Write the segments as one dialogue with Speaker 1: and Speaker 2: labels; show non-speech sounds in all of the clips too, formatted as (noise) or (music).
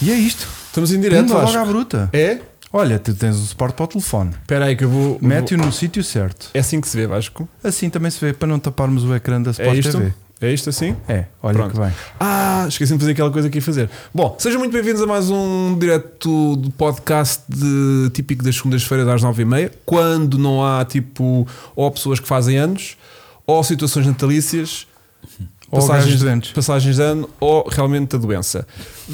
Speaker 1: E é isto.
Speaker 2: Estamos em direto,
Speaker 1: Pumba, logo
Speaker 2: Vasco.
Speaker 1: à bruta.
Speaker 2: É?
Speaker 1: Olha, tu tens o suporte para o telefone.
Speaker 2: Espera aí que eu vou.
Speaker 1: Mete-o no sítio certo.
Speaker 2: É assim que se vê, Vasco.
Speaker 1: Assim também se vê para não taparmos o ecrã da Sport
Speaker 2: é isto?
Speaker 1: TV.
Speaker 2: É isto assim?
Speaker 1: É, olha
Speaker 2: Pronto.
Speaker 1: que bem.
Speaker 2: Ah, esqueci de fazer aquela coisa que ia fazer. Bom, sejam muito bem-vindos a mais um direto do podcast de- típico das segundas-feiras às 9h30, quando não há tipo ou pessoas que fazem anos, ou situações natalícias,
Speaker 1: Ou gajos doentes.
Speaker 2: passagens de ano, ou realmente a doença.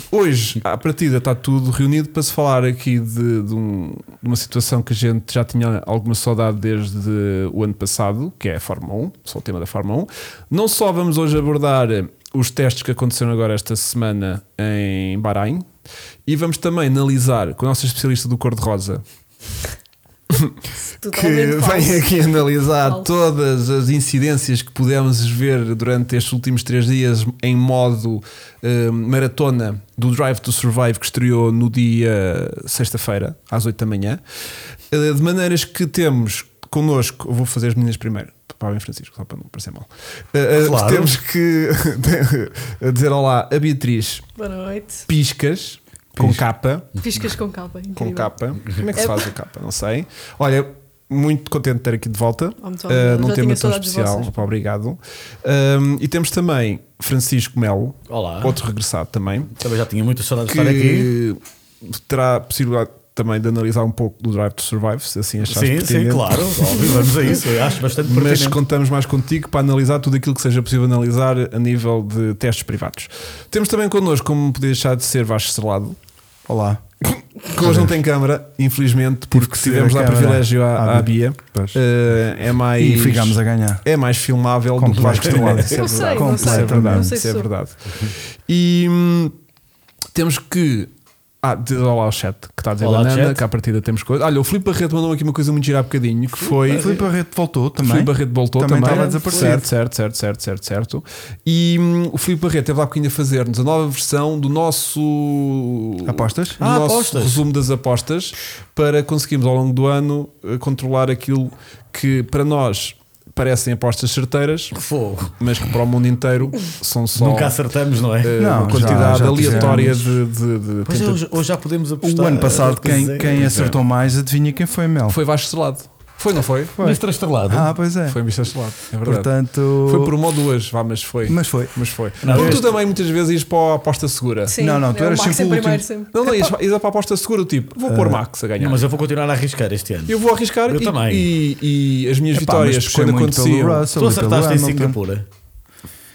Speaker 2: Hoje, à partida, está tudo reunido para se falar aqui de, de um- de uma situação que a gente já tinha alguma saudade desde o ano passado, que é a Fórmula 1, só o tema da Fórmula 1. Não só vamos hoje abordar os testes que aconteceram agora esta semana em Bahrein, e vamos também analisar com a nossa especialista do Cor-de-Rosa, (laughs) que
Speaker 3: Totalmente falso.
Speaker 2: vem aqui analisar
Speaker 3: Falso.
Speaker 2: todas as incidências que pudemos ver durante estes últimos três dias em modo eh, maratona do Drive to Survive que estreou no dia sexta-feira, às 8 da manhã. Eh, de maneiras que temos connosco, eu vou fazer as meninas primeiro. Para bem Francisco, só para não parecer mal. Eh, eh,
Speaker 4: Claro.
Speaker 2: Temos que (laughs) dizer olá a Beatriz
Speaker 3: Boa noite.
Speaker 2: Piscas, com capa.
Speaker 3: Piscas com calma.
Speaker 2: Com
Speaker 3: Incrível.
Speaker 2: capa. Como é que se
Speaker 3: É-
Speaker 2: faz o capa? Não sei. Olha, muito contente de ter aqui de volta.
Speaker 3: Oh, muito
Speaker 2: Uh,
Speaker 3: obrigada.
Speaker 2: num
Speaker 3: Já
Speaker 2: tema
Speaker 3: tinha
Speaker 2: tão
Speaker 3: saudades de
Speaker 2: especial.
Speaker 3: vocês.
Speaker 2: Pá, Obrigado. Um, e temos também Francisco Melo,
Speaker 4: Olá.
Speaker 2: outro regressado também,
Speaker 4: Também já tinha muita saudade de estar aqui.
Speaker 2: que terá a possibilidade também de analisar um pouco do Drive to Survive, se assim achares
Speaker 4: Sim, sim,
Speaker 2: pertinente.
Speaker 4: claro. Óbvio, vamos a isso. Eu acho bastante
Speaker 2: Mas
Speaker 4: pertinente.
Speaker 2: contamos mais contigo para analisar tudo aquilo que seja possível analisar a nível de testes privados. Temos também connosco, como podia deixar de ser, Vasco Estrelado,
Speaker 1: Olá.
Speaker 2: que hoje não tem câmara, infelizmente, porque
Speaker 1: que ser
Speaker 2: tivemos
Speaker 1: a
Speaker 2: lá
Speaker 1: câmara
Speaker 2: privilégio à,
Speaker 1: à
Speaker 2: à Bia.
Speaker 1: Pois.
Speaker 2: Eh, é mais.
Speaker 1: E ficámos a ganhar.
Speaker 2: É mais filmável do que
Speaker 1: Completamente.
Speaker 2: Vasco Estrelado. Isso é
Speaker 3: Não
Speaker 2: verdade.
Speaker 3: sei, não
Speaker 2: Isso
Speaker 3: sei.
Speaker 2: é verdade.
Speaker 3: Não sei
Speaker 2: Isso é
Speaker 3: se sou.
Speaker 2: verdade. E hum, temos que. Ah, diz olá ao chat que está a dizer
Speaker 4: Olá,
Speaker 2: banana,
Speaker 4: chat.
Speaker 2: que à partida temos coisa. Olha, o Filipe Barreto mandou aqui uma coisa muito gira há bocadinho que foi.
Speaker 1: O Filipe Barreto voltou também.
Speaker 2: Filipe Barreto voltou também.
Speaker 1: estava desaparecido.
Speaker 2: Certo, certo, certo, certo, certo, certo. E hum, o Filipe Barreto teve lá um bocadinho a fazer-nos a nova versão do nosso.
Speaker 1: Apostas?
Speaker 2: do
Speaker 4: Ah,
Speaker 2: nosso
Speaker 4: apostas.
Speaker 2: resumo das apostas para conseguirmos ao longo do ano eh, controlar aquilo que para nós parecem apostas certeiras,
Speaker 4: Fogo.
Speaker 2: mas é que para o mundo inteiro são só
Speaker 4: Nunca acertamos, não é?
Speaker 2: eh,
Speaker 1: Não,
Speaker 2: uma
Speaker 1: já-
Speaker 2: quantidade
Speaker 1: já
Speaker 2: aleatória de,
Speaker 1: fizemos.
Speaker 2: de, de
Speaker 4: Pois é,
Speaker 2: tenta-
Speaker 4: hoje, hoje já podemos apostar.
Speaker 1: O ano passado,
Speaker 4: Pois
Speaker 1: quem,
Speaker 4: é.
Speaker 1: quem acertou mais, adivinha quem foi Mel.
Speaker 2: Foi Vasco Estrelado. Foi, não foi?
Speaker 4: Mas estrastalado.
Speaker 1: Ah, pois é.
Speaker 2: Foi Mr. Estrelado, é verdade.
Speaker 1: Portanto.
Speaker 2: Foi por um. uma ou duas, vá, mas foi.
Speaker 1: Mas foi.
Speaker 2: Mas foi.
Speaker 4: Não,
Speaker 2: Porque tu
Speaker 4: este-
Speaker 2: também muitas vezes ias para a aposta segura.
Speaker 3: Sim,
Speaker 1: Não, não, tu
Speaker 3: é o
Speaker 1: eras
Speaker 3: Max
Speaker 1: sempre o
Speaker 3: em primeiro,
Speaker 1: último.
Speaker 3: sempre.
Speaker 2: Não, não, ias para, ias para a aposta segura, o tipo, vou
Speaker 1: Ah.
Speaker 2: pôr Max a ganhar.
Speaker 4: Não, mas eu vou continuar a arriscar este ano.
Speaker 2: Eu vou arriscar
Speaker 4: Eu
Speaker 2: e,
Speaker 4: também.
Speaker 2: e- e as minhas
Speaker 1: Epá, mas
Speaker 2: vitórias
Speaker 1: puxei
Speaker 2: quando
Speaker 1: muito pelo
Speaker 2: aconteciam.
Speaker 1: Russell
Speaker 4: Tu
Speaker 1: e pelo
Speaker 4: acertaste em
Speaker 1: Hamilton.
Speaker 4: Singapura.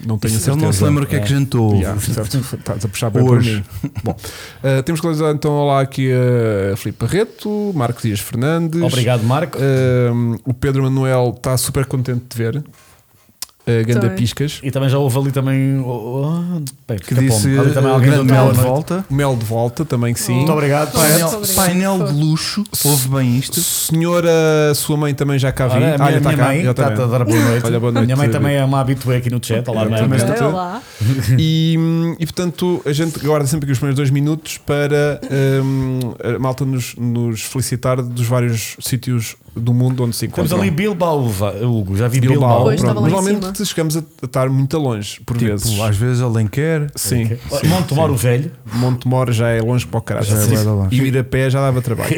Speaker 2: Não tenho
Speaker 1: Se ele não se lembra o que é que jantou.
Speaker 2: Yeah, certo, Estás a puxar bem
Speaker 1: Hoje.
Speaker 2: para mim. Bom, eh, temos que analisar então olá aqui a Filipe Barreto, Marcos Dias Fernandes.
Speaker 4: Obrigado, Marco.
Speaker 2: Eh, o Pedro Manuel está super contente de ver. Eh, Ganda
Speaker 3: Também.
Speaker 2: Piscas.
Speaker 4: E também já houve ali também. oh, oh, bem,
Speaker 1: Que
Speaker 4: Capão.
Speaker 1: disse
Speaker 4: Ali também alguém do
Speaker 1: Grande
Speaker 4: outro
Speaker 1: Mel
Speaker 4: lado,
Speaker 1: de
Speaker 4: não é?
Speaker 1: volta.
Speaker 2: O Mel de volta também que sim.
Speaker 4: Muito obrigado, pai.
Speaker 3: Obrigado.
Speaker 1: Painel, painel de luxo. Ouve bem isto.
Speaker 2: Senhora, sua mãe também já cá vi.
Speaker 4: Olha, a minha,
Speaker 2: Olha, está
Speaker 4: minha
Speaker 2: cá,
Speaker 4: mãe tá
Speaker 2: exatamente.
Speaker 4: está a dar boa noite.
Speaker 2: Olha, boa noite.
Speaker 4: Minha mãe também é uma habitué aqui no chat. Olá,
Speaker 2: Eu
Speaker 4: mãe.
Speaker 2: também
Speaker 3: Mas
Speaker 2: Mas tu-
Speaker 3: lá.
Speaker 2: E, hum, e, portanto, a gente guarda sempre aqui os primeiros dois minutos para hum, a malta nos, nos felicitar dos vários sítios do mundo onde se
Speaker 4: Temos
Speaker 2: encontram.
Speaker 4: ali Bilbao, Va- Hugo. Já vi
Speaker 2: é Bilbao,
Speaker 4: Bilbao.
Speaker 3: Pois,
Speaker 2: pronto.
Speaker 3: estava lá em
Speaker 2: Normalmente
Speaker 3: cima.
Speaker 2: chegamos a estar muito longe, por
Speaker 1: Tipo,
Speaker 2: vezes.
Speaker 1: às vezes Alenquer.
Speaker 2: Sim,
Speaker 4: Olha, Montemor o Velho.
Speaker 2: Montemor já é longe para o caralho.
Speaker 1: Já é bué de longe.
Speaker 2: E vir a pé já
Speaker 1: (laughs)
Speaker 2: dava trabalho.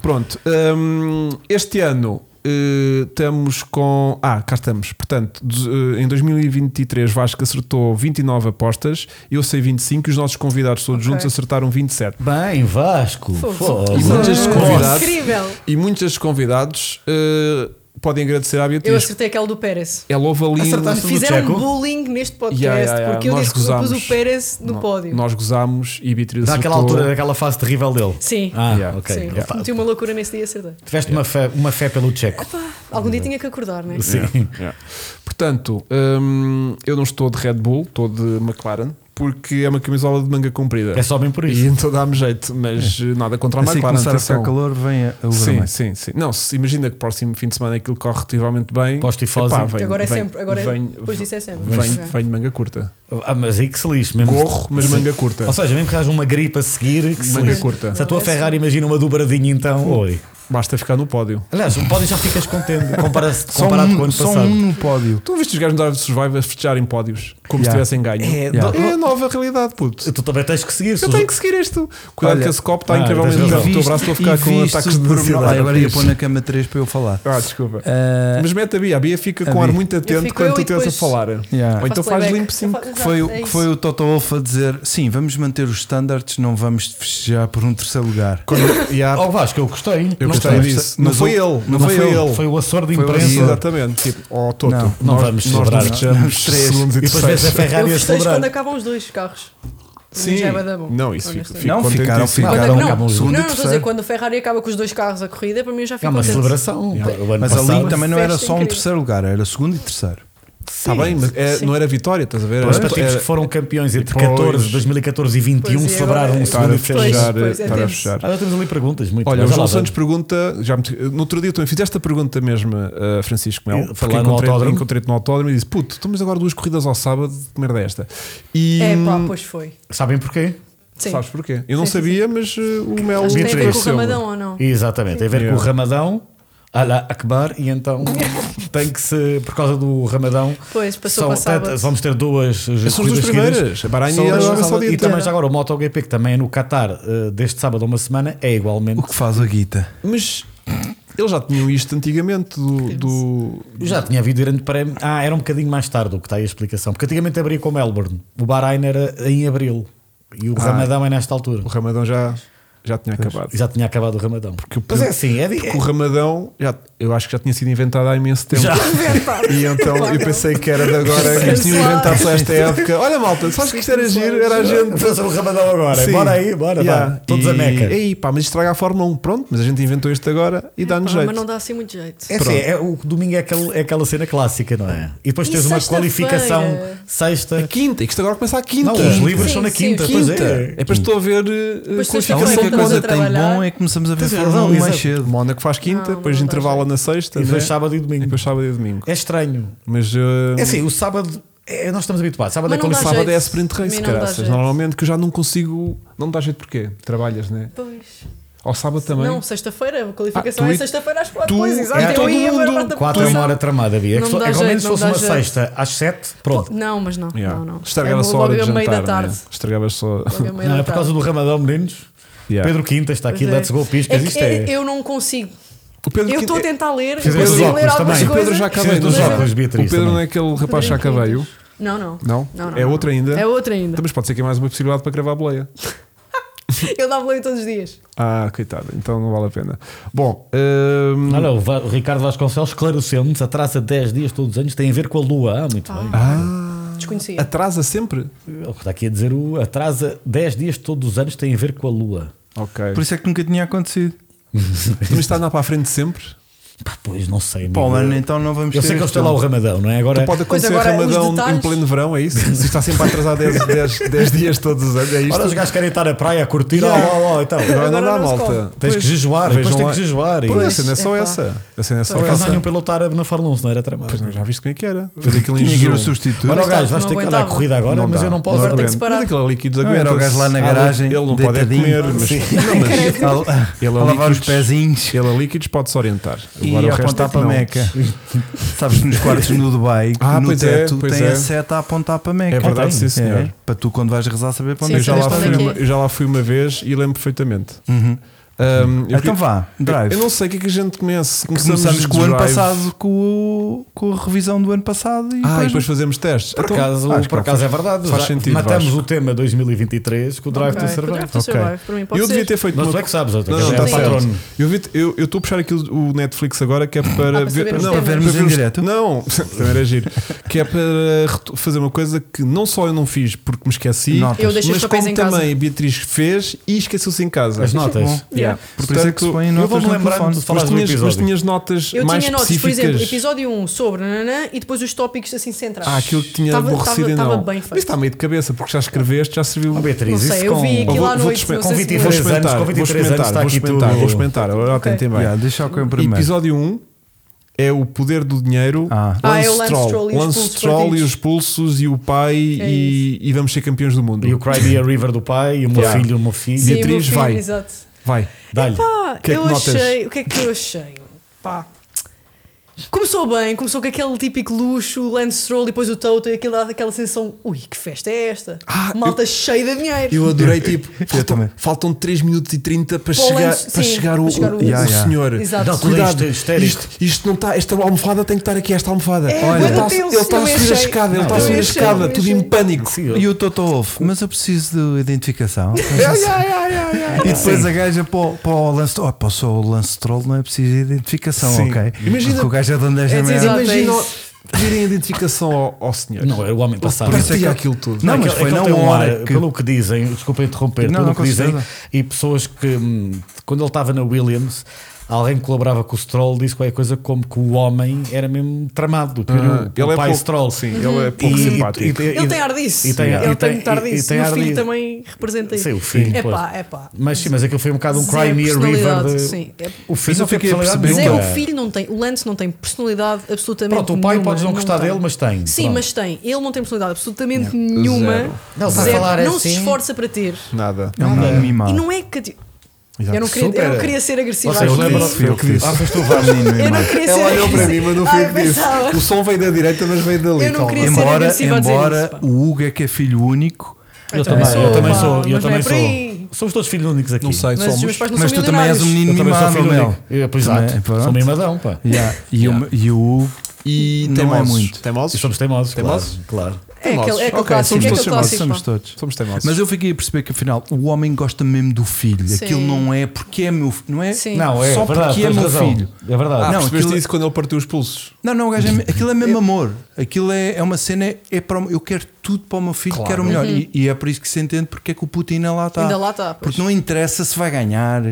Speaker 2: Pronto, hum, este ano eh, estamos com. Ah, cá estamos. Portanto, des- eh, em 2023, Vasco acertou 29 apostas, eu sei 25 e os nossos convidados todos
Speaker 3: Ok.
Speaker 2: juntos acertaram 27.
Speaker 4: Bem, Vasco.
Speaker 3: Fogo.
Speaker 4: Fogo.
Speaker 2: E muitas
Speaker 4: Nossa.
Speaker 2: convidados.
Speaker 3: Incrível.
Speaker 2: E muitos dos convidados eh, podem agradecer à
Speaker 3: Eu
Speaker 2: Beatriz.
Speaker 3: acertei aquela do Pérez.
Speaker 2: Ela houve ali.
Speaker 4: Acertaste
Speaker 2: um-
Speaker 4: tudo.
Speaker 3: Fizeram
Speaker 4: Checo?
Speaker 3: bullying neste podcast
Speaker 2: Yeah, yeah, yeah.
Speaker 3: porque eu
Speaker 2: Nós
Speaker 3: disse que eu pus
Speaker 2: gozámos.
Speaker 3: o Pérez no
Speaker 2: No-
Speaker 3: pódio.
Speaker 2: Nós gozámos e Beatriz
Speaker 4: Daquela
Speaker 2: acertou.
Speaker 4: altura, daquela fase terrível dele.
Speaker 3: Sim.
Speaker 4: Ah,
Speaker 2: Yeah.
Speaker 4: ok.
Speaker 3: Sim.
Speaker 4: Ele tá-
Speaker 3: Meti uma loucura nesse dia e acertei.
Speaker 4: Tiveste uma, fé, uma fé pelo Checo.
Speaker 3: Algum
Speaker 2: Uhum.
Speaker 3: dia tinha que acordar, não é?
Speaker 4: Sim.
Speaker 2: Yeah. Portanto, hum, eu não estou de Red Bull, estou de McLaren, porque é uma camisola de manga comprida.
Speaker 4: É só bem por
Speaker 2: E
Speaker 4: isso.
Speaker 2: então dá-me jeito, mas eh, nada contra a
Speaker 1: Assim que
Speaker 2: McLaren.
Speaker 1: começar a
Speaker 2: atenção.
Speaker 1: ficar calor, vem a, a é?
Speaker 2: Sim,
Speaker 1: vermelho.
Speaker 2: sim, sim. Não, se imagina que próximo fim de semana aquilo corre relativamente bem.
Speaker 4: Para os tifosi.
Speaker 2: epá, vem-
Speaker 3: Agora é
Speaker 2: vem-
Speaker 3: sempre. Agora é-
Speaker 2: vem,
Speaker 3: Depois disso é sempre.
Speaker 2: vem,
Speaker 3: Ok.
Speaker 2: vem de manga curta.
Speaker 4: Ah, mas aí que se lixe. Mesmo...
Speaker 2: Gorro, mas
Speaker 4: Sim.
Speaker 2: manga curta.
Speaker 4: Ou seja, mesmo que haja uma gripe a seguir, que se
Speaker 2: Manga
Speaker 4: lixe.
Speaker 3: É
Speaker 2: curta.
Speaker 3: assim.
Speaker 4: Se a tua Ferrari imagina uma dobradinha, então. Oi.
Speaker 2: Basta ficar no pódio.
Speaker 4: Aliás, o pódio já ficas contente compara-
Speaker 1: Só
Speaker 4: comparado com o
Speaker 1: um,
Speaker 4: ano
Speaker 1: só
Speaker 4: passado.
Speaker 1: um no pódio.
Speaker 2: Tu viste os gajos no Drive to Survive a festejarem pódios, como
Speaker 1: Yeah.
Speaker 2: se tivessem ganho. É,
Speaker 4: É,
Speaker 1: Yeah.
Speaker 2: a nova realidade, puto.
Speaker 4: Tu também tens que seguir. se
Speaker 2: Eu
Speaker 4: os-
Speaker 2: tenho que seguir isto. Cuidado
Speaker 1: Olha,
Speaker 2: que esse copo está
Speaker 4: ah,
Speaker 2: incrivelmente
Speaker 4: tens
Speaker 2: branco.
Speaker 4: razão.
Speaker 2: O teu braço está a ficar com ataques de ansiedade.
Speaker 1: Ai, Agora ia pôr na cama 3 para eu falar.
Speaker 2: Ah, desculpa.
Speaker 1: Ah,
Speaker 2: Mas mete a Bia, a Bia fica
Speaker 1: a
Speaker 2: com ar
Speaker 1: Bia.
Speaker 2: muito atento
Speaker 3: fico
Speaker 2: quando
Speaker 3: eu
Speaker 2: tu
Speaker 3: e
Speaker 2: estás a
Speaker 3: depois-
Speaker 2: falar.
Speaker 1: yeah.
Speaker 2: Ou então
Speaker 3: Faço
Speaker 2: faz
Speaker 3: playback.
Speaker 2: limpo sim.
Speaker 3: Eu faço-
Speaker 1: Que foi,
Speaker 3: exato, é
Speaker 1: que
Speaker 3: isso.
Speaker 1: foi o Toto Wolff a dizer: sim, vamos manter os standards, não vamos festejar por um terceiro lugar.
Speaker 2: Quando- e há-
Speaker 4: Oh, Vasco, eu gostei.
Speaker 2: eu
Speaker 4: Não
Speaker 2: gostei
Speaker 1: sei.
Speaker 2: disso.
Speaker 1: Mas
Speaker 2: Não
Speaker 1: o-
Speaker 2: foi ele, não foi ele.
Speaker 4: Foi o Açor de
Speaker 1: Foi o
Speaker 4: imprensa.
Speaker 1: Açor.
Speaker 2: Exatamente. Tipo, oh, Toto,
Speaker 1: Não,
Speaker 4: não
Speaker 2: nós,
Speaker 4: vamos
Speaker 2: nós
Speaker 4: celebrar.
Speaker 2: não festejamos
Speaker 1: Vamos três.
Speaker 2: segundos e
Speaker 4: E depois vês a
Speaker 2: terceiros.
Speaker 3: Eu
Speaker 4: Ferrari a
Speaker 3: festejo
Speaker 4: celebrar.
Speaker 3: quando é acabam os dois carros.
Speaker 2: Sim.
Speaker 3: Já vai dar bom,
Speaker 2: Não, isso fica-
Speaker 3: honestamente.
Speaker 2: fica-
Speaker 1: não,
Speaker 2: contente
Speaker 1: ficaram,
Speaker 2: em cima.
Speaker 3: Quando-
Speaker 1: ficaram.
Speaker 3: não,
Speaker 1: acabam
Speaker 3: não,
Speaker 1: o segundo e
Speaker 3: não, estou a dizer,
Speaker 1: terceiro.
Speaker 3: quando a Ferrari acaba com os dois carros a corrida, para mim já
Speaker 4: É
Speaker 3: fica
Speaker 4: uma
Speaker 3: contente.
Speaker 4: celebração. O ano
Speaker 1: Mas
Speaker 4: passado-
Speaker 1: ali também não era
Speaker 3: Festa
Speaker 1: só um
Speaker 3: incrível.
Speaker 1: terceiro lugar, era segundo e terceiro.
Speaker 2: Está bem, mas é-
Speaker 3: Sim.
Speaker 2: não era vitória, estás a ver?
Speaker 4: Os
Speaker 2: Era-
Speaker 4: partidos
Speaker 2: era-
Speaker 4: que foram campeões entre
Speaker 2: Pois.
Speaker 4: 14, 2014 e 21
Speaker 3: Pois é,
Speaker 4: celebraram
Speaker 3: agora
Speaker 4: um
Speaker 3: é-
Speaker 2: Estar
Speaker 4: segundo
Speaker 2: a
Speaker 4: e
Speaker 3: Pois,
Speaker 2: festejar.
Speaker 4: festejar.
Speaker 3: pois é
Speaker 2: estar a
Speaker 3: tenso.
Speaker 2: festejar.
Speaker 4: Agora temos ali perguntas muito
Speaker 2: Olha,
Speaker 4: boas.
Speaker 2: o
Speaker 4: Já
Speaker 2: João
Speaker 4: lá vamos.
Speaker 2: Santos pergunta. Já me- no outro dia tu me fizeste a pergunta mesmo, a Francisco Mel.
Speaker 4: Eu-
Speaker 2: Porque
Speaker 4: lá no
Speaker 2: encontrei-
Speaker 4: autódromo.
Speaker 2: encontrei-te no autódromo e disse: Puto, tu mas agora duas corridas ao sábado, que merda é esta? E. hum,
Speaker 3: É pá, pois foi.
Speaker 4: Sabem porquê?
Speaker 3: Sim.
Speaker 2: Sabes porquê? Eu não
Speaker 3: Sim, sim,
Speaker 2: sabia, mas uh, o Mel.
Speaker 3: Acho que tem a ver com o
Speaker 4: Beatriz,
Speaker 3: Ramadão ou não?
Speaker 4: Exatamente. Tem a ver
Speaker 2: Sim.
Speaker 4: com o Ramadão, Alá Akbar, e
Speaker 3: (laughs)
Speaker 4: então tem que se, por causa do Ramadão,
Speaker 3: Pois, passou para
Speaker 4: tantas-
Speaker 3: sábado.
Speaker 4: vamos ter duas. eh, São
Speaker 2: as duas primeiras, a Bahrein e a Arábia
Speaker 4: E
Speaker 2: Saudita.
Speaker 4: também já agora o MotoGP, que também é no Qatar, eh, deste sábado a uma semana, é igualmente.
Speaker 1: O que faz a guita?
Speaker 2: Mas eles já tinham isto antigamente do. do-
Speaker 4: Já tinha havido grande prémio. Ah, era um bocadinho mais tarde o que está aí a explicação. Porque antigamente abria com Melbourne. O Bahrein era em abril. E o
Speaker 2: Ah.
Speaker 4: Ramadão é nesta altura.
Speaker 2: o Ramadão já, já tinha acabado.
Speaker 4: Já tinha acabado o Ramadão.
Speaker 2: Porque o-
Speaker 4: Mas é assim, é,
Speaker 2: O Ramadão, já, eu acho que já tinha sido inventado há imenso tempo.
Speaker 3: (laughs)
Speaker 4: Já.
Speaker 2: E então eu pensei que era de agora que eles tinham inventado só esta época. Olha, malta, sabes que isto era giro? Era a gente.
Speaker 4: Fazer o Ramadão agora.
Speaker 2: Sim.
Speaker 4: Bora aí, bora.
Speaker 2: Yeah.
Speaker 4: vá. Todos a
Speaker 2: E- é
Speaker 4: Meca.
Speaker 2: Ei, pá, mas estraga a Fórmula 1. Pronto, mas a gente inventou isto agora e dá-nos
Speaker 3: Pá,
Speaker 2: jeito.
Speaker 3: Mas não dá assim muito jeito.
Speaker 4: É assim, é, o domingo é, aquele- é aquela cena clássica, não é? E depois
Speaker 3: E
Speaker 4: tens uma
Speaker 3: sexta-feira?
Speaker 4: qualificação sexta.
Speaker 2: A É quinta, isto agora começa a quinta.
Speaker 4: Não, os livros
Speaker 3: Sim,
Speaker 4: são na
Speaker 3: sim,
Speaker 4: quinta,
Speaker 3: sim.
Speaker 4: pois
Speaker 2: Quinta.
Speaker 4: é.
Speaker 2: É para estou a ver eh,
Speaker 3: Pois
Speaker 1: A
Speaker 2: qualificação.
Speaker 3: Estamos
Speaker 1: única
Speaker 3: voltando
Speaker 1: coisa
Speaker 3: a
Speaker 1: que tem
Speaker 3: trabalhar.
Speaker 1: bom é que começamos a ver
Speaker 4: Tens
Speaker 1: Fórmula
Speaker 4: razão,
Speaker 1: 1 mais
Speaker 4: exato.
Speaker 1: cedo.
Speaker 2: Mónaco faz quinta,
Speaker 3: Não,
Speaker 2: depois
Speaker 3: não dá
Speaker 2: intervalo
Speaker 3: jeito.
Speaker 2: na sexta,
Speaker 4: E depois
Speaker 2: né?
Speaker 4: sábado e
Speaker 2: E
Speaker 4: domingo.
Speaker 2: depois sábado e domingo.
Speaker 4: É estranho.
Speaker 2: Mas eh,
Speaker 4: É assim, o sábado, é, nós estamos habituados. Sábado
Speaker 3: Mas
Speaker 4: é
Speaker 3: não dá
Speaker 4: qualificação.
Speaker 2: sábado é
Speaker 3: jeito.
Speaker 2: a sprint
Speaker 3: A mim
Speaker 2: race,
Speaker 3: não dá
Speaker 2: caraças.
Speaker 3: jeito.
Speaker 2: Normalmente que eu já não consigo. Não dá jeito porquê? Trabalhas, né?
Speaker 3: Pois.
Speaker 2: Ao sábado também.
Speaker 3: Não, sexta-feira, a qualificação
Speaker 2: Ah, tu
Speaker 3: é
Speaker 2: e-
Speaker 3: sexta-feira às quatro.
Speaker 2: tu
Speaker 3: Pois,
Speaker 2: é
Speaker 3: exato. eu
Speaker 2: todo
Speaker 3: ia ver a
Speaker 2: mundo.
Speaker 3: parte da
Speaker 4: Quatro é uma
Speaker 3: produção.
Speaker 4: hora tramada, Bia. É
Speaker 3: Não
Speaker 4: que só-
Speaker 3: dá
Speaker 4: é que ao menos se
Speaker 3: jeito,
Speaker 4: fosse
Speaker 3: não
Speaker 4: uma
Speaker 3: dá jeito.
Speaker 4: sexta às sete, pronto.
Speaker 3: Não, mas não.
Speaker 2: Yeah.
Speaker 3: Não, não.
Speaker 2: Estragava
Speaker 3: É
Speaker 2: só a
Speaker 3: logo
Speaker 2: hora de
Speaker 3: a meio
Speaker 2: jantar.
Speaker 3: da tarde.
Speaker 2: né? Estragava só.
Speaker 3: Logo a meio
Speaker 4: Não,
Speaker 3: da
Speaker 4: é por
Speaker 3: tarde.
Speaker 4: causa do Ramadão, meninos.
Speaker 2: Yeah.
Speaker 4: Pedro Quinta está aqui,
Speaker 3: Pois
Speaker 4: let's go, piscas.
Speaker 3: É que
Speaker 4: Isto é.
Speaker 3: Eu não consigo.
Speaker 2: O Pedro é-
Speaker 3: Eu
Speaker 2: Quinta-
Speaker 3: estou a tentar ler, eu
Speaker 4: Precisas dos
Speaker 3: consigo ler
Speaker 4: óculos
Speaker 3: algumas
Speaker 4: também.
Speaker 2: O Pedro
Speaker 3: coisas.
Speaker 2: já acabei.
Speaker 4: Precisas
Speaker 2: não
Speaker 4: dos
Speaker 2: é?
Speaker 4: óculos, Beatriz,
Speaker 2: O Pedro
Speaker 4: também.
Speaker 2: não é aquele rapaz que já acabei.
Speaker 3: Não, não.
Speaker 2: Não?
Speaker 3: Não, não,
Speaker 2: É
Speaker 3: não.
Speaker 2: outro ainda?
Speaker 3: É outro ainda.
Speaker 2: Então, mas pode ser que é mais uma possibilidade para gravar a boleia.
Speaker 3: Eu dava leio todos os dias.
Speaker 2: Ah, coitado, então não vale a pena. Bom, hum,
Speaker 4: Olha, o Va- o Ricardo Vasconcelos esclareceu-nos, atrasa 10 dias todos os anos, tem a ver com a Lua. Ah, muito bem.
Speaker 3: Desconhecia.
Speaker 2: atrasa sempre?
Speaker 4: O que está aqui a dizer o atrasa 10 dias todos os anos tem a ver com a Lua.
Speaker 2: Ok.
Speaker 1: Por isso é que nunca tinha acontecido.
Speaker 2: Mas está a andar para a frente sempre?
Speaker 4: Pá, pois não sei.
Speaker 1: Pá,
Speaker 4: amigo.
Speaker 1: mano, então não vamos
Speaker 4: eu
Speaker 1: ter
Speaker 4: sei que eles
Speaker 1: este
Speaker 4: estão lá o
Speaker 1: ano.
Speaker 4: Ramadão, não é? Agora
Speaker 2: Tu pode
Speaker 3: Pois
Speaker 2: acontecer
Speaker 3: agora, os
Speaker 2: Ramadão
Speaker 3: detalhes-
Speaker 2: em pleno verão, é isso? Se está sempre a atrasar
Speaker 3: (laughs)
Speaker 2: 10, 10, 10 dias todos os anos, é isto?
Speaker 4: Ora, os gajos querem estar na praia a curtir.
Speaker 2: Yeah.
Speaker 4: ó, ó, ó, então.
Speaker 2: Agora, não
Speaker 3: agora
Speaker 2: dá,
Speaker 3: não se
Speaker 2: malta.
Speaker 4: Tens que jejuar, depois tem que jejuar, e-
Speaker 2: Pois, a cena é
Speaker 3: Pois,
Speaker 2: só
Speaker 3: epá.
Speaker 2: essa. A cena é só
Speaker 4: Por acaso
Speaker 2: essa.
Speaker 4: ganham pelo árabe na Fórmula 1, se não era tramado.
Speaker 2: Pois não, já viste como é que era. Fazer aquilo em
Speaker 1: Tinha que ir o
Speaker 2: jejum.
Speaker 1: substituto.
Speaker 4: Olha o gajo,
Speaker 3: Não
Speaker 4: vais ter que andar a
Speaker 3: aguentava.
Speaker 4: corrida agora,
Speaker 2: Não
Speaker 4: mas
Speaker 2: dá,
Speaker 4: eu não posso.
Speaker 3: Agora tem
Speaker 2: aguenta.
Speaker 3: que se parar.
Speaker 2: Mas aquele líquido Ah,
Speaker 1: Não, era o gajo lá na garagem,
Speaker 2: Ele não pode é
Speaker 1: deitadinho.
Speaker 2: comer, mas,
Speaker 1: Sim.
Speaker 2: (laughs)
Speaker 1: (laughs)
Speaker 2: não, mas tá ele,
Speaker 1: A, a lavar os
Speaker 2: líquidos,
Speaker 1: pezinhos
Speaker 2: ele a líquidos pode-se orientar.
Speaker 1: e
Speaker 2: Agora o resto é
Speaker 1: apontar
Speaker 2: que
Speaker 1: para a
Speaker 2: não.
Speaker 1: Meca.
Speaker 2: (laughs)
Speaker 1: Sabes que nos quartos no Dubai,
Speaker 2: Ah,
Speaker 1: no
Speaker 2: pois é,
Speaker 1: teto,
Speaker 2: pois
Speaker 1: tem
Speaker 2: é.
Speaker 1: a seta a apontar para a Meca.
Speaker 2: É verdade,
Speaker 1: Tem.
Speaker 2: sim, senhor.
Speaker 1: É, Para tu, quando vais rezar, saber para
Speaker 3: Sim,
Speaker 1: onde
Speaker 2: Eu
Speaker 1: é que vais.
Speaker 2: já, lá
Speaker 3: Sabes
Speaker 2: fui
Speaker 3: qual é
Speaker 2: uma,
Speaker 3: que é?
Speaker 2: eu já lá fui uma vez e lembro perfeitamente. Um, eu queria-
Speaker 1: Então vá, drive.
Speaker 2: Eu não sei o que é que a gente começa. Começamos,
Speaker 1: Começamos com o ano
Speaker 2: drive.
Speaker 1: passado, com, o- com a revisão do ano passado e
Speaker 2: Ah, e
Speaker 1: depois
Speaker 2: depois fazemos testes. Então,
Speaker 4: Por acaso, por acaso é verdade.
Speaker 2: faz
Speaker 4: já
Speaker 2: sentido,
Speaker 4: Matamos
Speaker 2: Vasco.
Speaker 4: o tema 2023 com o Drive
Speaker 3: Ok, com
Speaker 4: to
Speaker 3: o
Speaker 4: Survive.
Speaker 3: Drive to Survive, para mim pode
Speaker 2: eu
Speaker 3: ser.
Speaker 2: devia ter feito
Speaker 4: Mas
Speaker 2: uma
Speaker 4: tu é que sabes,
Speaker 2: Não, não,
Speaker 4: é
Speaker 2: tá
Speaker 4: o
Speaker 2: certo.
Speaker 4: patrono.
Speaker 2: Eu vi- eu eu estou a puxar aqui o o Netflix agora que é para
Speaker 3: para
Speaker 2: ver,
Speaker 3: sabermos
Speaker 2: não,
Speaker 3: temas.
Speaker 2: para
Speaker 1: Vermos
Speaker 2: ver
Speaker 1: em
Speaker 2: os-
Speaker 1: direto?
Speaker 2: Não, (laughs) também era giro. Que é para retu- fazer uma coisa que não só eu não fiz porque me esqueci,
Speaker 1: Notas.
Speaker 3: Eu deixei os
Speaker 2: mas
Speaker 3: papéis
Speaker 2: como
Speaker 3: em casa.
Speaker 2: também a Beatriz fez e esqueceu-se em casa.
Speaker 3: (laughs)
Speaker 4: As notas.
Speaker 1: Bom.
Speaker 2: Yeah.
Speaker 1: Por isso é que se põem
Speaker 4: eu
Speaker 1: notas
Speaker 4: vou-me
Speaker 1: no
Speaker 4: lembrando
Speaker 1: telefone.
Speaker 4: de falar
Speaker 2: Mas
Speaker 4: do
Speaker 2: tinhas, mas
Speaker 4: episódio.
Speaker 2: tinhas notas
Speaker 3: Eu
Speaker 2: mais
Speaker 3: tinha notas, por
Speaker 2: específicas.
Speaker 3: exemplo, episódio 1 sobre nananã, e depois os tópicos assim centrais.
Speaker 2: ah, aquilo que tinha
Speaker 3: Tava-
Speaker 2: aborrecido
Speaker 3: tava-
Speaker 2: e não.
Speaker 3: tava bem
Speaker 2: Mas tá
Speaker 3: feito.
Speaker 2: está meio de cabeça, porque já escreveste, já serviu.
Speaker 4: Oh, Beatriz,
Speaker 3: Não sei,
Speaker 4: isso
Speaker 3: eu
Speaker 4: com-
Speaker 3: vi aquilo
Speaker 2: vou- vou
Speaker 3: à noite. não
Speaker 2: experimentar.
Speaker 3: sei se
Speaker 4: Com 23
Speaker 2: vou
Speaker 3: me lembro.
Speaker 4: anos,
Speaker 2: experimentar,
Speaker 4: com
Speaker 2: vou
Speaker 4: 23 anos
Speaker 2: experimentar,
Speaker 4: está
Speaker 2: vou
Speaker 4: aqui
Speaker 2: experimentar,
Speaker 4: tudo-
Speaker 2: vou experimentar. Agora atentem bem.
Speaker 1: Yeah, deixa eu com o primeiro.
Speaker 2: Episódio 1 é o poder do dinheiro.
Speaker 1: Ah.
Speaker 3: Ah, é o Lance Stroll e os
Speaker 2: Lance
Speaker 3: pulsos
Speaker 2: Stroll e
Speaker 3: partidos.
Speaker 2: os pulsos e o pai
Speaker 3: É
Speaker 2: e, e vamos ser campeões do mundo.
Speaker 4: E o Cry Be a River do pai, e o meu
Speaker 2: Yeah.
Speaker 4: filho, o meu filho.
Speaker 3: Sim, o meu
Speaker 2: Beatriz
Speaker 3: filho,
Speaker 2: vai.
Speaker 3: Exato.
Speaker 2: Vai.
Speaker 4: Dá-lhe.
Speaker 3: Pá,
Speaker 2: que é
Speaker 3: eu
Speaker 2: que notas?
Speaker 3: achei. O que é que eu achei? Pá. Começou bem, começou com aquele típico luxo, o Lance Stroll e depois o Toto e aquela, aquela sensação, ui, que festa é esta?
Speaker 2: Ah,
Speaker 3: Malta cheia de
Speaker 2: (laughs)
Speaker 3: dinheiro.
Speaker 2: Eu adorei, tipo,
Speaker 1: também.
Speaker 2: faltam, faltam 3 minutos e 30 para,
Speaker 3: Para o
Speaker 2: chegar,
Speaker 3: lance-
Speaker 2: para
Speaker 3: sim,
Speaker 2: chegar o,
Speaker 3: para chegar
Speaker 2: o-
Speaker 3: o-
Speaker 2: o
Speaker 1: Yeah, yeah.
Speaker 2: senhor.
Speaker 3: Exato. Não,
Speaker 4: tudo
Speaker 2: Cuidado,
Speaker 4: isto é histérico.
Speaker 2: isto, isto não está, esta almofada tem que estar aqui, esta almofada.
Speaker 3: É,
Speaker 2: Olha, ele
Speaker 3: bué
Speaker 2: está,
Speaker 3: tenso,
Speaker 2: ele está a
Speaker 3: eu
Speaker 2: subir a
Speaker 3: achei.
Speaker 2: escada, ele está a
Speaker 4: Não,
Speaker 2: subir a
Speaker 4: eu
Speaker 3: achei,
Speaker 2: escada,
Speaker 3: eu
Speaker 2: tudo em
Speaker 3: achei.
Speaker 2: pânico.
Speaker 4: Sim, eu-
Speaker 1: E o Toto Wolff, mas eu preciso de
Speaker 2: (laughs)
Speaker 1: identificação.
Speaker 3: (laughs)
Speaker 1: E depois a gaja para o, para o Lance Troll. Oh, para só o Lance Troll não é preciso de identificação,
Speaker 2: Sim.
Speaker 1: ok?
Speaker 2: Imagina-
Speaker 1: Porque o gajo é de onde
Speaker 3: É
Speaker 1: esta merda.
Speaker 3: Exato, é
Speaker 2: Imagina
Speaker 3: isso.
Speaker 2: pedirem a identificação ao, ao senhor.
Speaker 4: Não, era o homem passado.
Speaker 2: Por isso é que
Speaker 1: Partia
Speaker 2: aquilo tudo.
Speaker 1: Não,
Speaker 4: Não,
Speaker 1: mas foi
Speaker 4: aquele- aquele
Speaker 1: na
Speaker 4: tem um
Speaker 1: hora
Speaker 4: ar,
Speaker 1: que.
Speaker 4: Pelo que dizem, desculpa interromper,
Speaker 1: Não,
Speaker 4: pelo
Speaker 1: não,
Speaker 4: que
Speaker 1: com
Speaker 4: dizem,
Speaker 1: certeza.
Speaker 4: e pessoas que hum, quando ele estava na Williams, alguém que colaborava com o Stroll disse qualquer coisa como que o homem era mesmo tramado, que era o,
Speaker 2: Ah, ele
Speaker 4: o
Speaker 2: é
Speaker 4: pai
Speaker 2: pouco,
Speaker 4: Stroll.
Speaker 2: sim, ele é pouco simpático.
Speaker 3: Ele tem ar disso.
Speaker 4: E tem-
Speaker 3: ele
Speaker 4: e
Speaker 3: tem
Speaker 4: tem-
Speaker 3: muito ar
Speaker 4: e- e
Speaker 3: disso.
Speaker 4: tem
Speaker 3: e
Speaker 4: ar
Speaker 3: o filho
Speaker 4: disso.
Speaker 3: também representa isso.
Speaker 4: Sim, o filho,
Speaker 3: É
Speaker 4: pois.
Speaker 3: pá, é pá.
Speaker 4: Mas sim, mas aquilo foi um bocado um
Speaker 3: Zero
Speaker 4: Crimea River.
Speaker 3: personalidade,
Speaker 4: De,
Speaker 3: sim. É-
Speaker 4: O filho
Speaker 1: eu
Speaker 4: não tem
Speaker 1: fiquei a
Speaker 4: personalidade
Speaker 1: perceber
Speaker 3: Zé,
Speaker 1: que-
Speaker 4: nenhuma.
Speaker 3: o filho não tem, o Lance não tem personalidade absolutamente
Speaker 4: Pronto, o pai
Speaker 3: nenhuma,
Speaker 4: podes não gostar
Speaker 3: tem.
Speaker 4: dele, mas tem.
Speaker 3: Sim,
Speaker 4: Pronto.
Speaker 3: mas tem. Ele não tem personalidade absolutamente nenhuma.
Speaker 2: Zero.
Speaker 4: Não,
Speaker 3: Zero.
Speaker 4: para
Speaker 2: é
Speaker 4: falar
Speaker 3: Não se
Speaker 4: assim-
Speaker 3: esforça para ter.
Speaker 2: Nada.
Speaker 1: É um
Speaker 3: E
Speaker 1: mimado.
Speaker 3: não é que.
Speaker 2: Exato.
Speaker 3: Eu não queria, eu não
Speaker 2: Supera.
Speaker 3: queria ser agressiva.
Speaker 4: Ou seja,
Speaker 3: aqui.
Speaker 4: lembra-
Speaker 1: Foi ele que disse.
Speaker 4: Ah, foste tu,
Speaker 1: É um menino
Speaker 3: Eu não
Speaker 1: mimado.
Speaker 3: queria ser
Speaker 2: Ela olhou para
Speaker 3: agressiva.
Speaker 2: mim, mas não
Speaker 3: Ah,
Speaker 2: foi
Speaker 3: eu
Speaker 2: o que disse.
Speaker 3: pensava.
Speaker 2: O som veio da direita, mas veio dali.
Speaker 3: Eu não
Speaker 2: calma.
Speaker 3: queria ser
Speaker 1: Embora,
Speaker 3: agressivo a dizer isso,
Speaker 1: embora
Speaker 3: pá.
Speaker 1: o Hugo é que é filho único,
Speaker 4: Eu também sou. Eu também
Speaker 3: pá,
Speaker 4: sou.
Speaker 3: mas não
Speaker 4: Eu
Speaker 3: é
Speaker 4: também
Speaker 3: por aí.
Speaker 4: sou. Somos todos filhos únicos aqui.
Speaker 2: Não sei,
Speaker 3: Mas os
Speaker 2: somos.
Speaker 3: meus pais não
Speaker 1: mas
Speaker 3: são
Speaker 1: tu também és um
Speaker 3: milionários.
Speaker 1: menino
Speaker 4: Eu também sou
Speaker 1: mimado,
Speaker 4: filho
Speaker 1: meu.
Speaker 4: único. Eu, pois, Exato.
Speaker 1: Também, pronto.
Speaker 4: Sou mimadão, pá.
Speaker 1: Yeah. E, O, e o Hugo
Speaker 2: E
Speaker 1: Não
Speaker 2: teimosos.
Speaker 1: é muito.
Speaker 4: E
Speaker 2: Teimosos?
Speaker 4: somos teimosos, claro.
Speaker 2: Teimosos?
Speaker 4: claro.
Speaker 3: É aquele, é aquele
Speaker 2: Ok,
Speaker 3: clássico.
Speaker 2: somos todos
Speaker 3: É aquele
Speaker 2: chamados,
Speaker 4: um
Speaker 3: clássico.
Speaker 1: somos
Speaker 3: pá.
Speaker 1: todos.
Speaker 2: Somos teimosos.
Speaker 1: Mas eu fiquei a perceber que afinal o homem gosta mesmo do filho.
Speaker 3: Sim.
Speaker 1: Aquilo não é porque é meu filho. Não é?
Speaker 3: Sim.
Speaker 4: Não, é
Speaker 1: Só
Speaker 4: verdade,
Speaker 1: porque é
Speaker 4: tens
Speaker 1: meu
Speaker 4: razão.
Speaker 1: filho.
Speaker 4: É verdade.
Speaker 2: Ah,
Speaker 1: Não,
Speaker 2: percebeste
Speaker 1: aquilo-
Speaker 2: isso quando ele partiu os pulsos?
Speaker 1: Não, não, o gajo é, me- aquilo é mesmo amor. Aquilo é, é uma cena, é, é para o- eu quero tudo para o meu filho, quero o melhor. E, e é por isso que se entende porque é que o Putin ainda lá está.
Speaker 3: Uhum. Ainda lá está, pois.
Speaker 1: Porque não interessa se vai ganhar.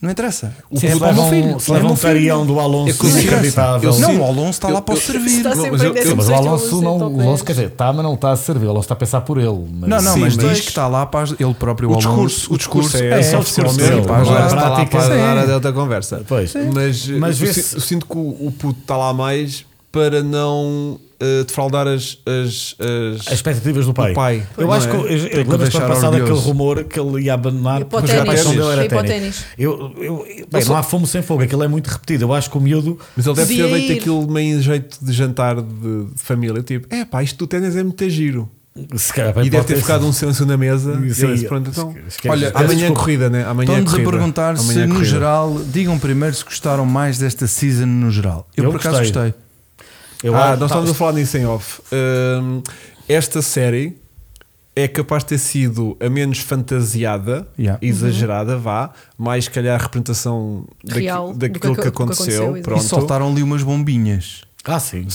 Speaker 1: Não interessa.
Speaker 4: Se
Speaker 1: é
Speaker 4: é
Speaker 1: para o meu filho.
Speaker 4: Se
Speaker 1: é
Speaker 4: leva
Speaker 1: meu
Speaker 4: um
Speaker 1: filho.
Speaker 4: tarião do
Speaker 2: É
Speaker 4: Alonso
Speaker 2: que eu sinto-
Speaker 4: inacreditável.
Speaker 2: eu sinto-
Speaker 1: Não, o Alonso está
Speaker 2: Eu-
Speaker 1: lá para o
Speaker 2: eu-
Speaker 1: servir.
Speaker 3: Está
Speaker 2: Não,
Speaker 3: sempre
Speaker 2: mas eu-
Speaker 3: em
Speaker 2: eu-
Speaker 4: Sim,
Speaker 3: décimo
Speaker 4: mas o
Speaker 3: sexto,
Speaker 4: Alonso
Speaker 3: ou
Speaker 4: não,
Speaker 3: sétimo,
Speaker 4: o Alonso, quer
Speaker 3: talvez.
Speaker 4: dizer, está, mas não está a servir. O Alonso está a pensar por ele. Mas...
Speaker 1: Não, não,
Speaker 2: Sim,
Speaker 1: mas
Speaker 2: mas-
Speaker 1: diz que está lá para as- ele próprio
Speaker 2: O
Speaker 1: Alonso.
Speaker 2: discurso, o discurso
Speaker 4: é
Speaker 2: é, esse
Speaker 4: o
Speaker 2: oficialmente.
Speaker 4: discurso dele.
Speaker 2: Agora
Speaker 4: Agora
Speaker 2: está lá
Speaker 4: prática,
Speaker 2: para
Speaker 4: sim.
Speaker 2: é dar a delta conversa.
Speaker 4: Pois.
Speaker 2: Mas,
Speaker 4: Mas
Speaker 2: eh, eu,
Speaker 4: vê-se-
Speaker 2: si- eu sinto que o, o puto está lá mais para não eh, defraudar as, as, as-
Speaker 4: As expectativas do pai.
Speaker 2: Do pai.
Speaker 4: Eu
Speaker 2: Não
Speaker 4: acho
Speaker 2: é?
Speaker 4: que. eu-
Speaker 1: que
Speaker 4: eu- Lembras-te
Speaker 1: deixar
Speaker 4: ano passado
Speaker 1: orgulhoso.
Speaker 4: aquele rumor que ele ia abandonar
Speaker 3: E para o
Speaker 4: porque a
Speaker 2: ténis.
Speaker 4: paixão dele
Speaker 3: E
Speaker 4: era
Speaker 3: para o
Speaker 4: ténis.
Speaker 3: ténis.
Speaker 4: Eu, eu, bem, não há fumo sem fogo, aquilo é muito repetido. Eu acho que o miúdo.
Speaker 2: Mas ele deve ter
Speaker 3: Podia ir.
Speaker 2: feito aquilo meio jeito de jantar de, de família. Tipo, é pá, isto do ténis é muito giro.
Speaker 4: Se calhar,
Speaker 2: E
Speaker 4: bem,
Speaker 2: deve
Speaker 4: pode
Speaker 2: ter ficado um silêncio na mesa. E
Speaker 4: Sim.
Speaker 2: ele disse, pronto, então.
Speaker 4: Esquece.
Speaker 2: Olha,
Speaker 4: Peço
Speaker 2: amanhã é
Speaker 4: desculpa.
Speaker 2: corrida, né? Amanhã é
Speaker 1: Estão-nos a
Speaker 2: corrida.
Speaker 1: perguntar
Speaker 2: Amanhã
Speaker 1: se
Speaker 2: é
Speaker 1: no
Speaker 2: corrida.
Speaker 1: geral, digam primeiro se gostaram mais desta season no geral. Eu,
Speaker 4: Eu
Speaker 1: por acaso
Speaker 4: gostei.
Speaker 1: gostei.
Speaker 4: Eu
Speaker 2: ah,
Speaker 4: acho-
Speaker 2: nós estávamos
Speaker 4: tá-
Speaker 2: a falar nisso em off. Hum, esta série é capaz de ter sido a menos fantasiada,
Speaker 1: Yeah.
Speaker 2: exagerada, vá, mais se calhar a representação daqui-
Speaker 3: Real, do
Speaker 2: daquilo que,
Speaker 3: que- do que
Speaker 2: aconteceu.
Speaker 3: aconteceu,
Speaker 2: pronto.
Speaker 1: E soltaram ali umas bombinhas.
Speaker 4: Ah, sim.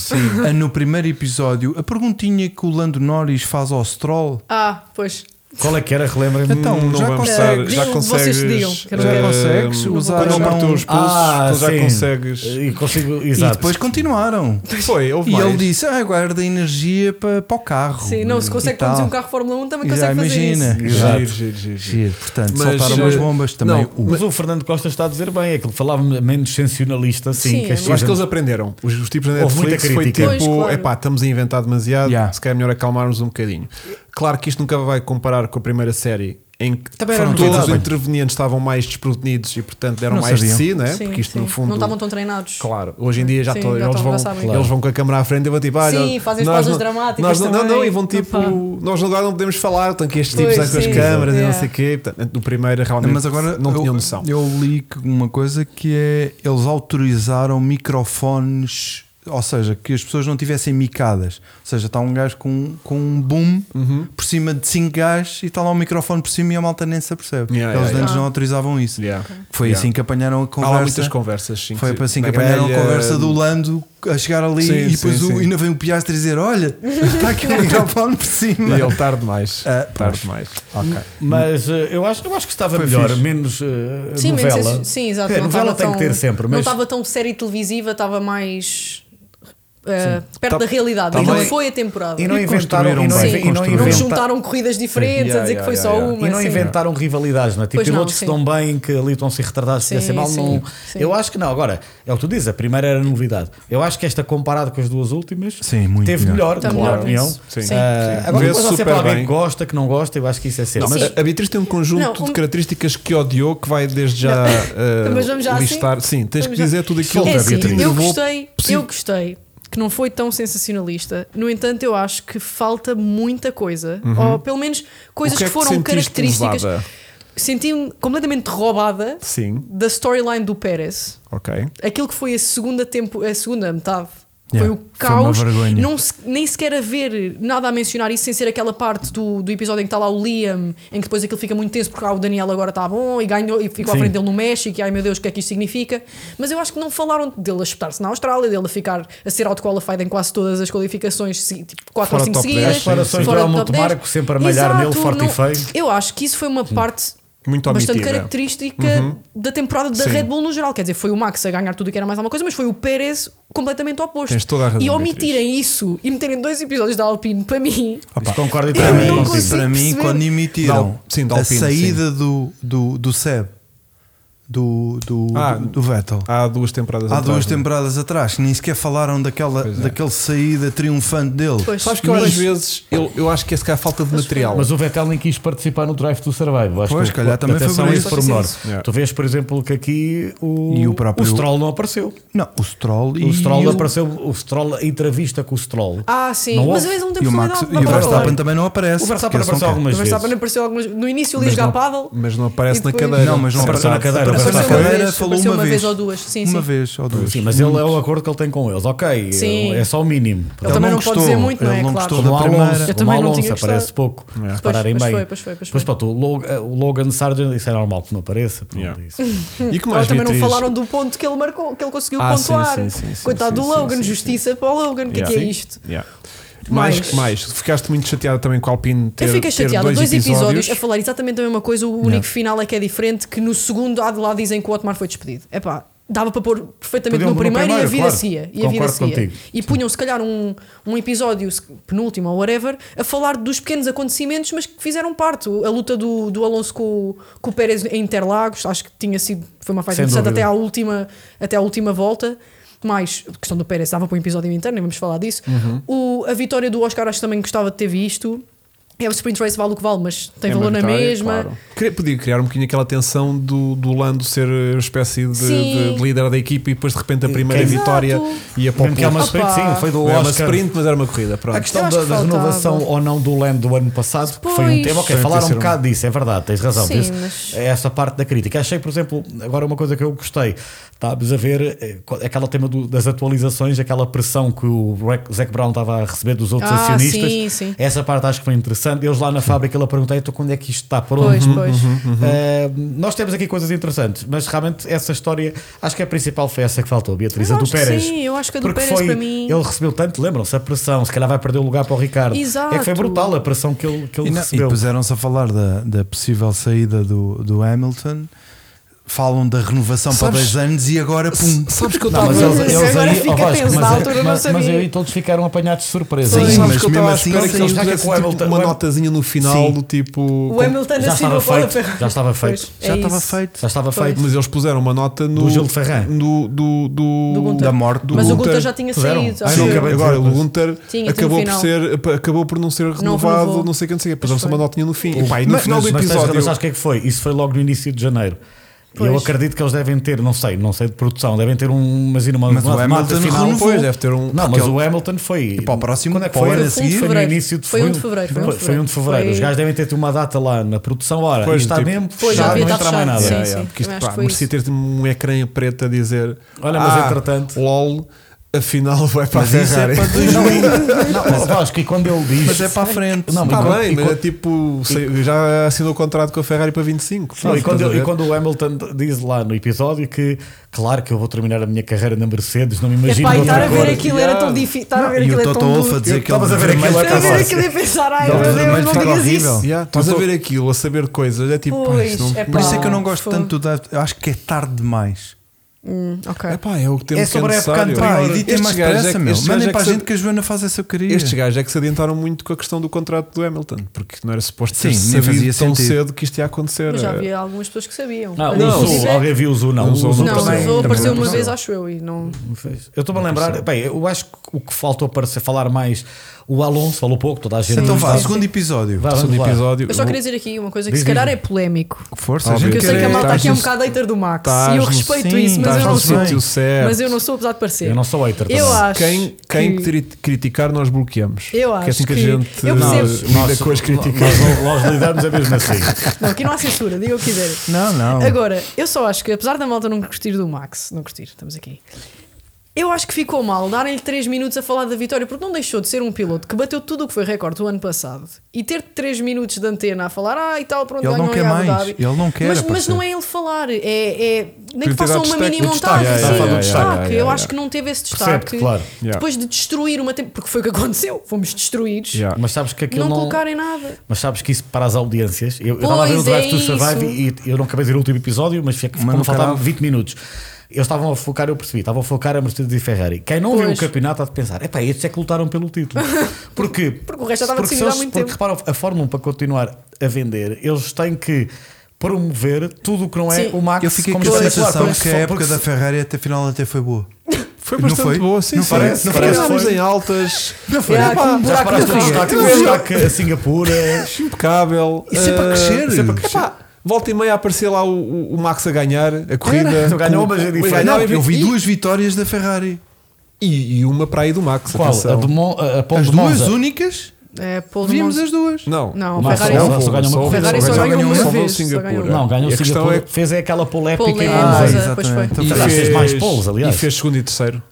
Speaker 1: Ah, No primeiro episódio, a perguntinha que o Lando Norris faz ao Stroll.
Speaker 3: Ah, pois.
Speaker 4: Qual é que era? Relembrem-me.
Speaker 2: (laughs)
Speaker 1: Então,
Speaker 2: Não
Speaker 1: já
Speaker 2: vamos
Speaker 1: consegue.
Speaker 2: estar- já
Speaker 3: digam-
Speaker 2: consegues.
Speaker 3: vocês digam, que eu não
Speaker 2: hum,
Speaker 3: quero.
Speaker 1: Consegues usar
Speaker 2: Quando
Speaker 1: a
Speaker 2: ele
Speaker 1: mão-
Speaker 2: partiu os pulsos, tu já
Speaker 4: Ah, sim.
Speaker 2: consegues.
Speaker 4: E consigo,
Speaker 1: E
Speaker 4: exato.
Speaker 1: depois continuaram.
Speaker 2: Foi, houve
Speaker 1: E
Speaker 2: mais.
Speaker 1: ele disse: ah, guarda energia para, para o carro.
Speaker 3: Sim, não, se consegue
Speaker 1: E tal.
Speaker 3: conduzir um carro Fórmula 1 também
Speaker 1: Já
Speaker 3: consegue fazer
Speaker 1: imagina.
Speaker 3: isso.
Speaker 2: Giro,
Speaker 4: Exato.
Speaker 2: giro, giro, giro.
Speaker 1: Giro. Portanto,
Speaker 2: Mas,
Speaker 1: soltaram umas
Speaker 2: eh,
Speaker 1: bombas
Speaker 2: não,
Speaker 1: também. o
Speaker 4: Mas o Fernando Costa está a dizer bem, é que ele falava menos sensacionalista,
Speaker 3: Sim,
Speaker 4: assim.
Speaker 3: é
Speaker 2: Eu acho que
Speaker 4: as
Speaker 2: eles aprenderam. Os, os tipos da
Speaker 4: Houve muita
Speaker 2: Netflix foi
Speaker 4: crítica.
Speaker 2: tipo,
Speaker 3: Pois, claro.
Speaker 2: epá, estamos a inventar demasiado,
Speaker 1: Yeah.
Speaker 2: se calhar é melhor acalmarmos um bocadinho. Claro que isto nunca vai comparar com a primeira série em que
Speaker 4: Também era
Speaker 2: foram
Speaker 4: muito
Speaker 2: todos os
Speaker 4: cuidado.
Speaker 2: intervenientes estavam mais desprevenidos e portanto deram
Speaker 1: Não
Speaker 2: mais
Speaker 1: sabiam.
Speaker 2: de si, né?
Speaker 3: Sim,
Speaker 2: porque isto
Speaker 3: sim.
Speaker 2: no fundo
Speaker 3: Não estavam tão treinados.
Speaker 2: Claro, hoje em dia já,
Speaker 3: Sim,
Speaker 2: to-
Speaker 3: já
Speaker 2: eles,
Speaker 3: estão-
Speaker 2: vão,
Speaker 3: já sabem.
Speaker 2: eles vão com a câmera à frente e vão tipo, olha,
Speaker 3: Sim, fazem as
Speaker 2: nós
Speaker 3: pausas
Speaker 2: não-
Speaker 3: dramáticas
Speaker 2: nós não, não,
Speaker 3: também.
Speaker 2: não, e vão
Speaker 3: Não
Speaker 2: tipo,
Speaker 3: fazem.
Speaker 2: nós agora não podemos falar, estão aqui estes tipos
Speaker 3: Pois,
Speaker 2: aí tipo com as
Speaker 3: sim,
Speaker 2: câmaras e não
Speaker 3: yeah.
Speaker 2: sei o quê. Portanto, No primeiro é realmente
Speaker 1: Mas agora
Speaker 2: não
Speaker 1: eu,
Speaker 2: tinham noção.
Speaker 1: Eu li que uma coisa que é eles autorizaram microfones, ou seja, que as pessoas não tivessem micadas. Ou seja, está um gajo com, com um boom
Speaker 2: Uhum.
Speaker 1: por cima de cinco gajos e está lá um microfone por cima e a malta nem se apercebe.
Speaker 2: Yeah,
Speaker 1: eles
Speaker 2: yeah,
Speaker 1: antes
Speaker 3: yeah.
Speaker 1: não autorizavam isso.
Speaker 2: Yeah.
Speaker 1: Foi
Speaker 2: Yeah.
Speaker 1: assim que apanharam a
Speaker 2: Há lá muitas
Speaker 1: conversa.
Speaker 2: conversas, sim.
Speaker 1: Foi assim que
Speaker 2: da
Speaker 1: apanharam a
Speaker 2: grelha,
Speaker 1: conversa do Lando a chegar ali
Speaker 2: Sim,
Speaker 1: e depois
Speaker 2: sim,
Speaker 1: o-
Speaker 2: sim.
Speaker 1: ainda vem o Piastre dizer: Olha, está aqui um microfone por
Speaker 2: E
Speaker 1: cima.
Speaker 2: ele tarde mais.
Speaker 1: Ah,
Speaker 2: tarde mais.
Speaker 1: Ok.
Speaker 4: Mas eh, eu acho, eu acho que estava
Speaker 1: Foi
Speaker 4: melhor,
Speaker 1: fixe.
Speaker 4: menos eh,
Speaker 3: Sim, menos
Speaker 4: novela.
Speaker 3: esses- sim, exato.
Speaker 4: Quer dizer,
Speaker 3: não
Speaker 4: novela
Speaker 3: estava
Speaker 4: tem que
Speaker 3: tão-
Speaker 4: ter sempre,
Speaker 3: Não
Speaker 4: mas
Speaker 3: estava tão série televisiva, estava mais eh, perto da realidade.
Speaker 1: Também-
Speaker 3: Aquilo foi a temporada.
Speaker 4: E não
Speaker 1: E
Speaker 4: inventaram, e não,
Speaker 1: construíram
Speaker 4: inve-
Speaker 3: bem,
Speaker 4: e não
Speaker 1: construíram.
Speaker 3: Não
Speaker 1: inventa-
Speaker 3: juntaram corridas diferentes
Speaker 2: Yeah,
Speaker 3: a dizer
Speaker 2: yeah,
Speaker 3: que foi
Speaker 2: yeah,
Speaker 3: só
Speaker 2: yeah.
Speaker 3: uma.
Speaker 4: E não
Speaker 3: assim.
Speaker 4: inventaram rivalidades, não é? Tipo,
Speaker 3: Pois não,
Speaker 4: pilotos que
Speaker 3: sim.
Speaker 4: estão bem, que ali estão se retardados, se
Speaker 3: Sim,
Speaker 4: ser mal,
Speaker 3: sim,
Speaker 4: não.
Speaker 3: sim.
Speaker 4: Eu acho que não. Agora, é o que tu dizes, a primeira era novidade. Eu acho que esta, comparada com as duas últimas,
Speaker 1: Sim, muito
Speaker 4: teve
Speaker 1: melhor.
Speaker 4: melhor,
Speaker 3: Está
Speaker 4: na minha
Speaker 3: melhor
Speaker 4: opinião.
Speaker 3: nisso.
Speaker 2: Sim.
Speaker 4: Ah,
Speaker 2: Sim.
Speaker 4: agora,
Speaker 2: Vê-se
Speaker 4: depois há sempre
Speaker 2: super
Speaker 4: alguém
Speaker 2: bem.
Speaker 4: que gosta, que não gosta, eu acho que isso é certo.
Speaker 2: Mas
Speaker 4: Mas
Speaker 2: a- a Beatriz tem um conjunto
Speaker 3: Não,
Speaker 2: de
Speaker 3: um- Então,
Speaker 2: características que odiou que vai desde já eh,
Speaker 3: Mas vamos já assim?
Speaker 2: listar. Sim, tens
Speaker 3: Vamos
Speaker 2: que
Speaker 3: já-
Speaker 2: dizer tudo aquilo
Speaker 3: É
Speaker 2: da
Speaker 3: assim,
Speaker 2: Beatriz.
Speaker 3: eu
Speaker 2: vou-
Speaker 3: gostei,
Speaker 2: possi-
Speaker 3: eu gostei que não foi tão sensacionalista. No entanto, eu acho que falta muita coisa, ou pelo menos coisas
Speaker 2: Uhum. o que,
Speaker 3: que,
Speaker 2: é que
Speaker 3: foram
Speaker 2: sentiste
Speaker 3: características.
Speaker 2: levada?
Speaker 3: Senti-me completamente roubada
Speaker 2: Sim,
Speaker 3: da storyline do Pérez.
Speaker 2: ok.
Speaker 3: Aquilo que foi a segunda tempo, a segunda metade.
Speaker 1: Yeah,
Speaker 3: foi o
Speaker 1: foi uma
Speaker 3: caos,
Speaker 1: vergonha.
Speaker 3: não se- nem sequer haver nada a mencionar isso sem ser aquela parte do, do episódio em que está lá o Liam, em que depois aquilo fica muito tenso porque ah, o Daniel agora está bom e ganhou e ficou à
Speaker 4: Sim.
Speaker 3: frente dele no México e ai meu Deus, o que é que isto significa? Mas eu acho que não falaram dele a chutar-se na Austrália, dele a ficar a ser outqualified em quase todas as qualificações, se- tipo 4
Speaker 2: Fora
Speaker 3: ou 5
Speaker 2: top 10,
Speaker 3: seguidas.
Speaker 2: as declarações
Speaker 3: fora
Speaker 4: do
Speaker 3: do
Speaker 4: Helmut
Speaker 3: top 10.
Speaker 4: Marko sempre a malhar nele,
Speaker 3: Exato,
Speaker 4: forte e
Speaker 3: não-
Speaker 4: feio.
Speaker 3: Eu acho que isso foi uma parte
Speaker 2: Muito
Speaker 3: bastante
Speaker 2: omitida.
Speaker 3: característica da temporada da
Speaker 2: Uhum. Sim.
Speaker 3: Red Bull no geral. Quer dizer, foi o Max a ganhar tudo o que era mais alguma coisa, mas foi o Pérez completamente oposto.
Speaker 2: Tens toda a razão,
Speaker 3: e omitirem isso e meterem dois episódios da Alpine para mim.
Speaker 4: Isso concordo
Speaker 1: Para
Speaker 3: Eu não
Speaker 4: inteiramente
Speaker 1: mim,
Speaker 4: contigo.
Speaker 3: consigo
Speaker 1: para mim
Speaker 3: perceber.
Speaker 1: quando emitiram
Speaker 2: Da- sim, da
Speaker 1: a
Speaker 2: Alpine,
Speaker 1: saída do, do, do Seb, do, do,
Speaker 2: Ah,
Speaker 1: do, do Vettel,
Speaker 2: Há duas temporadas
Speaker 1: há
Speaker 2: atrás,
Speaker 1: duas
Speaker 2: não é?
Speaker 1: temporadas atrás, que nem sequer falaram daquela,
Speaker 2: Pois é.
Speaker 1: daquela saída triunfante dele.
Speaker 3: Pois.
Speaker 2: Sabes que eu, às vezes eu, eu acho que é se calhar falta de material.
Speaker 4: Mas o Vettel nem quis participar no Drive to Survive. Acho
Speaker 1: Pois,
Speaker 4: que,
Speaker 1: calhar também foi
Speaker 4: atenção
Speaker 1: por
Speaker 4: a é
Speaker 1: isso.
Speaker 4: esse pormenor.
Speaker 2: Sim, sim. Yeah.
Speaker 4: Tu vês, por exemplo, que aqui o,
Speaker 1: E o próprio-
Speaker 4: Stroll não apareceu.
Speaker 1: Não, o Stroll e
Speaker 4: O Stroll
Speaker 1: o,
Speaker 4: apareceu, o Stroll, a entrevista com o Stroll.
Speaker 3: Ah, sim,
Speaker 4: Não
Speaker 3: mas às
Speaker 4: houve.
Speaker 3: vezes não tem
Speaker 1: e o, Max,
Speaker 3: personalidade
Speaker 1: e o
Speaker 3: para
Speaker 1: Verstappen
Speaker 3: falar.
Speaker 1: também não aparece.
Speaker 4: o Verstappen
Speaker 1: porque eles
Speaker 4: apareceu
Speaker 1: não querem.
Speaker 4: algumas
Speaker 3: O Verstappen
Speaker 4: vezes.
Speaker 3: apareceu algumas. No início ele ia
Speaker 2: Mas
Speaker 3: jogar
Speaker 2: não-
Speaker 3: paddle.
Speaker 2: Mas não aparece
Speaker 3: E
Speaker 2: na
Speaker 3: depois-
Speaker 2: cadeira.
Speaker 1: Não, mas não
Speaker 4: Apareceu na cadeira,
Speaker 1: Apareceu na
Speaker 4: apareceu uma
Speaker 1: cadeira,
Speaker 3: vez,
Speaker 1: falou
Speaker 3: apareceu
Speaker 1: uma
Speaker 3: uma
Speaker 1: vez
Speaker 3: vez ou duas, sim,
Speaker 1: Uma
Speaker 3: sim.
Speaker 1: vez ou duas.
Speaker 4: Sim, mas ele é o acordo que ele tem com eles. Ok,
Speaker 3: Sim.
Speaker 4: é só o mínimo.
Speaker 3: Ele também não pode dizer muito, não é?
Speaker 1: Ele não
Speaker 3: Claro.
Speaker 1: gostou
Speaker 4: Como
Speaker 1: da
Speaker 4: o
Speaker 1: primeira.
Speaker 4: Alonso,
Speaker 3: Eu
Speaker 4: como
Speaker 3: também não
Speaker 4: Alonso
Speaker 3: tinha gostado.
Speaker 4: aparece pouco. Se
Speaker 3: Pois,
Speaker 4: repararem
Speaker 3: pois
Speaker 4: bem.
Speaker 3: foi, pois foi, pois foi.
Speaker 4: pronto, o Log- o Logan Sargent, isso é normal que não apareça. pronto,
Speaker 2: Yeah.
Speaker 4: isso.
Speaker 2: E que
Speaker 3: Mas
Speaker 2: mais
Speaker 3: também não
Speaker 2: Beatriz?
Speaker 3: falaram do ponto que ele marcou, que ele conseguiu
Speaker 2: Ah, sim,
Speaker 3: pontuar.
Speaker 2: sim, sim, sim,
Speaker 3: Coitado
Speaker 2: sim,
Speaker 3: do
Speaker 2: sim,
Speaker 3: Logan,
Speaker 2: sim, sim.
Speaker 3: justiça para o Logan, o que é que é
Speaker 2: Yeah.
Speaker 3: isto?
Speaker 2: Yeah. Mais,
Speaker 3: Mais.
Speaker 2: mais, ficaste muito chateada também com a Alpine ter,
Speaker 3: Eu fiquei
Speaker 2: ter
Speaker 3: chateada. Dois, episódios. a
Speaker 2: episódios.
Speaker 3: falar exatamente a mesma coisa. O único final é que é diferente. Que no segundo há de lá dizem que o Otmar foi despedido. É pá, dava para pôr perfeitamente
Speaker 4: Podiam
Speaker 3: no
Speaker 4: pôr no
Speaker 3: primeiro, e a
Speaker 4: primeiro,
Speaker 3: vida
Speaker 4: claro.
Speaker 3: cia. E, a vida
Speaker 4: Concordo
Speaker 3: cia.
Speaker 4: contigo.
Speaker 3: e punham se calhar um, um episódio se- penúltimo ou whatever a falar dos pequenos acontecimentos, mas que fizeram parte. A luta do, do Alonso com, o- com o Pérez em Interlagos, acho que tinha sido. Foi uma fase
Speaker 4: Sem
Speaker 3: interessante
Speaker 4: dúvida.
Speaker 3: até à, última, até à última volta. Mais, a questão do Pérez dava para um episódio interno, nem vamos falar disso.
Speaker 4: Uhum.
Speaker 3: O, a vitória do Oscar, acho que também gostava de ter visto. É o sprint race, vale o que vale, mas tem
Speaker 2: É uma
Speaker 3: valor na
Speaker 2: vitória,
Speaker 3: mesma.
Speaker 2: claro. Queria- Podia criar um bocadinho aquela tensão do, do Lando ser uma espécie de,
Speaker 3: Sim.
Speaker 2: de- de líder da equipe e depois de repente a primeira
Speaker 4: Exato.
Speaker 2: vitória ia para o
Speaker 4: Mesmo que é
Speaker 3: (laughs)
Speaker 4: uma
Speaker 2: pódio.
Speaker 4: sprint, sim, foi do
Speaker 2: Era é uma
Speaker 4: Oscar.
Speaker 2: sprint, mas era uma corrida. Pronto.
Speaker 4: A questão
Speaker 3: Eu acho
Speaker 4: da,
Speaker 3: que
Speaker 4: da
Speaker 3: faltava.
Speaker 4: renovação ou não do Land do ano passado, que foi um
Speaker 3: Pois.
Speaker 4: tema. Ok,
Speaker 2: Sim,
Speaker 4: falaram
Speaker 2: tem
Speaker 4: um
Speaker 2: sido um-
Speaker 4: bocado disso, é verdade, tens razão.
Speaker 3: Sim,
Speaker 4: Isso-
Speaker 3: mas-
Speaker 4: é Essa parte da crítica. Achei, por exemplo, agora uma coisa que eu gostei: estávamos a ver eh, co- aquele tema do- das atualizações, aquela pressão que o Rec- Zac Brown estava a receber dos outros
Speaker 3: Ah,
Speaker 4: acionistas.
Speaker 3: sim, sim.
Speaker 4: Essa parte acho que foi interessante. Eles lá na fábrica, ele a perguntar: então quando é que isto está pronto?
Speaker 3: Pois, pois.
Speaker 4: Eh, nós temos aqui coisas interessantes, mas realmente essa história, acho que a principal foi essa que faltou, Beatriz,
Speaker 3: Eu
Speaker 4: a do
Speaker 3: acho que
Speaker 4: Pérez.
Speaker 3: sim, eu acho que a do
Speaker 4: Porque
Speaker 3: Pérez
Speaker 4: foi-
Speaker 3: para mim-
Speaker 4: Ele recebeu tanto, lembram-se, a pressão, se calhar vai perder o lugar para o Ricardo.
Speaker 3: Exato.
Speaker 4: É que foi brutal a pressão que ele, que ele
Speaker 1: E, é. não- e
Speaker 4: recebeu.
Speaker 1: puseram-se a falar da, da possível saída do, do Hamilton, falam da renovação para
Speaker 2: Sabes-
Speaker 1: dois anos e agora pum.
Speaker 2: Sabes que eu
Speaker 4: Não,
Speaker 2: estava
Speaker 4: mas
Speaker 3: Talvez.
Speaker 4: eles, eles
Speaker 3: Agora
Speaker 4: aí,
Speaker 3: fica
Speaker 4: ó, Vasco,
Speaker 3: tenso,
Speaker 4: mas,
Speaker 3: na altura não
Speaker 4: mas,
Speaker 3: sabia.
Speaker 4: mas aí todos ficaram apanhados de surpresa.
Speaker 3: Sim,
Speaker 4: Sim,
Speaker 1: mas
Speaker 2: Sabes que
Speaker 1: mesmo
Speaker 2: eu estava à
Speaker 1: assim,
Speaker 2: espera
Speaker 1: sim.
Speaker 2: que eles
Speaker 4: Já que é
Speaker 2: tivessem
Speaker 4: com o
Speaker 2: tipo,
Speaker 4: Hamilton-
Speaker 2: uma
Speaker 4: o Ham-
Speaker 2: notazinha no final
Speaker 1: Sim.
Speaker 2: do tipo.
Speaker 3: O
Speaker 2: com-
Speaker 3: Hamilton
Speaker 4: já
Speaker 3: assim
Speaker 4: estava
Speaker 3: para fora.
Speaker 4: feito, já estava feito.
Speaker 3: Pois,
Speaker 1: já
Speaker 3: é
Speaker 1: estava
Speaker 3: isso.
Speaker 1: feito.
Speaker 4: Já estava feito.
Speaker 2: Mas eles puseram uma nota no.
Speaker 4: Do Gil de Ferran.
Speaker 2: Do, do, do-
Speaker 3: Do Gunther.
Speaker 1: Da morte do
Speaker 3: Mas o
Speaker 2: Gunther.
Speaker 3: Gunther já tinha
Speaker 4: Puseram.
Speaker 3: saído.
Speaker 4: Ah,
Speaker 3: acho
Speaker 2: Sim,
Speaker 4: não
Speaker 3: eu.
Speaker 4: acabei de
Speaker 2: agora
Speaker 4: dizer,
Speaker 2: o Gunter
Speaker 3: Tinha,
Speaker 2: acabou
Speaker 3: tinha
Speaker 2: por,
Speaker 3: um
Speaker 2: ser, ap- acabou por não ser renovado,
Speaker 3: renovou.
Speaker 2: não, sei quem, não sei o quê. Pusemos
Speaker 3: foi.
Speaker 2: uma notinha no fim. E, pá, e no
Speaker 4: Mas-
Speaker 2: final
Speaker 4: mas-
Speaker 2: do
Speaker 4: mas tens razão,
Speaker 2: episódio.
Speaker 4: Mas sabes o que é que foi? Isso foi logo no início de janeiro. E Eu
Speaker 3: Pois.
Speaker 4: acredito que eles devem ter, não sei, não sei de produção, devem ter um, imagina, uma,
Speaker 1: Mas
Speaker 4: uma
Speaker 1: o
Speaker 4: mata
Speaker 1: Hamilton
Speaker 4: final.
Speaker 1: renovou.
Speaker 2: Pois, deve ter um-
Speaker 4: Não,
Speaker 1: porque
Speaker 4: mas
Speaker 1: ele-
Speaker 4: o Hamilton foi.
Speaker 1: E para o próximo,
Speaker 4: quando é que
Speaker 1: para o
Speaker 4: foi?
Speaker 1: ano a
Speaker 4: Foi
Speaker 1: seguir?
Speaker 4: Foi no
Speaker 3: Fevereiro.
Speaker 4: início de
Speaker 3: Foi um de fevereiro, foi um de
Speaker 4: Foi um de fevereiro.
Speaker 3: fevereiro.
Speaker 4: Os gajos devem ter tido uma data lá na produção, hora.
Speaker 2: Pois,
Speaker 4: isto está
Speaker 2: tipo,
Speaker 4: mesmo,
Speaker 3: Foi, já
Speaker 4: fechado,
Speaker 3: devia
Speaker 4: não
Speaker 3: estar
Speaker 4: entra mais nada.
Speaker 3: fechado,
Speaker 2: Yeah,
Speaker 3: sim,
Speaker 2: yeah,
Speaker 3: sim.
Speaker 2: porque é, isto,
Speaker 3: Também
Speaker 2: pá,
Speaker 3: acho que foi
Speaker 2: merecia ter um ecrã preto a dizer.
Speaker 4: Olha, mas
Speaker 2: "Ah,
Speaker 4: entretanto-
Speaker 2: LOL, afinal vai para a
Speaker 1: Mas isso é
Speaker 2: Ferrari.
Speaker 1: para dois
Speaker 4: Não,
Speaker 1: mil.
Speaker 4: não,
Speaker 1: (laughs)
Speaker 4: mas Vasco, e quando ele diz.
Speaker 1: Mas é para a frente.
Speaker 4: Não,
Speaker 2: Está
Speaker 4: E quando-
Speaker 2: bem,
Speaker 4: e
Speaker 2: mas é
Speaker 4: quando-
Speaker 2: tipo. sei- já assinou o contrato com a Ferrari para 25.
Speaker 4: Não,
Speaker 2: Sim,
Speaker 4: e, quando
Speaker 2: estás a
Speaker 4: ele- e
Speaker 2: ver?
Speaker 4: quando o Hamilton diz lá no episódio que, claro que eu vou terminar a minha carreira na Mercedes, não me
Speaker 3: É
Speaker 4: imagino
Speaker 3: pá, e
Speaker 4: outra
Speaker 3: estar a ver
Speaker 4: cor.
Speaker 3: aquilo era tão difícil. Estar a ver
Speaker 1: E
Speaker 3: aquilo
Speaker 1: o
Speaker 3: era
Speaker 1: Toto
Speaker 3: tão
Speaker 1: Wolff a
Speaker 3: duro.
Speaker 1: dizer que
Speaker 4: Estavas
Speaker 1: ele
Speaker 4: a ver aquilo
Speaker 1: vermelho
Speaker 4: a
Speaker 3: Estar a ver
Speaker 1: está
Speaker 4: acabar.
Speaker 3: aquilo e pensar, ai
Speaker 1: Não,
Speaker 3: meu
Speaker 1: mas também
Speaker 3: Deus, não
Speaker 1: fica
Speaker 3: digas
Speaker 1: horrível.
Speaker 3: isso.
Speaker 2: Yeah, Estás a ver aquilo, a saber coisas. É tipo. pá,
Speaker 3: Pois,
Speaker 2: isto não-
Speaker 3: é
Speaker 1: Por
Speaker 3: pá.
Speaker 1: isso é que eu não gosto
Speaker 3: Foi.
Speaker 1: tanto da. eu Acho que é tarde demais.
Speaker 3: Hum, ok.
Speaker 2: É pá, é o tempo
Speaker 4: É
Speaker 2: que é
Speaker 4: sobre a época
Speaker 2: necessário.
Speaker 1: Pá,
Speaker 4: anterior.
Speaker 1: e tem
Speaker 2: Estes
Speaker 1: mais
Speaker 2: gajos é
Speaker 1: pressa,
Speaker 2: que-
Speaker 1: meu.
Speaker 2: estes
Speaker 1: Mandem
Speaker 2: gajos é
Speaker 1: para a
Speaker 2: que
Speaker 1: gente que a Joana faz essa porcaria.
Speaker 2: Estes gajos é que se adiantaram muito com a questão do contrato do Hamilton, porque não era suposto
Speaker 1: Sim,
Speaker 2: ter
Speaker 1: nem fazia
Speaker 2: sabido tão
Speaker 1: sentido.
Speaker 2: cedo que isto ia acontecer.
Speaker 3: Eu já vi algumas pessoas que sabiam.
Speaker 2: Não,
Speaker 4: Ah, o Zoo,
Speaker 2: isso
Speaker 3: Inclusive-
Speaker 4: alguém viu o Zoo, não.
Speaker 2: Não,
Speaker 4: o
Speaker 2: o Zoo não
Speaker 4: Zoo
Speaker 3: Não,
Speaker 2: apareceu.
Speaker 3: mas eu
Speaker 2: Também
Speaker 3: apareceu
Speaker 2: não
Speaker 3: uma vez,
Speaker 2: apareceu.
Speaker 3: acho eu, e não.
Speaker 4: Não fez. Eu estou-me a lembrar, bem, eu acho que o que faltou para se falar mais, o Alonso falou pouco, toda a gente.
Speaker 1: Então vá,
Speaker 4: Vá,
Speaker 1: segundo episódio.
Speaker 4: vá,
Speaker 2: Segundo
Speaker 4: vamos lá.
Speaker 2: episódio.
Speaker 3: Eu só queria dizer aqui uma coisa que
Speaker 4: Diz,
Speaker 3: se calhar
Speaker 4: diz.
Speaker 3: é polémico.
Speaker 1: Força, a
Speaker 2: Óbvio.
Speaker 1: gente
Speaker 3: Porque eu
Speaker 1: quer-
Speaker 3: sei que a malta
Speaker 2: Estás
Speaker 3: aqui é um
Speaker 2: no-
Speaker 3: bocado hater do Max.
Speaker 2: estás
Speaker 3: E eu
Speaker 2: no-
Speaker 3: respeito
Speaker 1: sim,
Speaker 3: isso,
Speaker 1: estás
Speaker 2: Estás
Speaker 3: mas
Speaker 2: "Tá
Speaker 3: eu não
Speaker 2: no
Speaker 1: bem.
Speaker 3: sou.
Speaker 2: sítio certo.
Speaker 3: Mas eu não sou, apesar de parecer.
Speaker 4: Eu não sou hater também.
Speaker 3: Eu acho.
Speaker 2: Quem, quem
Speaker 3: que-
Speaker 2: cri- criticar, nós bloqueamos.
Speaker 3: Eu
Speaker 2: Que é assim
Speaker 3: acho
Speaker 2: que a
Speaker 3: que-
Speaker 2: gente
Speaker 3: eu
Speaker 2: eh,
Speaker 3: percebo.
Speaker 2: lida com as críticas.
Speaker 4: Nós, nós lidamos é mesmo assim.
Speaker 2: (laughs)
Speaker 3: Não, aqui não há censura, diga o que quiserem.
Speaker 1: Não, não.
Speaker 3: Agora, eu só acho que apesar da malta não curtir do Max, não curtir, estamos aqui. Eu acho que ficou mal darem-lhe 3 minutos a falar da vitória, porque não deixou de ser um piloto que bateu tudo o que foi recorde do ano passado e ter 3 minutos de antena a falar, ah e tal, pronto,
Speaker 1: Ele não
Speaker 3: ganhou em
Speaker 1: quer
Speaker 3: Abu
Speaker 1: mais,
Speaker 3: Dhabi.
Speaker 1: ele não quer
Speaker 3: Mas, mas
Speaker 1: aparecer.
Speaker 3: não é ele falar, é. é- nem
Speaker 2: Podia ter
Speaker 3: que façam
Speaker 2: dado
Speaker 3: uma
Speaker 2: destaque,
Speaker 3: mini
Speaker 2: o destaque,
Speaker 3: montagem.
Speaker 2: yeah,
Speaker 3: sim,
Speaker 4: yeah,
Speaker 3: o
Speaker 4: yeah,
Speaker 3: destaque.
Speaker 2: yeah, yeah,
Speaker 3: Eu
Speaker 2: yeah.
Speaker 3: acho que não teve esse
Speaker 4: Percebo-te,
Speaker 3: destaque.
Speaker 4: claro.
Speaker 2: Yeah.
Speaker 3: Depois de destruir uma tempo, porque foi o que aconteceu, fomos destruídos.
Speaker 2: Yeah.
Speaker 4: Mas sabes que aquilo
Speaker 3: não
Speaker 4: não.
Speaker 3: colocarem nada.
Speaker 4: Mas sabes que isso para as audiências. Eu eu estava a ver
Speaker 3: Pois,
Speaker 4: o Drive
Speaker 3: é
Speaker 4: to Survive e, e eu não acabei de ver o último episódio, mas fica-
Speaker 1: Mas
Speaker 4: como
Speaker 1: não
Speaker 4: faltavam
Speaker 1: acabava.
Speaker 4: 20 minutos. Eles estavam a focar, eu percebi, estavam a focar a Mercedes e Ferrari. Quem não viu o
Speaker 3: Pois.
Speaker 4: campeonato está a pensar: epá, estes é que lutaram
Speaker 3: (laughs)
Speaker 4: pelo título. Porque,
Speaker 3: Porque o resto já estava
Speaker 4: porque se
Speaker 3: decidido há
Speaker 4: eles-
Speaker 3: muito
Speaker 4: porque,
Speaker 3: tempo.
Speaker 4: repara, a Fórmula 1 para continuar a vender, eles têm que promover tudo o que não é
Speaker 3: Sim.
Speaker 4: o Max.
Speaker 1: Eu fiquei com
Speaker 4: como
Speaker 1: a
Speaker 4: espetacular,
Speaker 1: sensação
Speaker 4: porque
Speaker 1: que a
Speaker 4: só-
Speaker 1: época
Speaker 4: porque
Speaker 1: da
Speaker 4: se-
Speaker 1: Ferrari até final até foi boa.
Speaker 2: Foi
Speaker 1: Não
Speaker 2: bastante
Speaker 1: foi?
Speaker 2: boa, sim,
Speaker 1: Não
Speaker 2: sim.
Speaker 1: parece?
Speaker 4: Não
Speaker 2: Tivemos
Speaker 4: parece?
Speaker 2: em altas,
Speaker 3: Yeah, com um
Speaker 4: Já
Speaker 3: buraco
Speaker 4: reparaste
Speaker 3: na
Speaker 4: o destaque- o
Speaker 3: frente.
Speaker 4: destaque a Singapura? é
Speaker 2: impecável.
Speaker 1: Isso é para
Speaker 2: eh,
Speaker 1: crescer.
Speaker 2: isso é para crescer. Epá, Volta e meia a aparecer lá o- o, o Max a ganhar a corrida.
Speaker 4: Não ganhou,
Speaker 2: Com-
Speaker 4: mas é diferente.
Speaker 2: ganhava
Speaker 1: Não,
Speaker 2: e-
Speaker 1: eu vi
Speaker 2: e-
Speaker 1: duas vitórias da Ferrari.
Speaker 2: E, e uma para aí do Max.
Speaker 4: Qual?
Speaker 2: atenção.
Speaker 4: A, de Mon, a, a Pão
Speaker 1: As
Speaker 4: de
Speaker 1: duas
Speaker 4: Monza.
Speaker 1: únicas,
Speaker 3: É, Paul de
Speaker 1: vimos
Speaker 3: Monza.
Speaker 1: as duas.
Speaker 2: Não,
Speaker 3: Não,
Speaker 2: Não,
Speaker 4: Ferrari só- só ganhou uma
Speaker 2: o-
Speaker 4: corrida.
Speaker 3: Ferrari só ganhou uma
Speaker 2: só ganhou
Speaker 3: vez, só
Speaker 2: Singapura.
Speaker 3: ganhou uma.
Speaker 4: Não, ganhou
Speaker 2: E
Speaker 4: o
Speaker 2: a questão
Speaker 4: Singapura.
Speaker 2: é que
Speaker 4: Fez aquela polépica
Speaker 3: Paul
Speaker 4: em
Speaker 3: em
Speaker 1: Ah,
Speaker 4: Monza.
Speaker 3: Monza, pois foi.
Speaker 1: exatamente. Então,
Speaker 2: E
Speaker 1: Ferrari
Speaker 4: fez mais poles, aliás.
Speaker 2: E fez segundo e terceiro,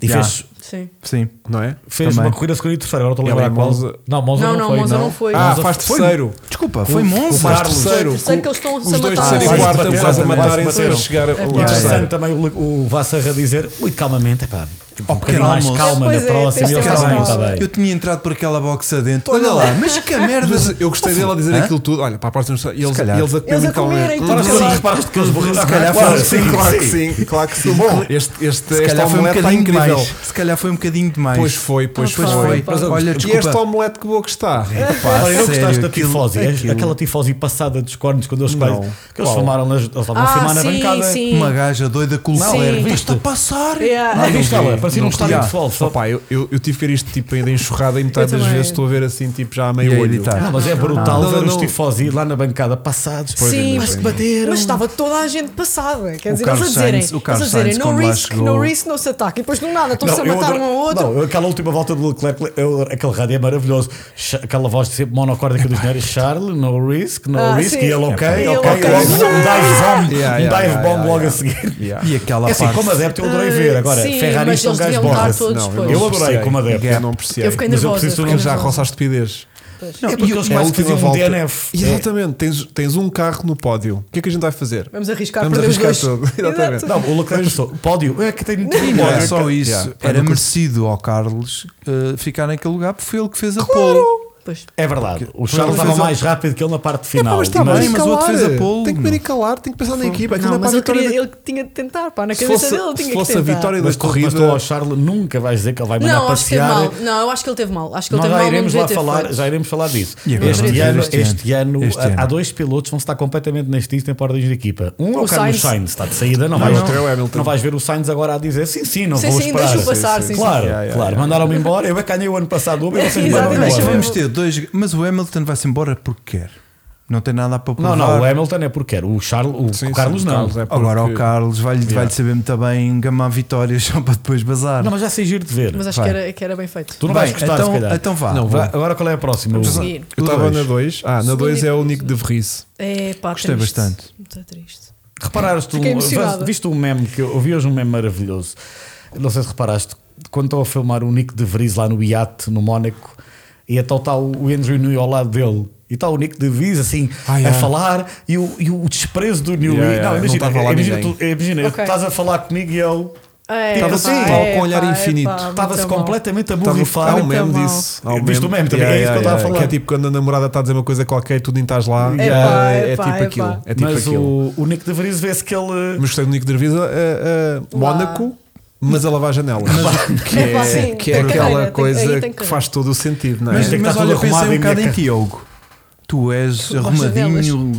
Speaker 4: E
Speaker 1: Já.
Speaker 4: fez,
Speaker 3: Sim.
Speaker 1: Sim.
Speaker 2: não é?
Speaker 4: fez
Speaker 1: Também.
Speaker 4: uma corrida segunda e terceira. Agora estou a
Speaker 2: Ela
Speaker 4: lembrar
Speaker 2: é
Speaker 4: qual.
Speaker 2: Monza.
Speaker 4: Não, Monza
Speaker 3: Não,
Speaker 4: não,
Speaker 3: não,
Speaker 4: foi.
Speaker 3: Monza não foi.
Speaker 2: Ah,
Speaker 4: Monza
Speaker 2: faz
Speaker 4: foi-
Speaker 2: terceiro.
Speaker 1: Desculpa, foi
Speaker 4: o
Speaker 1: Monza.
Speaker 2: Faz
Speaker 4: Carlos.
Speaker 2: terceiro.
Speaker 3: Terceiro que eles estão a
Speaker 2: Os dois
Speaker 3: matar.
Speaker 2: terceiro e
Speaker 4: Quase
Speaker 2: quarto
Speaker 4: bateram,
Speaker 2: estão quase a
Speaker 4: quase
Speaker 2: matarem-se para
Speaker 4: bateram.
Speaker 2: chegar ao
Speaker 3: É.
Speaker 4: Interessante
Speaker 2: terceiro.
Speaker 4: também o, o Vassarra dizer muito calmamente, epá, tipo, um
Speaker 1: pequeno
Speaker 4: bocadinho mais
Speaker 1: almoço.
Speaker 4: calma na
Speaker 3: Pois é,
Speaker 4: próxima.
Speaker 3: tens
Speaker 4: e
Speaker 3: de
Speaker 4: ele
Speaker 3: ter
Speaker 4: está bem,
Speaker 3: mais
Speaker 4: está
Speaker 3: calma.
Speaker 4: tá bem.
Speaker 1: Eu tinha entrado por aquela boxa dentro.
Speaker 2: Olha
Speaker 1: Olha
Speaker 2: lá.
Speaker 1: lá, mas que merda.
Speaker 2: Mas eu gostei dele a dizer
Speaker 1: Hã?
Speaker 2: aquilo tudo. Olha, para a próxima e eles,
Speaker 1: calhar.
Speaker 2: eles a
Speaker 3: Eles
Speaker 2: comerem
Speaker 3: a comerem.
Speaker 2: calmamente.
Speaker 3: tudo
Speaker 4: Sim,
Speaker 3: bem.
Speaker 4: reparaste que eles borraram.
Speaker 1: calhar
Speaker 4: Claro,
Speaker 1: foi-
Speaker 4: sim,
Speaker 2: claro
Speaker 4: É sim.
Speaker 2: que sim, claro que sim. Este, este,
Speaker 1: Se
Speaker 2: este
Speaker 1: calhar foi um
Speaker 2: omelete está
Speaker 1: bocadinho
Speaker 2: incrível.
Speaker 1: demais. Se calhar foi um bocadinho demais.
Speaker 2: Pois foi, pois
Speaker 1: Pois
Speaker 2: foi. É,
Speaker 1: foi.
Speaker 2: Mas
Speaker 1: Olha,
Speaker 2: E este
Speaker 1: desculpa.
Speaker 2: omelete que boa que está.
Speaker 1: Pá,
Speaker 4: Olha, não
Speaker 1: sério,
Speaker 4: gostaste da
Speaker 1: aquilo-
Speaker 4: tifosi, É
Speaker 1: aquilo-
Speaker 4: aquela tifosi passada dos cornos quando eles
Speaker 2: Não.
Speaker 4: quase- que eles
Speaker 2: Qual?
Speaker 4: filmaram nas, eles estavam a
Speaker 3: Ah,
Speaker 4: filmar na
Speaker 3: sim,
Speaker 2: é
Speaker 4: bancada.
Speaker 3: sim.
Speaker 1: Uma gaja doida com o
Speaker 4: Não,
Speaker 1: Sim.
Speaker 4: viste?
Speaker 1: Está a passar.
Speaker 3: Yeah.
Speaker 4: Ah, viste ela?
Speaker 1: vi,
Speaker 4: Parecia um
Speaker 1: não
Speaker 4: estádio
Speaker 1: vi.
Speaker 4: de futebol. só-
Speaker 2: Só pá, eu, eu, eu tive que ver isto tipo ainda enxurrado e metade
Speaker 3: Eu
Speaker 2: das
Speaker 3: também.
Speaker 2: vezes estou a ver assim tipo já a
Speaker 1: E a
Speaker 2: meio olho.
Speaker 1: editar.
Speaker 4: Não, mas é brutal
Speaker 2: Não,
Speaker 4: ver
Speaker 2: não,
Speaker 4: os
Speaker 2: não.
Speaker 4: tifosi lá na bancada passados.
Speaker 3: Sim,
Speaker 4: mas que bateram.
Speaker 3: Mas estava toda a gente passada. Quer dizer, eles a
Speaker 1: Carlos
Speaker 3: dizerem,
Speaker 1: Sainz- o
Speaker 3: eles
Speaker 1: Carlos
Speaker 3: a dizerem
Speaker 1: Sainz,
Speaker 3: no
Speaker 1: quando lá
Speaker 3: risk,
Speaker 1: chegou-
Speaker 3: no risk, no se ataque. E depois do nada estão-se a
Speaker 4: eu
Speaker 3: matar
Speaker 4: adoro-
Speaker 3: um ao outro.
Speaker 4: Não, eu- aquela última volta do Leclerc, eu- aquele rádio é maravilhoso. Ch- Aquela voz sempre monocórdica do engenheiro Charles, no risk, no
Speaker 3: Ah,
Speaker 4: risk,
Speaker 3: sim.
Speaker 4: e ele ok,
Speaker 3: E ele, ok.
Speaker 4: ok, ok. Um dive bomb,
Speaker 2: Yeah, yeah,
Speaker 4: um dive
Speaker 2: yeah,
Speaker 4: bomb
Speaker 2: yeah,
Speaker 4: logo
Speaker 2: yeah.
Speaker 4: a seguir.
Speaker 2: Yeah.
Speaker 1: E aquela
Speaker 4: É assim,
Speaker 1: parte.
Speaker 4: como adepto, eu adorei ver. Agora,
Speaker 3: Ah, Sim,
Speaker 4: Ferrari é
Speaker 3: mas
Speaker 4: são
Speaker 3: eles
Speaker 4: gajos
Speaker 3: deviam dar
Speaker 4: borras.
Speaker 3: todos
Speaker 2: Não, é
Speaker 3: pois.
Speaker 4: Eu adorei como adepto.
Speaker 2: Eu não apreciei.
Speaker 3: Eu fiquei
Speaker 4: Mas eu
Speaker 3: nervosa.
Speaker 4: preciso
Speaker 3: fiquei
Speaker 2: Ele já
Speaker 3: nervosa.
Speaker 2: roça a estupidez.
Speaker 4: É
Speaker 2: E
Speaker 4: porque eles
Speaker 2: é a
Speaker 4: mais
Speaker 2: última
Speaker 4: faziam um
Speaker 2: volta.
Speaker 4: DNF.
Speaker 2: Exatamente, tens, tens um carro no pódio. O que é que a gente vai fazer?
Speaker 3: Vamos arriscar
Speaker 2: Vamos
Speaker 3: perder os
Speaker 2: arriscar
Speaker 3: dois.
Speaker 2: tudo. Exatamente.
Speaker 4: Não, o Leclerc passou. Pódio. É que tem muito
Speaker 1: E não
Speaker 4: pódio.
Speaker 1: é só isso.
Speaker 2: Yeah.
Speaker 1: Era merecido ao Carlos eh, ficar naquele lugar porque foi ele que fez a pole.
Speaker 3: Pois.
Speaker 4: É verdade. O
Speaker 1: ele
Speaker 4: Charles estava
Speaker 1: fez o-
Speaker 4: mais rápido que ele na parte
Speaker 2: É, pá,
Speaker 4: final.
Speaker 2: mas está bem,
Speaker 1: mas
Speaker 2: calar.
Speaker 1: o outro fez a pole,
Speaker 2: Tem que ver e calar, tem que pensar na equipa. aquilo
Speaker 3: Não,
Speaker 2: é para
Speaker 3: mas
Speaker 2: a
Speaker 3: eu queria,
Speaker 2: vitória da-
Speaker 3: ele tinha de tentar, pá, na
Speaker 2: Se
Speaker 3: cabeça
Speaker 2: fosse-
Speaker 3: dele ele tinha
Speaker 2: se
Speaker 3: que
Speaker 2: fosse a
Speaker 3: tentar.
Speaker 2: vitória da
Speaker 4: Mas tu, mas tu
Speaker 2: corrida.
Speaker 4: ao Charles nunca vais dizer que ele vai mandar
Speaker 3: Não, acho que teve
Speaker 4: passear.
Speaker 3: mal. Não, eu acho que ele teve mal. Acho que ele
Speaker 4: Nós
Speaker 3: teve
Speaker 4: já
Speaker 3: mal. não
Speaker 4: iremos
Speaker 3: devia
Speaker 4: lá
Speaker 3: ter
Speaker 4: falar,
Speaker 3: feito.
Speaker 4: já iremos falar disso.
Speaker 1: E agora
Speaker 4: Este,
Speaker 1: vamos
Speaker 4: ano,
Speaker 1: ver
Speaker 4: este,
Speaker 1: este
Speaker 4: ano,
Speaker 1: ano. Este
Speaker 4: há- há
Speaker 1: ano.
Speaker 4: dois pilotos que vão estar completamente neste isto em ordens de equipa. Um é o,
Speaker 3: O Sainz.
Speaker 4: Carlos Sainz, está de saída, não,
Speaker 2: o
Speaker 4: vais,
Speaker 2: outro é o Hamilton.
Speaker 4: não vais ver o Sainz agora a dizer sim, sim, não
Speaker 3: Sim,
Speaker 4: vou
Speaker 3: sim,
Speaker 4: esperar.
Speaker 3: deixa-o passar, sim, sim.
Speaker 4: Claro,
Speaker 2: Yeah, yeah,
Speaker 4: claro,
Speaker 2: yeah.
Speaker 4: mandaram-me embora, eu é que ganhei o ano passado, o vocês me mandaram
Speaker 3: Exato,
Speaker 1: Mas
Speaker 3: deixa-
Speaker 4: embora.
Speaker 1: vamos ter dois. Mas o Hamilton vai-se embora porque quer. Não tem nada para provar.
Speaker 4: Não, não, o Hamilton é porque era, o, Charles, o
Speaker 2: Sim, sim,
Speaker 4: Carlos não.
Speaker 2: Carlos é
Speaker 1: Agora
Speaker 2: porque-
Speaker 1: ao Carlos vai-lhe vai-lhe saber muito bem gamar vitórias (laughs) só para depois bazar.
Speaker 4: Não, mas já sei giro de ver.
Speaker 3: Mas acho que
Speaker 1: Vai.
Speaker 3: era, que era bem feito.
Speaker 4: tu não
Speaker 1: Bem,
Speaker 4: vais gostar,
Speaker 1: então,
Speaker 4: se calhar.
Speaker 1: então vá.
Speaker 2: Não,
Speaker 4: Vá, Agora qual é a próxima? O-
Speaker 3: Seguir.
Speaker 2: Eu
Speaker 1: O
Speaker 2: estava
Speaker 1: dois.
Speaker 2: na 2. Ah, na
Speaker 3: Segundo
Speaker 2: 2 é o
Speaker 3: episódio.
Speaker 2: Nick de Vries.
Speaker 3: É pá,
Speaker 1: Gostei
Speaker 3: triste.
Speaker 1: bastante.
Speaker 3: Muito triste.
Speaker 4: Reparaste
Speaker 3: Fiquei
Speaker 4: um,
Speaker 3: emocionada.
Speaker 4: viste um meme que eu eu vi hoje um meme maravilhoso. Não sei se reparaste, quando estão a filmar o Nick de Vries lá no iate no Mónaco, e então está o o Andrew Newey ao lado dele. E está o Nick de Vries assim
Speaker 2: Ah,
Speaker 4: a
Speaker 2: yeah.
Speaker 4: falar e o, e o desprezo do Newey.
Speaker 2: Yeah, yeah,
Speaker 4: não,
Speaker 2: não
Speaker 4: imagina,
Speaker 2: estava lá
Speaker 4: imagina,
Speaker 2: ninguém.
Speaker 4: tu, imagina,
Speaker 3: Ok.
Speaker 4: estás a falar comigo e eu
Speaker 3: É,
Speaker 4: Estava
Speaker 3: pá,
Speaker 4: assim.
Speaker 2: Estava com um olhar
Speaker 3: pá,
Speaker 2: infinito.
Speaker 3: pá, Tá muito
Speaker 4: Estava-se
Speaker 3: mal.
Speaker 4: completamente a
Speaker 2: Estava- há
Speaker 4: borrifar.
Speaker 2: um meme
Speaker 3: tá mal.
Speaker 2: disso. Há um
Speaker 4: Viste o meme também, é isso que eu estava a falar.
Speaker 2: Que é tipo quando a namorada está a dizer uma coisa qualquer e tu nem estás lá.
Speaker 3: É
Speaker 2: É,
Speaker 3: pá,
Speaker 2: é
Speaker 3: é pá,
Speaker 2: tipo
Speaker 3: é
Speaker 2: aquilo.
Speaker 3: pá.
Speaker 2: É tipo
Speaker 4: mas
Speaker 2: aquilo.
Speaker 4: o, o Nick de Vries vê-se que ele.
Speaker 2: Mas gostei do Nico Dervisa a, a
Speaker 3: Lá.
Speaker 2: é, Mónaco, mas a lavar janelas. que
Speaker 3: É pá,
Speaker 2: é,
Speaker 3: sim,
Speaker 2: que é
Speaker 3: tem carreira,
Speaker 2: aquela
Speaker 3: tem- aí
Speaker 2: coisa
Speaker 3: tem
Speaker 2: que
Speaker 3: carreira.
Speaker 2: faz todo o sentido, não é?
Speaker 1: Mas,
Speaker 4: tem que
Speaker 1: mas
Speaker 4: estar
Speaker 1: olha,
Speaker 4: tudo
Speaker 1: eu pensei
Speaker 4: arrumado
Speaker 1: um
Speaker 4: e
Speaker 1: bocado em
Speaker 4: minha ca-
Speaker 1: Tiago. Tu és
Speaker 3: Arrumas
Speaker 1: arrumadinho,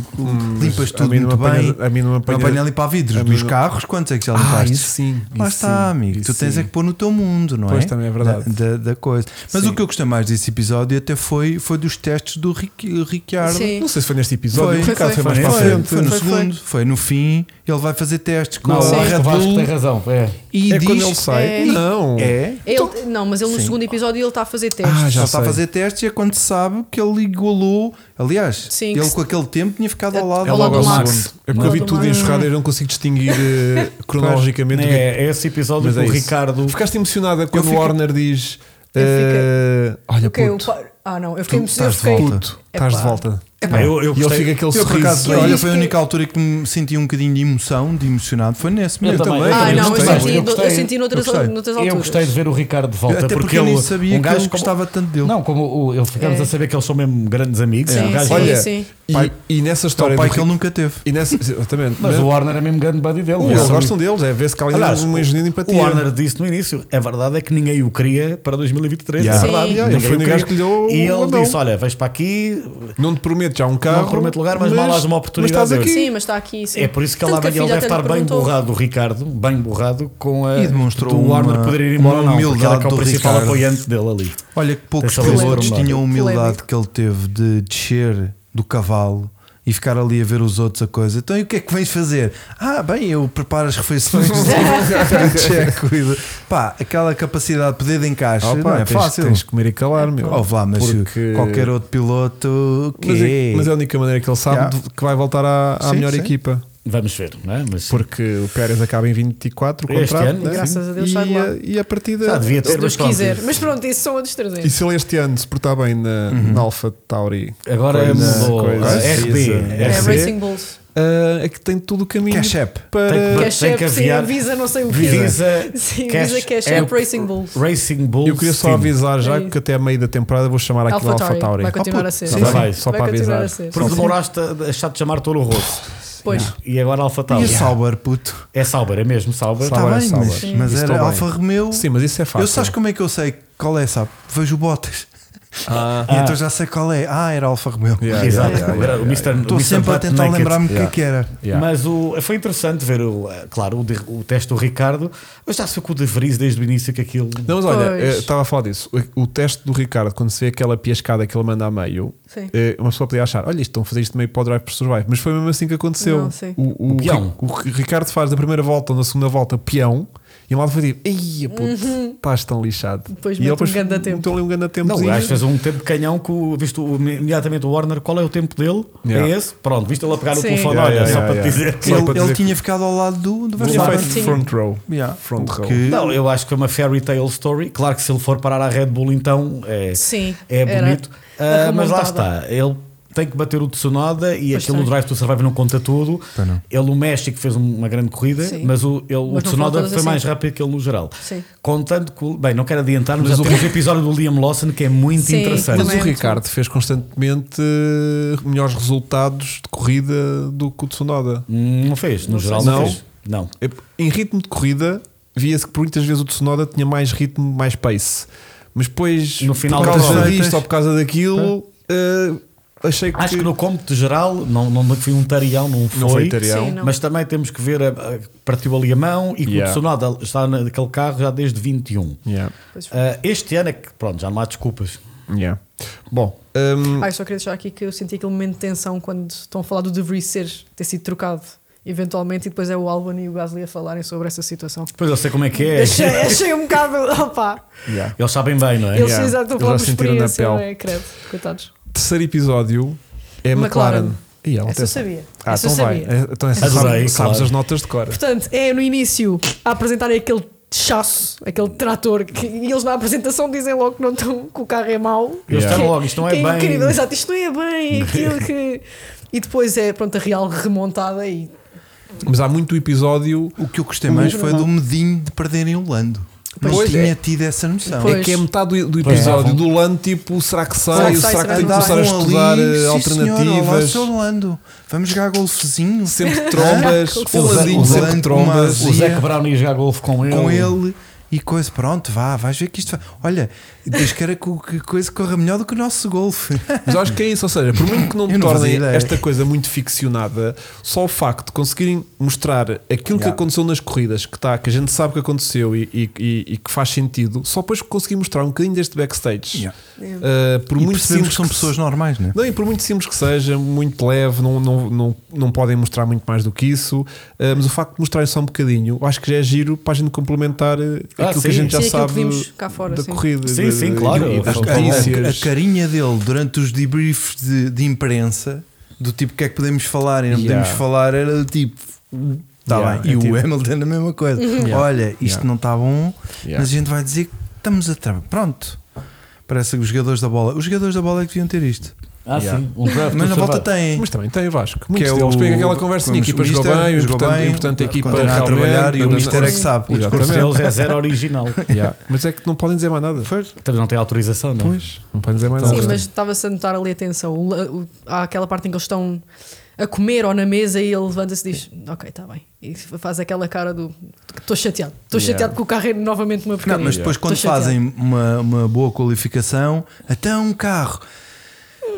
Speaker 1: limpas
Speaker 2: Hum, A
Speaker 1: tudo
Speaker 2: mim não
Speaker 1: muito
Speaker 2: me apanhas-
Speaker 1: bem.
Speaker 2: A mim não me
Speaker 1: Não
Speaker 2: apanha.
Speaker 1: apanha limpar vidros
Speaker 2: a mim
Speaker 1: dos
Speaker 2: não-
Speaker 1: carros, quantos é que já
Speaker 2: Ah,
Speaker 1: limpaste?
Speaker 2: isso sim.
Speaker 1: Lá
Speaker 2: isso
Speaker 1: está,
Speaker 2: sim,
Speaker 1: amigo.
Speaker 2: isso
Speaker 1: Tu tens
Speaker 2: sim.
Speaker 1: é que pôr no teu mundo, não
Speaker 2: Pois,
Speaker 1: é?
Speaker 2: também é verdade.
Speaker 1: Da, da- da coisa. Mas
Speaker 2: Sim.
Speaker 1: o que eu gostei mais desse episódio até foi, foi dos testes do Ric- Ricciardo.
Speaker 3: Sim.
Speaker 2: Não sei se foi neste episódio,
Speaker 1: Foi,
Speaker 2: o Ricardo foi,
Speaker 3: foi,
Speaker 2: mais
Speaker 4: foi.
Speaker 2: para a
Speaker 1: Foi,
Speaker 2: frente.
Speaker 1: foi no
Speaker 3: Foi, foi.
Speaker 1: segundo, foi. no fim. Ele vai fazer testes com a
Speaker 4: Não, eu acho que
Speaker 1: Red
Speaker 4: o Vasco tem
Speaker 1: Bull
Speaker 4: razão. É.
Speaker 1: e
Speaker 2: é
Speaker 1: diz
Speaker 2: quando ele sai.
Speaker 3: é-
Speaker 2: Não.
Speaker 1: é.
Speaker 3: Ele, não, mas ele no
Speaker 1: Sim.
Speaker 3: segundo episódio ele está a fazer testes.
Speaker 2: Ah,
Speaker 1: Já
Speaker 2: já
Speaker 1: está a
Speaker 2: sei.
Speaker 1: fazer testes e é quando se sabe que ele igualou. Aliás,
Speaker 3: Sim,
Speaker 1: ele
Speaker 3: que se-
Speaker 1: com aquele tempo tinha ficado ao lado
Speaker 3: É
Speaker 2: É
Speaker 3: logo
Speaker 2: logo ao
Speaker 3: do Max.
Speaker 2: segundo. É porque eu
Speaker 3: Logo
Speaker 2: vi
Speaker 3: do
Speaker 2: tudo
Speaker 3: Max.
Speaker 2: enxurrado e eu não consigo distinguir eh, cronologicamente o que é
Speaker 4: É, é esse episódio
Speaker 2: Mas
Speaker 4: que
Speaker 2: é
Speaker 4: o
Speaker 2: isso.
Speaker 4: Ricardo.
Speaker 2: Ficaste emocionada quando
Speaker 1: fiquei-
Speaker 2: o Warner diz:
Speaker 3: Eu
Speaker 2: eh, Olha,
Speaker 3: Ok, o
Speaker 2: puto,
Speaker 3: pa- Ah, não,
Speaker 1: Tu
Speaker 3: eu fiquei
Speaker 1: estás
Speaker 3: emocionado.
Speaker 1: de
Speaker 3: fiquei-
Speaker 1: volta.
Speaker 2: puto, estás de
Speaker 3: Epá. Ah,
Speaker 2: volta.
Speaker 4: Epá, eu- eu
Speaker 2: e ele
Speaker 4: gostei-
Speaker 2: fica aquele
Speaker 1: Eu, por acaso,
Speaker 2: sorriso.
Speaker 1: olha,
Speaker 2: Olha,
Speaker 1: foi a única altura que me senti um bocadinho de emoção, de emocionado. Foi nesse mesmo.
Speaker 4: também.
Speaker 2: Eu
Speaker 3: Ah,
Speaker 2: também
Speaker 3: não, eu
Speaker 2: gostei.
Speaker 3: senti,
Speaker 4: Eu
Speaker 3: eu,
Speaker 4: gostei.
Speaker 3: senti noutras,
Speaker 1: Eu gostei.
Speaker 3: noutras alturas.
Speaker 4: Eu gostei de ver o Ricardo de volta.
Speaker 1: Até porque
Speaker 4: porque
Speaker 1: eu nem
Speaker 4: ele,
Speaker 1: sabia
Speaker 4: um
Speaker 1: que
Speaker 4: gajo
Speaker 1: ele
Speaker 4: como-
Speaker 1: gostava tanto dele.
Speaker 4: Não, como o, ele ficamos
Speaker 3: É.
Speaker 4: a saber que eles são mesmo grandes amigos.
Speaker 3: Sim,
Speaker 4: um gajo-
Speaker 3: sim,
Speaker 2: Olha,
Speaker 3: sim.
Speaker 2: E, e nessa
Speaker 1: É
Speaker 2: história.
Speaker 1: o
Speaker 2: do
Speaker 1: pai que
Speaker 2: Ric-
Speaker 1: ele nunca teve.
Speaker 2: e nessa, exatamente.
Speaker 4: Mas o Warner é mesmo grande buddy dele.
Speaker 2: eles gostam deles, é. Vê-se que há ali
Speaker 4: Aliás,
Speaker 2: uma engenharia de empatia.
Speaker 4: O Warner disse no início: a verdade é que ninguém o queria para 2023.
Speaker 1: Yeah.
Speaker 4: É
Speaker 3: Sim.
Speaker 4: verdade.
Speaker 3: Yeah,
Speaker 2: ele
Speaker 4: ninguém
Speaker 2: foi
Speaker 4: o
Speaker 2: o
Speaker 4: queria.
Speaker 2: gajo que lhe deu o
Speaker 4: E ele
Speaker 2: ladrão.
Speaker 4: disse: Olha, vais para aqui.
Speaker 2: Não te prometo já um carro.
Speaker 4: te prometo lugar, mas mal hás uma oportunidade.
Speaker 2: Mas estás aqui.
Speaker 3: Sim, mas está aqui. Sim.
Speaker 4: É por isso que ele,
Speaker 3: Tanto
Speaker 4: lá- ele
Speaker 3: a filha
Speaker 4: deve
Speaker 3: até lhe
Speaker 4: estar bem
Speaker 3: perguntou.
Speaker 4: borrado, o Ricardo, bem borrado com a
Speaker 1: E demonstrou
Speaker 4: do Warner
Speaker 1: uma-
Speaker 4: poder
Speaker 1: uma
Speaker 4: ir embora, ou não, porque ele é,
Speaker 1: humildade
Speaker 4: que é o
Speaker 1: do
Speaker 4: principal
Speaker 1: Ricardo.
Speaker 4: apoiante dele ali.
Speaker 1: Olha que poucos
Speaker 4: Deixa eu ler o
Speaker 1: pilotos
Speaker 4: armário.
Speaker 1: tinham a humildade
Speaker 3: Polémico.
Speaker 1: que ele teve de descer do cavalo e ficar ali a ver os outros a coisa. Então, e o que é que vens fazer? Ah, bem, eu preparo as
Speaker 3: (laughs)
Speaker 1: refeições (laughs) do checo. e do- Pá, aquela capacidade de poder de encaixe
Speaker 2: Ah, pá,
Speaker 1: não é
Speaker 2: tens-
Speaker 1: fácil.
Speaker 2: Tens de comer e calar, meu.
Speaker 1: Ouve lá, mas
Speaker 2: Porque-
Speaker 1: qualquer outro piloto. o
Speaker 2: Mas
Speaker 1: quê?
Speaker 2: é, mas é a única maneira que ele sabe
Speaker 1: Yeah.
Speaker 2: de- que vai voltar à, à
Speaker 1: Sim,
Speaker 2: melhor
Speaker 1: sim.
Speaker 2: equipa.
Speaker 4: Vamos ver, não é? Mas
Speaker 2: Porque o Pérez acaba em 24, o
Speaker 4: Este
Speaker 2: contrato.
Speaker 4: ano,
Speaker 2: né?
Speaker 3: graças a Deus,
Speaker 2: e,
Speaker 3: sai de lá.
Speaker 2: a- e a partida.
Speaker 4: já devia ter
Speaker 3: Se Deus
Speaker 4: mas pronto,
Speaker 3: quiser. Mas pronto, isso são outros 300.
Speaker 2: E se ele este ano se portar bem na, na Alpha Tauri,
Speaker 4: Agora
Speaker 2: Coisa-
Speaker 4: mudou
Speaker 2: coisa-
Speaker 4: a RB.
Speaker 2: coisa-
Speaker 3: É,
Speaker 4: RB.
Speaker 3: Racing Bulls.
Speaker 2: ah, é que tem todo o caminho
Speaker 1: Cash app.
Speaker 2: para.
Speaker 4: Tem
Speaker 3: Cash
Speaker 4: tem que
Speaker 3: App, sim,
Speaker 4: aviar-
Speaker 3: Visa, não sei o quê.
Speaker 4: Visa, é
Speaker 3: Sim, Visa Cash App, Racing Bulls.
Speaker 4: Racing Bulls.
Speaker 2: Eu queria só
Speaker 4: Team.
Speaker 2: avisar já
Speaker 3: É
Speaker 2: que até a meio da temporada vou chamar aqui
Speaker 3: Alpha
Speaker 2: Alpha, Alpha
Speaker 3: Tauri.
Speaker 2: Tauri.
Speaker 3: Vai continuar
Speaker 2: Ah,
Speaker 3: a ser.
Speaker 2: puto,
Speaker 4: Sim,
Speaker 2: Só,
Speaker 4: vai.
Speaker 2: para- só
Speaker 3: Vai
Speaker 2: para
Speaker 3: continuar
Speaker 2: avisar.
Speaker 3: a ser.
Speaker 4: Porque
Speaker 2: Só-
Speaker 4: demoraste a deixar de chamar Toro Rosso.
Speaker 3: Pois.
Speaker 4: E agora Alfa
Speaker 1: E
Speaker 4: Tauri.
Speaker 1: a Sauber, puto.
Speaker 4: É Sauber, é mesmo
Speaker 2: Sauber.
Speaker 4: Sauber.
Speaker 1: Está
Speaker 2: Agora é
Speaker 1: bem,
Speaker 2: Sauber.
Speaker 1: mas,
Speaker 2: Sim.
Speaker 1: mas
Speaker 2: Estou
Speaker 1: era
Speaker 2: bem.
Speaker 1: Alfa Romeu.
Speaker 2: Sim, mas isso é fácil.
Speaker 1: Eu sabes como é que eu sei qual é, sabe? Vejo botas.
Speaker 2: Ah,
Speaker 1: (laughs) E então já sei qual é. Ah, era Alfa Romeo.
Speaker 2: Yeah,
Speaker 4: Exato.
Speaker 2: yeah, yeah,
Speaker 4: O Mr.
Speaker 1: Estou
Speaker 4: Mr.
Speaker 1: sempre a
Speaker 4: Butt
Speaker 1: tentar
Speaker 4: Naked.
Speaker 1: lembrar-me o que é
Speaker 2: Yeah.
Speaker 1: que era.
Speaker 2: yeah.
Speaker 4: Mas o, eh, foi interessante ver, o, eh, claro, o, de- o teste do Ricardo. Mas já se ficou de Vries desde o início que aquilo.
Speaker 2: Não, mas olha,
Speaker 3: Pois.
Speaker 2: eh, estava a falar disso. O o teste do Ricardo, quando se vê aquela piascada que ele manda a meio,
Speaker 3: Sim.
Speaker 2: eh, uma pessoa podia achar: olha, isto estão a fazer isto meio para o drive por survive. Mas foi mesmo assim que aconteceu.
Speaker 3: Não, sim.
Speaker 2: o, o, Ri-
Speaker 4: peão.
Speaker 2: o Ri- Ricardo faz da primeira volta ou na segunda volta peão. E lá foi tipo, ei, puto,
Speaker 3: Uhum.
Speaker 2: estás tão lixado.
Speaker 3: Depois
Speaker 2: e ele
Speaker 3: mete um ganda tempo.
Speaker 2: Meteu ali um ganda tempo.
Speaker 4: Não, o gajo fez um tempo de canhão que o- visto o- imediatamente o Warner, qual é o tempo dele?
Speaker 2: Yeah.
Speaker 4: É esse? Pronto, visto ele a pegar o
Speaker 3: Sim.
Speaker 4: telefone,
Speaker 2: Yeah,
Speaker 4: olha,
Speaker 2: yeah,
Speaker 4: só
Speaker 2: yeah,
Speaker 4: para te
Speaker 2: yeah.
Speaker 4: dizer.
Speaker 1: Ele,
Speaker 2: Só para
Speaker 1: ele
Speaker 2: dizer que- assim.
Speaker 1: tinha ficado ao lado do, do
Speaker 2: Tinha
Speaker 1: Verstappen.
Speaker 2: feito
Speaker 3: Sim.
Speaker 2: front row.
Speaker 1: Yeah.
Speaker 2: Front
Speaker 1: O
Speaker 2: row.
Speaker 1: que-
Speaker 4: Não, eu acho que é uma fairy tale story. Claro que se ele for parar à Red Bull, então é,
Speaker 3: Sim,
Speaker 4: é
Speaker 3: era
Speaker 4: bonito.
Speaker 3: a
Speaker 4: Ah, mas lá
Speaker 3: remontada.
Speaker 4: está, ele tem que bater o Tsunoda e
Speaker 3: Pois
Speaker 4: aquele
Speaker 3: tem.
Speaker 4: Drive to Survive não conta tudo.
Speaker 1: Pois não.
Speaker 4: Ele, o México, fez um, uma grande corrida,
Speaker 3: Sim.
Speaker 4: mas o, ele, o
Speaker 3: não foram
Speaker 4: Tsunoda
Speaker 3: todas
Speaker 4: foi mais
Speaker 3: assim.
Speaker 4: rápido que ele no geral.
Speaker 3: Sim.
Speaker 4: Contando com. Bem, não quero adiantar, mas,
Speaker 2: Mas
Speaker 4: já
Speaker 2: o-
Speaker 4: temos o episódio do Liam Lawson que é muito
Speaker 3: Sim,
Speaker 4: interessante.
Speaker 2: Mas
Speaker 3: Também
Speaker 2: o
Speaker 3: é muito
Speaker 2: Ricardo fez constantemente eh, melhores resultados de corrida do que o Tsunoda.
Speaker 4: Hum, Não fez, no geral
Speaker 2: sei.
Speaker 4: não,
Speaker 2: Não?
Speaker 4: fez. Não.
Speaker 2: Eu- Em ritmo de corrida, via-se que por muitas vezes o Tsunoda tinha mais ritmo, mais pace. Mas depois,
Speaker 4: No final
Speaker 2: por
Speaker 4: das
Speaker 2: causa
Speaker 1: voltas.
Speaker 2: disto ou por causa daquilo, eh, achei que.
Speaker 4: Acho que no cômputo geral, não, não foi um tarião, não foi.
Speaker 2: Não foi tarião.
Speaker 3: Sim, não.
Speaker 4: Mas também temos que ver, a, a- partiu ali a mão e que
Speaker 2: Yeah.
Speaker 4: o Tsunoda está naquele carro já desde 21.
Speaker 2: Yeah,
Speaker 3: Pois foi.
Speaker 4: Ah, este ano é que, pronto, já não há desculpas.
Speaker 2: yeah. Bom, ehm,
Speaker 3: Ai, só queria deixar aqui que Ah, eu senti aquele momento de tensão quando estão a falar do deveria ser ter sido trocado eventualmente e depois é o Albon e o Gasly a falarem sobre essa situação.
Speaker 4: Depois eu sei como é que é.
Speaker 3: Achei, achei um bocado. Opa!
Speaker 2: yeah.
Speaker 4: Eles sabem bem, não é?
Speaker 3: Eles
Speaker 2: Yeah.
Speaker 3: fizeram
Speaker 2: Eles
Speaker 3: pela
Speaker 2: já sentiram na
Speaker 3: experiência,
Speaker 2: pele.
Speaker 3: é, credo. Coitados.
Speaker 2: terceiro episódio é McLaren.
Speaker 3: McLaren.
Speaker 2: Ih, ela
Speaker 3: Essa
Speaker 2: tem-
Speaker 3: eu sabia.
Speaker 2: Ah,
Speaker 3: Essa eu
Speaker 2: então vai.
Speaker 3: sabia.
Speaker 2: Eh, Então essa
Speaker 4: Adorei,
Speaker 2: sabe- sabes,
Speaker 4: claro.
Speaker 2: as notas de cor.
Speaker 3: Portanto, é no início a apresentarem aquele chasso, aquele trator, que, e eles na apresentação dizem logo que, não estão, que o carro é mau.
Speaker 4: Eles
Speaker 2: Yeah.
Speaker 4: estão logo, isto não é
Speaker 3: que
Speaker 4: bem.
Speaker 3: incrível, exato, isto não é bem aquilo que. E depois é pronto, a real remontada e
Speaker 2: Mas há muito episódio.
Speaker 1: O que eu gostei mais
Speaker 2: O-
Speaker 1: foi do medinho de perderem o Lando. Não
Speaker 2: Pois
Speaker 1: tinha
Speaker 2: é.
Speaker 1: tido essa noção.
Speaker 3: Pois.
Speaker 2: É que é metade do, do
Speaker 4: Pois é,
Speaker 2: episódio
Speaker 4: vão-
Speaker 2: do Lano, tipo, será que sai? Será
Speaker 3: Será que
Speaker 2: que,
Speaker 3: sai, será
Speaker 2: tem que
Speaker 3: que
Speaker 2: começar a
Speaker 1: Andavam
Speaker 2: estudar
Speaker 1: um ali,
Speaker 2: eh,
Speaker 1: "Sim, senhor, Olá,
Speaker 2: alternativas?
Speaker 1: seu Lando. Vamos jogar golfezinho (laughs)
Speaker 2: sempre trombas,
Speaker 3: O
Speaker 2: o ladinho
Speaker 1: Zé-
Speaker 2: sempre
Speaker 1: o
Speaker 2: trombas.
Speaker 1: Zé-
Speaker 4: O Zac
Speaker 1: Zia-
Speaker 4: Brown ia jogar golfe com ele.
Speaker 1: com ele e coisa. Pronto, vá, vais ver que isto vai. Olha, Deus queira que, o- que a coisa corra melhor do que o nosso golfe.
Speaker 2: Mas eu acho que é isso, ou seja, por muito que não
Speaker 1: Eu não fazia
Speaker 2: tornem
Speaker 1: ideia.
Speaker 2: esta coisa muito ficcionada, só o facto de conseguirem mostrar aquilo que
Speaker 1: Yeah.
Speaker 2: aconteceu nas corridas, que, tá, que a gente sabe que aconteceu e, e- e- e que faz sentido, só depois conseguir mostrar um bocadinho deste backstage.
Speaker 1: Yeah.
Speaker 2: Uh, por
Speaker 1: (laughs) e
Speaker 2: muito
Speaker 1: percebemos que
Speaker 2: simples
Speaker 1: são
Speaker 2: que se-
Speaker 1: pessoas normais, né?
Speaker 2: Não, e por muito simples que seja, muito leve, não, não, não, não podem mostrar muito mais do que isso, eh, mas o facto de mostrarem só um bocadinho, eu acho que já é giro para a gente complementar eh,
Speaker 4: Ah,
Speaker 2: aquilo
Speaker 4: sim.
Speaker 2: que a gente já
Speaker 3: Sim, aquilo
Speaker 2: sabe
Speaker 3: que vimos cá fora,
Speaker 2: da
Speaker 3: sim.
Speaker 2: corrida.
Speaker 4: Sim,
Speaker 2: da-
Speaker 4: sim,
Speaker 2: da-
Speaker 4: claro.
Speaker 2: E, e das
Speaker 4: A- a-
Speaker 1: É A, a
Speaker 2: notícias.
Speaker 1: carinha dele durante os debriefs de, de imprensa, do tipo o que é que podemos falar e não
Speaker 2: Yeah.
Speaker 1: podemos falar, era do tipo. Tá
Speaker 2: Yeah,
Speaker 1: bem.
Speaker 2: é
Speaker 1: e
Speaker 2: tipo-
Speaker 1: o Hamilton a mesma coisa.
Speaker 3: Uhum.
Speaker 1: Olha, isto
Speaker 2: Yeah.
Speaker 1: não está bom,
Speaker 2: Yeah.
Speaker 1: mas a gente vai dizer que estamos a trabalhar. Pronto. Parece que os jogadores da bola. Os jogadores da bola é que deviam ter isto.
Speaker 4: Ah,
Speaker 2: Yeah.
Speaker 4: sim. Um draft
Speaker 1: Mas na
Speaker 4: observado.
Speaker 1: volta têm.
Speaker 2: Mas também tem Vasco. Muitos
Speaker 1: é
Speaker 2: deles
Speaker 1: o-
Speaker 2: pegam aquela conversa
Speaker 1: como
Speaker 2: e a equipa
Speaker 1: o
Speaker 2: jogou
Speaker 1: Mister
Speaker 2: bem,
Speaker 1: jogou
Speaker 2: importante,
Speaker 1: bem,
Speaker 2: importante a equipa
Speaker 1: continua a
Speaker 2: realmente,
Speaker 1: trabalhar e o
Speaker 2: não-
Speaker 1: Mister é que sabe. O
Speaker 4: O discurso
Speaker 2: Exatamente.
Speaker 4: deles é zero original.
Speaker 2: (laughs) Yeah. Mas é que não podem dizer mais nada.
Speaker 4: Também não tem autorização, não é?
Speaker 2: Pois, não podem dizer mais
Speaker 1: Então,
Speaker 3: Sim,
Speaker 2: nada.
Speaker 3: mas estava-se a notar ali a tensão. O la- o- há aquela parte em que eles estão a comer ou na mesa e ele levanta-se e diz: Ok, está bem. E faz aquela cara do estou chateado. Estou
Speaker 2: Yeah.
Speaker 3: chateado com o carro é novamente uma
Speaker 1: Não,
Speaker 3: porcaria.
Speaker 1: mas depois
Speaker 3: Tô
Speaker 1: quando
Speaker 3: chateado."
Speaker 1: fazem uma, uma boa qualificação, até um carro.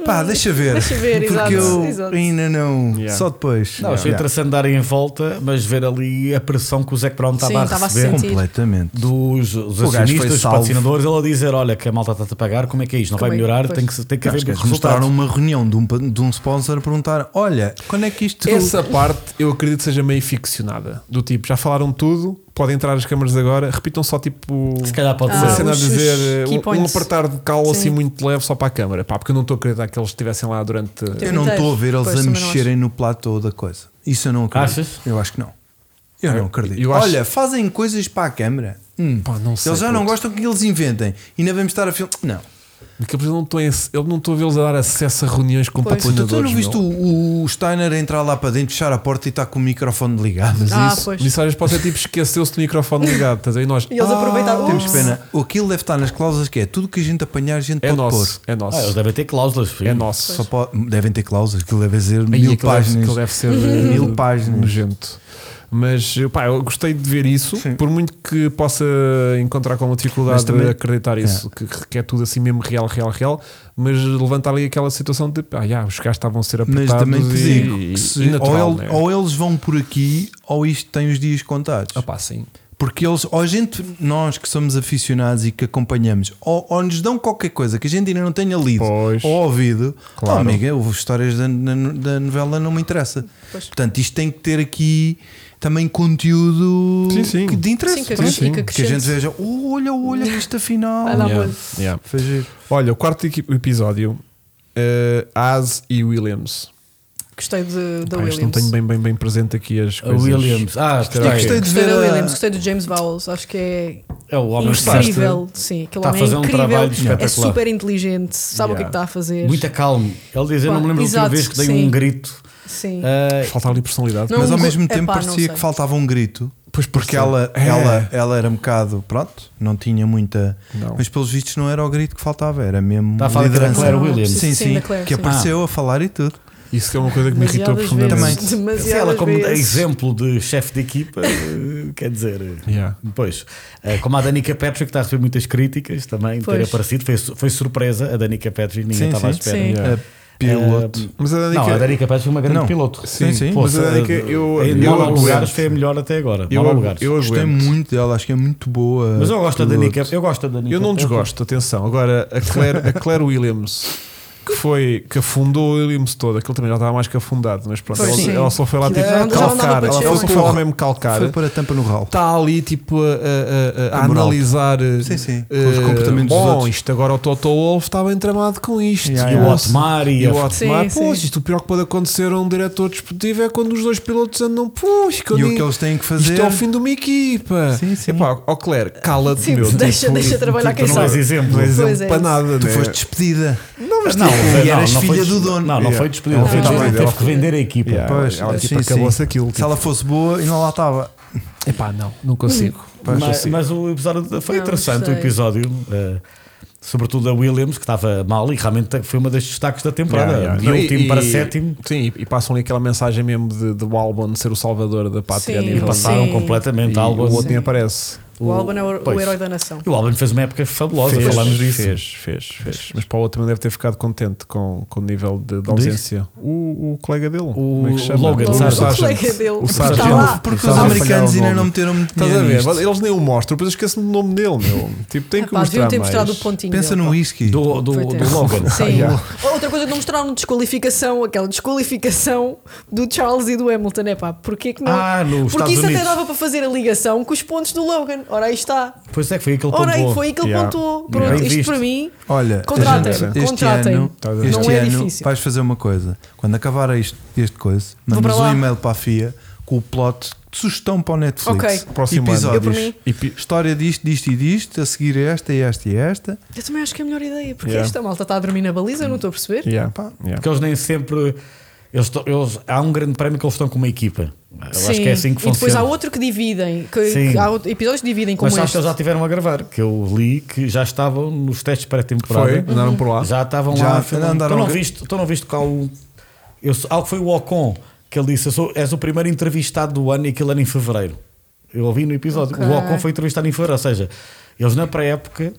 Speaker 1: Pá, deixa ver.
Speaker 3: Hum, deixa ver, exato,
Speaker 1: porque eu
Speaker 3: exato.
Speaker 1: ainda não.
Speaker 2: Yeah.
Speaker 1: Só depois.
Speaker 4: Não, achei
Speaker 1: Yeah.
Speaker 4: interessante darem a volta, mas ver ali a pressão que o Zac Brown
Speaker 3: Sim,
Speaker 4: estava a
Speaker 3: estava a
Speaker 4: receber
Speaker 3: sentir.
Speaker 1: Completamente.
Speaker 4: dos os
Speaker 1: O gajo foi
Speaker 4: acionistas, dos
Speaker 1: salvo.
Speaker 4: patrocinadores, ele a dizer: Olha, que a malta está a pagar, como é que é isto? Não
Speaker 3: Como
Speaker 4: vai
Speaker 3: é que-
Speaker 4: melhorar,
Speaker 3: pois.
Speaker 4: tem que, tem que
Speaker 1: Acho
Speaker 4: haver
Speaker 1: que eles
Speaker 4: resultados.
Speaker 1: mostraram uma reunião de um, pa- de um sponsor a perguntar: Olha, quando é que isto.
Speaker 2: Essa parte eu acredito que seja meio ficcionada. Do tipo, já falaram tudo, podem entrar as câmaras agora, repitam só tipo.
Speaker 4: Se calhar pode
Speaker 3: Ah,
Speaker 2: Uma
Speaker 3: os-
Speaker 4: ser.
Speaker 2: cena a dizer
Speaker 3: os key
Speaker 2: eh, um, um
Speaker 3: points.
Speaker 2: apertar de calo
Speaker 3: Sim.
Speaker 2: assim muito leve só para a câmara, pá, porque eu não estou a acreditar que eles estivessem lá durante.
Speaker 1: Eu não estou a ver eles
Speaker 3: Pois,
Speaker 1: a
Speaker 3: também não
Speaker 1: mexerem no platô da coisa. Isso eu não acredito.
Speaker 4: Achas?
Speaker 1: Eu acho que não. Eu não acredito.
Speaker 2: eu acho-
Speaker 1: Olha, fazem coisas para a câmara. Hum.
Speaker 2: Pá, não sei,
Speaker 1: eles já não
Speaker 2: puto.
Speaker 1: gostam que eles inventem. E não vamos estar a filmar. Não.
Speaker 2: Porque eles não estão a esse- eu não estou a vê-los a dar acesso a reuniões com
Speaker 3: Pois.
Speaker 1: Puta,
Speaker 2: patrocinadores.
Speaker 1: tu não
Speaker 2: meu.
Speaker 1: viste o, o Steiner entrar lá para dentro, fechar a porta e estar com o microfone ligado?
Speaker 2: Mas
Speaker 3: Ah,
Speaker 2: isso,
Speaker 3: pois.
Speaker 2: isso às vezes pode ser tipo esqueceu-se do microfone ligado, estás aí nós.
Speaker 3: (laughs) E eles
Speaker 2: ah,
Speaker 3: aproveitaram.
Speaker 1: Temos
Speaker 3: "Ups."
Speaker 1: pena. Aquilo deve estar nas cláusulas que é tudo que a gente apanhar, a gente
Speaker 2: É
Speaker 1: pode pôr.
Speaker 2: nosso, é
Speaker 4: Ah, eles
Speaker 2: nosso.
Speaker 4: devem ter cláusulas.
Speaker 2: É
Speaker 4: filho.
Speaker 2: nosso.
Speaker 1: Só pode- devem ter cláusulas, aquilo deve ser
Speaker 2: Aí,
Speaker 1: mil
Speaker 2: aquilo
Speaker 1: páginas.
Speaker 2: Deve, aquilo deve
Speaker 3: (laughs)
Speaker 2: ser
Speaker 1: Mil
Speaker 2: eh,
Speaker 1: páginas.
Speaker 2: nojento. Mas eh, pá, eu gostei de ver isso,
Speaker 1: Sim.
Speaker 2: por muito que possa encontrar alguma dificuldade
Speaker 1: Mas também- É.
Speaker 2: de acreditar isso, que requer tudo assim mesmo real, real, real, mas levantar ali aquela situação de ah, já, os gajos estavam a ser
Speaker 1: Mas
Speaker 2: apertados
Speaker 1: também te
Speaker 2: e,
Speaker 1: digo
Speaker 2: e-
Speaker 1: que se-
Speaker 2: e natural,
Speaker 1: ou, ele-
Speaker 2: né?
Speaker 1: ou eles vão por aqui ou isto tem os dias contados.
Speaker 2: Ah, pá, sim.
Speaker 1: Porque eles, ou a gente, nós que somos aficionados e que acompanhamos, ou, ou nos dão qualquer coisa que a gente ainda não tenha lido
Speaker 2: Pois.
Speaker 1: ou ouvido,
Speaker 2: Claro.
Speaker 1: claro. amiga, houve histórias da, na- da novela não me interessa.
Speaker 3: Pois.
Speaker 1: Portanto, isto tem que ter aqui também conteúdo
Speaker 2: Sim, sim.
Speaker 1: que- de interesse.
Speaker 3: Sim, que
Speaker 1: Pronto.
Speaker 3: acrescente- e que
Speaker 1: Que a gente
Speaker 3: acrescente.
Speaker 1: veja, "Oh, olha,
Speaker 3: (laughs)
Speaker 1: olha, isto afinal.
Speaker 3: Vai lá,
Speaker 2: Yeah,
Speaker 3: amor.
Speaker 2: yeah.
Speaker 1: Foi giro.
Speaker 2: Olha, o quarto equi- episódio, eh, As e Williams.
Speaker 3: Gostei de, da
Speaker 2: Pá, isto
Speaker 3: Williams.
Speaker 2: não tenho bem, bem, bem presente aqui as
Speaker 4: A
Speaker 2: coisas.
Speaker 4: Williams. Ah,
Speaker 1: E
Speaker 4: espera aí.
Speaker 1: é. gostei de
Speaker 3: Gostei
Speaker 1: ver.
Speaker 3: da
Speaker 1: a-
Speaker 3: Williams, gostei do James Bowles. Acho que é
Speaker 4: É eh, o homem que faz.
Speaker 3: incrível. Sim, aquele
Speaker 4: Está a
Speaker 3: homem é
Speaker 4: fazer um
Speaker 3: incrível.
Speaker 4: trabalho
Speaker 3: é
Speaker 4: espetacular.
Speaker 3: super inteligente, sabe o que é que
Speaker 2: Yeah.
Speaker 3: está a fazer.
Speaker 4: Muita calma. Ele diz: Eu
Speaker 3: Pá,
Speaker 4: não me lembro da última
Speaker 3: exato,
Speaker 4: vez que dei
Speaker 3: sim.
Speaker 4: um grito.
Speaker 3: Sim.
Speaker 4: Ah,
Speaker 2: Falta ali personalidade.
Speaker 3: Não,
Speaker 1: mas ao
Speaker 3: um-
Speaker 1: mesmo
Speaker 3: epá,
Speaker 1: tempo
Speaker 3: não
Speaker 1: parecia
Speaker 3: sei.
Speaker 1: que faltava um grito.
Speaker 2: Pois
Speaker 1: Porque ela,
Speaker 2: É.
Speaker 1: ela, ela era um bocado, pronto, não tinha muita.
Speaker 2: Não.
Speaker 1: Mas pelos vistos não era o grito que faltava, era mesmo
Speaker 4: Está a falar da
Speaker 1: liderança.
Speaker 4: Claire Williams.
Speaker 1: Sim, sim,
Speaker 3: Ah, Sim, da Claire,
Speaker 1: que
Speaker 3: sim.
Speaker 1: apareceu a falar e tudo.
Speaker 2: Isso que é uma coisa que me irritou
Speaker 3: Demasiadas vezes.
Speaker 2: profundamente.
Speaker 1: Também.
Speaker 4: Se
Speaker 3: Demasiadas
Speaker 4: ela, como
Speaker 3: vezes.
Speaker 4: exemplo de chefe de equipa, eh, quer dizer. eh,
Speaker 2: Yeah.
Speaker 4: Pois, eh, como a Danica Patrick está a receber muitas críticas também de ter
Speaker 3: Pois.
Speaker 4: aparecido, foi, su- foi surpresa a Danica Patrick, ninguém
Speaker 1: Sim,
Speaker 4: estava à
Speaker 1: sim.
Speaker 4: espera.
Speaker 3: Sim.
Speaker 2: Yeah.
Speaker 1: A piloto.
Speaker 4: Eh,
Speaker 2: Mas é a Danica,
Speaker 4: não, a Danica Patrick foi uma grande
Speaker 1: Não.
Speaker 4: piloto.
Speaker 1: Sim, sim.
Speaker 4: Pô,
Speaker 2: Mas a
Speaker 4: se-
Speaker 2: Danica, eu-
Speaker 4: em
Speaker 2: eu
Speaker 4: monolugares
Speaker 2: aguento.
Speaker 4: foi a melhor até agora.
Speaker 2: eu,
Speaker 4: monolugares.
Speaker 2: eu
Speaker 1: Gostei
Speaker 2: aguento.
Speaker 1: muito dela, acho que é muito boa.
Speaker 4: Mas eu gosto da
Speaker 1: piloto.
Speaker 4: Danica. Eu gosto da Danica.
Speaker 2: Eu não
Speaker 4: Patrick.
Speaker 2: desgosto, atenção. Agora, a Claire, a Claire Williams, que foi que afundou a Williams toda, aquilo também já estava mais que afundado, mas pronto,
Speaker 3: Pois
Speaker 2: ela,
Speaker 3: sim.
Speaker 2: ela só foi lá
Speaker 3: Que
Speaker 2: tipo
Speaker 3: já não dava
Speaker 2: calcar.
Speaker 3: para
Speaker 2: Ela
Speaker 3: descer
Speaker 2: foi,
Speaker 3: muito.
Speaker 2: foi lá mesmo calcar.
Speaker 1: Foi para a tampa no ralo.
Speaker 2: Está ali tipo a, a- a- a
Speaker 1: A moral.
Speaker 2: analisar eh,
Speaker 1: Sim, sim. Com os
Speaker 2: eh,
Speaker 1: comportamentos dos
Speaker 2: bom,
Speaker 1: outros."
Speaker 2: isto agora o Toto Wolff estava entramado com isto
Speaker 1: Yeah,
Speaker 4: E
Speaker 2: eu
Speaker 4: o
Speaker 2: ouço-
Speaker 4: Otmar e
Speaker 2: é. E o
Speaker 4: a
Speaker 2: Otmar,
Speaker 3: Sim,
Speaker 2: pô,
Speaker 3: sim.
Speaker 2: isto o pior que pode acontecer a um diretor desportivo é quando os dois pilotos andam, pô, isto que eu
Speaker 1: E o
Speaker 2: digo,
Speaker 1: que eles têm que fazer.
Speaker 2: Isto é o fim de uma equipa.
Speaker 1: Sim, sim.
Speaker 2: Epá, ó Claire, cala-te,
Speaker 3: Sim,
Speaker 2: meu.
Speaker 4: tipo,
Speaker 3: deixa- deixa trabalhar quem
Speaker 2: tu
Speaker 4: sabe.
Speaker 2: és exemplo, não és
Speaker 3: Pois
Speaker 2: exemplo
Speaker 3: é
Speaker 2: para
Speaker 3: isso.
Speaker 2: nada,
Speaker 1: Tu
Speaker 2: né?
Speaker 1: foste despedida.
Speaker 3: Uhum.
Speaker 2: Não, mas
Speaker 4: Não,
Speaker 1: e
Speaker 4: não,
Speaker 1: eras
Speaker 4: não foi
Speaker 1: filha do
Speaker 4: despedida.
Speaker 1: dono.
Speaker 4: Não, não
Speaker 2: Yeah.
Speaker 4: foi despedida.
Speaker 2: Ela
Speaker 4: Foi
Speaker 2: foi
Speaker 4: despedida,
Speaker 2: despedida.
Speaker 4: Teve que vender a equipa.
Speaker 2: Yeah.
Speaker 1: Pois,
Speaker 2: Ela, tipo,
Speaker 1: sim,
Speaker 2: acabou-se
Speaker 1: sim.
Speaker 2: aquilo,
Speaker 1: Se
Speaker 2: tipo.
Speaker 1: ela fosse boa, ainda lá estava.
Speaker 2: Epá, não, não consigo. Não
Speaker 4: Mas,
Speaker 2: consigo.
Speaker 4: mas o episódio foi
Speaker 3: Não,
Speaker 4: interessante o
Speaker 3: gostei.
Speaker 4: episódio. eh, Sobretudo a Williams, que estava mal e realmente foi uma das destaques da temporada.
Speaker 2: Yeah, yeah.
Speaker 4: De
Speaker 2: Não,
Speaker 4: último
Speaker 2: e-
Speaker 4: para
Speaker 2: e-
Speaker 4: sétimo,
Speaker 2: Sim, e- e passam ali aquela mensagem mesmo de, de o Albon ser o salvador da pátria
Speaker 3: Sim.
Speaker 2: a nível
Speaker 3: E passar
Speaker 4: passaram
Speaker 3: Sim.
Speaker 4: completamente
Speaker 2: e
Speaker 4: a Albon.
Speaker 2: o outro nem aparece.
Speaker 3: O Alban é o,
Speaker 4: Pois.
Speaker 3: o herói da nação.
Speaker 4: E o Albon fez uma época fabulosa,
Speaker 2: fez,
Speaker 4: falámos disso.
Speaker 2: Fez, fez, fez. Mas para o outro também deve ter ficado contente com, com o nível de, de ausência. O, o colega dele. como é que se chama?
Speaker 4: Logan
Speaker 2: o
Speaker 4: Sargent.
Speaker 2: Sargent.
Speaker 3: O colega dele.
Speaker 2: O
Speaker 3: Está
Speaker 2: Sargent.
Speaker 3: lá.
Speaker 1: Porque os
Speaker 2: Estava a falhar
Speaker 1: americanos
Speaker 2: o
Speaker 1: ainda
Speaker 2: nome.
Speaker 1: não meteram muito
Speaker 2: Estás a
Speaker 1: dinheiro
Speaker 2: ver?
Speaker 1: nisto.
Speaker 2: Eles nem o mostram, depois eu esqueço do nome dele, meu. Tipo, tem que
Speaker 3: Pá, deviam
Speaker 2: mostrar
Speaker 3: ter
Speaker 2: mais.
Speaker 3: mostrado o pontinho.
Speaker 1: Pensa
Speaker 3: dele,
Speaker 1: no
Speaker 3: pá.
Speaker 1: whisky.
Speaker 4: Do, do,
Speaker 3: Foi
Speaker 4: do
Speaker 3: tenso.
Speaker 4: Logan. Ah,
Speaker 3: Sim.
Speaker 2: Yeah.
Speaker 3: Outra coisa que não mostraram desqualificação, aquela desqualificação do Charles e do Hamilton. É pá, porquê que não?
Speaker 4: Ah, nos
Speaker 3: Porque
Speaker 4: Estados
Speaker 3: isso
Speaker 4: Unidos.
Speaker 3: até dava para fazer a ligação com os pontos do Logan. Ora, aí está.
Speaker 4: Pois é que foi aquele
Speaker 3: Ora, aí
Speaker 4: ponto.
Speaker 3: foi aí que ele
Speaker 2: Yeah.
Speaker 3: pontuou.
Speaker 4: Yeah.
Speaker 3: Pronto,
Speaker 4: Bem
Speaker 3: isto
Speaker 4: visto.
Speaker 3: para mim.
Speaker 1: Olha,
Speaker 3: Contratem,
Speaker 1: este- este
Speaker 3: contratem.
Speaker 1: ano,
Speaker 2: Tá a ver.
Speaker 1: este
Speaker 3: Não é
Speaker 1: ano
Speaker 3: difícil.
Speaker 1: vais fazer uma coisa. Quando acabar este, este coisa, mandas
Speaker 3: para lá.
Speaker 1: um e-mail para a FIA com o plot de sugestão para o Netflix.
Speaker 3: Ok.
Speaker 2: Próximo ano.
Speaker 1: Episódios.
Speaker 3: Eu, por mim-
Speaker 2: E pi-
Speaker 1: História disto, disto e disto, a seguir é esta e esta e esta.
Speaker 3: Eu também acho que é a melhor ideia, porque
Speaker 2: Yeah.
Speaker 3: esta malta está a dormir na baliza, eu não estou a perceber.
Speaker 2: Yeah,
Speaker 1: Pá.
Speaker 2: yeah.
Speaker 4: Porque eles nem sempre. Eles, to- eles- há um grande prémio que eles estão com uma equipa. Eu acho que é assim que
Speaker 3: e depois
Speaker 4: funciona.
Speaker 3: há outro que dividem, que,
Speaker 4: Sim.
Speaker 3: que há outro- episódios que dividem como
Speaker 4: Mas sabes
Speaker 3: este.
Speaker 4: que eles tipo já tiveram a gravar, que eu li que já estavam nos testes pré-temporada.
Speaker 2: Foi, andaram por lá.
Speaker 4: Já estavam
Speaker 1: Já
Speaker 4: lá.
Speaker 1: andaram-
Speaker 4: tu não viste, tu não viste que há o. Eu, sou- algo foi o Ocon que ele disse: eu sou, és o primeiro entrevistado do ano e aquilo era em fevereiro. Eu ouvi no episódio.
Speaker 3: Ok.
Speaker 4: O Ocon foi entrevistado em fevereiro, ou seja, eles na pré-época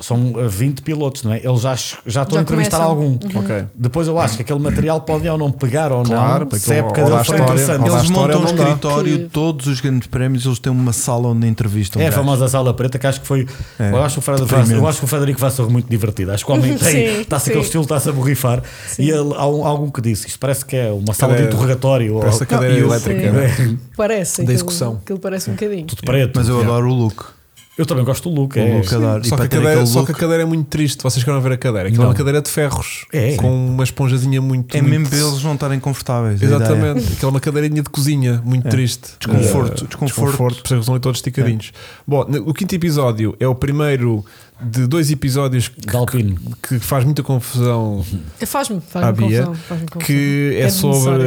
Speaker 4: são eh, 20 pilotos, não é? Eles já, ch- já estão
Speaker 3: Já
Speaker 4: a entrevistar
Speaker 3: começam. Uhum.
Speaker 4: algum.
Speaker 2: Ok.
Speaker 4: Depois eu acho que aquele material podem ou não pegar ou
Speaker 2: Claro,
Speaker 4: não.
Speaker 2: porque
Speaker 4: Se a época
Speaker 2: ou dá
Speaker 4: dele foi
Speaker 2: história,
Speaker 4: interessante.
Speaker 2: ou dá
Speaker 4: Eles-
Speaker 1: Eles montam
Speaker 2: história
Speaker 1: um
Speaker 2: não dá.
Speaker 1: escritório,
Speaker 3: Que-
Speaker 1: todos os grandes prémios, eles têm uma sala onde entrevistam.
Speaker 4: É a
Speaker 1: gajos.
Speaker 4: famosa sala preta que acho que foi.
Speaker 1: É.
Speaker 4: Eu, acho o Frederico
Speaker 1: Deprimente.
Speaker 4: Vasseur- eu acho que o Frederico Vassor muito divertido. Acho que o (laughs) homem
Speaker 3: Sim,
Speaker 4: tem. Está-se aquele
Speaker 3: sim.
Speaker 4: estilo, está-se a borrifar. E ele, há um- há algum que disse: Isto parece que é uma sala de
Speaker 2: Cadeira-
Speaker 4: interrogatório ou
Speaker 2: Parece a cadeira
Speaker 1: (laughs) e eu-
Speaker 2: elétrica.
Speaker 3: Sim.
Speaker 2: né?
Speaker 3: Parece.
Speaker 2: Da
Speaker 3: aquilo-
Speaker 2: execução.
Speaker 3: Aquilo parece um bocadinho.
Speaker 4: tudo preto.
Speaker 1: Mas eu
Speaker 4: Yeah.
Speaker 1: adoro o look.
Speaker 4: Eu também gosto do look.
Speaker 1: O
Speaker 4: É,
Speaker 1: look adoro. E
Speaker 2: Só, que
Speaker 1: para
Speaker 2: a
Speaker 1: ter
Speaker 2: cadeira,
Speaker 1: aquele
Speaker 2: só que
Speaker 1: look,
Speaker 2: a cadeira é muito triste. Vocês querem ver a cadeira? Aquilo é
Speaker 4: Não.
Speaker 2: uma cadeira de ferros
Speaker 4: É.
Speaker 2: com uma esponjazinha muito.
Speaker 1: é
Speaker 2: muito-
Speaker 1: mesmo para eles não estarem confortáveis. a ideia. É.
Speaker 2: Exatamente, aquela é uma cadeirinha de cozinha, muito triste.
Speaker 1: Desconforto, desconforto.
Speaker 2: Eh,
Speaker 1: É.
Speaker 2: Desconforto, por isso estão ali todos esticadinhos. Bom, n- o quinto episódio é o primeiro de dois episódios que,
Speaker 4: De Alpine.
Speaker 2: que faz muita confusão
Speaker 3: Faz-me, faz-me
Speaker 2: à Bia.
Speaker 3: confusão. Faz-me confusão.
Speaker 2: Que é,
Speaker 3: É
Speaker 2: sobre.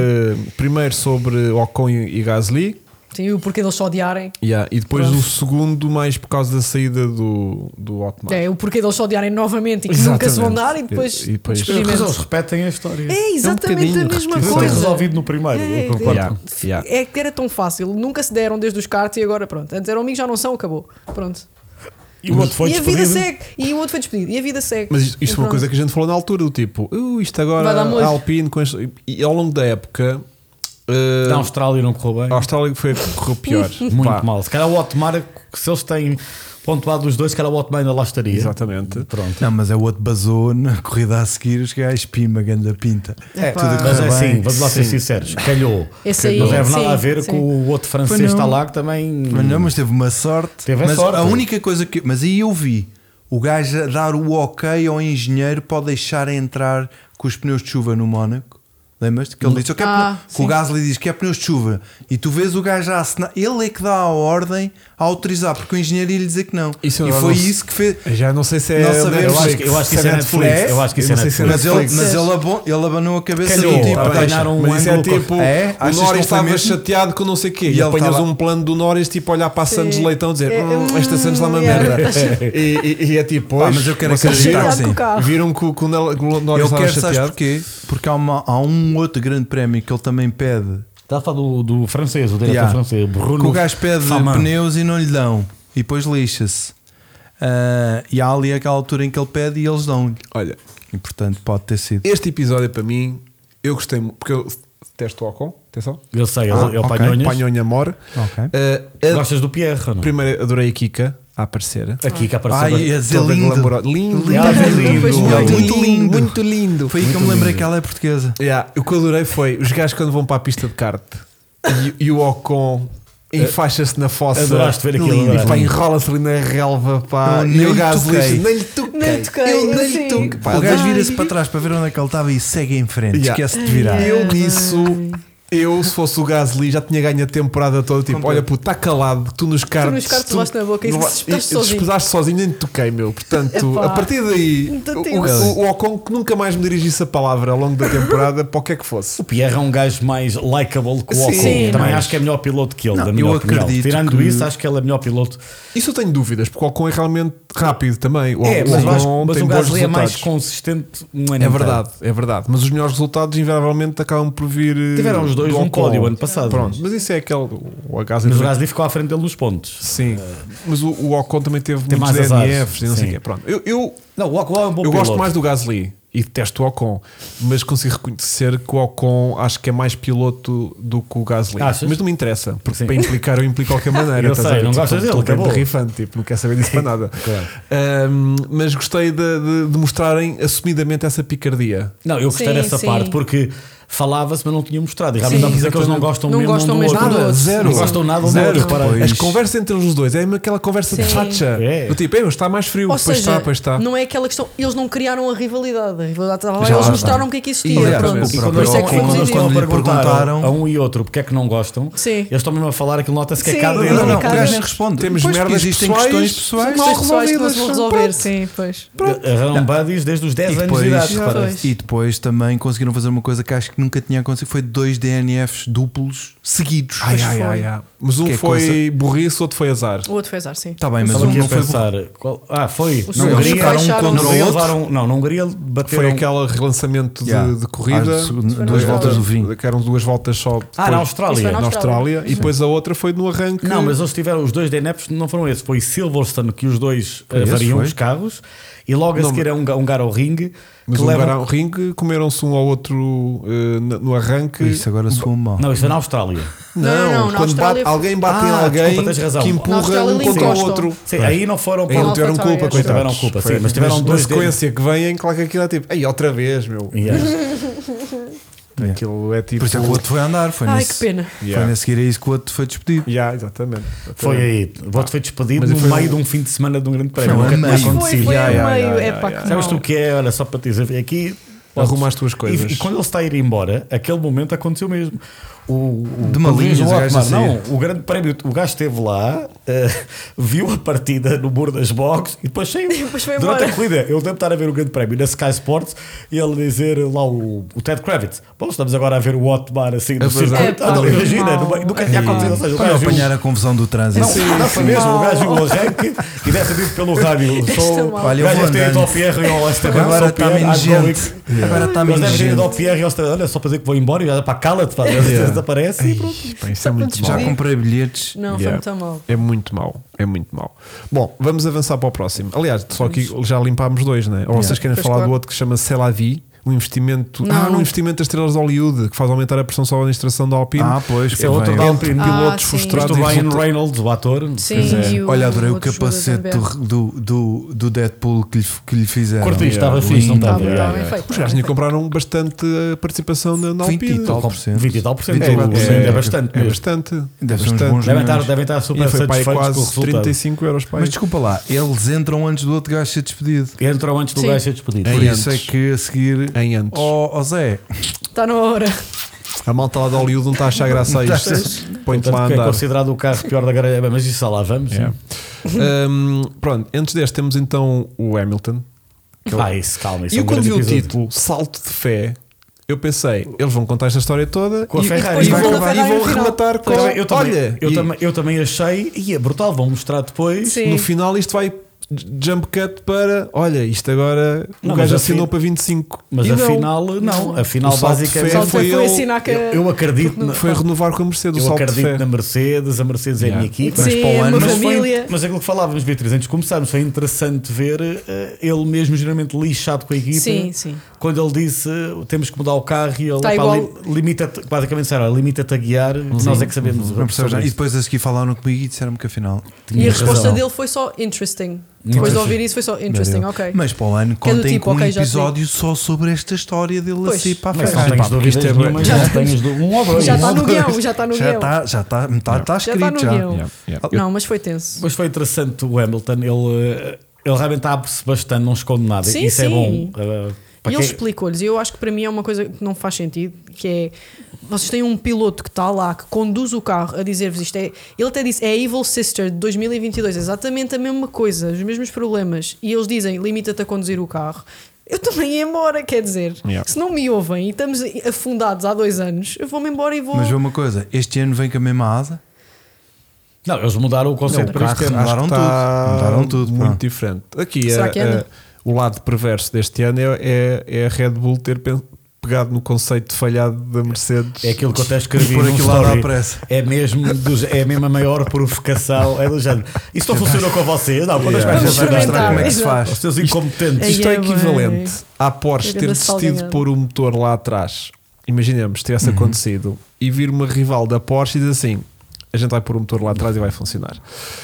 Speaker 2: Primeiro sobre Ocon e e Gasly,
Speaker 3: Sim, o porquê deles se odiarem.
Speaker 2: Yeah, e depois
Speaker 3: Pronto.
Speaker 2: o segundo, mais por causa da saída do, do Otmar.
Speaker 3: É, o porquê deles se odiarem novamente e que nunca se vão
Speaker 2: Exatamente.
Speaker 3: dar e depois,
Speaker 2: E- e depois-
Speaker 4: Mas eles
Speaker 3: experimento.
Speaker 4: repetem a história.
Speaker 3: É exatamente
Speaker 2: bocadinho
Speaker 3: a mesma
Speaker 2: repetição.
Speaker 4: Foi
Speaker 3: coisa.
Speaker 4: resolvido no primeiro.
Speaker 3: É,
Speaker 4: eu concordo.
Speaker 2: Yeah, yeah.
Speaker 3: É que era tão fácil, nunca se deram desde os cartos e agora pronto. Antes eram amigos, já não são, acabou. Pronto.
Speaker 4: E o outro foi
Speaker 3: e a vida
Speaker 4: despedido.
Speaker 3: segue. E o outro foi despedido. E a vida segue.
Speaker 2: Mas isto, isto
Speaker 3: E
Speaker 2: foi uma
Speaker 3: pronto.
Speaker 2: coisa que a gente falou na altura, do tipo, "Uh, isto agora
Speaker 3: Vai dar molho."
Speaker 2: a Alpine com este- E ao longo da época, eh,
Speaker 4: Na Austrália não correu
Speaker 2: a
Speaker 4: bem.
Speaker 2: Austrália foi a que correu
Speaker 3: (laughs)
Speaker 2: pior.
Speaker 4: Muito
Speaker 2: Pá,
Speaker 4: mal. Se calhar o Otmar, se eles têm pontuado os dois, se calhar o Otmar ainda lá estaria.
Speaker 2: Exatamente.
Speaker 4: Pronto.
Speaker 1: Não, mas é o outro basou na corrida a seguir, os gajos pima, ganda pinta.
Speaker 3: É,
Speaker 1: tudo a
Speaker 3: pá.
Speaker 1: correr
Speaker 4: Mas é
Speaker 1: bem.
Speaker 4: assim, vamos lá ser
Speaker 2: Sim.
Speaker 4: sinceros, calhou.
Speaker 3: Esse aí,
Speaker 4: não deve nada
Speaker 3: sim,
Speaker 4: a ver
Speaker 3: sim.
Speaker 4: com o outro francês
Speaker 1: Pois não.
Speaker 4: está lá que também.
Speaker 1: Mas não, mas teve uma sorte.
Speaker 4: Hum. Teve a
Speaker 1: mas
Speaker 4: sorte.
Speaker 1: a única coisa que. Mas aí eu vi o gajo a dar o ok ao engenheiro para o deixar entrar com os pneus de chuva no Mónaco. Lembras-te? Que ele disse: eu quero
Speaker 3: Ah,
Speaker 1: pneu- que o
Speaker 3: sim.
Speaker 1: Gasly diz que é pneus de chuva. E tu vês o gajo a assinar. Ele é que dá a ordem a autorizar, porque o engenheiro ia lhe dizer que não.
Speaker 4: é
Speaker 2: Isso
Speaker 1: e
Speaker 2: eu
Speaker 1: foi
Speaker 2: não-
Speaker 1: isso que fez.
Speaker 2: Já não sei se é.
Speaker 1: Não sabemos.
Speaker 4: Eu acho que- eu acho que isso é Netflix. Eu acho que isso é
Speaker 2: não sei se
Speaker 1: Mas, ele,
Speaker 2: Netflix.
Speaker 1: mas ele, abon- ele abanou a cabeça
Speaker 4: Calhou,
Speaker 1: do tipo.
Speaker 4: a
Speaker 1: "Deixa."
Speaker 4: ganhar um
Speaker 2: mas isso é
Speaker 4: ângulo
Speaker 2: tipo,
Speaker 1: com- É? Achas
Speaker 2: o
Speaker 1: que não foi
Speaker 2: Norris estava
Speaker 1: mesmo?
Speaker 2: chateado com não sei o quê.
Speaker 1: E
Speaker 2: E,
Speaker 1: ele
Speaker 2: apanhas
Speaker 1: estava-
Speaker 2: um plano do Norris, tipo, olhar para a Santos
Speaker 3: Sim.
Speaker 2: Leitão e dizer:
Speaker 3: É,
Speaker 2: hum,
Speaker 3: hum,
Speaker 2: esta Santos lá é uma
Speaker 3: yeah. (laughs)
Speaker 2: merda. e, e- e é tipo,
Speaker 1: Pá,
Speaker 2: "Pois,
Speaker 1: mas eu quero
Speaker 2: vocês
Speaker 1: acreditar,
Speaker 2: viram-
Speaker 1: sim.
Speaker 3: Com o carro.
Speaker 2: Viram que o, que o Nel- que o Norris
Speaker 1: Eu
Speaker 2: estava
Speaker 1: quero, sabes
Speaker 2: chateado.
Speaker 1: porquê? Porque há, uma- há um outro grande prémio que ele também pede
Speaker 4: Está a falar do, do francês, o
Speaker 2: É,
Speaker 4: diretor
Speaker 1: Yeah.
Speaker 4: francês, Bruno.
Speaker 1: que o gajo pede
Speaker 4: Faman.
Speaker 1: pneus e não lhe dão. E depois lixa-se. Ah, e há ali aquela altura em que ele pede e eles dão-lhe.
Speaker 2: Olha,
Speaker 1: E portanto pode ter sido.
Speaker 2: este episódio para mim, eu gostei muito, porque eu testo o Ocon, atenção.
Speaker 4: Eu sei, ele,
Speaker 1: Ah,
Speaker 4: ele
Speaker 1: ok.
Speaker 4: panhonhas.
Speaker 2: Panhonha Mor.
Speaker 1: Ok.
Speaker 2: Uh, a-
Speaker 4: Gostas do Pierre, não?
Speaker 2: primeiro, adorei a Kika a aparecer.
Speaker 4: Aqui que apareceu.
Speaker 1: Ai, é dizer
Speaker 2: Toda
Speaker 1: lindo.
Speaker 2: glamourosa. Lindo,
Speaker 4: Lindo, lindo,
Speaker 1: muito lindo.
Speaker 2: Muito lindo.
Speaker 1: Foi aí que eu me lembrei que ela é portuguesa.
Speaker 2: Yeah, o que eu adorei foi os gajos quando vão para a pista de kart e, e o Ocon enfaixa-se na fossa.
Speaker 4: É. Adoraste ver aquilo,
Speaker 2: Lindo. E pá,
Speaker 4: adoraste.
Speaker 2: enrola-se ali na relva. Pá,
Speaker 1: Eu
Speaker 2: e
Speaker 1: nem
Speaker 2: o
Speaker 1: lhe
Speaker 2: gajo
Speaker 1: toquei.
Speaker 2: lixe, nem lhe toquei.
Speaker 3: Nem lhe toquei, assim.
Speaker 2: Eu nem
Speaker 3: sim.
Speaker 2: lhe toquei. Pá,
Speaker 1: o gajo
Speaker 3: adoro.
Speaker 1: vira-se para trás para ver onde é que ele estava e segue em frente.
Speaker 2: Yeah.
Speaker 1: Esquece de virar.
Speaker 2: Eu nisso Eu, se fosse o Gasly, já tinha ganho a temporada toda. Tipo, olha, puto, está calado, tu nos cartos.
Speaker 3: nos karts levaste na boca e despedaste sozinho.
Speaker 2: despedaste sozinho, nem te toquei, meu. Portanto,
Speaker 3: Epá.
Speaker 2: a partir daí,
Speaker 3: Muito
Speaker 2: o,
Speaker 3: tenso.
Speaker 2: o- o Ocon que nunca mais me dirigisse a palavra ao longo da temporada, para o que é que fosse.
Speaker 4: O Pierre é um gajo mais likeable que o
Speaker 2: Sim,
Speaker 4: Ocon.
Speaker 3: sim,
Speaker 4: Também
Speaker 3: mas-
Speaker 4: acho que é melhor piloto que ele,
Speaker 1: Não,
Speaker 4: da
Speaker 1: eu
Speaker 4: minha opinião.
Speaker 1: acredito
Speaker 4: Tirando
Speaker 1: que-
Speaker 4: isso, acho que ele é melhor piloto.
Speaker 2: Isso eu tenho dúvidas, porque o Ocon é realmente rápido também. O
Speaker 4: É,
Speaker 2: Ocon
Speaker 4: mas, eu acho- mas
Speaker 2: tem
Speaker 4: o
Speaker 2: bons
Speaker 4: Gasly é mais
Speaker 2: resultados.
Speaker 4: consistente um ano
Speaker 2: É
Speaker 4: inteiro.
Speaker 2: verdade, é verdade. Mas os melhores resultados, invariavelmente, acabam por vir. eh,
Speaker 4: Tiveram os dois
Speaker 2: do
Speaker 4: um
Speaker 2: Ocon.
Speaker 4: pódio ano passado.
Speaker 2: Pronto, mas isso é aquele. O Gasly
Speaker 4: Mas o Gasly ficou à frente dele nos pontos.
Speaker 2: Sim, mas o, o Ocon também teve
Speaker 4: Tem
Speaker 2: muitos
Speaker 4: mais azar.
Speaker 2: DNFs e não sei o
Speaker 4: Sim.
Speaker 2: quê. Pronto, eu, eu,
Speaker 4: Não, o Ocon é um bom
Speaker 2: eu
Speaker 4: piloto.
Speaker 2: gosto mais do Gasly e detesto o Ocon, mas consigo reconhecer que o Ocon acho que é mais piloto do que o Gasly.
Speaker 4: Achas?
Speaker 2: Mas não me interessa, porque
Speaker 4: Sim.
Speaker 2: para implicar eu implico de qualquer maneira.
Speaker 4: (laughs) Eu
Speaker 2: estás
Speaker 4: sei,
Speaker 2: a ver?
Speaker 4: não
Speaker 2: Tipo,
Speaker 4: gostas
Speaker 2: estou
Speaker 4: dele,
Speaker 2: bem
Speaker 4: acabou.
Speaker 2: borrifante, tipo, não quer saber disso para nada.
Speaker 4: (laughs) Claro.
Speaker 2: Ahm, mas gostei de, de- de mostrarem assumidamente essa picardia.
Speaker 4: Não, eu gostei
Speaker 3: Sim,
Speaker 4: dessa
Speaker 3: sim.
Speaker 4: parte porque falava-se, mas não tinha mostrado. E realmente dá para dizer que eles não gostam
Speaker 3: Não
Speaker 4: mesmo
Speaker 3: gostam
Speaker 4: um do
Speaker 3: mesmo
Speaker 4: outro.
Speaker 3: do outro.
Speaker 2: Zero.
Speaker 4: Não gostam nada um do
Speaker 2: Zero.
Speaker 4: outro. reparei.
Speaker 2: As conversas entre os dois é aquela conversa de
Speaker 3: Sim.
Speaker 2: chacha.
Speaker 4: É.
Speaker 2: Do tipo, "Ei, está mais frio,
Speaker 3: Ou
Speaker 2: pois
Speaker 3: seja,
Speaker 2: está, pois está.
Speaker 3: não é aquela questão. Eles não criaram a rivalidade. A rivalidade estava lá,
Speaker 1: Já
Speaker 3: eles
Speaker 1: lá
Speaker 3: mostraram
Speaker 1: está.
Speaker 3: o que é que existia.
Speaker 2: Aliás,
Speaker 3: pronto.
Speaker 1: o
Speaker 4: E
Speaker 1: próprio
Speaker 4: quando
Speaker 3: Por isso é
Speaker 4: eles,
Speaker 3: que
Speaker 1: Ocon,
Speaker 3: ficou
Speaker 4: quando eles
Speaker 1: quando
Speaker 4: estão
Speaker 3: decidido.
Speaker 4: a
Speaker 1: lhe
Speaker 4: perguntar
Speaker 1: perguntaram-
Speaker 4: a um e outro porque é que não gostam,
Speaker 3: Sim.
Speaker 4: eles estão mesmo a falar aquilo nota-se que
Speaker 3: Sim.
Speaker 4: é cada
Speaker 3: Não,
Speaker 1: Não, não,
Speaker 4: um.
Speaker 1: o
Speaker 3: Cada
Speaker 1: gajo
Speaker 3: vez-
Speaker 1: nem responde.
Speaker 2: Temos
Speaker 1: Pois, porque
Speaker 2: merdas
Speaker 1: existem
Speaker 2: pessoais,
Speaker 1: questões pessoais.
Speaker 3: São
Speaker 2: mal
Speaker 3: pessoais que não se vão
Speaker 2: resolvidas,
Speaker 3: resolver,
Speaker 2: pronto.
Speaker 3: sim, pois.
Speaker 4: Arranham buddies desde os
Speaker 2: É
Speaker 4: 10
Speaker 1: E
Speaker 4: anos de
Speaker 1: depois,
Speaker 4: idade.
Speaker 3: Já
Speaker 4: repara.
Speaker 3: foi.
Speaker 1: e depois também conseguiram fazer uma coisa que acho que nunca tinha acontecido: foi dois DNFs duplos seguidos.
Speaker 2: Ai, ai, ai, ai. Mas um
Speaker 1: Que é
Speaker 2: foi burrice, outro foi azar.
Speaker 3: O outro fez ar, sim.
Speaker 1: Está bem, mas
Speaker 4: Estava
Speaker 1: um
Speaker 4: aqui a
Speaker 1: não foi.
Speaker 4: pensar. qual- Ah, foi.
Speaker 3: Os
Speaker 4: Na
Speaker 3: seus
Speaker 4: Hungria,
Speaker 3: fecharam
Speaker 4: na
Speaker 3: um
Speaker 4: Hungria
Speaker 1: contra o outro.
Speaker 4: levaram- Não, na Hungria bateram.
Speaker 2: Foi aquele relançamento de,
Speaker 1: Yeah.
Speaker 2: de corrida.
Speaker 1: Às seg- duas voltas do vinho.
Speaker 2: Que eram duas voltas só.
Speaker 4: Ah,
Speaker 2: depois-
Speaker 4: na
Speaker 3: Isso foi
Speaker 4: Austrália.
Speaker 2: Na Austrália. E depois a outra foi no arranque.
Speaker 4: Não, mas eles tiveram os dois DNFs, não foram esses, foi Silverstone que os dois eh,
Speaker 1: esse
Speaker 4: variam
Speaker 1: foi.
Speaker 4: os carros e logo a
Speaker 2: Não,
Speaker 4: seguir é um, ga- um garo ao ringue
Speaker 2: Mas
Speaker 4: que
Speaker 2: um
Speaker 4: leva.
Speaker 2: levaram... ringue, comeram-se um ao outro eh, na- no arranque.
Speaker 1: Isso agora um soa mal.
Speaker 4: Não, isso é na Austrália.
Speaker 3: Não, não, na
Speaker 2: quando bate-
Speaker 3: Austrália-
Speaker 2: alguém bate em
Speaker 4: Ah,
Speaker 2: alguém
Speaker 4: desculpa, tens razão.
Speaker 2: que
Speaker 3: Na
Speaker 2: empurra
Speaker 3: Austrália
Speaker 2: um contra o
Speaker 3: encostam.
Speaker 2: outro.
Speaker 4: Sim, aí não foram
Speaker 2: Aí é um não
Speaker 4: para.
Speaker 2: tiveram
Speaker 3: Alfa
Speaker 2: culpa,
Speaker 3: Tauri,
Speaker 2: coitados.
Speaker 4: tiveram culpa,
Speaker 2: Foi-
Speaker 4: sim, mas tiveram
Speaker 2: Na
Speaker 4: dois
Speaker 2: sequência que vêm, claro que aquilo é tipo, aí outra vez, meu.
Speaker 4: Yeah.
Speaker 1: Yeah.
Speaker 2: Aquilo é tipo.
Speaker 1: Por isso é que o outro foi andar. Foi
Speaker 3: Ai,
Speaker 1: nesse,
Speaker 3: que pena.
Speaker 1: Foi
Speaker 2: Yeah.
Speaker 1: nesse seguir a isso que o outro foi despedido.
Speaker 2: Yeah, exatamente.
Speaker 4: Foi aí. O voto foi despedido
Speaker 2: Mas
Speaker 4: no
Speaker 2: foi um-
Speaker 4: meio de um fim de semana de um grande prémio.
Speaker 1: Foi um
Speaker 4: Nunca tinha
Speaker 1: meio.
Speaker 3: Foi,
Speaker 4: acontecido.
Speaker 3: foi
Speaker 2: Yeah,
Speaker 3: ao
Speaker 2: yeah,
Speaker 3: meio.
Speaker 2: yeah,
Speaker 3: Epá,
Speaker 2: yeah,
Speaker 3: que
Speaker 4: Sabes tu
Speaker 3: mal.
Speaker 4: o que é? Olha, só para te dizer, vem aqui.
Speaker 2: Arruma as tuas coisas.
Speaker 4: E, e quando ele está a ir embora, aquele momento aconteceu mesmo. O, o,
Speaker 1: De malinhas,
Speaker 4: o
Speaker 1: o gajo a
Speaker 4: Otmar,
Speaker 1: sair.
Speaker 4: não, o grande prémio, o gajo esteve lá, eh, (laughs) viu a partida no muro das boxes e depois saiu.
Speaker 3: depois foi
Speaker 4: Durante
Speaker 3: embora.
Speaker 4: a corrida, eu devo estar a ver o grande prémio na Sky Sports e ele dizer lá o, o Ted Kravitz: Bom, estamos agora a ver o Otmar assim no
Speaker 2: Ah, pois é.
Speaker 4: circuito.
Speaker 3: É, pá,
Speaker 4: Ah,
Speaker 3: que
Speaker 4: imagina,
Speaker 3: mal.
Speaker 4: numa- nunca tinha acontecido. Ou seja, o
Speaker 1: É. Para
Speaker 4: gajo viu-
Speaker 1: apanhar a confusão do trânsito.
Speaker 4: não, não foi mesmo. O gajo viu o arranque e deve ter dito pelo rádio.
Speaker 3: Esta
Speaker 4: Sou,
Speaker 3: mal.
Speaker 1: Olha,
Speaker 4: o
Speaker 1: eu
Speaker 4: gajo
Speaker 1: vou
Speaker 4: deve ter ido
Speaker 1: andando.
Speaker 4: ao Pierre e ao Esteban.
Speaker 1: Agora
Speaker 4: sou
Speaker 1: está
Speaker 4: Pierre,
Speaker 1: menos
Speaker 4: I'm
Speaker 1: gente.
Speaker 4: going.
Speaker 1: Agora está
Speaker 4: Eles
Speaker 1: menos
Speaker 4: devem ter ido ao
Speaker 1: gente.
Speaker 4: Pierre e ao Esteban. Olha, só para dizer que vou embora. E já, pá, cala-te, pá. Às vezes desaparece e pronto.
Speaker 2: Isso é
Speaker 3: para
Speaker 2: muito
Speaker 3: despedir.
Speaker 2: mal.
Speaker 1: Já comprei bilhetes.
Speaker 3: Não, foi
Speaker 2: Yeah.
Speaker 3: muito mal.
Speaker 2: É muito mau, é muito mau. Bom, vamos avançar para o próximo. Aliás, só que já limpámos dois, né? Ou vocês querem
Speaker 3: Pois
Speaker 2: falar
Speaker 3: claro.
Speaker 2: do outro que chama Celavi? Um investimento.
Speaker 3: Não,
Speaker 2: ah, um
Speaker 3: não.
Speaker 2: investimento das estrelas de Hollywood que faz aumentar a pressão sobre a administração da Alpine.
Speaker 1: Ah, pois,
Speaker 2: Isso é
Speaker 1: que
Speaker 2: outro
Speaker 1: vem.
Speaker 2: da
Speaker 4: Ah,
Speaker 2: Alpine. Pilotos
Speaker 3: sim.
Speaker 4: Isto
Speaker 2: frustrados.
Speaker 4: o
Speaker 2: e
Speaker 4: Ryan
Speaker 2: resulta-
Speaker 4: Reynolds, o ator.
Speaker 3: Sim, e o
Speaker 1: é. Olha, adorei o
Speaker 3: outro
Speaker 1: capacete
Speaker 3: jogador também.
Speaker 1: do, do, do, do Deadpool que lhe, que lhe fizeram. É,
Speaker 4: Curti, estava
Speaker 1: Lindo.
Speaker 4: fixe, não estava?
Speaker 3: Estava
Speaker 4: Yeah,
Speaker 3: Tá bem
Speaker 4: yeah.
Speaker 3: feito.
Speaker 2: Os gajos
Speaker 3: bem
Speaker 2: ainda compraram bastante eh, participação na, na
Speaker 1: 20 e
Speaker 2: Alpine.
Speaker 1: tal por cento.
Speaker 4: 20 e tal por cento.
Speaker 1: É,
Speaker 4: É, é, é bastante
Speaker 2: É
Speaker 4: mesmo.
Speaker 2: bastante.
Speaker 1: Deve ser uns
Speaker 2: Bastante.
Speaker 1: bons
Speaker 4: Devem estar,
Speaker 1: milhões.
Speaker 4: devem estar
Speaker 2: E foi para
Speaker 4: super
Speaker 2: aí
Speaker 4: satisfeitos com o
Speaker 2: quase
Speaker 4: resultado.
Speaker 2: 35 euros para aí.
Speaker 1: Mas desculpa lá, eles entram antes do outro gajo ser despedido.
Speaker 4: Entram antes do
Speaker 3: Sim.
Speaker 4: gajo ser despedido.
Speaker 2: Em
Speaker 1: Por isso
Speaker 2: antes.
Speaker 1: é que a seguir.
Speaker 2: Em antes.
Speaker 1: Ó ó Zé,
Speaker 3: feito. Está Tá na hora.
Speaker 2: A malta lá de Hollywood não está a achar graça a
Speaker 1: Pois.
Speaker 2: isto. Põe-te lá a
Speaker 4: Portanto, que é
Speaker 2: andar.
Speaker 4: considerado o carro pior da grelha. Bem, Mas isso já lá vamos.
Speaker 2: Yeah.
Speaker 4: sim.
Speaker 2: Hum, pronto, antes deste temos então o Hamilton.
Speaker 4: Ah, isso, calma. Isso
Speaker 2: E
Speaker 4: é
Speaker 2: eu
Speaker 4: um
Speaker 2: quando
Speaker 4: grande
Speaker 2: vi o
Speaker 4: episódio.
Speaker 2: título Salto de Fé, eu pensei, eles vão contar esta história toda
Speaker 4: Com a
Speaker 2: e,
Speaker 4: Ferrari.
Speaker 2: e
Speaker 4: Vai
Speaker 2: vão,
Speaker 3: acabar
Speaker 2: e vão
Speaker 3: no final.
Speaker 2: rematar com.
Speaker 4: Eu também- eu também,
Speaker 2: olha,
Speaker 4: eu,
Speaker 2: e
Speaker 4: também, eu também achei, e é brutal, vão mostrar depois.
Speaker 3: Sim.
Speaker 2: no final isto vai jump cut para. Olha, isto agora
Speaker 4: Não,
Speaker 2: o
Speaker 4: mas
Speaker 2: gajo
Speaker 4: a
Speaker 2: assinou
Speaker 4: fi-
Speaker 2: para 25.
Speaker 4: Mas
Speaker 2: E não,
Speaker 4: afinal, não.
Speaker 2: O
Speaker 4: Afinal,
Speaker 2: salto
Speaker 4: basicamente,
Speaker 2: de fé
Speaker 3: Só foi,
Speaker 2: foi
Speaker 3: foi
Speaker 2: ele-
Speaker 3: assinar que.
Speaker 4: É,
Speaker 3: é
Speaker 4: eu, eu acredito, na,
Speaker 2: foi renovar com a Mercedes o
Speaker 4: eu
Speaker 2: salto de fé.
Speaker 4: acredito na Mercedes, a Mercedes é a
Speaker 2: Yeah.
Speaker 4: minha equipe.
Speaker 3: Sim, é uma
Speaker 4: Mas,
Speaker 3: família.
Speaker 4: foi, mas aquilo que falávamos, Beatriz, antes de começarmos, foi interessante ver eh, ele mesmo geralmente lixado com a equipa.
Speaker 3: Sim, sim.
Speaker 4: Quando ele disse eh, temos que mudar o carro e ele
Speaker 3: Está
Speaker 4: pá,
Speaker 3: igual.
Speaker 4: li- limita-te, basicamente disseram, "Olha, limita-te a guiar, nós é que sabemos.
Speaker 1: não percebes nada. E depois a seguir falaram comigo e disseram-me que afinal.
Speaker 3: E
Speaker 1: tinha
Speaker 3: a resposta
Speaker 1: razão.
Speaker 3: dele foi só interesting. Depois de ouvir isso, foi só interesting,
Speaker 1: Dele.
Speaker 3: ok.
Speaker 1: Mas para o ano
Speaker 3: Que é do
Speaker 1: contem
Speaker 3: tipo,
Speaker 1: com
Speaker 3: ok,
Speaker 1: um
Speaker 3: já te
Speaker 1: episódio só sobre esta história dele
Speaker 3: Pois.
Speaker 1: assim para a
Speaker 4: Mas não
Speaker 1: Ferrari.
Speaker 4: tens
Speaker 1: Pá,
Speaker 4: dúvidas
Speaker 1: porque isto é-
Speaker 4: nenhumas,
Speaker 1: já-
Speaker 4: não tens dú- um ou dois.
Speaker 3: Já está no
Speaker 4: Um-
Speaker 3: guião, já está no
Speaker 1: Já
Speaker 3: guião.
Speaker 1: está, já está, está, está
Speaker 3: Já está no
Speaker 1: escrito já.
Speaker 3: guião.
Speaker 2: Yeah, yeah.
Speaker 3: Não, mas foi tenso.
Speaker 4: Mas foi interessante o Hamilton, ele, eh, ele realmente abre-se bastante, não esconde nada.
Speaker 3: Sim,
Speaker 4: Isso é
Speaker 3: sim.
Speaker 4: bom. eh,
Speaker 3: E
Speaker 4: para
Speaker 3: ele
Speaker 4: quem-
Speaker 3: explicou-lhes, e eu acho que para mim é uma coisa que não faz sentido, que é vocês têm um piloto que está lá, que conduz o carro a dizer-vos isto. É, ele até disse, é a Evil Sister de 2022, exatamente a mesma coisa, os mesmos problemas. E eles dizem, limita-te a conduzir o carro. Eu também ia embora, quer dizer,
Speaker 2: Yeah.
Speaker 3: se não me ouvem e estamos afundados há dois anos, eu vou-me embora e vou.
Speaker 1: Mas vê uma coisa, este ano vem com a mesma asa.
Speaker 4: Não, eles mudaram o conceito
Speaker 1: Não,
Speaker 4: para
Speaker 1: para
Speaker 4: este
Speaker 1: este
Speaker 4: ano.
Speaker 1: ano. Mudaram
Speaker 2: Acho que
Speaker 1: tudo.
Speaker 2: está
Speaker 1: Mudaram tudo,
Speaker 2: Muito
Speaker 1: pronto.
Speaker 2: diferente. Aqui
Speaker 3: Será
Speaker 2: a-
Speaker 3: que é anda?
Speaker 2: a- o lado perverso deste ano é, é, é a Red Bull ter pe- pegado no conceito falhado da Mercedes.
Speaker 4: É aquilo que eu até escrevi
Speaker 1: E por
Speaker 4: num
Speaker 1: aquilo lá dá
Speaker 4: story.
Speaker 1: pressa.
Speaker 4: É mesmo, dos, é mesmo a maior provocação. É do género. Isso não funcionou com vocês. Não, quando as
Speaker 1: Yeah.
Speaker 4: pessoas
Speaker 3: Vamos
Speaker 1: Vai
Speaker 4: andarem
Speaker 1: mostrar como é que se
Speaker 3: experimentar.
Speaker 4: aos
Speaker 1: faz.
Speaker 4: seus incompetentes.
Speaker 3: Ei,
Speaker 2: Isto é
Speaker 3: é bem.
Speaker 2: equivalente à Porsche
Speaker 3: Era
Speaker 2: ter
Speaker 3: da
Speaker 2: desistido
Speaker 3: salganhada.
Speaker 2: de pôr o motor lá atrás. Imaginemos, tivesse
Speaker 1: Uhum.
Speaker 2: acontecido e vir uma rival da Porsche e diz assim: a gente vai pôr o motor lá atrás e vai funcionar.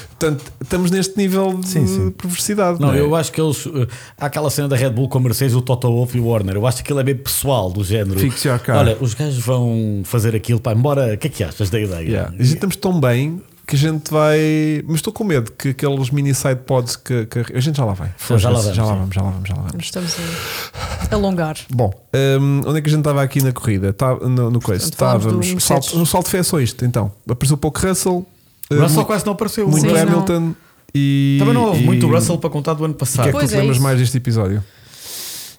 Speaker 2: Portanto, estamos neste nível de
Speaker 1: Sim, sim.
Speaker 2: perversidade.
Speaker 4: Não,
Speaker 2: é?
Speaker 4: eu acho que eles. eh, Há aquela cena da Red Bull com a Mercedes, o Toto Wolff e o Warner. Eu acho que aquilo é bem pessoal, do género.
Speaker 1: Fix your car.
Speaker 4: Olha, os gajos vão fazer aquilo, pá, embora. O que é que achas da ideia?
Speaker 2: Yeah. A gente estamos tão bem que a gente vai. Mas estou com medo que aqueles mini side pods que, que- a gente já lá vai.
Speaker 4: Já, já lá vamos,
Speaker 2: já lá
Speaker 4: sim.
Speaker 2: vamos, já lá vamos, já lá vamos.
Speaker 3: Estamos a alongar.
Speaker 2: Bom, hum, onde é que a gente estava aqui na corrida? Tá, no no coisa.
Speaker 3: falámos do
Speaker 2: Estávamos.
Speaker 3: Mercedes.
Speaker 2: Salto, no salto foi só isto, então. Apareceu pouco Russell. eh,
Speaker 4: Russell
Speaker 2: muito-
Speaker 4: quase não apareceu.
Speaker 2: muito
Speaker 3: Sim, não.
Speaker 2: Hamilton e.
Speaker 4: Também não houve
Speaker 2: e-
Speaker 4: muito Russell para contar do ano
Speaker 2: O que é
Speaker 4: passado.
Speaker 2: que tu
Speaker 3: Pois
Speaker 2: te
Speaker 3: é
Speaker 2: lembras
Speaker 3: isso.
Speaker 2: mais deste episódio?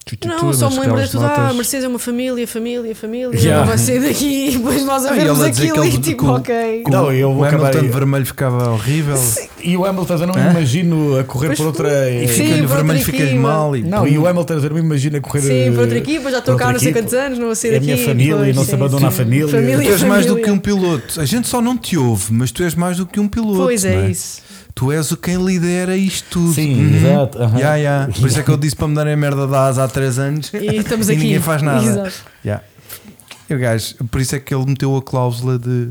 Speaker 2: Tu, tu,
Speaker 3: Não,
Speaker 2: tu,
Speaker 3: só
Speaker 2: nas
Speaker 3: me lembro de
Speaker 2: aquelas
Speaker 3: tudo. Ah,
Speaker 2: notas.
Speaker 3: a Mercedes é uma família, família, família.
Speaker 4: Yeah.
Speaker 3: Ela vai sair daqui e depois nós a
Speaker 1: Ah, e
Speaker 3: vermos
Speaker 1: ele a dizer
Speaker 3: aquilo
Speaker 1: que
Speaker 3: e
Speaker 1: ele-
Speaker 3: tipo,
Speaker 1: com-
Speaker 3: ok.
Speaker 1: com-
Speaker 4: Não, eu
Speaker 1: o
Speaker 4: vou acabar
Speaker 1: Hamilton
Speaker 4: aí.
Speaker 1: vermelho ficava horrível.
Speaker 4: E o Hamilton, eu não me
Speaker 1: Hã?
Speaker 4: imagino a correr
Speaker 3: Pois
Speaker 4: por outra.
Speaker 1: E
Speaker 3: Sim,
Speaker 1: fica-lhe
Speaker 3: para outra eh,
Speaker 1: vermelho, ficas
Speaker 3: equipa.
Speaker 1: mal. E
Speaker 4: Não,
Speaker 1: pum.
Speaker 4: Tipo, e o Hamilton, eu não me imagino a correr.
Speaker 3: Sim, para outra
Speaker 4: eh,
Speaker 3: equipa, já
Speaker 4: para
Speaker 3: estou cá há
Speaker 4: outra
Speaker 3: não sei
Speaker 4: equipa.
Speaker 3: quantos anos, não vou sair
Speaker 4: É a
Speaker 3: daqui.
Speaker 4: minha família
Speaker 3: pois,
Speaker 4: e não se
Speaker 3: sim,
Speaker 4: abandona
Speaker 3: sim.
Speaker 4: a família.
Speaker 1: Tu
Speaker 3: (laughs) família
Speaker 1: és mais do
Speaker 3: família.
Speaker 1: que um piloto. A gente só não te ouve, mas tu és mais do que um piloto.
Speaker 3: Pois
Speaker 1: não
Speaker 3: é, isso.
Speaker 1: Tu és o quem lidera isto tudo.
Speaker 4: Sim, exato, aham.
Speaker 1: Yeah, yeah. Por isso é que eu disse para me darem a merda da asa há 3 anos
Speaker 3: E estamos
Speaker 1: (laughs)
Speaker 3: aqui.
Speaker 1: ninguém faz nada.
Speaker 3: Exato.
Speaker 1: Yeah. E o gajo, por isso é que ele meteu a cláusula de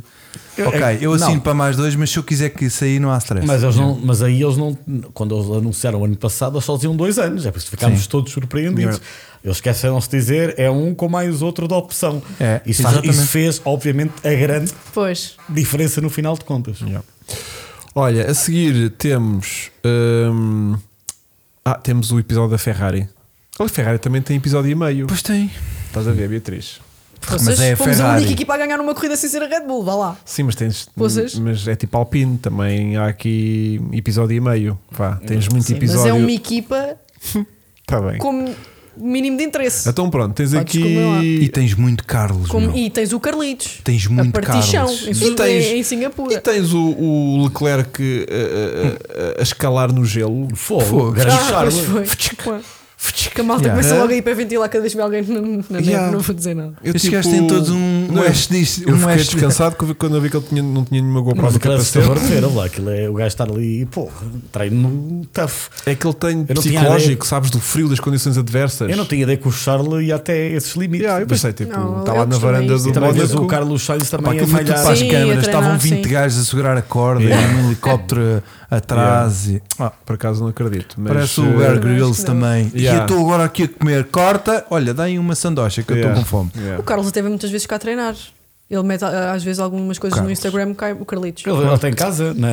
Speaker 1: Ok, eu assino
Speaker 4: é não.
Speaker 1: para mais dois, mas se eu quiser que sair não há stress.
Speaker 4: Mas, eles não, mas aí eles não. Quando eles anunciaram o ano passado, eles só diziam dois anos. É por isso que ficámos todos surpreendidos.
Speaker 1: Yeah.
Speaker 4: Eles esqueceram-se de dizer é um com mais outro da opção.
Speaker 1: É,
Speaker 4: isso, faz-
Speaker 1: exatamente.
Speaker 4: isso fez, obviamente, a grande
Speaker 3: Pois.
Speaker 4: diferença no final de contas.
Speaker 2: Olha, a seguir temos. hum, ah, temos o episódio da Ferrari. Olha, a Ferrari também tem episódio e meio.
Speaker 1: Pois tem.
Speaker 2: Estás a ver, Beatriz?
Speaker 1: Mas
Speaker 3: Vocês
Speaker 1: é a
Speaker 3: fomos a
Speaker 1: Ferrari.
Speaker 3: única equipa a ganhar uma corrida sem ser a Red Bull, vá lá.
Speaker 2: Sim, mas tens.
Speaker 3: Vocês?
Speaker 2: Mas é tipo Alpine, também há aqui episódio e meio. Vá, tens muito
Speaker 3: Sim,
Speaker 2: episódio.
Speaker 3: Mas é uma equipa
Speaker 2: Tá bem.
Speaker 3: com mínimo de interesse.
Speaker 2: Então pronto, tens
Speaker 3: Pá, desculpa lá.
Speaker 1: E
Speaker 2: aqui.
Speaker 1: tens muito Carlos.
Speaker 3: Com-
Speaker 1: meu.
Speaker 3: e tens o Carlitos.
Speaker 1: Tens muito
Speaker 3: a partição
Speaker 1: Carlos.
Speaker 3: em, Su-
Speaker 2: E tens-
Speaker 3: em- em
Speaker 2: E
Speaker 3: Singapura.
Speaker 2: tens o, o Leclerc eh, eh, eh, a escalar no gelo.
Speaker 4: Fogo,
Speaker 1: Fogo.
Speaker 4: grande
Speaker 3: Ah,
Speaker 4: charla.
Speaker 3: pois foi. Que a malta
Speaker 1: Yeah.
Speaker 3: começa logo a ir para ventilar cada vez que vê alguém na, na
Speaker 2: Yeah.
Speaker 3: net, não vou dizer nada.
Speaker 2: Eu
Speaker 4: tipo,
Speaker 1: Estes gajos têm todos um- um
Speaker 2: Não,
Speaker 1: hash disto,
Speaker 2: Eu
Speaker 1: um
Speaker 2: fiquei
Speaker 1: hash de-
Speaker 2: descansado que eu vi- quando eu vi que ele tinha- não tinha nenhuma GoPro
Speaker 4: Mas
Speaker 2: no
Speaker 4: aquilo é
Speaker 2: capacete.
Speaker 4: assustador de ver, olha lá, aquilo é o gajo estar ali, pô, treino tough.
Speaker 2: É aquele tem
Speaker 4: Eu não tinha
Speaker 2: psicológico,
Speaker 4: ideia.
Speaker 2: sabes, do frio, das condições adversas.
Speaker 4: Eu não tinha ideia que o Charles ia até esses limites.
Speaker 2: Yeah, eu pensei, tipo,
Speaker 3: Não,
Speaker 2: está lá
Speaker 3: eles
Speaker 2: na
Speaker 3: também-
Speaker 2: varanda
Speaker 4: E
Speaker 2: do
Speaker 4: também vês
Speaker 2: Mónaco.
Speaker 4: o Carlos Sainz
Speaker 1: Pá,
Speaker 4: também é a
Speaker 1: aquilo foi tudo
Speaker 4: falhar.
Speaker 1: para as
Speaker 3: Sim, a
Speaker 1: câmaras,
Speaker 3: treinar,
Speaker 1: estavam 20
Speaker 3: sim.
Speaker 1: gajos a segurar a corda e um
Speaker 4: (laughs)
Speaker 1: helicóptero atrás. e- Ah,
Speaker 2: Por acaso não acredito. Mas,
Speaker 1: Parece
Speaker 2: eh,
Speaker 1: o Bear
Speaker 3: Eu
Speaker 1: Grylls
Speaker 3: acho que não.
Speaker 1: também. E
Speaker 2: Yeah.
Speaker 1: eu estou agora aqui a comer, corta. Olha, dá aí uma sandocha que eu
Speaker 2: yeah,
Speaker 1: estou com fome.
Speaker 2: yeah.
Speaker 3: O Carlos até vem muitas vezes cá treinar. Ele mete ah, às vezes algumas coisas no
Speaker 1: Carlos.
Speaker 3: Instagram, cai o Carlitos.
Speaker 4: Ele ele tem casa, na,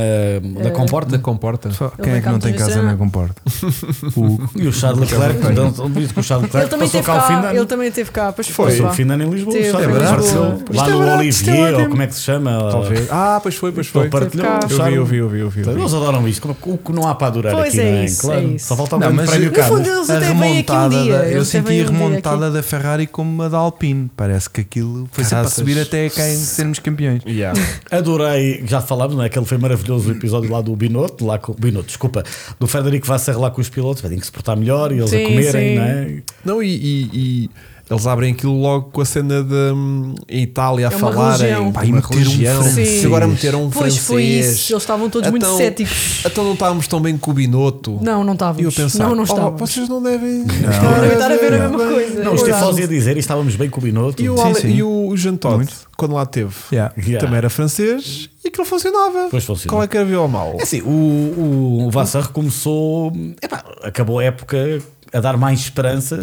Speaker 4: na comporta.
Speaker 2: Da comporta.
Speaker 1: Só-
Speaker 3: Ele
Speaker 1: Quem é
Speaker 3: vem
Speaker 1: que
Speaker 3: cá
Speaker 1: não
Speaker 3: muitas
Speaker 1: tem
Speaker 3: vezes
Speaker 1: casa
Speaker 3: treinar.
Speaker 1: não
Speaker 3: (laughs)
Speaker 1: comporta?
Speaker 4: E o Charles Leclerc, então, diz que o Charles
Speaker 3: Ele
Speaker 4: Leclerc
Speaker 3: também
Speaker 4: passou
Speaker 3: teve
Speaker 4: cá ao fim de
Speaker 3: cá, ele
Speaker 4: ano.
Speaker 3: também teve cá, pois
Speaker 2: Foi.
Speaker 3: foi.
Speaker 4: Passou
Speaker 3: lá.
Speaker 4: o fim de ano em Lisboa.
Speaker 3: Teve,
Speaker 4: o Charles
Speaker 1: é
Speaker 4: Leclerc
Speaker 1: verdade.
Speaker 4: apareceu
Speaker 3: Isto
Speaker 4: lá
Speaker 3: é
Speaker 4: no
Speaker 3: verdade, isto é
Speaker 4: Olivier, ou
Speaker 3: ótimo.
Speaker 4: como é que se chama?
Speaker 2: Talvez. Ah, pois foi, pois foi. Tá
Speaker 4: Ele partilhou.
Speaker 3: cá.
Speaker 4: o
Speaker 2: Eu vi,
Speaker 4: Charles-
Speaker 2: eu vi, eu vi, eu vi. eu vi.
Speaker 4: Eles adoram isto. como- O que não há para adorar
Speaker 3: Pois
Speaker 4: aqui,
Speaker 3: é
Speaker 4: não é?
Speaker 3: isso,
Speaker 4: Claro.
Speaker 3: é isso.
Speaker 4: Só falta o
Speaker 1: Não,
Speaker 4: grande
Speaker 1: mas no
Speaker 4: prémio
Speaker 3: No fundo
Speaker 4: Carlos.
Speaker 3: eles
Speaker 1: a
Speaker 3: até vêm aqui um
Speaker 1: remontada,
Speaker 3: dia.
Speaker 1: da, eu
Speaker 3: eles até
Speaker 1: senti
Speaker 3: vêm
Speaker 1: a
Speaker 3: um dia
Speaker 1: remontada
Speaker 3: aqui.
Speaker 1: da Ferrari como a da Alpine. Parece que aquilo foi sempre a
Speaker 2: Caraças.
Speaker 1: subir até cá em sermos campeões.
Speaker 3: É
Speaker 2: Yeah.
Speaker 4: Adorei, já falámos, não é? Aquele foi maravilhoso o episódio lá do Binotto, lá com, Binotto, desculpa, do Frederico Vasser lá com os pilotos, têm que se portar melhor e eles
Speaker 3: Sim,
Speaker 4: a comerem,
Speaker 3: sim.
Speaker 4: não é?
Speaker 2: Não, e, e- e eles abrem aquilo logo com a cena de hum, em Itália a
Speaker 3: É uma
Speaker 2: falarem.
Speaker 3: religião.
Speaker 2: pá,
Speaker 1: E
Speaker 2: uma
Speaker 1: meter um
Speaker 2: religião.
Speaker 1: francês.
Speaker 2: E agora meteram um
Speaker 3: Pois
Speaker 2: francês.
Speaker 3: foi isso, eles estavam todos muito
Speaker 2: Então-
Speaker 3: céticos.
Speaker 2: Então não estávamos tão bem com o Binotto.
Speaker 3: Não, não estávamos.
Speaker 2: E eu pensava,
Speaker 3: não, não
Speaker 2: "Oh,
Speaker 3: estávamos.
Speaker 2: vocês não devem
Speaker 3: Não devem estar a ver a mesma coisa.
Speaker 4: Não, isto é
Speaker 3: Verdade.
Speaker 4: fácil a dizer e estávamos bem com o Binotto.
Speaker 2: E o,
Speaker 1: Sim,
Speaker 2: Ale,
Speaker 1: sim.
Speaker 2: E o Jean Todt,
Speaker 1: Muito.
Speaker 2: quando lá teve,
Speaker 1: Yeah.
Speaker 4: Yeah.
Speaker 2: também era francês e aquilo funcionava.
Speaker 4: Pois funcionou.
Speaker 2: Qual é que era o mal?
Speaker 4: É assim, o, o, o Vassar começou. Epá, acabou a época a dar mais esperanças.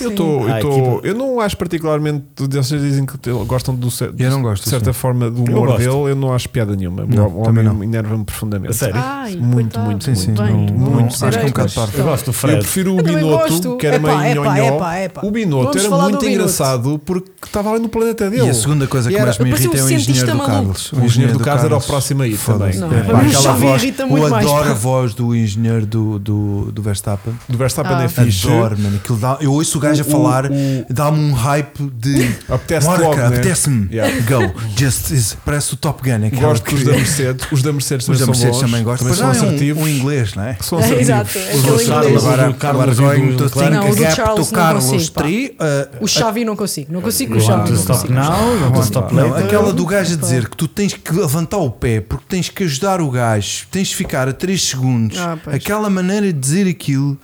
Speaker 2: Eu, tô, eu,
Speaker 4: Ah,
Speaker 2: tô,
Speaker 4: equipa-
Speaker 2: eu não acho particularmente. Vocês dizem que te- gostam do, cer-
Speaker 1: Eu não gosto,
Speaker 2: de certa forma do
Speaker 4: Eu
Speaker 2: humor
Speaker 4: gosto.
Speaker 2: dele. Eu não acho piada nenhuma.
Speaker 1: Não,
Speaker 2: o
Speaker 1: também
Speaker 2: homem
Speaker 1: não.
Speaker 2: enerva-me profundamente.
Speaker 4: A sério?
Speaker 3: Ai,
Speaker 2: muito,
Speaker 3: coitado.
Speaker 2: muito,
Speaker 1: Sim, sim.
Speaker 2: muito.
Speaker 1: Não,
Speaker 3: Bem,
Speaker 1: não-
Speaker 3: muito
Speaker 1: acho que é um bocado
Speaker 3: direito.
Speaker 1: tarde.
Speaker 4: Eu gosto do
Speaker 2: Eu
Speaker 4: Fred.
Speaker 2: prefiro o
Speaker 3: Eu também
Speaker 2: Binotto,
Speaker 3: gosto.
Speaker 2: que era
Speaker 3: Epá,
Speaker 2: meio
Speaker 3: epá,
Speaker 2: nhonhó.
Speaker 3: epá, epá.
Speaker 2: O Binotto
Speaker 3: Vamos
Speaker 2: era
Speaker 3: falar do
Speaker 2: muito
Speaker 3: Binotto.
Speaker 2: engraçado porque estava ali no planeta dele.
Speaker 1: E a segunda coisa que
Speaker 2: E era-
Speaker 1: mais me
Speaker 3: parecia um
Speaker 1: irrita é o
Speaker 3: cientista
Speaker 1: engenheiro do
Speaker 3: maluco.
Speaker 1: Carlos.
Speaker 2: O engenheiro do Carlos era o próximo a ir
Speaker 1: Foda-se.
Speaker 2: também.
Speaker 3: Não,
Speaker 1: É,
Speaker 3: eu
Speaker 1: pá,
Speaker 3: já
Speaker 1: aquela
Speaker 3: me
Speaker 1: voz,
Speaker 3: irrita
Speaker 1: eu
Speaker 3: muito mais,
Speaker 1: adoro
Speaker 3: pá.
Speaker 1: a voz do engenheiro do, do, do Verstappen.
Speaker 2: Do Verstappen
Speaker 3: Ah.
Speaker 2: é fixe.
Speaker 1: Adoro, mano. Aquilo dá, eu ouço o gajo a
Speaker 2: O- o-
Speaker 1: falar,
Speaker 2: o-
Speaker 1: dá-me um hype de.
Speaker 2: Apetece
Speaker 1: Marca,
Speaker 2: logo, né?
Speaker 1: apetece-me.
Speaker 2: Yeah.
Speaker 1: Go. Just is. Parece o Top Gun. aquela
Speaker 2: Gosto
Speaker 1: que-
Speaker 2: dos da Mercedes. Os da Mercedes
Speaker 1: Os
Speaker 2: também
Speaker 1: da
Speaker 2: são
Speaker 1: Mercedes
Speaker 2: bons.
Speaker 1: também gosto.
Speaker 2: Também
Speaker 1: Mas
Speaker 2: são
Speaker 1: não, é um-
Speaker 2: assertivos.
Speaker 1: um inglês, não é?
Speaker 2: São
Speaker 3: É,
Speaker 2: assertivos.
Speaker 3: exato, é
Speaker 2: Os
Speaker 3: aquele
Speaker 2: outros-
Speaker 3: inglês.
Speaker 4: Agora-
Speaker 1: Agora,
Speaker 4: do Carlos
Speaker 1: agora
Speaker 4: e do
Speaker 1: going to
Speaker 4: Leclerc.
Speaker 1: think
Speaker 3: Não, o do
Speaker 1: gap
Speaker 3: Charles
Speaker 1: to
Speaker 3: não
Speaker 1: Carlos
Speaker 3: consigo, pá.
Speaker 1: 3. uh,
Speaker 3: O Xavi não consigo, não consigo com o
Speaker 4: You want
Speaker 3: Xavi.
Speaker 4: to
Speaker 3: Não
Speaker 4: stop
Speaker 3: consigo.
Speaker 4: now, you want to stop
Speaker 1: Não, é
Speaker 4: later.
Speaker 2: um,
Speaker 1: aquela do gajo a dizer que tu tens que levantar o pé porque tens que ajudar o gajo, tens de ficar a 3 segundos.
Speaker 3: Ah, pois.
Speaker 1: aquela maneira de dizer aquilo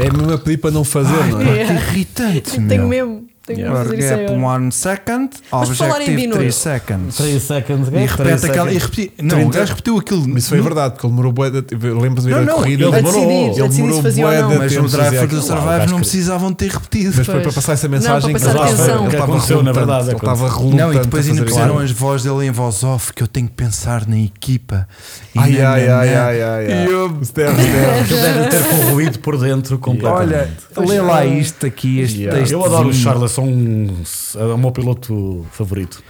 Speaker 2: É mesmo a pedir para não fazer,
Speaker 1: Ai,
Speaker 2: não
Speaker 1: pá,
Speaker 2: é?
Speaker 1: que
Speaker 3: Yeah.
Speaker 1: irritante. meu.
Speaker 3: Ah,
Speaker 1: é
Speaker 3: Tenho mesmo, tenho mesmo a
Speaker 1: Your
Speaker 3: fazer isso é
Speaker 1: Gap
Speaker 3: agora.
Speaker 1: 1 second, é
Speaker 3: Mas por falar em
Speaker 1: objective
Speaker 3: minuto.
Speaker 1: 3 seconds.
Speaker 4: 3 seconds,
Speaker 1: E
Speaker 4: guys. Três
Speaker 1: repete aquela. E
Speaker 4: seconds.
Speaker 1: repeti, não, o
Speaker 2: 30.
Speaker 1: gajo repetiu aquilo.
Speaker 2: Mas isso foi verdade, porque ele demorou bué de- Lembro-me de ver
Speaker 1: Não,
Speaker 2: a
Speaker 1: não,
Speaker 2: corrida.
Speaker 1: ele
Speaker 2: Ele
Speaker 3: decidir,
Speaker 2: demorou,
Speaker 3: ele decidir
Speaker 2: ele
Speaker 3: se
Speaker 2: demorou
Speaker 3: fazia ou
Speaker 2: bué
Speaker 3: não.
Speaker 2: de
Speaker 1: Mas
Speaker 2: tempo
Speaker 1: no
Speaker 2: a fazer
Speaker 1: driver do
Speaker 2: aquilo.
Speaker 4: Lá, o
Speaker 1: Survive
Speaker 4: gajo
Speaker 1: não
Speaker 4: que-
Speaker 1: precisavam ter repetido.
Speaker 2: Mas foi para
Speaker 3: Pois.
Speaker 2: passar essa
Speaker 3: Não,
Speaker 2: mensagem
Speaker 3: para
Speaker 2: que
Speaker 3: passar
Speaker 2: ele estava-
Speaker 4: atenção.
Speaker 2: ele
Speaker 4: Que
Speaker 2: estava
Speaker 4: aconteceu, na
Speaker 2: relutante,
Speaker 4: verdade,
Speaker 2: Ele estava relutante.
Speaker 1: Não, e depois
Speaker 2: um a
Speaker 1: ainda
Speaker 2: fazer
Speaker 1: puseram
Speaker 2: aquilo.
Speaker 1: as vozes dele em voz off que eu tenho que pensar na equipa. E
Speaker 2: Ai,
Speaker 1: na,
Speaker 2: ai,
Speaker 1: na,
Speaker 2: ai,
Speaker 1: na.
Speaker 2: ai, ai, ai.
Speaker 1: E eu-
Speaker 2: Step, step.
Speaker 4: Ele deve ter corroído por dentro completamente.
Speaker 1: Olha, lê lá
Speaker 3: é.
Speaker 1: isto aqui, este
Speaker 2: Yeah.
Speaker 1: texto.
Speaker 4: eu adoro o Charles, são um, é o meu piloto favorito.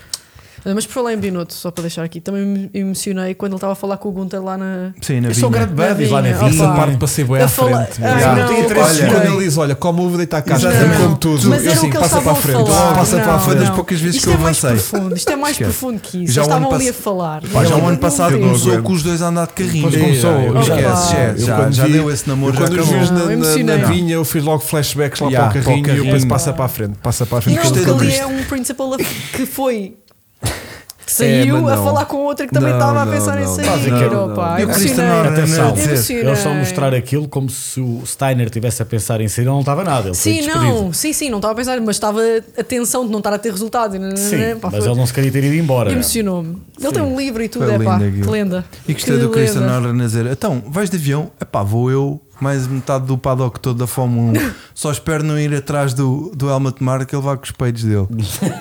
Speaker 3: Mas por falar em Binotto, só para deixar aqui, também me emocionei quando ele estava a falar com o Gunter lá na.
Speaker 1: Sim, na
Speaker 4: Eu sou
Speaker 1: vinha.
Speaker 4: grande buddies lá na
Speaker 3: Vinha,
Speaker 4: vida.
Speaker 2: Essa
Speaker 3: opa.
Speaker 2: parte passei bem
Speaker 3: Eu
Speaker 2: à
Speaker 3: fala-
Speaker 2: frente.
Speaker 3: Ai,
Speaker 2: meu.
Speaker 1: não,
Speaker 2: Eu tinha interesse
Speaker 1: olha.
Speaker 2: quando ele diz: Olha, como ovo deitar a caixa,
Speaker 1: Exatamente.
Speaker 2: como tudo.
Speaker 3: Mas
Speaker 2: eu
Speaker 3: era o
Speaker 2: assim,
Speaker 3: que eles
Speaker 2: passa
Speaker 3: estavam
Speaker 2: para
Speaker 3: a
Speaker 2: a frente.
Speaker 3: falar.
Speaker 1: Passa para a
Speaker 3: Não,
Speaker 1: frente, das
Speaker 3: não.
Speaker 1: poucas vezes
Speaker 3: Isto
Speaker 1: que eu
Speaker 3: é mais
Speaker 1: avancei.
Speaker 3: profundo, isto é mais
Speaker 1: Esquece.
Speaker 3: profundo que
Speaker 1: Já
Speaker 3: isso. Já
Speaker 1: o ano
Speaker 3: estavam ali a
Speaker 1: pass-
Speaker 3: falar.
Speaker 1: Pá, já um o ano
Speaker 3: não
Speaker 1: passado
Speaker 3: tem.
Speaker 1: começou
Speaker 2: aguento.
Speaker 1: com os dois a andar de carrinho. É,
Speaker 4: Pois começou,
Speaker 2: Yeah, eu
Speaker 1: esquece,
Speaker 2: esquece.
Speaker 1: esquece,
Speaker 2: Eu
Speaker 1: já-
Speaker 2: quando
Speaker 1: já
Speaker 2: vi-
Speaker 1: deu esse namoro,
Speaker 2: eu
Speaker 1: já
Speaker 2: Quando os
Speaker 1: acabou.
Speaker 2: vejo na-
Speaker 3: Não,
Speaker 2: na-
Speaker 3: emocionei.
Speaker 2: na vinha, eu fiz logo flashbacks lá
Speaker 1: Yeah,
Speaker 2: para o carrinho
Speaker 1: para o
Speaker 2: e eu
Speaker 1: carrinho.
Speaker 2: penso: passa para a frente, passa para a frente.
Speaker 3: Não,
Speaker 1: Isto
Speaker 2: que
Speaker 1: é
Speaker 3: porque
Speaker 2: eu
Speaker 1: tão
Speaker 3: ali
Speaker 1: triste.
Speaker 3: é um principal que foi. Que saiu
Speaker 2: mas
Speaker 3: a
Speaker 2: não.
Speaker 3: falar com outra que também
Speaker 2: Não,
Speaker 3: estava a
Speaker 2: não,
Speaker 3: pensar em
Speaker 2: não,
Speaker 3: sair.
Speaker 2: não,
Speaker 3: Era,
Speaker 2: não,
Speaker 3: pá,
Speaker 2: não.
Speaker 1: E o Christian
Speaker 3: emocionei.
Speaker 1: Horner
Speaker 4: Atenção.
Speaker 1: a Ah, é dizer.
Speaker 3: Emocionei.
Speaker 4: Eles estão a mostrar aquilo como se o Steiner estivesse a pensar em sair, ele não estava nada. Ele
Speaker 3: Sim,
Speaker 4: foi despedido.
Speaker 3: não, sim, sim, não estava a pensar, mas estava a tensão de não estar a ter resultado. né, né, né,
Speaker 4: Sim,
Speaker 3: pá,
Speaker 4: mas
Speaker 3: foi-
Speaker 4: ele não se queria ter ido
Speaker 2: É.
Speaker 4: embora.
Speaker 3: Emocionou-me. Ele tem um livro e tudo,
Speaker 1: Foi
Speaker 3: é pá,
Speaker 1: lindo aquilo.
Speaker 3: que lenda.
Speaker 1: E gostei
Speaker 3: Que
Speaker 1: do Christian
Speaker 3: lenda.
Speaker 1: Horner a dizer: então, vais de avião? Epá, vou eu, mais metade do paddock todo da Fórmula 1. Só espero não ir atrás do, do Helmut Marko que ele vai com os peitos dele.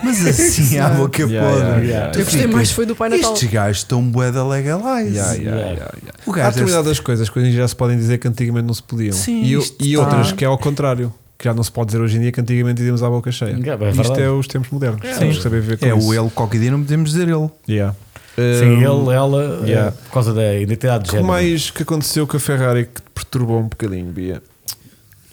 Speaker 1: Mas assim, à boca
Speaker 2: Yeah,
Speaker 1: podre.
Speaker 2: yeah, yeah.
Speaker 1: Tu
Speaker 3: Eu gostei
Speaker 1: ficas,
Speaker 3: mais foi do Pai Natal.
Speaker 1: Estes gajos estão bué da legalize.
Speaker 2: Yeah, yeah,
Speaker 4: Yeah.
Speaker 2: yeah, yeah.
Speaker 1: O
Speaker 2: Há
Speaker 1: gajo
Speaker 2: determinadas coisas que hoje em dia já se podem dizer que antigamente não se podiam.
Speaker 1: Sim,
Speaker 2: e, eu-
Speaker 1: isto
Speaker 2: e
Speaker 1: está-
Speaker 2: outras que é ao contrário, que já não se pode dizer hoje em dia que antigamente dizíamos à boca cheia.
Speaker 4: É, é
Speaker 2: Isto
Speaker 4: verdade.
Speaker 2: é os tempos modernos. Temos que saber viver com
Speaker 1: É
Speaker 2: isso.
Speaker 1: o ele, qualquer dia não podemos dizer ele.
Speaker 2: Yeah.
Speaker 4: Sim,
Speaker 2: Um,
Speaker 4: ele, é ela, é,
Speaker 2: yeah.
Speaker 4: por causa da identidade de
Speaker 2: O que
Speaker 4: género.
Speaker 2: mais que aconteceu com a Ferrari que te perturbou um bocadinho, Bia?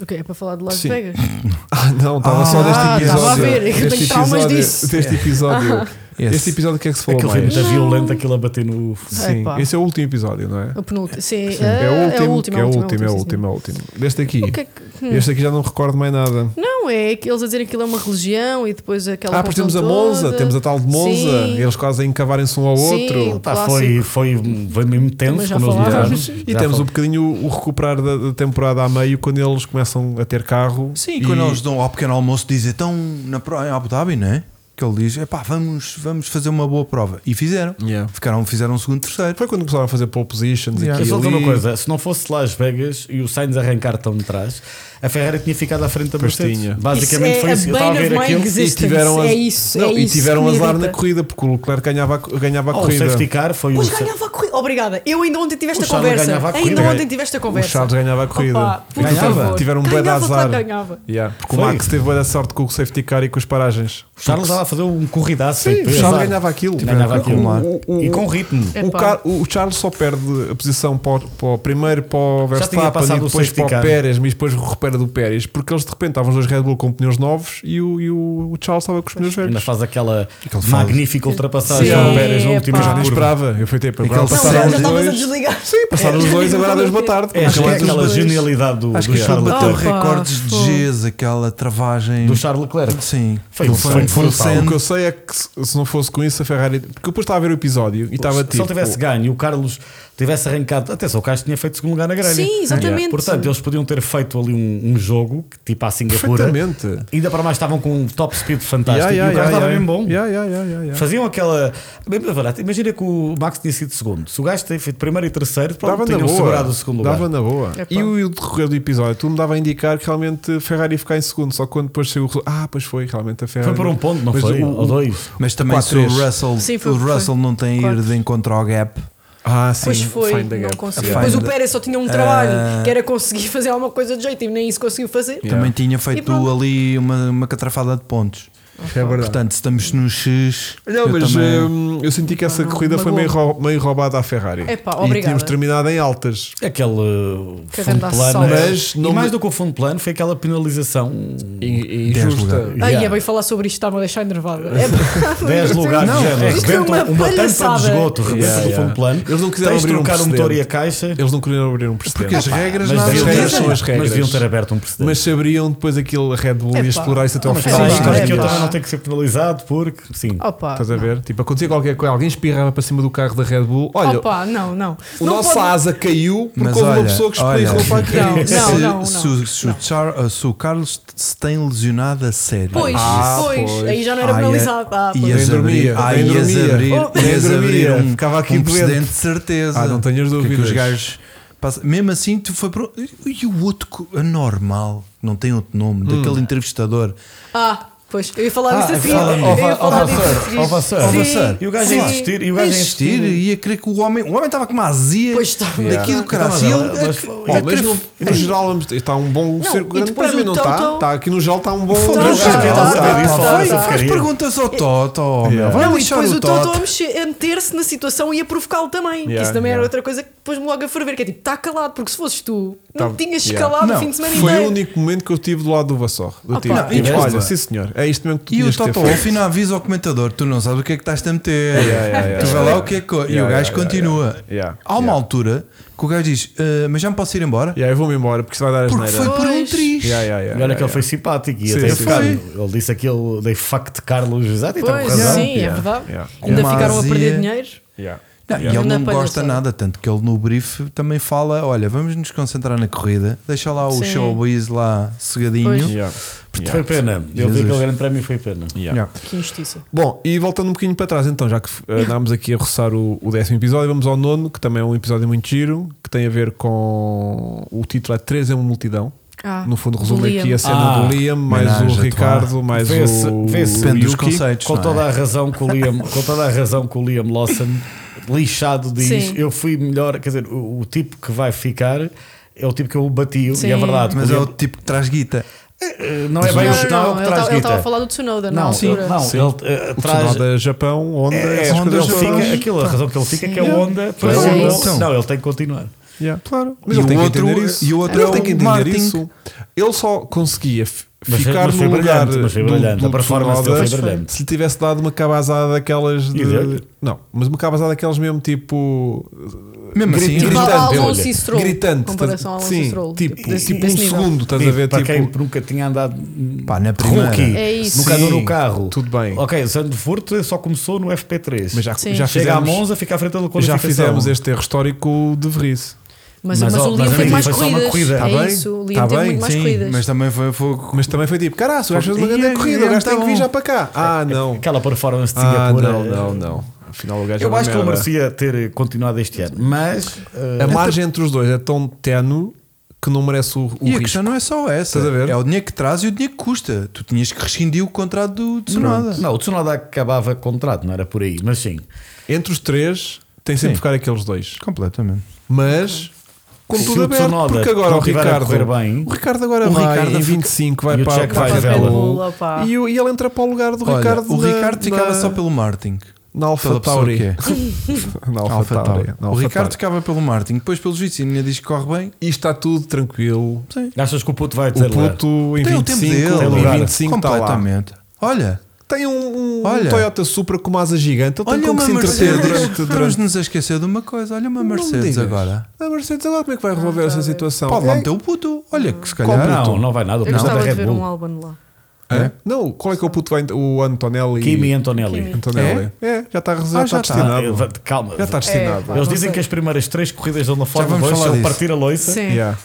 Speaker 3: O que é para falar de Las
Speaker 2: Sim.
Speaker 3: Vegas?
Speaker 2: (laughs) Ah, não, estava
Speaker 1: Ah,
Speaker 2: só
Speaker 1: estava a
Speaker 2: deste episódio.
Speaker 3: ver, eu tenho
Speaker 2: deste
Speaker 3: traumas
Speaker 2: episódio,
Speaker 3: disso.
Speaker 2: Deste (laughs) episódio.
Speaker 1: Esse.
Speaker 2: Este episódio que é que se falou
Speaker 4: Aquilo foi
Speaker 2: mais?
Speaker 4: muito violento, aquilo a bater no.
Speaker 2: Sim,
Speaker 3: Epá.
Speaker 2: esse é o último episódio, não é?
Speaker 3: O penúltimo. Sim,
Speaker 2: É o último, que é o último, é o
Speaker 3: sim,
Speaker 2: último, é o último. Deste aqui.
Speaker 3: senhor. O que é que- hum.
Speaker 2: Este aqui já não recordo mais nada.
Speaker 3: Não, é que eles a dizerem que aquilo é uma religião e depois aquela.
Speaker 2: Ah, pois temos a
Speaker 3: confusão
Speaker 2: Monza,
Speaker 3: toda.
Speaker 2: temos a tal de Monza,
Speaker 3: Sim.
Speaker 2: eles quase a encavarem-se um ao
Speaker 3: Sim.
Speaker 2: outro.
Speaker 4: Pá,
Speaker 3: Clássico.
Speaker 4: foi, foi, foi
Speaker 3: Também
Speaker 4: mesmo tenso
Speaker 3: já
Speaker 4: quando eles
Speaker 3: falámos.
Speaker 4: entraram.
Speaker 2: E temos
Speaker 4: Já
Speaker 2: um
Speaker 4: falámos.
Speaker 2: bocadinho o recuperar da, da temporada a meio quando eles começam a ter carro.
Speaker 1: Sim,
Speaker 2: e-
Speaker 1: quando eles dão ao pequeno almoço, dizem então na, pro- em Abu Dhabi, não é? Que ele diz: epá, vamos, vamos fazer uma boa prova. E fizeram.
Speaker 2: Yeah.
Speaker 1: Ficaram, fizeram um segundo, terceiro.
Speaker 2: Foi quando começaram a fazer pole positions
Speaker 1: Yeah.
Speaker 2: aqui
Speaker 4: Eu
Speaker 2: e
Speaker 4: só digo
Speaker 2: ali.
Speaker 4: uma coisa: se não fosse Las Vegas e o Sainz arrancar tão de trás, a Ferrari tinha ficado à frente da
Speaker 2: Pois
Speaker 4: Mercedes.
Speaker 2: tinha.
Speaker 4: Basicamente
Speaker 3: Isso é
Speaker 4: foi isso.
Speaker 3: a
Speaker 4: Eu estava a
Speaker 3: bane
Speaker 4: ver
Speaker 3: of my
Speaker 4: aquilo.
Speaker 2: E
Speaker 3: existence.
Speaker 2: tiveram, az-
Speaker 3: É isso,
Speaker 2: não,
Speaker 3: é
Speaker 2: e
Speaker 3: isso
Speaker 2: tiveram
Speaker 3: que me
Speaker 2: azar na
Speaker 3: irrita.
Speaker 2: corrida, porque o Leclerc ganhava, a- ganhava a
Speaker 4: Oh, o
Speaker 2: corrida.
Speaker 4: safety car foi
Speaker 3: Mas
Speaker 4: o. sa-
Speaker 3: ganhava a corrida. Obrigada. Eu ainda ontem tive esta
Speaker 4: O Charles
Speaker 3: conversa.
Speaker 4: ganhava a corrida.
Speaker 3: Ainda ontem tive esta
Speaker 2: O
Speaker 3: conversa.
Speaker 2: Charles ganhava a corrida.
Speaker 3: Opa, por
Speaker 2: Ganhava.
Speaker 3: favor.
Speaker 2: Tiveram um bué de
Speaker 3: Ganhava, claro
Speaker 2: azar.
Speaker 3: que ganhava.
Speaker 2: Yeah, Porque o
Speaker 4: Foi.
Speaker 2: Max teve boa da sorte com o safety car e com as paragens.
Speaker 4: O Charles estava a fazer um corridaço.
Speaker 2: Sim,
Speaker 4: e depois
Speaker 2: o Charles
Speaker 4: azar.
Speaker 2: ganhava aquilo.
Speaker 4: Ganhava
Speaker 1: Tiveram que
Speaker 4: aquilo. E com ritmo.
Speaker 3: É
Speaker 2: O,
Speaker 3: pá.
Speaker 2: Car- o Charles só perde a posição para o, para o- primeiro para o
Speaker 4: Já tinha
Speaker 2: Verstappen
Speaker 4: passado
Speaker 2: e
Speaker 4: o
Speaker 2: depois
Speaker 4: safety
Speaker 2: para o
Speaker 4: car.
Speaker 2: Pérez, mas depois recupera do Pérez, porque eles de repente estavam os dois Red Bull com pneus novos e o, e o- o Charles estava com os pneus
Speaker 4: Ainda
Speaker 2: velhos.
Speaker 4: faz aquela
Speaker 1: Aquele
Speaker 4: magnífica ultrapassagem
Speaker 3: Sim,
Speaker 4: ao Pérez na última
Speaker 3: epá.
Speaker 2: Já nem
Speaker 4: curva.
Speaker 2: esperava, eu fui tipo, agora
Speaker 1: Aquele
Speaker 3: Não, já
Speaker 2: passaram
Speaker 1: Passaram
Speaker 3: já
Speaker 2: os
Speaker 3: estavas a
Speaker 2: dois.
Speaker 3: desligar. É.
Speaker 2: Sim, passaram os dois, agora das boa tarde.
Speaker 4: É, acho que é
Speaker 2: Acabaram os
Speaker 4: aquela
Speaker 2: dois.
Speaker 4: genialidade do,
Speaker 1: Acho
Speaker 4: do
Speaker 1: que ele
Speaker 4: Charles
Speaker 1: bateu
Speaker 4: Leclerc.
Speaker 3: Leclerc.
Speaker 1: recordes de
Speaker 3: um Opa, um
Speaker 1: Gs, aquela travagem.
Speaker 4: Do Charles Leclerc.
Speaker 1: Sim,
Speaker 4: Foi
Speaker 1: Aquilo
Speaker 4: foi
Speaker 1: full
Speaker 4: brutal.
Speaker 1: send.
Speaker 2: O que eu sei é que se se não fosse com isso a Ferrari. Porque eu depois estava a ver o episódio e estava
Speaker 4: se
Speaker 2: tipo.
Speaker 4: ele tivesse ganho e o Carlos tivesse arrancado, atenção, o Carlos tinha feito segundo lugar na grelha.
Speaker 3: Sim, exatamente.
Speaker 4: Portanto, eles podiam ter feito ali um, um jogo que, tipo à Singapura.
Speaker 2: Perfeitamente.
Speaker 4: Ainda para mais estavam com um top speed fantástico.
Speaker 2: Yeah, yeah,
Speaker 4: e o carro
Speaker 2: yeah,
Speaker 4: estava
Speaker 2: yeah.
Speaker 4: bem bom.
Speaker 2: Yeah, yeah, yeah, yeah, yeah.
Speaker 4: Faziam aquela. Bem, mas, verdade, Imagina que o Max tinha sido segundo. Se o gajo tem feito primeiro e terceiro,
Speaker 2: Dava
Speaker 4: provavelmente
Speaker 2: na
Speaker 4: tinham segurado
Speaker 2: boa.
Speaker 4: o segundo lugar.
Speaker 2: Dava na boa.
Speaker 3: Epá.
Speaker 2: E o, e o decorrer do episódio, tu me dava a indicar que realmente Ferrari ia ficar em segundo, só quando depois saiu o resu- Ah, pois foi, realmente a Ferrari.
Speaker 4: Foi por um ponto, não
Speaker 2: Mas
Speaker 4: foi?
Speaker 2: o-
Speaker 4: Ou dois.
Speaker 1: Mas também
Speaker 2: Quatro,
Speaker 1: se o
Speaker 2: três.
Speaker 1: Russell,
Speaker 3: Sim, foi- um
Speaker 1: o Russell
Speaker 3: foi.
Speaker 1: não tem a ir
Speaker 3: Quatro.
Speaker 1: de encontro ao gap.
Speaker 2: Ah, sim.
Speaker 3: Pois foi,
Speaker 2: find the
Speaker 3: não
Speaker 2: gap.
Speaker 3: conseguiu.
Speaker 1: Yeah.
Speaker 3: Pois o
Speaker 1: Find-
Speaker 3: Pérez só tinha um trabalho,
Speaker 1: Ah.
Speaker 3: que era conseguir (laughs) fazer alguma coisa de jeito e nem isso conseguiu fazer.
Speaker 2: Yeah.
Speaker 1: Também tinha
Speaker 3: E
Speaker 1: feito
Speaker 3: pronto.
Speaker 1: ali uma, uma catrafada de pontos.
Speaker 2: É verdade.
Speaker 1: Portanto, se estamos no X.
Speaker 2: Não,
Speaker 1: eu
Speaker 2: mas
Speaker 1: também-
Speaker 2: hum, eu senti que essa
Speaker 3: Não,
Speaker 2: corrida foi
Speaker 3: magoou.
Speaker 2: meio, rou- meio roubada à Ferrari.
Speaker 3: ah, Epá,
Speaker 2: e
Speaker 3: obrigada.
Speaker 2: tínhamos terminado em altas.
Speaker 4: Aquele uh,
Speaker 3: Que
Speaker 4: fundo
Speaker 3: arrandasse
Speaker 4: plano.
Speaker 3: só.
Speaker 2: Mas não
Speaker 4: e mais
Speaker 2: me-
Speaker 4: do que o fundo plano foi aquela penalização.
Speaker 2: E, e
Speaker 1: Dez
Speaker 2: injusta.
Speaker 1: lugares.
Speaker 3: Ai,
Speaker 4: Yeah.
Speaker 3: é bem falar sobre isto, está-me a deixar enervada. (laughs) É pá,
Speaker 4: 10 lugares,
Speaker 1: Não,
Speaker 4: de género.
Speaker 3: isto foi
Speaker 4: Rebentam
Speaker 3: é uma
Speaker 4: uma, tampa
Speaker 3: palhaçada. é.
Speaker 4: de esgoto, rebentam
Speaker 2: Yeah,
Speaker 4: do
Speaker 2: yeah.
Speaker 4: fundo plano.
Speaker 2: Eles não quiseram
Speaker 4: Tens de
Speaker 2: abrir um
Speaker 4: trocar o motor e a
Speaker 2: precedente.
Speaker 4: caixa.
Speaker 2: Eles não queriam abrir um precedente.
Speaker 1: Porque as regras não
Speaker 4: mas
Speaker 2: as
Speaker 3: é
Speaker 4: deviam
Speaker 2: regras
Speaker 4: ter-
Speaker 2: são as regras.
Speaker 4: Mas deviam ter aberto um precedente.
Speaker 2: Mas saberiam depois aquilo a Red Bull ia
Speaker 3: Epá.
Speaker 2: explorar isso até ao
Speaker 3: Mas
Speaker 4: Sim,
Speaker 2: final.
Speaker 3: sim,
Speaker 2: Isto
Speaker 4: mas
Speaker 2: é
Speaker 4: que eu
Speaker 2: pá.
Speaker 4: também não tenho que ser penalizado porque sim.
Speaker 3: Opa,
Speaker 2: Estás a ver? Tipo, acontecia qualquer coisa, alguém espirrava para cima do carro da Red Bull. Olha,
Speaker 3: opa, não, não.
Speaker 2: o
Speaker 3: não
Speaker 2: nosso
Speaker 3: pode-
Speaker 2: asa caiu porque
Speaker 1: Mas
Speaker 2: houve
Speaker 1: olha,
Speaker 2: uma pessoa que
Speaker 1: olha,
Speaker 2: espirrou para (laughs) aqui.
Speaker 3: Não,
Speaker 1: se,
Speaker 3: não, não,
Speaker 1: se o- se o Char- eh, se o Carlos se tem lesionado a sério.
Speaker 3: Pois,
Speaker 2: Ah,
Speaker 3: pois,
Speaker 2: pois.
Speaker 3: aí já não era
Speaker 1: Ai,
Speaker 3: penalizado. Ah,
Speaker 1: é-
Speaker 3: pois.
Speaker 1: ias
Speaker 2: Nem
Speaker 1: abrir,
Speaker 2: dormia,
Speaker 1: ah,
Speaker 2: nem
Speaker 1: ias
Speaker 2: dormia.
Speaker 1: abrir,
Speaker 2: Oh, nem
Speaker 1: ias abrir
Speaker 2: dormia.
Speaker 1: um,
Speaker 2: Ficava aqui
Speaker 1: um
Speaker 2: doente.
Speaker 1: precedente de certeza.
Speaker 2: Ah, não tenhas
Speaker 1: Porque
Speaker 2: dúvidas.
Speaker 1: Que os gajos passam- mesmo assim, tu foi para. o- E o outro, co- anormal, não tem outro nome, daquele entrevistador.
Speaker 3: Ah, pois, eu ia falar
Speaker 1: Ah,
Speaker 3: disso a
Speaker 1: é
Speaker 3: seguir.
Speaker 1: fala-
Speaker 3: Eu ia
Speaker 4: ao-
Speaker 3: falar
Speaker 4: ao
Speaker 3: disso
Speaker 4: Vassar,
Speaker 3: a seguir.
Speaker 4: ao Vassar.
Speaker 3: Sim,
Speaker 1: Ao Vassar.
Speaker 4: E o gajo
Speaker 3: sim.
Speaker 4: a insistir, e o
Speaker 1: A
Speaker 4: gajo a
Speaker 1: insistir
Speaker 4: insistir.
Speaker 1: e a querer que o homem. O homem estava com uma azia
Speaker 3: Pois estava.
Speaker 1: daqui do caralho.
Speaker 4: Mas
Speaker 1: E
Speaker 4: ela-
Speaker 1: ele- é
Speaker 4: mas-
Speaker 1: a- a-
Speaker 2: Ó,
Speaker 1: a-
Speaker 2: mas no, no geral vamos- está um bom
Speaker 3: Não,
Speaker 2: circo
Speaker 3: e
Speaker 2: grande
Speaker 3: depois
Speaker 2: prémio,
Speaker 3: o
Speaker 2: não está?
Speaker 3: Toto-
Speaker 2: Está aqui no geral está um bom
Speaker 1: Foda-se,
Speaker 3: Não,
Speaker 2: grande
Speaker 3: Então já, tá,
Speaker 2: prémio.
Speaker 3: já, já,
Speaker 1: Faz-
Speaker 3: já,
Speaker 1: faz-
Speaker 3: já.
Speaker 1: Faz perguntas ao Toto, ó, meu. Vai
Speaker 3: Não, e
Speaker 1: lixar
Speaker 3: depois o
Speaker 1: Toto.
Speaker 3: Toto a mexer- a meter-se na situação e a provocá-lo também. que
Speaker 2: Yeah,
Speaker 3: isso também
Speaker 2: yeah.
Speaker 3: era outra coisa que pôs-me logo a ferver, que é tipo, está calado, porque se fosses tu, não
Speaker 2: Tá-
Speaker 3: tinhas
Speaker 2: yeah.
Speaker 3: calado
Speaker 1: Não,
Speaker 3: o fim de semana
Speaker 2: Foi
Speaker 3: inteiro.
Speaker 2: o único momento que eu tive do lado do Vassor. Eu
Speaker 3: Opa.
Speaker 2: tive.
Speaker 3: Não,
Speaker 2: Tipo,
Speaker 4: e
Speaker 2: olha,
Speaker 4: mesmo.
Speaker 2: sim senhor, é isto mesmo que tu
Speaker 1: E o
Speaker 2: tinhas que ter
Speaker 1: Toto ao
Speaker 2: feito.
Speaker 1: final avisa ao comentador: tu não sabes o que é que estás a meter.
Speaker 2: Yeah, yeah, yeah,
Speaker 1: tu vai
Speaker 2: yeah.
Speaker 1: lá o que é que. e o
Speaker 2: Yeah,
Speaker 1: gajo
Speaker 2: yeah,
Speaker 1: continua.
Speaker 2: yeah, yeah.
Speaker 1: Há uma
Speaker 2: Yeah.
Speaker 1: altura que o gajo diz: "Ah, Mas já me posso ir embora?
Speaker 2: E aí eu vou-me embora porque isso vai dar
Speaker 1: Porque
Speaker 2: asneira.
Speaker 1: foi por um
Speaker 3: Pois.
Speaker 1: triz.
Speaker 2: Yeah, yeah, yeah,
Speaker 4: E olha que
Speaker 2: yeah,
Speaker 4: ele foi
Speaker 2: yeah.
Speaker 4: simpático e
Speaker 2: Sim,
Speaker 4: até
Speaker 2: sim,
Speaker 4: ficado.
Speaker 1: sim.
Speaker 4: Ele disse aquele dei fuck de Carlos José, tem
Speaker 3: Pois,
Speaker 4: razão.
Speaker 3: sim, é
Speaker 2: Yeah,
Speaker 3: verdade.
Speaker 2: yeah.
Speaker 3: Ainda
Speaker 1: Uma
Speaker 3: ficaram a
Speaker 1: azia.
Speaker 3: perder dinheiro.
Speaker 2: Yeah.
Speaker 1: Não,
Speaker 2: Yeah.
Speaker 1: E ele
Speaker 3: Não
Speaker 1: não
Speaker 3: apanha
Speaker 1: gosta
Speaker 3: só.
Speaker 1: nada, tanto que ele no brief também fala: Olha, vamos nos concentrar na corrida, deixa lá o
Speaker 3: Sim.
Speaker 1: showbiz lá cegadinho.
Speaker 3: Pois.
Speaker 2: Yeah.
Speaker 4: Foi
Speaker 2: Yeah.
Speaker 4: pena. Eu vi
Speaker 1: Jesus.
Speaker 4: aquele grande prémio foi pena.
Speaker 2: Yeah.
Speaker 1: Yeah.
Speaker 3: Que injustiça.
Speaker 2: Bom, e voltando um bocadinho para trás, então, já que eh, andámos aqui a roçar o, o décimo episódio, vamos ao nono, que também é um episódio muito giro, que tem a ver com o título é 3 é uma multidão.
Speaker 3: Ah,
Speaker 2: No fundo,
Speaker 3: do
Speaker 2: resume aqui
Speaker 3: Liam.
Speaker 2: a cena
Speaker 4: Ah,
Speaker 2: do Liam, mais
Speaker 1: homenagem
Speaker 2: o
Speaker 1: a
Speaker 2: Ricardo, mais
Speaker 4: Vê se-
Speaker 2: o.
Speaker 4: vê se-
Speaker 2: o
Speaker 1: Depende dos
Speaker 2: Yuki.
Speaker 1: conceitos.
Speaker 4: Com
Speaker 1: não é?
Speaker 4: toda, a razão que o
Speaker 2: (laughs)
Speaker 4: Liam, com toda a razão que o Liam Lawson, lixado, diz:
Speaker 3: Sim.
Speaker 4: Eu fui melhor. Quer dizer, o, o tipo que vai ficar é o tipo que eu bati.
Speaker 3: Sim.
Speaker 4: E é verdade.
Speaker 1: Mas é
Speaker 4: Liam-
Speaker 1: o tipo que traz guita.
Speaker 4: eh, não é
Speaker 3: Não,
Speaker 4: bem o
Speaker 3: não,
Speaker 4: sinal
Speaker 3: não,
Speaker 4: que
Speaker 3: ele
Speaker 4: traz
Speaker 3: tá- ele estava a
Speaker 4: guita.
Speaker 3: falar do Tsunoda na
Speaker 4: Não,
Speaker 3: altura.
Speaker 4: ele- não,
Speaker 2: Sim.
Speaker 4: ele eh,
Speaker 2: O
Speaker 4: traz.
Speaker 2: Tsunoda, Japão, Onda,
Speaker 4: É,
Speaker 2: essas
Speaker 1: onde
Speaker 4: onde ele
Speaker 2: coisas
Speaker 1: eles
Speaker 2: todas.
Speaker 4: fica,
Speaker 1: fazem.
Speaker 4: aquilo, a razão que ele fica é que é
Speaker 2: Sim.
Speaker 4: onda.
Speaker 3: Pois
Speaker 4: para
Speaker 3: é
Speaker 4: ele-
Speaker 1: isso.
Speaker 4: Não, ele tem que continuar.
Speaker 2: Yeah, claro.
Speaker 1: E
Speaker 2: Mas ele
Speaker 1: o
Speaker 2: tem que
Speaker 1: outro-
Speaker 2: entender isso.
Speaker 1: e o outro
Speaker 2: ele
Speaker 1: é
Speaker 2: tem
Speaker 1: o
Speaker 2: que entender
Speaker 1: marketing.
Speaker 2: isso. Ele só conseguia f-
Speaker 4: Mas foi-
Speaker 2: ficar
Speaker 4: mas
Speaker 2: no
Speaker 4: foi
Speaker 2: lugar
Speaker 4: brilhante, mas foi
Speaker 2: do-
Speaker 4: brilhante.
Speaker 2: do
Speaker 4: A performance
Speaker 2: Tsunoda
Speaker 4: dele foi brilhante.
Speaker 2: se lhe tivesse dado uma cabazada daquelas de...
Speaker 4: E deu-lhe.
Speaker 2: Não, mas uma cabazada daquelas mesmo tipo...
Speaker 1: Mesmo
Speaker 2: gri-
Speaker 1: assim,
Speaker 3: Tipo
Speaker 2: gritante,
Speaker 3: Alonso
Speaker 2: olha.
Speaker 3: e Stroll,
Speaker 2: Gritante.
Speaker 3: em comparação
Speaker 2: estás-
Speaker 3: a Alonso
Speaker 2: sim,
Speaker 3: e Stroll,
Speaker 2: Tipo,
Speaker 3: tipo, desse-
Speaker 2: tipo
Speaker 3: desse
Speaker 2: um
Speaker 3: nível.
Speaker 2: segundo, estás a
Speaker 4: Tipo,
Speaker 2: ver?
Speaker 4: para quem
Speaker 2: Tipo,
Speaker 4: nunca tinha andado
Speaker 1: Pá, na primeira.
Speaker 4: rookie,
Speaker 3: É isso.
Speaker 4: nunca andou
Speaker 2: Sim,
Speaker 4: no carro.
Speaker 2: tudo bem.
Speaker 4: Ok, Sandfurt só começou no FP3.
Speaker 2: mas já,
Speaker 3: Sim.
Speaker 2: já
Speaker 4: Chega à
Speaker 2: fizemos-
Speaker 4: Monza, fica à frente da
Speaker 2: já
Speaker 4: qualificação.
Speaker 2: fizemos este erro histórico com o De Vries.
Speaker 3: Mas,
Speaker 4: Mas,
Speaker 3: mas,
Speaker 4: ó,
Speaker 3: o Liam
Speaker 4: mas
Speaker 3: teve
Speaker 4: aí
Speaker 3: mais
Speaker 4: foi só uma
Speaker 3: corridas.
Speaker 4: corrida.
Speaker 2: Tá
Speaker 3: é
Speaker 2: bem,
Speaker 3: isso, o
Speaker 2: tá
Speaker 3: Liam teve
Speaker 2: bem,
Speaker 3: muito mais
Speaker 1: Sim,
Speaker 3: corridas.
Speaker 1: mas também foi. foi-
Speaker 2: Mas também foi tipo, caralho, o gajo fez uma
Speaker 1: Ia,
Speaker 2: grande corrida, o gajo
Speaker 1: ia,
Speaker 2: tem que vir
Speaker 1: tá
Speaker 2: já
Speaker 1: bom.
Speaker 2: para cá. Ah, não.
Speaker 4: Aquela performance de
Speaker 2: Ah,
Speaker 4: Singapura. é.
Speaker 2: não, não, não. Afinal, o gajo é
Speaker 4: Eu
Speaker 2: uma
Speaker 4: acho que ele
Speaker 2: merda.
Speaker 4: merecia ter eh, continuado este ano, mas eh,
Speaker 2: A margem entre os dois é tão tenue que não merece o, o
Speaker 1: E a
Speaker 2: risco.
Speaker 1: questão não é só essa.
Speaker 2: Estás a ver?
Speaker 1: É o dinheiro que traz e o dinheiro que custa. Tu tinhas que rescindir o contrato do Tsunoda.
Speaker 4: não, o Tsunoda acabava contrato, não era por aí, mas sim.
Speaker 2: Entre os três, tem sempre
Speaker 1: Sim.
Speaker 2: que ficar aqueles dois.
Speaker 1: Completamente.
Speaker 2: Mas, com
Speaker 4: Se
Speaker 2: tudo
Speaker 4: o
Speaker 2: aberto,
Speaker 4: Tsunoda
Speaker 2: porque agora
Speaker 4: não
Speaker 2: o
Speaker 4: tiver a
Speaker 2: Ricardo.
Speaker 4: correr bem,
Speaker 2: o Ricardo é agora
Speaker 4: o
Speaker 2: vai
Speaker 4: Ricardo
Speaker 2: em
Speaker 4: fica-
Speaker 2: 25, vai
Speaker 4: e o
Speaker 2: para,
Speaker 4: Jack
Speaker 2: para
Speaker 4: vai
Speaker 2: a
Speaker 4: vela.
Speaker 2: Red Bull.
Speaker 3: Bull, opá.
Speaker 2: E, o- e ele entra para o lugar do
Speaker 1: Olha,
Speaker 2: Ricardo.
Speaker 1: o
Speaker 2: na-
Speaker 1: Ricardo ficava
Speaker 2: na-
Speaker 1: só pelo Martin.
Speaker 2: Na
Speaker 1: Pela
Speaker 2: Alfa
Speaker 1: pessoa
Speaker 2: Tauri.
Speaker 1: que é.
Speaker 2: (laughs) Na
Speaker 1: Alpha
Speaker 2: Alfa
Speaker 1: Tauri.
Speaker 2: Tauri. na
Speaker 1: O
Speaker 2: Alpha
Speaker 1: Ricardo
Speaker 2: Tauri.
Speaker 1: ficava pelo Martin, depois pelos vídeos, e ainda diz que corre bem.
Speaker 2: E está tudo tranquilo.
Speaker 4: Achas que o puto vai
Speaker 2: O
Speaker 4: ter lugar?
Speaker 2: puto em
Speaker 1: Tem o tempo
Speaker 2: 25,
Speaker 1: dele,
Speaker 4: tem
Speaker 2: em
Speaker 4: lugar.
Speaker 2: 25 está tá lá.
Speaker 1: completamente. Olha,
Speaker 2: Tem um, um
Speaker 1: tá Olha.
Speaker 2: Toyota Supra com uma asa gigante. Ele tem
Speaker 1: olha
Speaker 2: como
Speaker 1: uma
Speaker 2: se entreter
Speaker 1: Mercedes.
Speaker 2: durante,
Speaker 1: Vamos
Speaker 2: durante
Speaker 1: nos a esquecer de uma coisa. Olha uma
Speaker 2: Não me
Speaker 1: Mercedes
Speaker 2: digas.
Speaker 1: agora.
Speaker 2: A Mercedes agora como é que vai resolver essa situação?
Speaker 1: Pode lá
Speaker 2: É-
Speaker 1: meter o puto. Olha, que se
Speaker 4: Não,
Speaker 1: calhar.
Speaker 4: não, não vai nada.
Speaker 3: Eu
Speaker 4: O puto é da
Speaker 3: gostava de
Speaker 4: Red
Speaker 3: ver um
Speaker 4: Bull.
Speaker 3: álbum lá.
Speaker 2: Hã? Não, qual é que é o puto vai- o Antonelli?
Speaker 4: Kimi Antonelli.
Speaker 2: Antonelli. É, já está já
Speaker 1: Ah,
Speaker 2: está
Speaker 1: já está.
Speaker 4: Ah,
Speaker 2: destinado.
Speaker 4: eu- Calma.
Speaker 2: Já tá está destinado.
Speaker 3: É, pá.
Speaker 4: Eles
Speaker 3: não
Speaker 4: dizem
Speaker 3: sei.
Speaker 4: que as primeiras três corridas dele na Fórmula
Speaker 1: vamos
Speaker 4: 2
Speaker 1: falar
Speaker 4: são
Speaker 1: disso.
Speaker 4: partir a loiça.
Speaker 3: Sim.
Speaker 2: Yeah.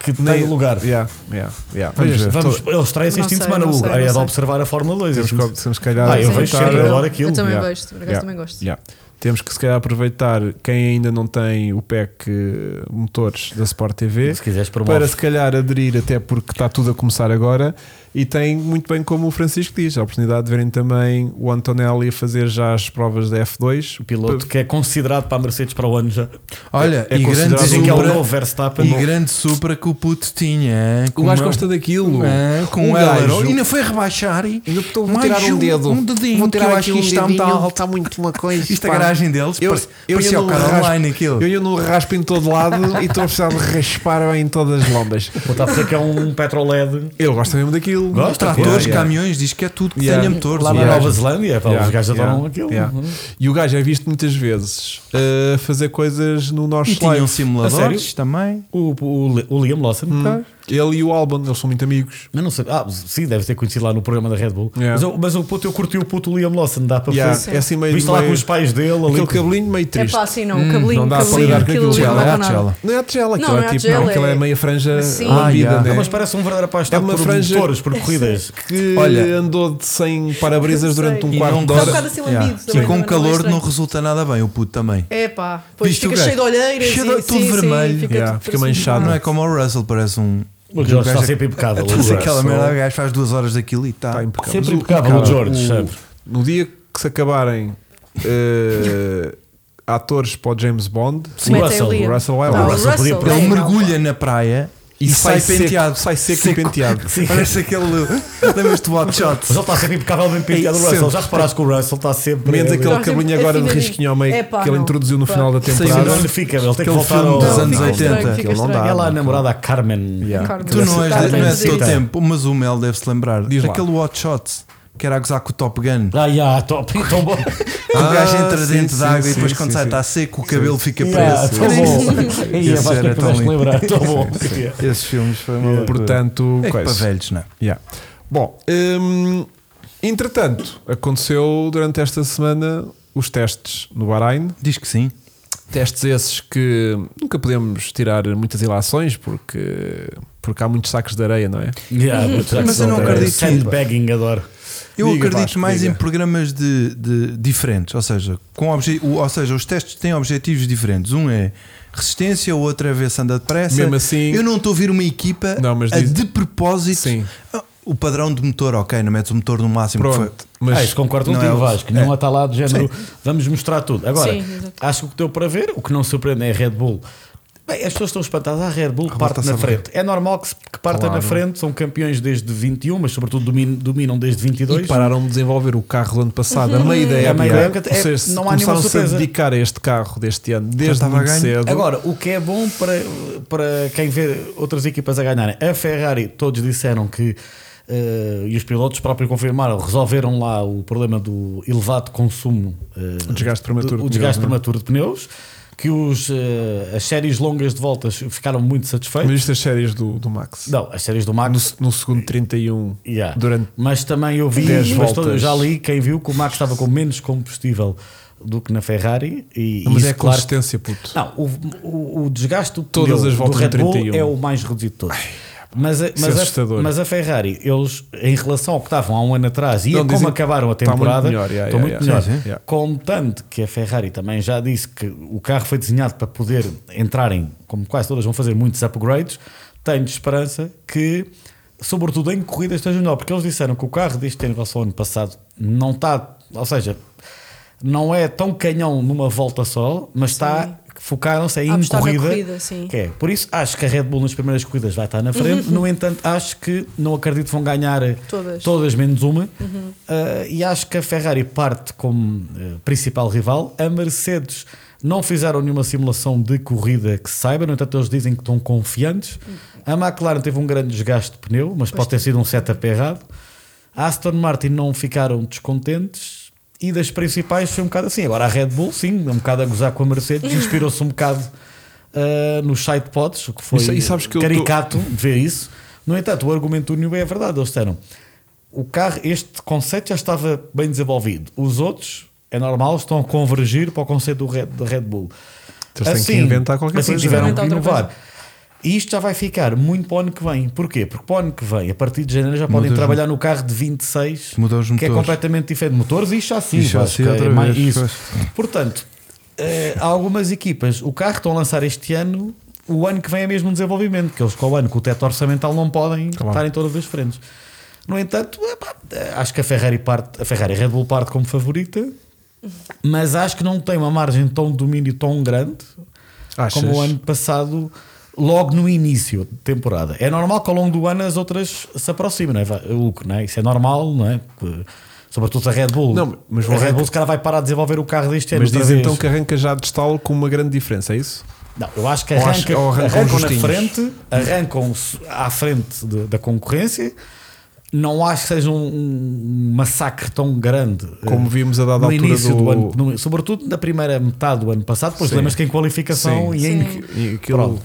Speaker 4: que É. tem lugar.
Speaker 2: Yeah, yeah, yeah.
Speaker 4: Vamos,
Speaker 2: Vamos ver.
Speaker 4: vamos,
Speaker 2: Tô-
Speaker 4: eles estreiam-se
Speaker 3: Não
Speaker 4: este fim de
Speaker 3: sei,
Speaker 4: semana,
Speaker 3: não
Speaker 4: Hugo.
Speaker 3: sei,
Speaker 4: Aí
Speaker 3: não
Speaker 4: é de
Speaker 3: sei.
Speaker 4: observar a Fórmula 2.
Speaker 2: Temos
Speaker 4: este fim de-
Speaker 2: que, temos que, se calhar,
Speaker 4: Ah, eu
Speaker 3: Sim,
Speaker 4: vejo
Speaker 3: sim.
Speaker 2: aproveitar-
Speaker 4: sempre, eu adoro aquilo.
Speaker 3: Eu também
Speaker 2: Yeah.
Speaker 3: gosto, por acaso
Speaker 2: Yeah.
Speaker 3: também gosto.
Speaker 2: Yeah. Temos que se calhar aproveitar quem ainda não tem o PEC eh, motores da Sport TV
Speaker 4: Se quiseres promove.
Speaker 2: para se calhar aderir, até porque está tudo a começar agora. E tem muito bem, como o Francisco diz, a oportunidade de verem também o Antonelli a fazer já as provas da F2.
Speaker 4: O piloto que é considerado para a Mercedes para o ano já.
Speaker 1: Olha,
Speaker 2: É
Speaker 1: e grande
Speaker 2: considerado
Speaker 4: Dizem que é o
Speaker 1: Supra-
Speaker 4: novo Verstappen.
Speaker 1: E grande supra que o puto tinha. hein?
Speaker 2: O gajo
Speaker 1: uma-
Speaker 2: gosta daquilo.
Speaker 1: Ah, com
Speaker 2: O
Speaker 1: um
Speaker 2: gajo-
Speaker 1: elo. E ainda foi rebaixar. E
Speaker 2: Ainda estou
Speaker 1: mais um- Um dedinho, que eu acho que isto está muito alto.
Speaker 2: é um está muito uma coisa.
Speaker 1: Isto a garagem deles
Speaker 2: Eu-
Speaker 1: parece-
Speaker 2: eu
Speaker 1: parecia
Speaker 2: ia
Speaker 1: o
Speaker 2: no
Speaker 1: carro
Speaker 2: raspo-
Speaker 1: online aquilo.
Speaker 2: Eu, eu não raspo em todo (laughs) lado e estou a precisar de raspar bem em todas as lombas.
Speaker 4: Vou estar a dizer que é um petroled.
Speaker 2: Eu gosto mesmo daquilo. Tá
Speaker 4: Gosto,
Speaker 1: Tratores,
Speaker 2: Yeah, yeah.
Speaker 1: caminhões, diz que é tudo que
Speaker 2: Yeah.
Speaker 1: tenha motores.
Speaker 4: Lá na
Speaker 2: Yeah.
Speaker 4: Nova Zelândia, pá, os
Speaker 2: Yeah,
Speaker 4: gajos
Speaker 2: yeah,
Speaker 4: adoram aquilo.
Speaker 2: yeah.
Speaker 4: Uhum.
Speaker 2: E o gajo é visto muitas vezes a fazer coisas no nosso
Speaker 1: E um tinham
Speaker 4: sério?
Speaker 1: simuladores também.
Speaker 4: O, o- o Liam Lawson.
Speaker 2: Hum.
Speaker 4: tá?
Speaker 2: Ele e o Albon, eles são muito amigos.
Speaker 4: Mas não sei. Ah, sim, deve ter conhecido lá no programa da Red Bull.
Speaker 2: Yeah.
Speaker 4: Mas, eu- mas o puto, eu curti o puto Liam Lawson, dá para
Speaker 2: Yeah,
Speaker 4: fazer.
Speaker 2: É assim meio.
Speaker 4: Visto lá
Speaker 2: meio-
Speaker 4: com os pais dele, ali.
Speaker 2: Aquele cabelinho meio
Speaker 3: É
Speaker 2: triste.
Speaker 3: pá, assim não, o cabelinho,
Speaker 2: não dá para
Speaker 3: cabelinho,
Speaker 2: lidar com aquilo.
Speaker 3: aquilo, aquilo
Speaker 1: Tigela,
Speaker 3: não dá
Speaker 1: é tigela.
Speaker 3: nada.
Speaker 2: Não é a tigela,
Speaker 3: Não,
Speaker 2: aquilo
Speaker 3: não
Speaker 2: é
Speaker 3: é
Speaker 2: tipo.
Speaker 3: tigela,
Speaker 2: Não, aquilo é
Speaker 3: é-
Speaker 2: meio a franja
Speaker 3: Sim.
Speaker 2: lambida,
Speaker 1: Ah, yeah.
Speaker 2: né?
Speaker 1: É
Speaker 4: Mas parece um verdadeiro apaixonado
Speaker 2: É uma
Speaker 4: por
Speaker 2: franja-
Speaker 4: motores, por corridas.
Speaker 2: que
Speaker 1: Olha-
Speaker 2: andou de sem para-brisas
Speaker 3: Sei.
Speaker 2: durante um
Speaker 1: E
Speaker 2: quarto
Speaker 1: não
Speaker 2: de
Speaker 1: gosta-
Speaker 3: Está um bocado
Speaker 2: hora.
Speaker 3: assim lambido
Speaker 1: Yeah.
Speaker 3: também,
Speaker 1: E com
Speaker 3: também não é
Speaker 1: calor não
Speaker 3: estranho.
Speaker 1: resulta nada bem, o puto também.
Speaker 3: É pá, pois
Speaker 1: Viste o
Speaker 3: fica
Speaker 1: gajo?
Speaker 3: cheio de olheiras
Speaker 1: Cheio
Speaker 3: e
Speaker 1: de- tudo
Speaker 3: sim, sim,
Speaker 1: vermelho.
Speaker 3: fica,
Speaker 2: Yeah,
Speaker 3: tudo
Speaker 2: fica
Speaker 3: parecido.
Speaker 2: manchado.
Speaker 1: Não é como o Russell, parece um.
Speaker 4: O Jorge está
Speaker 1: gajo-
Speaker 4: sempre impecável. o
Speaker 1: Faz
Speaker 4: Jorge.
Speaker 1: aquela merda, o gajo faz duas horas daquilo e está.
Speaker 2: Está Tá impecável.
Speaker 4: Sempre
Speaker 2: Mas o-
Speaker 4: impecável,
Speaker 2: cara,
Speaker 4: o George, sempre.
Speaker 2: No dia que se acabarem eh, atores para o James Bond,
Speaker 4: Sim, o Russell,
Speaker 3: Metem ali.
Speaker 2: o Russell é
Speaker 3: Não,
Speaker 2: lá.
Speaker 3: o
Speaker 2: O
Speaker 4: Russell podia-
Speaker 3: Russell
Speaker 1: Ele
Speaker 3: é-
Speaker 1: mergulha na praia e, sai, penteado.
Speaker 2: Seco, sai seco, e penteado.
Speaker 4: Sim.
Speaker 1: Parece aquele. (laughs) Lembras-te do hot shot?
Speaker 4: Mas ele está sempre impecável, bem penteado. O
Speaker 2: É Sempre.
Speaker 4: Russell, já reparaste que o Russell está sempre.
Speaker 2: Menos
Speaker 4: ele-
Speaker 2: aquele
Speaker 3: Jorge,
Speaker 2: cabelinho
Speaker 3: é
Speaker 2: agora de
Speaker 3: fininho.
Speaker 2: risquinho ao meio
Speaker 3: É pá,
Speaker 2: que ele
Speaker 3: não.
Speaker 2: introduziu no
Speaker 3: Pá.
Speaker 2: final da
Speaker 1: Sim,
Speaker 4: Sim,
Speaker 2: temporada.
Speaker 4: não lhe fica, ele tem que
Speaker 1: Aquele
Speaker 4: voltar
Speaker 1: filme
Speaker 4: ao.
Speaker 1: dos
Speaker 3: Não,
Speaker 1: anos
Speaker 3: fica estranho,
Speaker 1: 80.
Speaker 3: fica
Speaker 2: Aquilo não
Speaker 3: estranho.
Speaker 2: dá.
Speaker 4: É lá a namorada, a Carmen.
Speaker 2: Yeah.
Speaker 3: Carmen.
Speaker 1: Tu não és,
Speaker 3: Está
Speaker 1: de-
Speaker 3: bem
Speaker 1: não és
Speaker 3: fazer
Speaker 1: do teu
Speaker 3: isso.
Speaker 1: tempo, mas o Mel deve-se lembrar.
Speaker 2: Diz lá.
Speaker 1: Aquele hot shot que era a gozar com o Top Gun.
Speaker 4: Ah, yeah, top, (laughs) tão bom.
Speaker 1: Que o gajo
Speaker 2: Ah,
Speaker 1: entra
Speaker 2: sim,
Speaker 1: dentro
Speaker 2: sim,
Speaker 1: d'água
Speaker 2: sim,
Speaker 1: e depois
Speaker 2: sim,
Speaker 1: quando
Speaker 2: sim.
Speaker 1: sai está seco, o cabelo fica preso.
Speaker 4: Yeah, tão
Speaker 1: Esse-
Speaker 4: bom. Aí,
Speaker 1: Esse
Speaker 4: vais
Speaker 1: era
Speaker 4: ter
Speaker 1: tão
Speaker 4: que
Speaker 1: lindo.
Speaker 4: lembrar, tão
Speaker 1: (laughs)
Speaker 4: bom.
Speaker 1: Esses filmes foi uma loucura.
Speaker 2: Portanto,
Speaker 1: é que para
Speaker 2: coisa.
Speaker 1: velhos, não é?
Speaker 2: Yeah. Bom, hum, entretanto, aconteceu durante esta semana os testes no Bahrein.
Speaker 1: Diz que sim.
Speaker 2: Testes esses que nunca podemos tirar muitas ilações porque, porque há muitos sacos de areia, não é?
Speaker 4: Yeah,
Speaker 1: Mas eu não acredito.
Speaker 4: Sandbagging, adoro.
Speaker 1: Eu
Speaker 2: Diga,
Speaker 1: acredito
Speaker 2: Vasco,
Speaker 1: mais
Speaker 2: diga.
Speaker 1: em programas de, de- diferentes, ou seja, com obje, o- ou seja, os testes têm objetivos diferentes. Um é resistência, o outro é ver se anda depressa.
Speaker 2: Mesmo assim-
Speaker 1: eu não estou a ver uma equipa
Speaker 2: Não, mas
Speaker 1: a
Speaker 2: diz-
Speaker 1: de propósito.
Speaker 2: Sim.
Speaker 1: Ah, O padrão de motor, ok, não metes o motor no máximo. que foi-
Speaker 2: Pronto, mas
Speaker 4: ah, isso concordo
Speaker 1: não
Speaker 4: contigo,
Speaker 1: é o-
Speaker 4: Vasco. Não está lá do género. Vamos mostrar tudo. Agora,
Speaker 3: Sim, exato.
Speaker 4: acho que o que deu para ver, o que não surpreende é a Red Bull. Bem, as pessoas estão espantadas. A Red Bull parte
Speaker 1: está-se
Speaker 4: na
Speaker 1: a ver.
Speaker 4: frente. É normal que, se- que parta na frente. São campeões desde 21, mas sobretudo domin- dominam desde 22.
Speaker 2: e pararam de desenvolver o carro do ano passado, a meio da
Speaker 4: A
Speaker 2: época.
Speaker 4: meio da época,
Speaker 2: Ou
Speaker 4: Uhum. é-
Speaker 2: seja, se
Speaker 4: não há nenhuma
Speaker 2: começaram-se a
Speaker 4: surpresa.
Speaker 2: dedicar a este carro deste ano desde
Speaker 1: estava a
Speaker 2: muito
Speaker 1: ganho.
Speaker 2: cedo.
Speaker 4: Agora, o que é bom para, para quem vê outras equipas a ganharem? A Ferrari, todos disseram que, eh, e os pilotos próprios confirmaram, resolveram lá o problema do elevado consumo, eh,
Speaker 2: O desgaste prematuro
Speaker 4: do-
Speaker 2: de
Speaker 4: o desgaste
Speaker 2: pneus, não é?
Speaker 4: prematuro de pneus, que os, eh, as séries longas de voltas ficaram muito satisfeitos.
Speaker 2: mas isto as séries do, do Max.
Speaker 4: Não, as séries do Max.
Speaker 2: No, no segundo 31,
Speaker 4: Yeah.
Speaker 2: durante
Speaker 4: Mas também eu vi,
Speaker 2: Dez
Speaker 4: mas todo-
Speaker 2: voltas.
Speaker 4: já li quem viu que o Max estava com menos combustível do que na Ferrari e
Speaker 2: Mas
Speaker 4: isso,
Speaker 2: é
Speaker 4: claro,
Speaker 2: consistência, puto.
Speaker 4: Não, o, o, o desgaste do
Speaker 2: Todas
Speaker 4: pneu
Speaker 2: as voltas
Speaker 4: do Red
Speaker 2: em
Speaker 4: Bull
Speaker 2: 31.
Speaker 4: é o mais reduzido de todos. Mas a,
Speaker 2: é
Speaker 4: mas, a,
Speaker 2: assustador.
Speaker 4: mas a Ferrari, eles, em relação ao que estavam há um ano atrás e
Speaker 2: Não,
Speaker 4: a como
Speaker 2: dizem que
Speaker 4: acabaram a
Speaker 2: está muito
Speaker 4: temporada,
Speaker 2: melhor, yeah,
Speaker 4: estão
Speaker 2: yeah, yeah.
Speaker 4: muito melhor.
Speaker 2: Sim, sim. Yeah.
Speaker 4: Contanto que a Ferrari também já disse que o carro foi desenhado para poder entrarem, como quase todas vão fazer muitos upgrades, tenho esperança que, sobretudo em corridas, esteja melhor, porque eles disseram que o carro deste ano em relação ao ano passado não está, ou seja, não é tão canhão numa volta só, mas está. Focaram-se em
Speaker 3: A apostar na
Speaker 4: corrida,
Speaker 3: corrida, sim.
Speaker 4: que é. Por isso, acho que a Red Bull nas primeiras corridas vai estar
Speaker 3: (laughs)
Speaker 4: na frente. No entanto, acho que não acredito que vão ganhar
Speaker 3: Todas.
Speaker 4: menos uma. Ah, e acho que a Ferrari parte como eh, principal rival. A Mercedes não fizeram nenhuma simulação de corrida que se saiba, no entanto, eles dizem que estão confiantes. A McLaren teve um grande desgaste de pneu, mas pode ter sido um setup errado. A Aston Martin não ficaram descontentes. E das principais foi um bocado assim. Agora a Red Bull, sim, um bocado a gozar com a Mercedes, inspirou-se um bocado ah, nos side pods, o que foi
Speaker 2: Isso aí, sabes que eu tô-
Speaker 4: caricato de ver isso. No entanto, o argumento do New é verdade. Eles disseram o carro, este conceito já estava bem desenvolvido. Os outros, é normal, estão a convergir para o conceito do Red, da Red Bull.
Speaker 2: Então Eles têm que inventar qualquer
Speaker 4: assim
Speaker 2: coisa,
Speaker 4: tiveram
Speaker 3: não é?
Speaker 4: que inovar. E isto já vai ficar muito para o ano que vem. Porquê? Porque para o ano que vem, a partir de janeiro, já podem
Speaker 1: Mudas-
Speaker 4: trabalhar no carro de 26,
Speaker 1: Mudar os
Speaker 4: que é
Speaker 1: motores.
Speaker 4: completamente diferente. Motores e chassi.
Speaker 1: E chassi
Speaker 4: Vasco,
Speaker 1: outra
Speaker 4: é mais
Speaker 1: vez,
Speaker 4: isso.
Speaker 1: pois.
Speaker 4: Portanto, eh, há algumas equipas, o carro que estão a lançar este ano, o ano que vem é mesmo um desenvolvimento, que eles com o ano com o teto orçamental não podem
Speaker 1: Tá
Speaker 4: estar em todas as frentes. No entanto, epá, acho que a Ferrari parte, a Ferrari Red Bull parte como favorita, mas acho que não tem uma margem tão de domínio tão grande
Speaker 2: Achas?
Speaker 4: como o ano passado, logo no início de temporada. É normal que ao longo do ano as outras se aproximem, não é? Va- Hugo, não é? Isso é normal, não é? Porque, sobretudo a Red Bull.
Speaker 2: Não, mas
Speaker 4: a
Speaker 2: vão
Speaker 4: Red
Speaker 2: arran-
Speaker 4: Bull, se calhar, vai parar de desenvolver o carro deste ano.
Speaker 2: Mas
Speaker 4: outra
Speaker 2: diz
Speaker 4: vez.
Speaker 2: então que arranca já de estalo com uma grande diferença, é isso?
Speaker 4: Não, eu acho que
Speaker 2: Ou
Speaker 4: arranca,
Speaker 2: acho- ou arrancam
Speaker 4: arrancam na
Speaker 2: justinhos.
Speaker 4: frente, arrancam à frente de- da concorrência. Não acho que seja um, um massacre tão grande eh,
Speaker 2: Como vimos a dada
Speaker 4: no
Speaker 2: altura
Speaker 4: início do,
Speaker 2: do-
Speaker 4: ano, no- sobretudo na primeira metade do ano passado. Depois
Speaker 2: Sim.
Speaker 4: lembras que em qualificação
Speaker 2: Sim.
Speaker 4: e em,
Speaker 3: Sim.
Speaker 2: E aquilo-
Speaker 4: Pronto.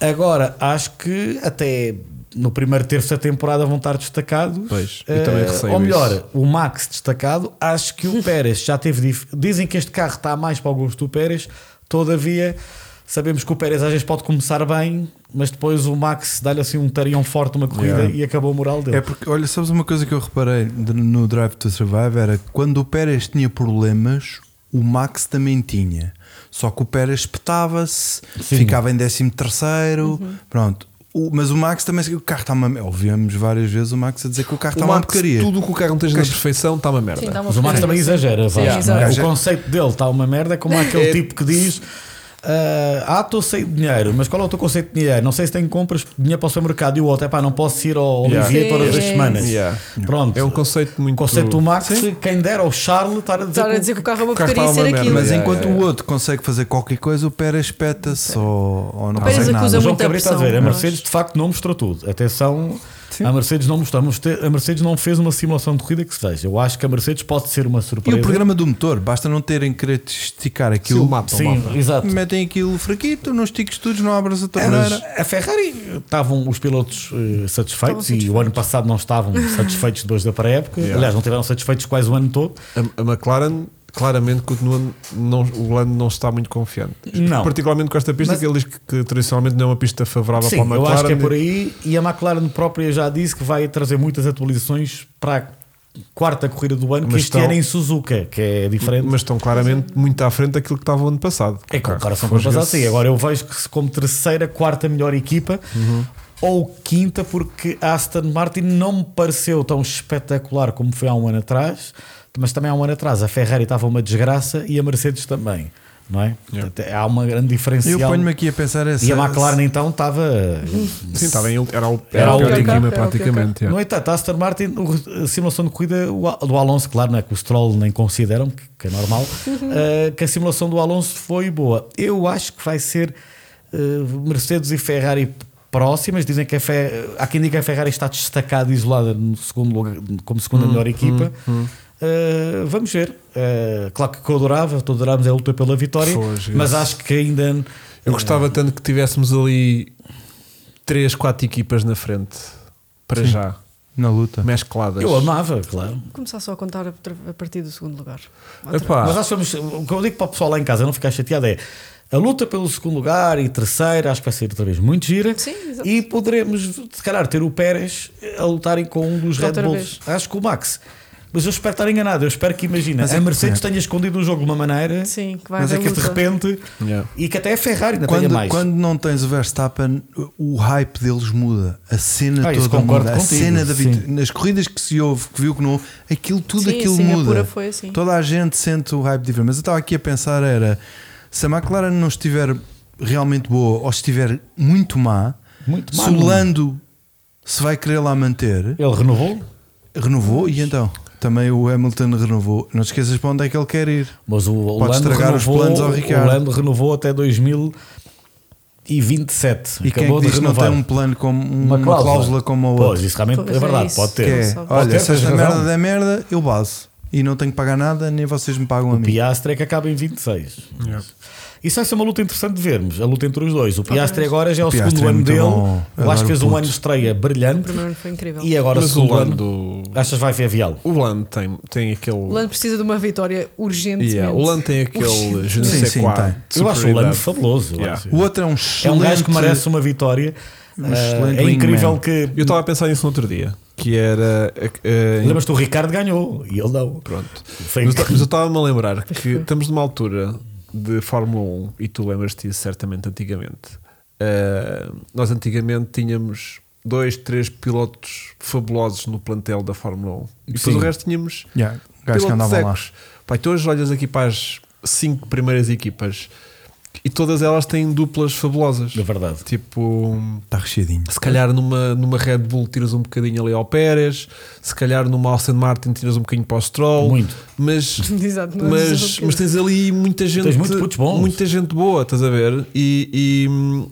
Speaker 4: Agora, acho que até no primeiro terço da temporada vão estar destacados.
Speaker 2: Pois, eu também
Speaker 4: Eh,
Speaker 2: receio
Speaker 4: Ou melhor,
Speaker 2: isso.
Speaker 4: o Max destacado. Acho
Speaker 2: (laughs)
Speaker 4: que o Pérez já teve. dif- Dizem que este carro está mais para o gosto do Pérez, todavia. Sabemos que o Pérez às vezes pode começar bem, mas depois o Max dá-lhe assim um tarião forte, uma corrida
Speaker 2: Yeah.
Speaker 4: e acabou o moral dele.
Speaker 1: É porque, olha, sabes uma coisa que eu reparei de- no Drive to Survive era que quando o Pérez tinha problemas, o Max também tinha. Só que o Pérez espetava-se, ficava em 13 terceiro,
Speaker 3: Uhum.
Speaker 1: pronto. O- mas o Max também, o carro está uma. Ouvimos várias vezes o Max a dizer que o carro está
Speaker 2: O
Speaker 1: uma
Speaker 2: Max,
Speaker 1: porcaria.
Speaker 2: tá tudo o que o carro não esteja na perfeição está uma merda.
Speaker 3: Sim, dá uma
Speaker 4: Mas o
Speaker 3: porcaria.
Speaker 4: Max também exagera,
Speaker 3: Sim,
Speaker 4: Vasco, não é?
Speaker 3: exato.
Speaker 4: O conceito dele está uma merda, como aquele tipo que diz. "Ah, ah, estou sem dinheiro, mas qual é o teu conceito de dinheiro? Não sei se tenho compras, dinheiro para o supermercado e o outro é pá, não posso ir ao
Speaker 2: Yeah.
Speaker 4: Olivier
Speaker 3: Sim,
Speaker 4: todas as
Speaker 3: sim.
Speaker 4: semanas.
Speaker 2: Yeah.
Speaker 4: Pronto,
Speaker 2: É um conceito muito.
Speaker 4: o conceito do Max, quem dera ao Charles estar a dizer,
Speaker 3: Estar a
Speaker 4: que-
Speaker 3: dizer que o carro é uma
Speaker 2: o carro
Speaker 3: porcaria e
Speaker 2: está
Speaker 3: ser
Speaker 2: uma
Speaker 3: aquilo.
Speaker 2: merda.
Speaker 1: Mas
Speaker 2: Yeah,
Speaker 1: enquanto
Speaker 2: yeah,
Speaker 1: o outro consegue fazer qualquer coisa, o Pérez espeta-se ou, ou não
Speaker 3: O Pérez
Speaker 1: consegue
Speaker 3: acusa
Speaker 1: nada.
Speaker 4: Mas João
Speaker 3: muita
Speaker 4: Cabrita a
Speaker 3: pressão,
Speaker 4: ver, a
Speaker 3: eu
Speaker 4: Mercedes
Speaker 3: acho.
Speaker 4: de facto não mostrou tudo. Atenção, a Mercedes não mostrou. A Mercedes não fez uma simulação de corrida que seja. Eu acho que a Mercedes pode ser uma
Speaker 1: E
Speaker 4: surpresa.
Speaker 1: o programa do motor, basta não terem querer esticar aquilo.
Speaker 2: o mapa, o
Speaker 4: Sim, exato.
Speaker 1: Metem aquilo fraquito, não estiques tudo, não abras a
Speaker 4: Mas
Speaker 1: torneira.
Speaker 4: a Ferrari estavam os pilotos eh, satisfeitos e o ano passado não estavam
Speaker 2: (laughs)
Speaker 4: satisfeitos depois da pré-época.
Speaker 2: Yeah.
Speaker 4: Aliás, não estiveram satisfeitos quase o ano todo.
Speaker 2: A, a McLaren claramente continua. Não, o Lando não está muito confiante.
Speaker 4: Não.
Speaker 2: Particularmente com esta pista,
Speaker 4: Mas-
Speaker 2: que ele diz que, que tradicionalmente não é uma pista favorável
Speaker 4: Sim,
Speaker 2: para a McLaren.
Speaker 4: eu acho que é por aí. E a McLaren própria já disse que vai trazer muitas atualizações para a quarta corrida do ano, que
Speaker 2: Mas
Speaker 4: este
Speaker 2: estão-
Speaker 4: ano é em Suzuka, que é diferente.
Speaker 2: Mas estão claramente muito à frente daquilo que estava o ano passado. Ah,
Speaker 4: É com
Speaker 2: Claro,
Speaker 4: comparação com o passado,
Speaker 2: fosga-se.
Speaker 4: sim. Agora eu vejo que se como terceira, quarta melhor equipa
Speaker 1: Uhum.
Speaker 4: ou quinta, porque a Aston Martin não me pareceu tão espetacular como foi há um ano atrás, mas também há um ano atrás a Ferrari estava uma desgraça e a Mercedes também, não é? Portanto, há uma grande diferencial.
Speaker 1: Eu ponho-me aqui Uhum. a pensar essa.
Speaker 4: e a McLaren então estava.
Speaker 2: Sim, estava em, ul- era o
Speaker 4: Era
Speaker 2: era a
Speaker 4: o
Speaker 2: última
Speaker 4: último,
Speaker 2: equipa,
Speaker 3: era o
Speaker 2: praticamente.
Speaker 4: No
Speaker 2: yeah.
Speaker 4: entanto, é tá, a Aston Martin, o re- a simulação de corrida o Al- do Alonso, claro, não é que o Stroll nem consideram, que, que é normal, eh, que a simulação do Alonso foi boa. Eu acho que vai ser eh, Mercedes e Ferrari próximas. Dizem que a Fe- há quem diga que a Ferrari está destacada e isolada no segundo lugar, como segunda melhor equipa. Eh, vamos ver. Eh, claro que eu adorava, todos adorámos a luta pela vitória,
Speaker 2: Pois,
Speaker 4: mas
Speaker 2: yes.
Speaker 4: acho que ainda.
Speaker 2: é. Eu gostava tanto que tivéssemos ali 3, 4 equipas na frente. Para já.
Speaker 1: Na luta.
Speaker 2: Mescladas.
Speaker 4: Eu amava, claro.
Speaker 3: Começar só a contar a, a partir do segundo lugar.
Speaker 2: Epá,
Speaker 4: Mas nós somos, o que eu digo para o pessoal lá em casa não ficar chateado é a luta pelo segundo lugar e terceiro, acho que vai ser outra vez muito gira.
Speaker 3: Sim, exato.
Speaker 4: e poderemos, se calhar, ter o Pérez a lutarem com um dos Red
Speaker 3: Outra
Speaker 4: Bulls. Acho que o Max. Mas eu espero estar enganado. Eu espero que, imagina,
Speaker 1: Mas
Speaker 4: a
Speaker 1: é que-
Speaker 4: Mercedes tenha escondido o jogo de uma maneira
Speaker 3: Sim, que vai
Speaker 4: mas é
Speaker 3: haver
Speaker 4: que de
Speaker 3: luta.
Speaker 4: repente.
Speaker 2: Yeah.
Speaker 4: E que até a Ferrari ainda tenha
Speaker 1: Quando,
Speaker 4: mais.
Speaker 1: quando não tens o Verstappen, o hype deles muda. A cena
Speaker 4: Ah, isso
Speaker 1: toda
Speaker 4: concordo
Speaker 1: muda. A
Speaker 4: contigo,
Speaker 1: cena da vitória.
Speaker 4: sim.
Speaker 1: Nas corridas que se ouve, que viu que não houve, aquilo tudo
Speaker 3: Sim,
Speaker 1: aquilo
Speaker 3: Singapura
Speaker 1: muda.
Speaker 3: foi assim.
Speaker 1: Toda a gente sente o hype diferente. Mas eu estava aqui a pensar: era se a McLaren não estiver realmente boa ou estiver muito má,
Speaker 4: Muito má,
Speaker 1: se
Speaker 4: não.
Speaker 1: o Lando se vai querer lá manter,
Speaker 4: Ele renovou.
Speaker 1: renovou e então? Também o Hamilton renovou. Não te esqueças para onde é que ele quer ir.
Speaker 4: Mas o, o
Speaker 1: Pode
Speaker 4: Lando
Speaker 1: estragar os
Speaker 4: renovou,
Speaker 1: planos ao Ricardo.
Speaker 4: O Lando renovou até 2027.
Speaker 1: E quem é
Speaker 4: Acabou
Speaker 1: que diz
Speaker 4: de
Speaker 1: que não
Speaker 4: renovar.
Speaker 1: tem um plano como uma, cláusula como a
Speaker 4: Pois,
Speaker 1: outra?
Speaker 4: isso realmente
Speaker 3: Pois,
Speaker 4: é
Speaker 3: é
Speaker 4: verdade,
Speaker 3: isso.
Speaker 4: pode ter.
Speaker 1: Que é,
Speaker 3: Pode
Speaker 1: olha,
Speaker 4: ter,
Speaker 1: se
Speaker 4: tens
Speaker 1: esta
Speaker 4: razão.
Speaker 1: merda der merda, eu baso. e não tenho que pagar nada, nem vocês me pagam a
Speaker 4: O
Speaker 1: mim.
Speaker 4: Piastre é que acaba em 26. Isso vai ser uma luta interessante de vermos, a luta entre os dois. O Piastre agora já é o,
Speaker 1: O Piastri
Speaker 4: segundo
Speaker 1: é
Speaker 4: ano
Speaker 1: muito
Speaker 4: dele.
Speaker 1: bom.
Speaker 4: Eu acho
Speaker 1: Adoro
Speaker 4: que fez
Speaker 1: o
Speaker 4: um
Speaker 1: puto.
Speaker 4: ano de estreia
Speaker 3: O
Speaker 4: brilhante
Speaker 3: primeiro ano foi incrível.
Speaker 4: e agora o
Speaker 2: Mas o
Speaker 4: segundo ano.
Speaker 2: Lando.
Speaker 4: Achas que vai haver vial?
Speaker 2: O Lando tem, tem aquele.
Speaker 3: O Lando precisa de uma vitória urgente.
Speaker 2: Yeah, o Lando tem aquele. Je ne
Speaker 1: Sim,
Speaker 2: sais
Speaker 1: sim,
Speaker 2: quoi
Speaker 1: tem.
Speaker 2: de
Speaker 4: Eu acho o Lando
Speaker 2: superioridade.
Speaker 4: fabuloso. eu
Speaker 2: Yeah.
Speaker 4: acho.
Speaker 1: O outro é um excelente.
Speaker 4: É um gajo que merece uma vitória.
Speaker 1: Um
Speaker 4: Ah,
Speaker 1: excelente
Speaker 4: é incrível
Speaker 1: wingman.
Speaker 4: que.
Speaker 2: Eu estava a pensar nisso no outro dia. Que era. eh, eh,
Speaker 4: Lembras-te, o Ricardo ganhou e ele não.
Speaker 2: Pronto.
Speaker 4: Foi
Speaker 2: Mas eu- mas eu estava-me a lembrar que estamos numa altura de Fórmula 1 e tu lembras-te disso certamente antigamente. Uh, nós antigamente tínhamos dois, três pilotos fabulosos no plantel da Fórmula 1 e depois
Speaker 4: Sim.
Speaker 2: o resto tínhamos
Speaker 4: um-
Speaker 1: Yeah, gajos que
Speaker 2: pilotos
Speaker 1: andavam lá.
Speaker 2: secos. Pá, tu hoje olhas aqui para as cinco primeiras equipas e todas elas têm duplas fabulosas.
Speaker 4: É verdade.
Speaker 2: Tipo,
Speaker 1: Está rechidinho.
Speaker 2: se calhar numa, numa Red Bull tiras um bocadinho ali ao Pérez, se calhar numa Aston Martin tiras um bocadinho para o Stroll,
Speaker 4: Muito.
Speaker 2: mas
Speaker 4: (laughs)
Speaker 3: Exato, não é
Speaker 2: mas,
Speaker 3: preciso-
Speaker 2: mas tens ali muita gente
Speaker 4: Tens muitos putos bons.
Speaker 2: muita gente boa, estás a ver? E,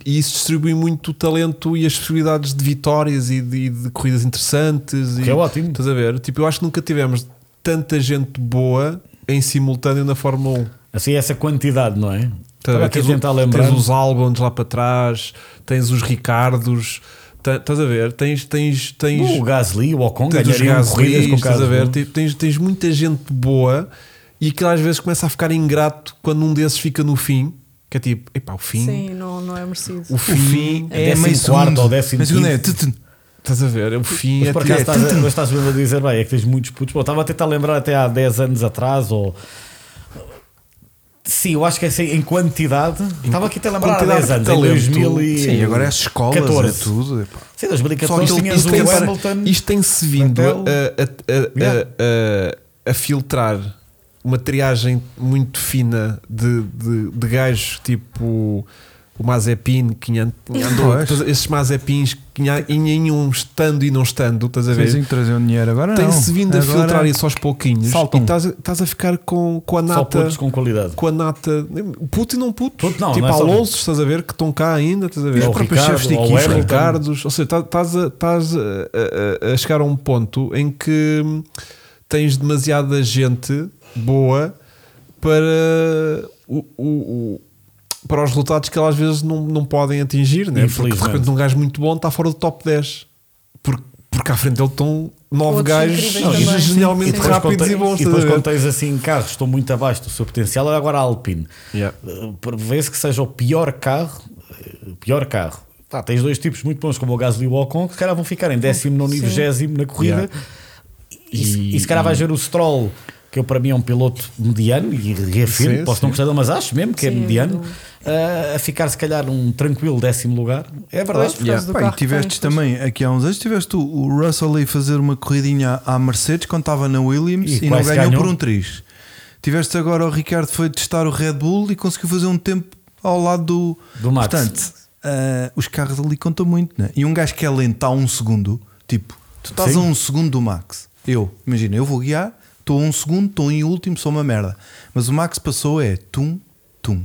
Speaker 2: e- e isso distribui muito o talento e as possibilidades de vitórias e de, de corridas interessantes. e-
Speaker 4: Que é ótimo.
Speaker 2: Estás a ver? Tipo, eu acho que nunca tivemos tanta gente boa em simultâneo na Fórmula 1.
Speaker 4: Assim, essa quantidade, não é?
Speaker 1: Tá,
Speaker 2: Estás a ver?
Speaker 4: Estava aqui
Speaker 2: Tá,
Speaker 4: a
Speaker 2: um, Tens o-
Speaker 1: um
Speaker 4: tentar lembrar.
Speaker 2: Tens os Albons lá para trás, tens os Ricardos, te- estás a ver? Tens, tens, tens,
Speaker 4: O Gasly, o Ocon
Speaker 2: tens os
Speaker 4: ganhariam um corridas
Speaker 2: Gasly,
Speaker 4: com o né?
Speaker 2: estás a
Speaker 4: Gasly.
Speaker 2: ver? Tipo, Tens, tens muita gente boa e aquilo às vezes começa a ficar ingrato quando um desses fica no fim, que é tipo, epá, o fim,
Speaker 3: Sim, não, não é merecido.
Speaker 2: o fim,
Speaker 4: É décimo quarto ou décimo
Speaker 1: Mas segundo é.
Speaker 4: quinto.
Speaker 1: tu, tu.
Speaker 2: estás a ver? O fim
Speaker 4: Mas
Speaker 2: é
Speaker 4: por
Speaker 2: tipo-
Speaker 4: acaso estás, a- mas estás mesmo a dizer, bem, é que tens muitos putos. Bom, estava a tentar lembrar até há 10 anos atrás, ou. Sim, eu acho que é assim, em quantidade. Estava aqui até a lembrar há
Speaker 2: quantidade
Speaker 4: 10
Speaker 2: de
Speaker 4: anos, em
Speaker 2: talento.
Speaker 4: 2000 e.
Speaker 1: Sim, agora é as escolas,
Speaker 4: 14.
Speaker 1: é tudo. epá.
Speaker 4: Sim,
Speaker 1: Só
Speaker 2: é
Speaker 4: 2014
Speaker 1: aquele
Speaker 4: tinhas
Speaker 2: isto
Speaker 4: o
Speaker 2: tem-
Speaker 4: Hamilton.
Speaker 2: isto tem-se vindo a,
Speaker 4: Vettel.
Speaker 2: a- a-
Speaker 4: Yeah.
Speaker 2: a- a- a filtrar uma triagem muito fina de, de, de gajos tipo o Mazepin que an- andou,
Speaker 1: Pois.
Speaker 2: todos esses Mazepins que nha- nenhum um estando e não estando, estás a ver?
Speaker 1: Dizem que trazer o dinheiro agora não.
Speaker 2: Tem-se vindo a
Speaker 1: Agora-
Speaker 2: filtrar isso aos pouquinhos
Speaker 1: saltam.
Speaker 2: e estás a- estás a ficar com, com a
Speaker 4: Só
Speaker 2: nata
Speaker 4: putos com qualidade.
Speaker 2: com a nata, puto e não puto,
Speaker 4: Puto não,
Speaker 2: tipo
Speaker 4: não é só
Speaker 2: Alonso, estás a ver, que estão cá ainda, estás a ver,
Speaker 4: É o
Speaker 2: os próprios
Speaker 4: Ricardo,
Speaker 2: chefes de
Speaker 4: ou o
Speaker 2: equipa, os
Speaker 4: Hamilton.
Speaker 2: Ricardos, ou seja, tá- estás a, estás a, a- a- a chegar a um ponto em que tens demasiada gente boa para o, o- o- para os resultados que elas às vezes não, não podem atingir, né? porque de
Speaker 4: Infelizmente.
Speaker 2: repente um gajo muito bom está fora do top 10, porque, porque à frente dele estão nove
Speaker 3: Outros
Speaker 2: gajos
Speaker 3: incríveis também. Sim.
Speaker 2: genialmente
Speaker 3: E depois
Speaker 2: rápidos
Speaker 4: quando
Speaker 2: e bons.
Speaker 4: tens- e
Speaker 2: estás a
Speaker 4: depois
Speaker 2: ver?
Speaker 4: quando tens assim carros, estou muito abaixo do seu potencial. Olha agora a Alpine.
Speaker 2: Yeah.
Speaker 4: Uh, Prevê-se que seja o pior carro. uh, Pior carro. Tá, tens dois tipos muito bons, como o Gasly e o Ocon, que se calhar vão ficar em décimo, nono e
Speaker 3: Sim.
Speaker 4: vigésimo na corrida.
Speaker 2: Yeah.
Speaker 4: E, se-
Speaker 2: E-
Speaker 4: e se calhar vais ver o Stroll, que eu para mim é um piloto mediano, e reafirmo,
Speaker 2: Sim,
Speaker 4: posso não
Speaker 2: sim.
Speaker 4: gostar dele, mas acho mesmo que é
Speaker 3: Sim, é
Speaker 4: mediano,
Speaker 3: verdade.
Speaker 4: uh, a ficar se calhar um tranquilo décimo lugar. É
Speaker 3: Pois,
Speaker 4: verdade.
Speaker 3: por causa do
Speaker 1: Pá,
Speaker 3: carro
Speaker 1: e
Speaker 3: que
Speaker 1: tiveste
Speaker 3: tem,
Speaker 1: também, aqui há uns anos, tiveste o- o Russell aí fazer uma corridinha à Mercedes quando estava na Williams
Speaker 4: E
Speaker 1: e, não
Speaker 4: quase
Speaker 1: ganhou,
Speaker 4: ganhou.
Speaker 1: por um triz. Tiveste agora o Ricardo foi testar o Red Bull e conseguiu fazer um tempo ao lado do,
Speaker 4: Do Max.
Speaker 1: Portanto, ah, os carros ali contam muito, né? E um gajo que é lento a um segundo, tipo, tu estás
Speaker 4: Sim.
Speaker 1: a um segundo do Max. Eu, imagina, eu vou guiar, estou a um segundo, estou em último, sou uma merda. Mas o Max passou é tum, tum.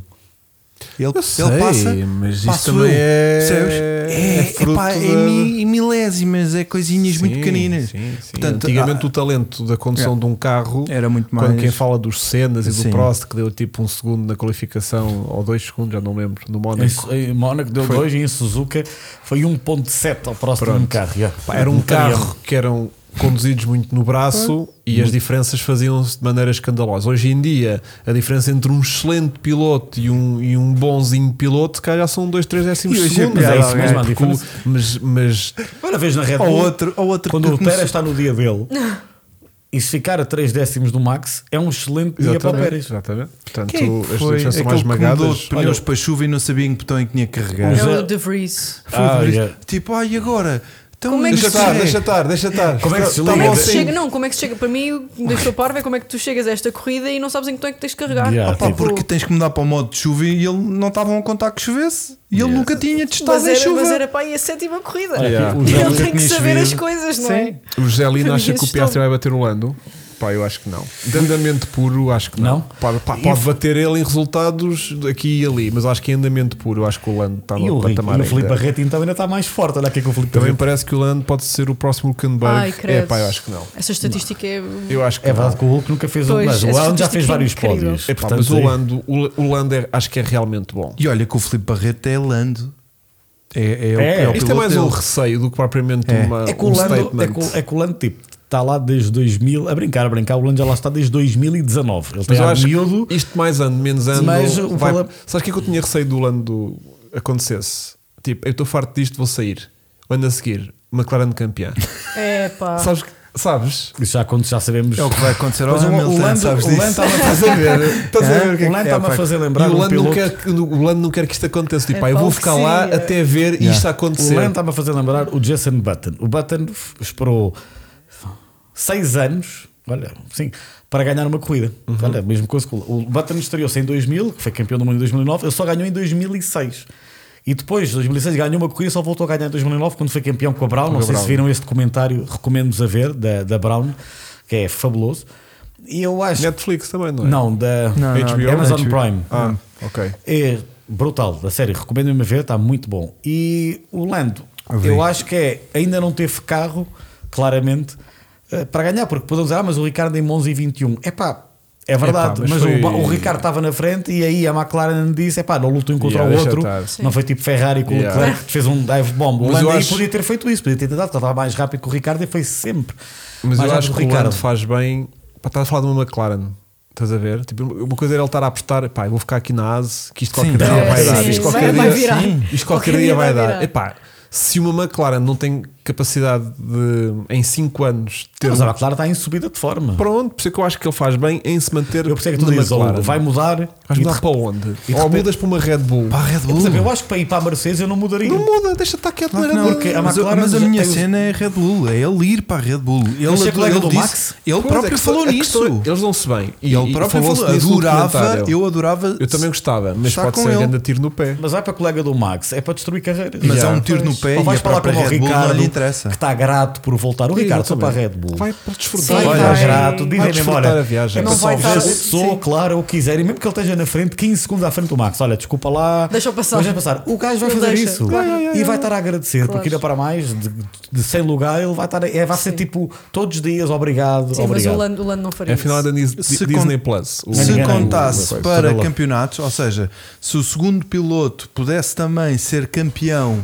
Speaker 1: Ele,
Speaker 2: Eu
Speaker 1: ele
Speaker 2: sei,
Speaker 1: passa,
Speaker 2: mas isso
Speaker 1: passo
Speaker 2: também
Speaker 1: eu,
Speaker 2: é-
Speaker 1: percebes?
Speaker 2: é
Speaker 1: É,
Speaker 2: fruto
Speaker 1: epá, é
Speaker 2: da-
Speaker 1: mi- em milésimas, é coisinhas muito
Speaker 2: Sim,
Speaker 1: pequeninas.
Speaker 2: sim, sim.
Speaker 1: Portanto,
Speaker 2: Antigamente
Speaker 1: ah,
Speaker 2: o talento da condução
Speaker 1: é.
Speaker 2: de um carro
Speaker 1: Era muito
Speaker 2: Quando
Speaker 1: mais-
Speaker 2: quem fala dos Sennas e do
Speaker 1: Sim.
Speaker 2: Prost, que deu tipo um segundo na qualificação, ou dois segundos, já não lembro, no Mónaco.
Speaker 4: Em, em Mónaco deu
Speaker 2: Foi.
Speaker 4: 2 e em Suzuka foi 1.7 ao próximo
Speaker 2: Pronto.
Speaker 4: carro. yeah.
Speaker 2: Pá, era um
Speaker 4: Italiano.
Speaker 2: carro que eram conduzidos muito no braço e as diferenças faziam-se de maneira escandalosa. Hoje em dia, a diferença entre um excelente piloto e um, e um bonzinho piloto, se calhar são dois, três décimos
Speaker 1: E
Speaker 2: de
Speaker 1: hoje é Tipo,
Speaker 2: segundo.
Speaker 1: piada,
Speaker 2: Mas é isso
Speaker 1: alguém.
Speaker 2: mesmo, há porque o- mas, mas
Speaker 4: Agora vês na Red
Speaker 1: ao
Speaker 4: Bull,
Speaker 1: outro, ao outro
Speaker 4: quando
Speaker 1: que
Speaker 4: o
Speaker 1: começou-
Speaker 4: Pérez está no dia dele, e se ficar a 3 décimos do Max, é um excelente dia para
Speaker 2: exatamente,
Speaker 4: o
Speaker 2: Ah,
Speaker 4: Pérez.
Speaker 2: exatamente. Portanto,
Speaker 1: Quem é que
Speaker 2: as
Speaker 1: foi
Speaker 2: diferenças são
Speaker 1: aquele
Speaker 2: mais
Speaker 1: que mudou
Speaker 2: esmagadas.
Speaker 1: de pneus
Speaker 4: Olha,
Speaker 1: para chuva e não sabia em que botão é que tinha que carregar?
Speaker 3: É
Speaker 4: Zé-
Speaker 3: o De Vries.
Speaker 1: Foi
Speaker 4: Ah,
Speaker 1: por isso.
Speaker 4: yeah.
Speaker 1: Tipo, ai, e agora? Então,
Speaker 3: Como é que
Speaker 1: mas
Speaker 2: Deixa
Speaker 3: se
Speaker 1: é?
Speaker 2: estar, deixa estar, deixa estar.
Speaker 4: Como é que se
Speaker 2: Tá
Speaker 4: liga?
Speaker 3: Como
Speaker 2: bom,
Speaker 3: é que se
Speaker 2: sim.
Speaker 3: chega? Não, como é que se chega? Para mim, o que me deixou parvo é como é que tu chegas a esta corrida e não sabes em que tom é que tens de carregar.
Speaker 4: Yeah,
Speaker 1: Pá,
Speaker 4: tipo-
Speaker 1: porque tens que mudar para o modo de chuva e ele não estavam a contar que chovesse e ele
Speaker 2: Yeah.
Speaker 1: nunca tinha testado
Speaker 3: mas,
Speaker 1: em
Speaker 3: era,
Speaker 1: chuva.
Speaker 3: mas era para aí a sétima corrida.
Speaker 2: Yeah.
Speaker 4: O
Speaker 3: Ele
Speaker 4: Zé-
Speaker 3: tem que
Speaker 1: tinha
Speaker 3: saber as
Speaker 1: chovido.
Speaker 3: coisas, não um- é?
Speaker 2: O José Lino
Speaker 3: Foi
Speaker 2: acha que o
Speaker 3: isto.
Speaker 2: Piastri vai bater o Lando. Pá, eu acho que não. De andamento puro, acho que não.
Speaker 4: Não?
Speaker 2: Pá, pá, pode bater ele em resultados aqui e ali, mas acho que em andamento puro, acho que Tá o Lando está
Speaker 4: E
Speaker 2: no
Speaker 4: o, Rico,
Speaker 2: patamar.
Speaker 4: e o Felipe
Speaker 2: ainda.
Speaker 4: Barreto então ainda está mais forte. Olha aqui com o Felipe
Speaker 2: Também
Speaker 4: Barreto.
Speaker 2: parece que o Lando pode ser o próximo
Speaker 3: Ai,
Speaker 2: Lucanberg. É
Speaker 3: credo.
Speaker 2: pá, eu acho que não.
Speaker 3: Essa estatística é.
Speaker 2: Eu acho que
Speaker 4: É
Speaker 2: não.
Speaker 4: verdade que o Hulk nunca fez
Speaker 3: Pois,
Speaker 4: um. Mas o
Speaker 3: essa
Speaker 4: Alan já
Speaker 3: estatística
Speaker 4: fez
Speaker 3: é
Speaker 4: vários
Speaker 3: incrível.
Speaker 4: pódios.
Speaker 2: É pá, mas o
Speaker 4: aí-
Speaker 2: Lando, o o Lando é- acho que é realmente bom.
Speaker 1: E olha que o Felipe Barreto é Lando. É, é, o-
Speaker 4: É,
Speaker 1: o
Speaker 2: Isto é
Speaker 1: piloto
Speaker 2: mais um
Speaker 1: dele.
Speaker 2: receio do que propriamente
Speaker 1: É.
Speaker 2: uma,
Speaker 4: É que o
Speaker 2: um
Speaker 4: Lando,
Speaker 2: statement.
Speaker 4: é que, o- é que o Lando, tipo, está lá desde 2000, a brincar, a brincar. O Lando já lá está desde 2019. Ele
Speaker 2: Mas
Speaker 4: tem
Speaker 2: eu
Speaker 4: ar
Speaker 2: acho
Speaker 4: É miúdo. um
Speaker 2: que isto mais ano, menos ano.
Speaker 4: Mas o
Speaker 2: vai...
Speaker 4: Fala-
Speaker 2: Sabes o que é que eu tinha receio do Lando acontecesse? Tipo, eu estou farto disto, vou sair. O ano a seguir, McLaren campeã.
Speaker 3: É
Speaker 4: Ah.
Speaker 3: pá.
Speaker 2: sabes? que- Sabes?
Speaker 4: Isso já, quando já sabemos.
Speaker 1: É o que vai acontecer ao
Speaker 4: Pois o- o
Speaker 1: Hamilton,
Speaker 4: Lando-
Speaker 1: sabes
Speaker 4: o
Speaker 1: disso?
Speaker 4: Lando estava a
Speaker 2: (laughs) Estás a ver? Estás a ver o que é
Speaker 4: O
Speaker 2: que
Speaker 4: Lando
Speaker 1: é,
Speaker 4: está-me a
Speaker 1: pá,
Speaker 4: fazer
Speaker 2: E
Speaker 4: lembrar
Speaker 2: o
Speaker 4: Ah, um
Speaker 2: Lando, não
Speaker 4: piloto.
Speaker 2: quer, que- o Lando não quer que isto aconteça. Tipo,
Speaker 3: É
Speaker 2: "Ah, eu
Speaker 3: pá,
Speaker 2: vou
Speaker 3: o que
Speaker 2: ficar lá
Speaker 3: seria?"
Speaker 2: até ver
Speaker 1: Yeah.
Speaker 2: isto
Speaker 4: O
Speaker 2: acontecer.
Speaker 4: Lando está-me a fazer lembrar o Jason Button. O Button f- esperou seis anos, olha, sim, para ganhar uma corrida.
Speaker 2: Uhum.
Speaker 4: Olha, a mesma coisa que o o Button estreou-se em 2000, que foi campeão do mundo em 2009, ele só ganhou em 2006. E depois, em 2006, ganhou uma corrida e só voltou a ganhar em 2009, quando foi campeão com a Brown. Não
Speaker 2: a
Speaker 4: sei
Speaker 2: Brown.
Speaker 4: se viram este comentário, recomendo-vos a ver, da, da Brown, que é fabuloso. E eu acho.
Speaker 2: Netflix também, não é?
Speaker 4: Não, da
Speaker 1: Não, não,
Speaker 2: HBO?
Speaker 4: Amazon
Speaker 1: HBO.
Speaker 4: Prime.
Speaker 2: Ah, ok.
Speaker 4: É brutal, a sério, recomendo-me a ver, está muito bom. E o Lando,
Speaker 1: vi.
Speaker 4: eu acho que é, ainda não teve carro, claramente, eh, para ganhar, porque podemos dizer, ah, mas o Ricardo em 11 e 21, é pá, é verdade,
Speaker 2: mas
Speaker 4: mas,
Speaker 2: foi-
Speaker 4: o, Ba- o Ricardo estava na frente e aí a McLaren disse, é pá, não lutam um contra
Speaker 2: Yeah,
Speaker 4: o
Speaker 2: deixa
Speaker 4: outro,
Speaker 2: estar.
Speaker 4: não foi tipo Ferrari com o
Speaker 2: Yeah.
Speaker 4: Leclerc que fez um dive bomb. O
Speaker 2: Mas
Speaker 4: Lando
Speaker 2: eu
Speaker 4: aí
Speaker 2: acho-
Speaker 4: podia ter feito isso, podia ter tentado, porque ele estava mais rápido que o Ricardo e foi sempre.
Speaker 2: Mas
Speaker 4: mais
Speaker 2: eu
Speaker 4: rápido
Speaker 2: acho que o Lando faz bem. Pá, estás a falar de uma McLaren. Estás a ver? Tipo, uma coisa era ele estar a apostar, pá, eu vou ficar aqui na ASE, que isto qualquer
Speaker 1: Sim,
Speaker 2: dia
Speaker 1: é,
Speaker 2: vai dar.
Speaker 1: sim,
Speaker 2: Isto
Speaker 1: vai-
Speaker 2: qualquer
Speaker 1: vai
Speaker 2: dia,
Speaker 1: virar.
Speaker 2: sim, isto qualquer dia vai dar. Epá, se uma McLaren não tem capacidade de, em 5 anos, ter.
Speaker 4: Ah, Mas a
Speaker 2: um-
Speaker 4: McLaren está em subida de forma.
Speaker 2: Pronto, por isso é que eu acho que ele faz bem em se manter.
Speaker 4: Eu percebo que
Speaker 2: na
Speaker 4: tu dizes,
Speaker 2: McLaren.
Speaker 4: "Oh, vai mudar,
Speaker 2: Vais
Speaker 4: e de
Speaker 2: mudar para onde?
Speaker 4: e de
Speaker 2: Ou
Speaker 4: repente-
Speaker 2: mudas para uma Red Bull?
Speaker 1: Pá,
Speaker 3: É,
Speaker 1: Red Bull.
Speaker 4: É, Por exemplo, eu acho que para ir para a Mercedes eu não mudaria.
Speaker 2: Não muda, deixa estar quieto na
Speaker 1: Claro que
Speaker 2: Red
Speaker 1: não,
Speaker 2: Bull.
Speaker 4: porque a
Speaker 1: mas, eu-
Speaker 4: McLaren
Speaker 1: mas a
Speaker 4: já
Speaker 1: minha
Speaker 4: tem os-
Speaker 1: cena é Red Bull, é ele ir para a Red Bull. Ele,
Speaker 4: é colega do
Speaker 1: disse-
Speaker 4: Max?
Speaker 1: ele
Speaker 2: Pois,
Speaker 1: próprio
Speaker 2: é que
Speaker 1: falou
Speaker 2: é que
Speaker 1: nisso.
Speaker 2: estou- Eles não se bem. E,
Speaker 1: ele
Speaker 2: e
Speaker 1: próprio
Speaker 2: falou-se
Speaker 1: falou,
Speaker 2: nisso no
Speaker 1: adorava,
Speaker 2: comentário.
Speaker 1: eu adorava.
Speaker 2: Eu também gostava, mas
Speaker 1: Estar
Speaker 2: pode
Speaker 1: com
Speaker 2: ser
Speaker 1: ele.
Speaker 2: grande tiro no pé.
Speaker 4: Mas vai para o colega do Max, é para destruir carreiras.
Speaker 1: Mas
Speaker 2: Já,
Speaker 1: é um tiro no
Speaker 2: pois.
Speaker 1: pé
Speaker 4: Ou
Speaker 1: e
Speaker 4: vais
Speaker 1: a
Speaker 4: falar
Speaker 1: própria
Speaker 4: como o
Speaker 1: Red Bull não
Speaker 4: Ricardo,
Speaker 1: lhe
Speaker 4: que
Speaker 1: interessa.
Speaker 4: está grato por voltar. O Ricardo só para a Red Bull.
Speaker 2: Vai para desfrutar.
Speaker 3: Sim,
Speaker 4: Vai,
Speaker 2: Olha,
Speaker 4: está
Speaker 3: vai.
Speaker 4: grato,
Speaker 2: Vai
Speaker 4: dizem-lhe
Speaker 2: desfrutar
Speaker 4: embora.
Speaker 2: a viagem.
Speaker 4: É
Speaker 3: Não
Speaker 4: para só
Speaker 3: vai estar-
Speaker 4: ver se sou,
Speaker 3: sim.
Speaker 4: claro, eu quiser. E mesmo que ele esteja na frente, 15 segundos à frente do Max. Olha, desculpa lá.
Speaker 3: Deixa eu passar.
Speaker 4: Deixa eu passar. O gajo vai
Speaker 3: Ele
Speaker 4: fazer
Speaker 3: deixa,
Speaker 4: isso.
Speaker 3: claro. Yeah,
Speaker 4: E vai estar a agradecer,
Speaker 3: Claro.
Speaker 4: porque ainda para mais, de, de 100 lugar, ele vai estar. a- É, vai ser
Speaker 3: Sim.
Speaker 4: tipo todos os dias, obrigado.
Speaker 3: Sim, mas o
Speaker 4: obrigado.
Speaker 3: Lando, o Lando não faria
Speaker 2: É a final
Speaker 3: isso.
Speaker 2: da Dis-
Speaker 1: Se
Speaker 2: Disney
Speaker 1: con-
Speaker 2: Plus. O-
Speaker 1: Se
Speaker 4: Ninguém ganha
Speaker 1: contasse
Speaker 4: alguma coisa.
Speaker 1: para
Speaker 4: Toda lá.
Speaker 1: campeonatos, ou seja, se o segundo piloto pudesse também ser campeão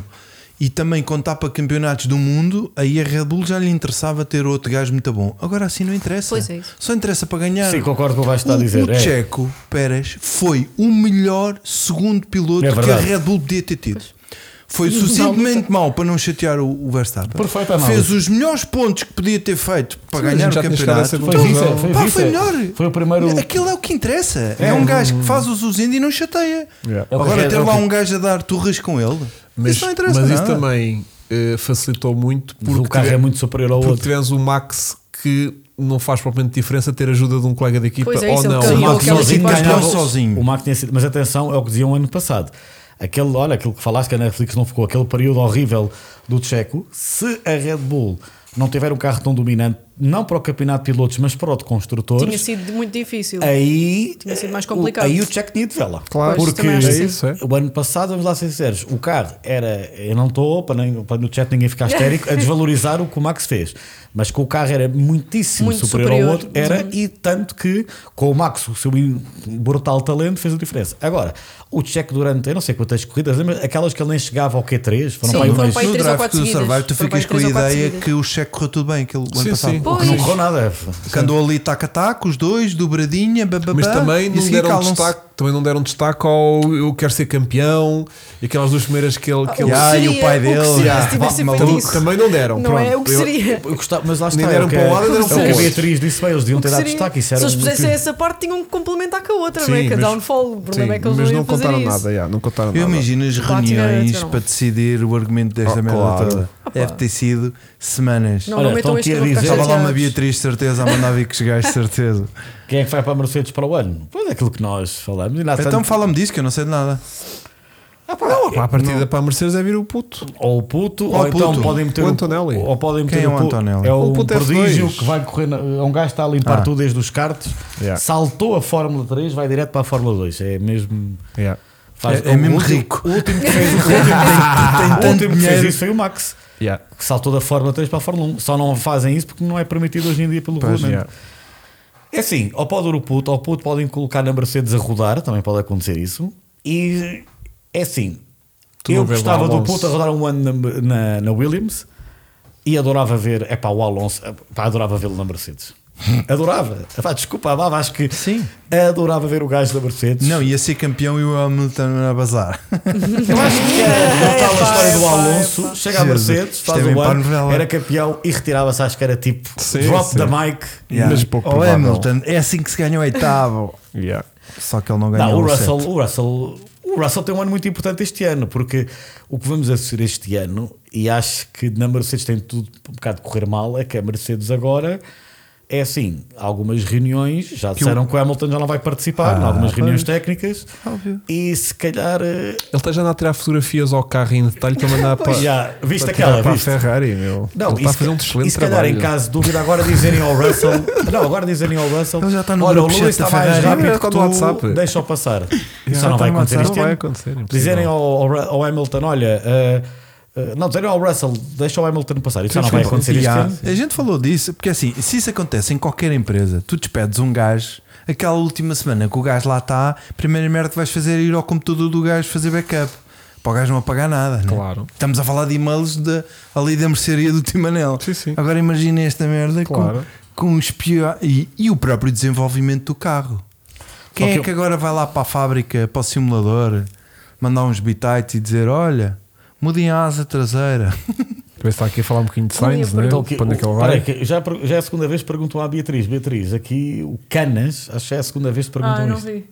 Speaker 1: e também contar para campeonatos do mundo, aí a Red Bull já lhe interessava ter outro gajo muito bom. Agora assim não interessa.
Speaker 3: Pois é isso.
Speaker 1: Só interessa para ganhar.
Speaker 4: Sim, concordo com o que vais estar a
Speaker 1: O-
Speaker 4: dizer.
Speaker 1: O
Speaker 4: é.
Speaker 1: Checo Pérez foi o melhor segundo piloto
Speaker 4: É
Speaker 1: que a
Speaker 4: verdade.
Speaker 1: Red Bull podia ter tido. Foi suficientemente mau para não chatear o, o Verstappen.
Speaker 4: Perfeita análise.
Speaker 1: Fez os melhores pontos que podia ter feito para
Speaker 2: Sim, a
Speaker 1: ganhar
Speaker 2: gente
Speaker 1: o
Speaker 2: já tinha chegado a
Speaker 1: campeonato.
Speaker 2: essa
Speaker 4: Foi
Speaker 2: Então,
Speaker 4: vice-
Speaker 2: não.
Speaker 4: foi
Speaker 1: Pá,
Speaker 4: vice-
Speaker 1: foi melhor.
Speaker 4: Foi o primeiro.
Speaker 1: Aquilo é o que interessa. É, um gajo que faz os usos e não chateia.
Speaker 2: Yeah.
Speaker 4: É o que
Speaker 1: Agora
Speaker 4: é,
Speaker 1: ter
Speaker 4: é o
Speaker 1: lá
Speaker 4: que-
Speaker 1: um gajo a dar turras com ele,
Speaker 2: Mas,
Speaker 1: isso não é? interessa.
Speaker 2: mas isso
Speaker 1: nada.
Speaker 2: também eh, facilitou muito porque,
Speaker 4: o carro
Speaker 2: tive-
Speaker 4: é muito superior ao
Speaker 2: porque
Speaker 4: outro.
Speaker 2: tivemos o Max que não faz propriamente diferença ter ajuda de um colega de equipa
Speaker 3: Pois é,
Speaker 2: ou
Speaker 3: isso é um
Speaker 2: não.
Speaker 3: bocadinho.
Speaker 1: Ele
Speaker 4: Max
Speaker 1: aquela
Speaker 4: sozinho
Speaker 1: equipa
Speaker 4: ganhava-
Speaker 1: campeão sozinho.
Speaker 4: O Max tinha sido, mas atenção, é o que diziam ano passado. Aquele, olha, aquilo que falaste que a Netflix não ficou, aquele período horrível do Checo. Se a Red Bull não tiver um carro tão dominante, não para o campeonato de pilotos, mas para o de construtores,
Speaker 3: Tinha sido muito
Speaker 2: É,
Speaker 3: difícil.
Speaker 4: aí,
Speaker 3: Tinha sido mais
Speaker 4: o-
Speaker 3: complicado.
Speaker 4: aí o Checo tinha de vela.
Speaker 2: Claro.
Speaker 3: Pois,
Speaker 4: porque
Speaker 3: também acho que sim.
Speaker 2: isso, é.
Speaker 4: o ano passado, vamos lá ser sinceros, o carro era, eu não estou para, nem- para no chat ninguém
Speaker 3: (laughs)
Speaker 4: ficar histérico, a desvalorizar o que o Max fez, mas que o carro era muitíssimo
Speaker 3: Muito
Speaker 4: superior,
Speaker 3: superior. Uhum.
Speaker 4: ao outro, era e tanto que com o Max, o seu in- brutal talento, fez a diferença. Agora, o Checo durante eu não sei quantas corridas, lembra aquelas que ele nem chegava ao Q3, foram
Speaker 3: Sim,
Speaker 4: para aí
Speaker 3: foram
Speaker 4: umas-
Speaker 3: para aí
Speaker 1: no
Speaker 3: três ou
Speaker 1: draft
Speaker 3: quatro
Speaker 1: do
Speaker 3: seguidas.
Speaker 1: Survive, tu
Speaker 3: Foi para
Speaker 1: ficas com a
Speaker 3: aí três ou quatro
Speaker 1: ideia
Speaker 3: seguidas.
Speaker 1: que o cheque correu tudo bem aquele
Speaker 2: Sim,
Speaker 1: ano passado.
Speaker 2: sim.
Speaker 4: não
Speaker 3: Pois.
Speaker 4: correu nada.
Speaker 1: Que andou ali tac-a-tac, os dois, dobradinha, bababá.
Speaker 2: Mas também
Speaker 1: e a
Speaker 2: não,
Speaker 1: seguir
Speaker 2: deram
Speaker 1: calam-se.
Speaker 2: destaque, também não deram destaque ao eu quero ser campeão e aquelas duas primeiras que ele. Que
Speaker 3: o
Speaker 2: ele
Speaker 3: que
Speaker 1: Yeah, e o
Speaker 3: seria-
Speaker 1: pai
Speaker 3: que
Speaker 1: dele,
Speaker 3: seria
Speaker 1: yeah,
Speaker 3: se tivessem
Speaker 1: mal-
Speaker 3: feito
Speaker 2: Também-
Speaker 3: isso?
Speaker 2: também não deram.
Speaker 3: Não
Speaker 2: pronto.
Speaker 3: é o que
Speaker 2: Eu-
Speaker 3: seria.
Speaker 4: Eu gostava- mas lá está,
Speaker 2: deram
Speaker 4: é o que-
Speaker 2: para um lado, deram
Speaker 4: é o
Speaker 3: para
Speaker 4: que
Speaker 3: o
Speaker 4: a
Speaker 3: outro.
Speaker 4: Beatriz disse bem, eles deviam
Speaker 3: O que
Speaker 4: ter dado
Speaker 3: seria?
Speaker 4: destaque. Isso era
Speaker 3: Se eles
Speaker 4: um-
Speaker 3: pusessem essa parte, tinham que complementar com a outra, não é?
Speaker 2: Sim,
Speaker 3: Que a
Speaker 2: mas-
Speaker 3: downfall. O problema é
Speaker 2: Sim,
Speaker 3: que eles
Speaker 2: mas
Speaker 3: não
Speaker 2: não
Speaker 3: iam fazer
Speaker 2: contaram
Speaker 3: isso.
Speaker 2: nada, é yeah, não contaram
Speaker 1: Eu
Speaker 2: nada.
Speaker 1: imagino as
Speaker 3: Claro, tiveram-
Speaker 1: reuniões
Speaker 3: tiveram.
Speaker 1: para decidir o argumento desta
Speaker 2: Oh,
Speaker 1: merda
Speaker 2: claro.
Speaker 1: toda. Deve ter sido semanas.
Speaker 3: Não,
Speaker 4: Olha,
Speaker 3: não metam
Speaker 4: estão
Speaker 3: este
Speaker 4: aqui
Speaker 3: que eu
Speaker 4: a
Speaker 3: vou ficar
Speaker 4: dizer-
Speaker 1: Estava lá uma
Speaker 3: chateada.
Speaker 1: Beatriz, de certeza, a mandar vir que os gajos, de certeza.
Speaker 4: Quem é que vai para a Mercedes para o ano? Pois é aquilo que nós falamos. E lá
Speaker 1: Então
Speaker 4: tanto-
Speaker 1: fala-me disso, que eu não sei de nada.
Speaker 2: Ah, pá, não, pá, a partida para a Mercedes é vir o puto.
Speaker 4: Ou o puto, ou,
Speaker 1: Ou o
Speaker 4: então
Speaker 1: puto.
Speaker 4: podem meter
Speaker 2: O Antonelli.
Speaker 4: Ou podem meter
Speaker 1: Quem é
Speaker 4: o
Speaker 1: o
Speaker 4: pu-
Speaker 1: Antonelli?
Speaker 4: É
Speaker 1: O
Speaker 4: um
Speaker 2: puto F2.
Speaker 4: prodígio que vai correr. na- é um gajo que está a limpar
Speaker 1: Ah.
Speaker 4: tudo desde os cartos,
Speaker 2: Yeah.
Speaker 4: saltou a Fórmula 3, vai direto para a Fórmula 2. É mesmo.
Speaker 2: Yeah.
Speaker 4: faz-
Speaker 1: É- é
Speaker 4: o
Speaker 1: mesmo
Speaker 4: último-
Speaker 1: rico.
Speaker 4: O último
Speaker 1: (laughs)
Speaker 4: que fez, o último,
Speaker 1: tem
Speaker 4: (laughs) o
Speaker 1: tanto
Speaker 4: último que fez
Speaker 1: dinheiro.
Speaker 4: isso foi o Max,
Speaker 2: Yeah.
Speaker 4: que saltou da Fórmula 3 para a Fórmula 1. Só não fazem isso porque não é permitido hoje em dia pelo
Speaker 1: Pois,
Speaker 4: regulamento.
Speaker 2: Yeah.
Speaker 4: É assim, ou pode o puto, ou puto podem colocar na Mercedes a rodar, também pode acontecer isso. E é assim,
Speaker 2: Tu não
Speaker 4: eu
Speaker 2: vês
Speaker 4: gostava
Speaker 2: o
Speaker 4: do
Speaker 2: Alonso.
Speaker 4: puto a rodar um ano na, na- na Williams e adorava ver, é pá, o Alonso, epá, adorava vê-lo na
Speaker 1: (laughs)
Speaker 4: Mercedes. Adorava, Epá, desculpa, vá, acho que
Speaker 1: Sim.
Speaker 4: adorava ver o gajo da Mercedes.
Speaker 1: Não, ia ser campeão e o Hamilton a bazar.
Speaker 4: Eu acho que
Speaker 3: é,
Speaker 4: era a tal história do Alonso. Chega à
Speaker 1: Jesus,
Speaker 4: Mercedes,
Speaker 1: isto
Speaker 4: faz
Speaker 1: é bem
Speaker 4: o
Speaker 1: para a
Speaker 4: ano,
Speaker 1: novela.
Speaker 4: era campeão e retirava-se. Acho que era tipo
Speaker 2: Sim,
Speaker 4: drop
Speaker 2: sim.
Speaker 4: da mic.
Speaker 1: Yeah.
Speaker 2: Mas pouco
Speaker 1: Ó,
Speaker 2: provável.
Speaker 1: Hamilton, é assim que se ganha o oitavo.
Speaker 2: Yeah.
Speaker 1: Só que ele não ganhou
Speaker 4: Não, o
Speaker 1: o
Speaker 4: Russell,
Speaker 1: sete.
Speaker 4: o Russell, o Russell tem um ano muito importante este ano, porque o que vamos assistir este ano, e acho que na Mercedes tem tudo um bocado de correr mal, é que a Mercedes agora é assim, algumas reuniões, já disseram que o Hamilton já não vai participar,
Speaker 2: Ah,
Speaker 4: em algumas reuniões técnicas,
Speaker 1: Óbvio.
Speaker 4: e se calhar. eh,
Speaker 2: Ele está já andando a tirar fotografias ao carro em detalhe para
Speaker 3: (laughs)
Speaker 2: mandar para,
Speaker 4: já, viste
Speaker 2: para,
Speaker 4: é aquela,
Speaker 2: tirar para a
Speaker 4: viste?
Speaker 2: Ferrari, meu.
Speaker 4: Não,
Speaker 2: ele
Speaker 4: e
Speaker 2: está a
Speaker 4: se
Speaker 2: fazer
Speaker 4: ca-
Speaker 2: um
Speaker 4: e
Speaker 2: excelente
Speaker 4: se calhar
Speaker 2: trabalho.
Speaker 4: em caso de dúvida, agora dizerem
Speaker 2: (laughs)
Speaker 4: ao Russell. não, agora dizerem ao Russell.
Speaker 1: Ele já
Speaker 2: tá
Speaker 1: está no
Speaker 4: olha, o
Speaker 1: grupo chat
Speaker 4: Lewis
Speaker 1: da
Speaker 4: está mais
Speaker 1: Ferrari."
Speaker 4: rápido
Speaker 2: É,
Speaker 4: que
Speaker 2: quando
Speaker 4: tu,
Speaker 2: o WhatsApp. tá
Speaker 4: deixa-o passar. Isso
Speaker 1: Já
Speaker 4: só não
Speaker 1: está
Speaker 4: vai
Speaker 1: no
Speaker 4: acontecer
Speaker 1: WhatsApp,
Speaker 4: este
Speaker 2: não vai
Speaker 4: ano.
Speaker 2: acontecer, impossível.
Speaker 4: Dizerem ao, ao Ru- ao Hamilton, olha. ah, ah, não, dizerem ao Russell, deixa o Hamilton passar. Isso só não vai acontecer este
Speaker 1: Yeah.
Speaker 4: ano.
Speaker 1: A gente falou disso, porque assim, se isso acontece em qualquer empresa, tu despedes um gajo, aquela última semana que o gajo lá está, a primeira merda que vais fazer é ir ao computador do gajo fazer backup. Para o gajo não apagar nada, né?
Speaker 2: Claro.
Speaker 1: Estamos a falar de e-mails de, ali da mercearia do Timanel.
Speaker 2: Sim, sim.
Speaker 1: Agora imagina esta merda com-
Speaker 2: Claro.
Speaker 1: com, os pior- e, e o próprio desenvolvimento do carro. Quem
Speaker 4: Ok.
Speaker 1: é que agora vai lá para a fábrica, para o simulador, mandar uns bitites e dizer: Olha, mudem a asa traseira?
Speaker 2: Vê se está aqui a falar um bocadinho de Sainz, né?
Speaker 4: Então, que-
Speaker 2: Quando é que ele
Speaker 4: o-
Speaker 2: vai?
Speaker 4: peraí, que já, per- já é a segunda vez que perguntam à Beatriz. Beatriz, aqui o Canas, acho que é a segunda vez que perguntam
Speaker 3: Ah, não
Speaker 4: isto.
Speaker 3: vi.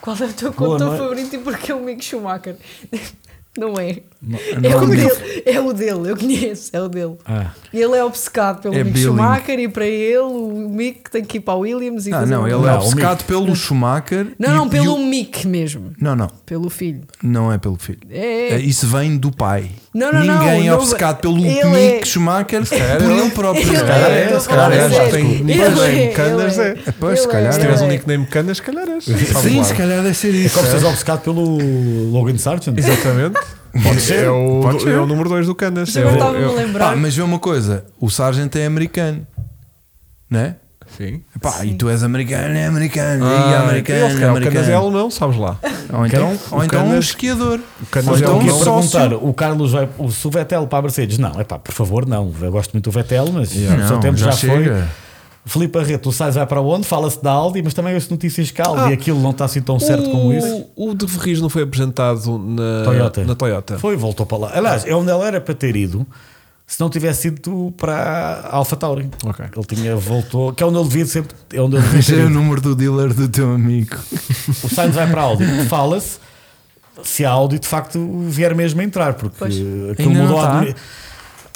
Speaker 3: Qual é o teu
Speaker 4: Boa
Speaker 3: condutor
Speaker 4: noite.
Speaker 3: favorito e porquê o Mick Schumacher? (laughs) Não é. é
Speaker 1: não
Speaker 3: o
Speaker 1: é.
Speaker 3: dele. É o dele, eu conheço, é o dele.
Speaker 4: Ah.
Speaker 3: Ele é obcecado pelo
Speaker 1: É
Speaker 3: Mick
Speaker 1: Billing.
Speaker 3: Schumacher e para ele o Mick tem que ir para a Williams e
Speaker 1: Ah,
Speaker 3: fazer
Speaker 1: não,
Speaker 3: uma-
Speaker 1: ele
Speaker 4: Não,
Speaker 1: é
Speaker 4: o
Speaker 1: obcecado pelo Schumacher.
Speaker 3: Não,
Speaker 1: e-
Speaker 3: não,
Speaker 1: e
Speaker 3: pelo
Speaker 1: o-
Speaker 3: Mick mesmo,
Speaker 1: Não, não,
Speaker 3: pelo filho.
Speaker 1: não é pelo filho.
Speaker 3: É, é.
Speaker 1: É, Isso vem do pai.
Speaker 3: Não, não, não,
Speaker 1: Ninguém é
Speaker 3: não-
Speaker 1: obcecado pelo
Speaker 3: ele
Speaker 1: Mick
Speaker 3: é-
Speaker 1: Schumacher
Speaker 3: (laughs)
Speaker 1: por ele próprio.
Speaker 3: Ele
Speaker 2: calhar
Speaker 3: é,
Speaker 2: é,
Speaker 3: estou
Speaker 2: se
Speaker 3: a falar
Speaker 2: calhar
Speaker 3: a
Speaker 2: é, já
Speaker 3: sério.
Speaker 2: tem
Speaker 3: Ele
Speaker 2: nickname,
Speaker 3: é,
Speaker 2: Canas
Speaker 3: ele
Speaker 1: é. Pois, se
Speaker 3: Ele
Speaker 1: calhar
Speaker 3: é,
Speaker 2: Se
Speaker 1: é.
Speaker 2: tiveres um
Speaker 3: ele é.
Speaker 2: nickname Canas, se calhar és.
Speaker 1: Sim, se calhar deve ser
Speaker 4: É
Speaker 1: isso.
Speaker 4: como se fosse obcecado pelo Logan Sargent.
Speaker 2: Exatamente. Pode
Speaker 4: ser.
Speaker 2: É o,
Speaker 1: Pode ser.
Speaker 2: é o número 2 do Canas.
Speaker 3: Mas
Speaker 2: é
Speaker 3: agora
Speaker 2: o-
Speaker 3: estava-me
Speaker 2: é
Speaker 3: a
Speaker 2: o-
Speaker 1: Pá,
Speaker 3: lembrar.
Speaker 1: mas vê uma coisa: o Sargent é americano, né?
Speaker 2: Sim.
Speaker 1: Pá, e tu és americano, é americano, e
Speaker 2: Ah, ele, se
Speaker 1: americano, é
Speaker 2: calhar, o Canas é
Speaker 1: americano.
Speaker 2: alemão, sabes lá.
Speaker 1: Ou então,
Speaker 2: Quem?
Speaker 1: ou então
Speaker 2: O
Speaker 1: um
Speaker 2: Canas-
Speaker 1: esquiador.
Speaker 2: o Canas
Speaker 1: Ou
Speaker 4: Mas
Speaker 2: é
Speaker 1: então
Speaker 4: então,
Speaker 2: um
Speaker 1: um
Speaker 4: ia
Speaker 2: não-
Speaker 1: sócio.
Speaker 4: perguntar, o Carlos vai o se o Vettel para a Mercedes? Não, é pá, por favor, não. Eu gosto muito do Vettel, mas o seu
Speaker 1: Não,
Speaker 4: tempo já,
Speaker 1: já
Speaker 4: foi.
Speaker 1: chega.
Speaker 4: Felipe Arreto, o Sainz vai para onde? Fala-se da Audi, mas também ouço notícias que a Audi
Speaker 2: Ah.
Speaker 4: aquilo não está assim tão certo como isso.
Speaker 2: O, o de Verris não foi apresentado na
Speaker 4: Toyota.
Speaker 2: Na Toyota.
Speaker 4: Foi, voltou para lá. Aliás,
Speaker 1: Ah.
Speaker 4: é onde ele era para ter ido se não tivesse ido para a Alfa Tauri.
Speaker 2: Ok.
Speaker 4: Ele tinha, voltou, que é onde ele devia sempre. É onde ele
Speaker 1: (laughs)
Speaker 4: devia
Speaker 1: Esse
Speaker 4: ter
Speaker 1: é o
Speaker 4: ido.
Speaker 1: número do dealer do teu amigo.
Speaker 4: O Sainz vai para a Audi. Fala-se se a Audi de facto vier mesmo a entrar, porque
Speaker 3: Pois.
Speaker 4: aquilo
Speaker 1: Ainda não
Speaker 4: mudou a
Speaker 1: está.
Speaker 4: admi-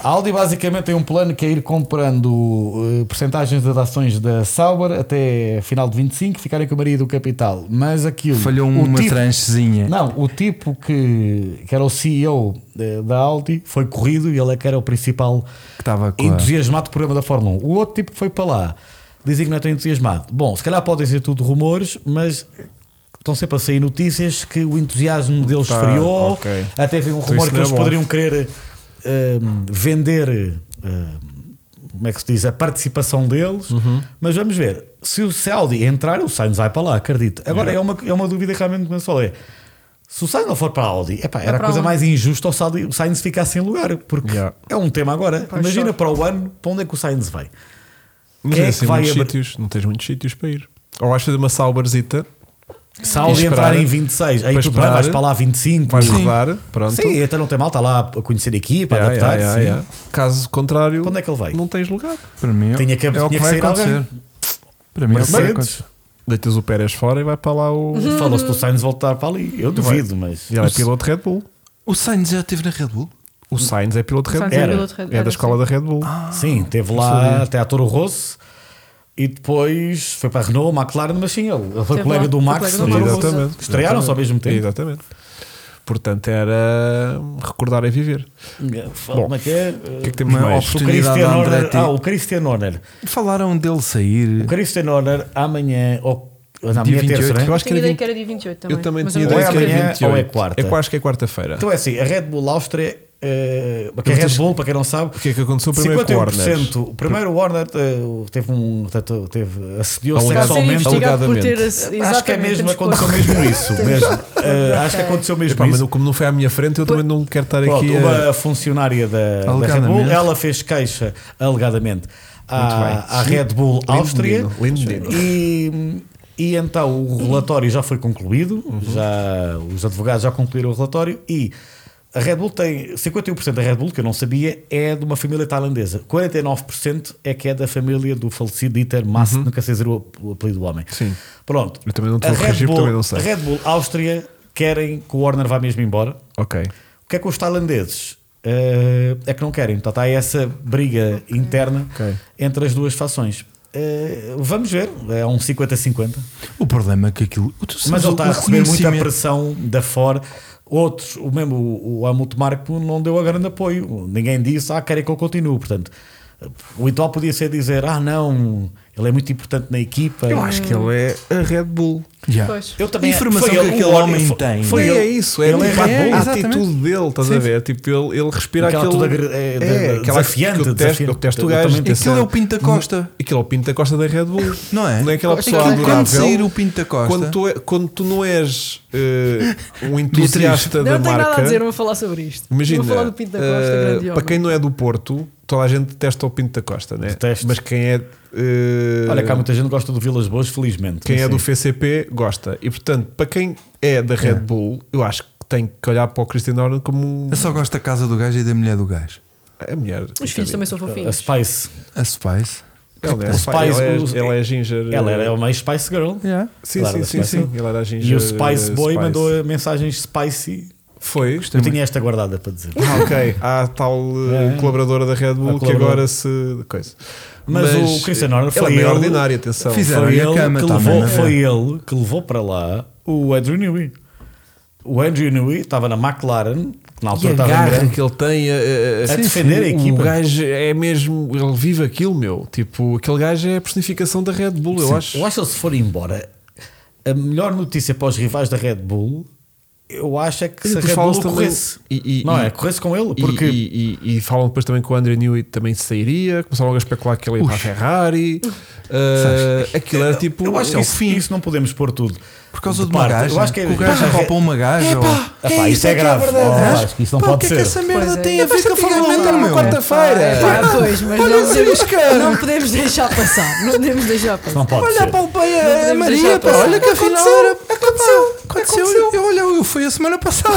Speaker 4: A Audi basicamente tem um plano que é ir comprando eh, percentagens das ações da Sauber até final de 25, ficarem com a maioria do capital. Mas aquilo.
Speaker 1: Falhou
Speaker 4: o
Speaker 1: uma
Speaker 4: tipo-
Speaker 1: tranchezinha.
Speaker 4: Não, o tipo que, que era o CEO eh, da Audi foi corrido e ele é que era o principal
Speaker 1: que estava com a-
Speaker 4: entusiasmado do programa da Fórmula 1. O outro tipo que foi para lá dizem que não é tão entusiasmado. Bom, se calhar podem ser tudo rumores, mas estão sempre a sair notícias que o entusiasmo deles
Speaker 2: Tá,
Speaker 4: esfriou.
Speaker 2: ok.
Speaker 4: Até veio um
Speaker 2: isso
Speaker 4: rumor que
Speaker 2: não é
Speaker 4: eles
Speaker 2: bom.
Speaker 4: poderiam querer eh, vender. eh, como é que se diz? A participação deles,
Speaker 2: Uhum.
Speaker 4: mas vamos ver. Se o Saudi entrar, o Sainz vai para lá, acredito. Agora é, uma, é uma dúvida que realmente me só é: se o Sainz não for para a Audi, epá, era a
Speaker 3: para
Speaker 4: coisa
Speaker 3: onde?
Speaker 4: mais injusta o Sainz, o Sainz ficar sem lugar, porque
Speaker 2: Yeah.
Speaker 4: é um tema agora.
Speaker 3: Pois
Speaker 4: Imagina
Speaker 3: só.
Speaker 4: para o ano, para onde é que o Sainz vai?
Speaker 2: Mas
Speaker 4: Quem
Speaker 2: é
Speaker 4: é
Speaker 2: assim,
Speaker 4: que vai
Speaker 2: muitos
Speaker 4: abrir-
Speaker 2: sítios, não tens muitos sítios para ir. Ou vais fazer uma Sauberzita,
Speaker 4: Se a Audi
Speaker 2: E
Speaker 4: entrar
Speaker 2: esperar.
Speaker 4: em 26, aí
Speaker 2: Para
Speaker 4: tu
Speaker 2: esperar.
Speaker 4: vais para lá 25,
Speaker 2: vais
Speaker 4: sim.
Speaker 2: rodar, pronto.
Speaker 4: Sim, até não tem mal, está lá a conhecer a equipa,
Speaker 2: Yeah,
Speaker 4: a adaptar.
Speaker 2: yeah,
Speaker 4: sim.
Speaker 2: yeah, yeah. Caso contrário,
Speaker 4: Para onde é que ele vai?
Speaker 2: não tens lugar.
Speaker 1: Para mim,
Speaker 4: Tinha que-
Speaker 1: é o
Speaker 4: tinha
Speaker 1: que
Speaker 4: que
Speaker 1: vai
Speaker 4: sair alguém.
Speaker 1: acontecer. Para mim, é o que vai
Speaker 4: Mercedes.
Speaker 1: acontecer.
Speaker 2: Deitas o Pérez fora e vai para lá o.
Speaker 4: Uhum. Falou-se do Sainz voltar para ali. Eu duvido, mas.
Speaker 2: E ele é piloto Red Bull.
Speaker 1: O Sainz já esteve na Red Bull?
Speaker 2: O Sainz é piloto Red
Speaker 3: Sainz
Speaker 2: Bull.
Speaker 4: Era.
Speaker 3: piloto Red-
Speaker 2: É da escola da Red Bull.
Speaker 4: Sim, teve lá até a Toro Rosso e depois foi para a Renault, McLaren, mas sim, ele ele foi
Speaker 3: Teve
Speaker 4: colega
Speaker 3: lá,
Speaker 4: do
Speaker 3: foi
Speaker 4: Max.
Speaker 3: colega do
Speaker 4: na Toro
Speaker 3: Max.
Speaker 4: Rosso.
Speaker 2: Exatamente.
Speaker 4: Estrearam-se ao mesmo tempo.
Speaker 2: Exatamente. Portanto, era recordar e viver. Bom,
Speaker 4: Como é que é?
Speaker 2: O que é que temos
Speaker 1: Uma
Speaker 2: mais?
Speaker 1: opção.
Speaker 4: O
Speaker 1: Oportunidade
Speaker 4: Christian
Speaker 1: a
Speaker 4: Horner.
Speaker 1: Andretti.
Speaker 4: Ah, o Christian Horner.
Speaker 1: Falaram dele
Speaker 4: O
Speaker 1: sair.
Speaker 4: Christian Horner amanhã. Ou, não,
Speaker 1: Dia
Speaker 4: amanhã é
Speaker 1: 28,
Speaker 4: terça, né?
Speaker 2: Eu acho que
Speaker 5: Tinha
Speaker 2: era
Speaker 5: ideia
Speaker 2: 20...
Speaker 5: que era dia 28 também.
Speaker 2: Eu também
Speaker 5: mas
Speaker 2: tinha
Speaker 5: não
Speaker 2: ideia que
Speaker 5: lembro.
Speaker 2: era
Speaker 4: amanhã ou
Speaker 2: 28.
Speaker 4: é quarta?
Speaker 2: É que eu acho que é quarta-feira.
Speaker 4: Então é assim, a Red Bull Áustria. eh, porque a Red
Speaker 2: tens-
Speaker 4: Bull, para quem não sabe,
Speaker 2: O que é que aconteceu primeiro com o Horner?
Speaker 4: 51%. O primeiro Warner eh, teve um. Portanto, teve, assediou
Speaker 2: Alegado-
Speaker 3: Está a ser
Speaker 4: sexualmente.
Speaker 3: investigado por
Speaker 2: Alegadamente.
Speaker 3: ter. Exatamente.
Speaker 4: Acho que é mesmo,
Speaker 3: temos
Speaker 4: aconteceu
Speaker 3: que- (laughs)
Speaker 4: mesmo isso. mesmo. Eh, acho que aconteceu mesmo
Speaker 2: Epá, mas
Speaker 4: isso.
Speaker 2: não- como não foi à minha frente, eu também não quero estar
Speaker 4: Pronto,
Speaker 2: aqui a...
Speaker 4: uma funcionária da, da Red Bull,
Speaker 1: Alegadamente.
Speaker 4: ela fez queixa, alegadamente,
Speaker 2: bem.
Speaker 4: à, à Red Bull
Speaker 2: Lindo
Speaker 4: Áustria.
Speaker 2: menino, lindo menino.
Speaker 4: E, e então o relatório já foi concluído,
Speaker 2: Uhum.
Speaker 4: já, os advogados já concluíram o relatório e. A Red Bull tem 51% da Red Bull, que eu não sabia, é de uma família tailandesa. 49% é que é da família do falecido Dieter Mast, nunca sei dizer o ap- o apelido do homem.
Speaker 2: Uhum. Sim.
Speaker 4: Pronto.
Speaker 2: Eu também não te
Speaker 4: A
Speaker 2: vou
Speaker 4: Red
Speaker 2: corrigir,
Speaker 4: Bull,
Speaker 2: porque também não sei.
Speaker 4: A Red Bull Áustria querem que o Warner vá mesmo embora.
Speaker 2: Ok.
Speaker 4: O que é que os tailandeses eh, é que não querem? Portanto, há essa briga interna
Speaker 2: Ok.
Speaker 4: entre as duas fações. Eh, vamos ver, é um 50-50.
Speaker 1: O problema é que aquilo. tu sabes
Speaker 4: Mas
Speaker 1: o-
Speaker 4: ele está
Speaker 1: o
Speaker 4: a receber muita
Speaker 1: reconhecimento-
Speaker 4: pressão da fora. Outros, o mesmo o, o Hamilton Marco não deu a grande apoio. Ninguém disse, ah, querem que eu continue. Portanto, o ideal podia ser dizer, ah, não, ele é muito importante na equipa.
Speaker 2: Eu acho que ele é a Red Bull.
Speaker 1: Yeah.
Speaker 5: Pois.
Speaker 4: Eu também
Speaker 1: Informação
Speaker 4: foi
Speaker 1: que
Speaker 4: ele-
Speaker 1: aquele
Speaker 4: o-
Speaker 1: homem
Speaker 4: foi-
Speaker 1: tem. né?
Speaker 4: Foi,
Speaker 2: é
Speaker 4: ele,
Speaker 2: isso, é,
Speaker 4: ele
Speaker 2: tipo,
Speaker 4: Red Bull.
Speaker 2: a
Speaker 1: exatamente.
Speaker 2: atitude dele, estás a ver? Tipo, ele, ele respira
Speaker 4: Aquela
Speaker 2: aquele,
Speaker 4: atitude agre- é, de- de-
Speaker 2: aquela
Speaker 4: desafiante,
Speaker 2: atitude que eu testo,
Speaker 4: desafiante.
Speaker 2: eu testo o
Speaker 4: Eu
Speaker 2: gajo.
Speaker 4: também tenho.
Speaker 1: Aquilo é o Pinto da Costa.
Speaker 2: Aquilo é o Pinto da Costa da Red Bull.
Speaker 1: Não é?
Speaker 2: Não é aquela
Speaker 5: Aquilo
Speaker 2: pessoa
Speaker 5: é
Speaker 1: Quando
Speaker 2: adorável.
Speaker 1: sair o Pinto da Costa.
Speaker 2: Quando tu, é- quando tu não és eh, um entusiasta da
Speaker 3: Não tenho nada a
Speaker 2: marca,
Speaker 3: dizer, não vou falar sobre isto.
Speaker 2: imagina,
Speaker 3: Vou falar do Pinto da Costa,
Speaker 2: eh,
Speaker 3: grande
Speaker 2: para
Speaker 3: homem.
Speaker 2: quem não é do Porto, toda a gente detesta o Pinto da Costa, né?
Speaker 4: Detesto.
Speaker 2: mas quem é, eh,
Speaker 4: Olha, cá muita gente que gosta do Vilas Boas, felizmente.
Speaker 2: quem é
Speaker 4: Sim.
Speaker 2: do FCP gosta. E portanto, para quem é da Red Bull, eu acho que tem que olhar para o Cristiano Ronaldo como um-
Speaker 1: Eu só gosto da casa do gajo e da mulher do gajo.
Speaker 2: a mulher.
Speaker 3: Os filhos também são
Speaker 4: A
Speaker 3: fofinhos.
Speaker 4: Spice.
Speaker 1: A Spice.
Speaker 2: Ela é,
Speaker 4: Os pais-
Speaker 2: ela é-
Speaker 4: os-
Speaker 2: ela é ginger.
Speaker 4: Ela era uma Spice Girl.
Speaker 1: Yeah.
Speaker 2: Sim,
Speaker 4: Claro,
Speaker 2: sim,
Speaker 4: da
Speaker 2: sim,
Speaker 4: Spice.
Speaker 2: sim. Ela era ginger. eh,
Speaker 4: E o Spice Boy
Speaker 2: Spice.
Speaker 4: mandou mensagens spicy.
Speaker 2: Foi.
Speaker 4: Eu tinha esta guardada para dizer.
Speaker 2: Ah, ok. Há a tal eh,
Speaker 4: É.
Speaker 2: colaboradora da Red Bull
Speaker 4: A
Speaker 2: que
Speaker 4: colaboradora.
Speaker 2: agora se. coisa.
Speaker 4: Mas o Cristiano Ronaldo foi
Speaker 2: Ela é meio
Speaker 4: ele-
Speaker 2: ordinária, atenção.
Speaker 1: Fiz- Fizeram-lhe
Speaker 4: Foi
Speaker 1: a
Speaker 4: ele,
Speaker 1: cama
Speaker 4: que
Speaker 1: também,
Speaker 4: levou,
Speaker 1: não é?
Speaker 4: foi ele que levou para lá o Andrew Newey. O Andrew Newey estava na McLaren, que na altura estava em grande.
Speaker 2: que ele tem a,
Speaker 4: A defender a equipa.
Speaker 2: O gajo é mesmo. Ele vive aquilo, meu. Tipo, aquele gajo é a personificação da Red Bull, eu acho.
Speaker 4: Eu acho que se for embora, a melhor notícia para os rivais da Red Bull, eu acho é que
Speaker 2: E
Speaker 4: se a
Speaker 2: depois
Speaker 4: Red Bull
Speaker 2: fala-se também-
Speaker 4: corresse.
Speaker 2: e- e-
Speaker 4: não
Speaker 2: e-
Speaker 4: é? Corresse com ele,
Speaker 2: E-
Speaker 4: porque.
Speaker 2: E, e- e falam depois também que o André Newey também sairia, começaram logo a especular que ele ia para a Ferrari. Ah, aquilo era tipo.
Speaker 4: eu acho que
Speaker 2: é o
Speaker 4: isso, isso não podemos pôr tudo.
Speaker 1: Por causa de uma
Speaker 4: Parte,
Speaker 1: gaja.
Speaker 4: Eu acho que é,
Speaker 1: o gajo
Speaker 4: Epá,
Speaker 1: roupa uma gaja. ou-
Speaker 4: epá, isso é, grave. Oh, acho que isso não pode ser.
Speaker 3: Pois é.
Speaker 2: a ver com a Fórmula 1 numa
Speaker 3: Ah,
Speaker 4: É,
Speaker 2: quarta-feira.
Speaker 3: pois, mas não podemos, não podemos deixar passar. Não podemos deixar
Speaker 4: Não
Speaker 3: passar.
Speaker 4: pode ser.
Speaker 3: podemos deixar passar.
Speaker 1: afinal aconteceu, aconteceu, Eu, olha, eu fui a semana passada.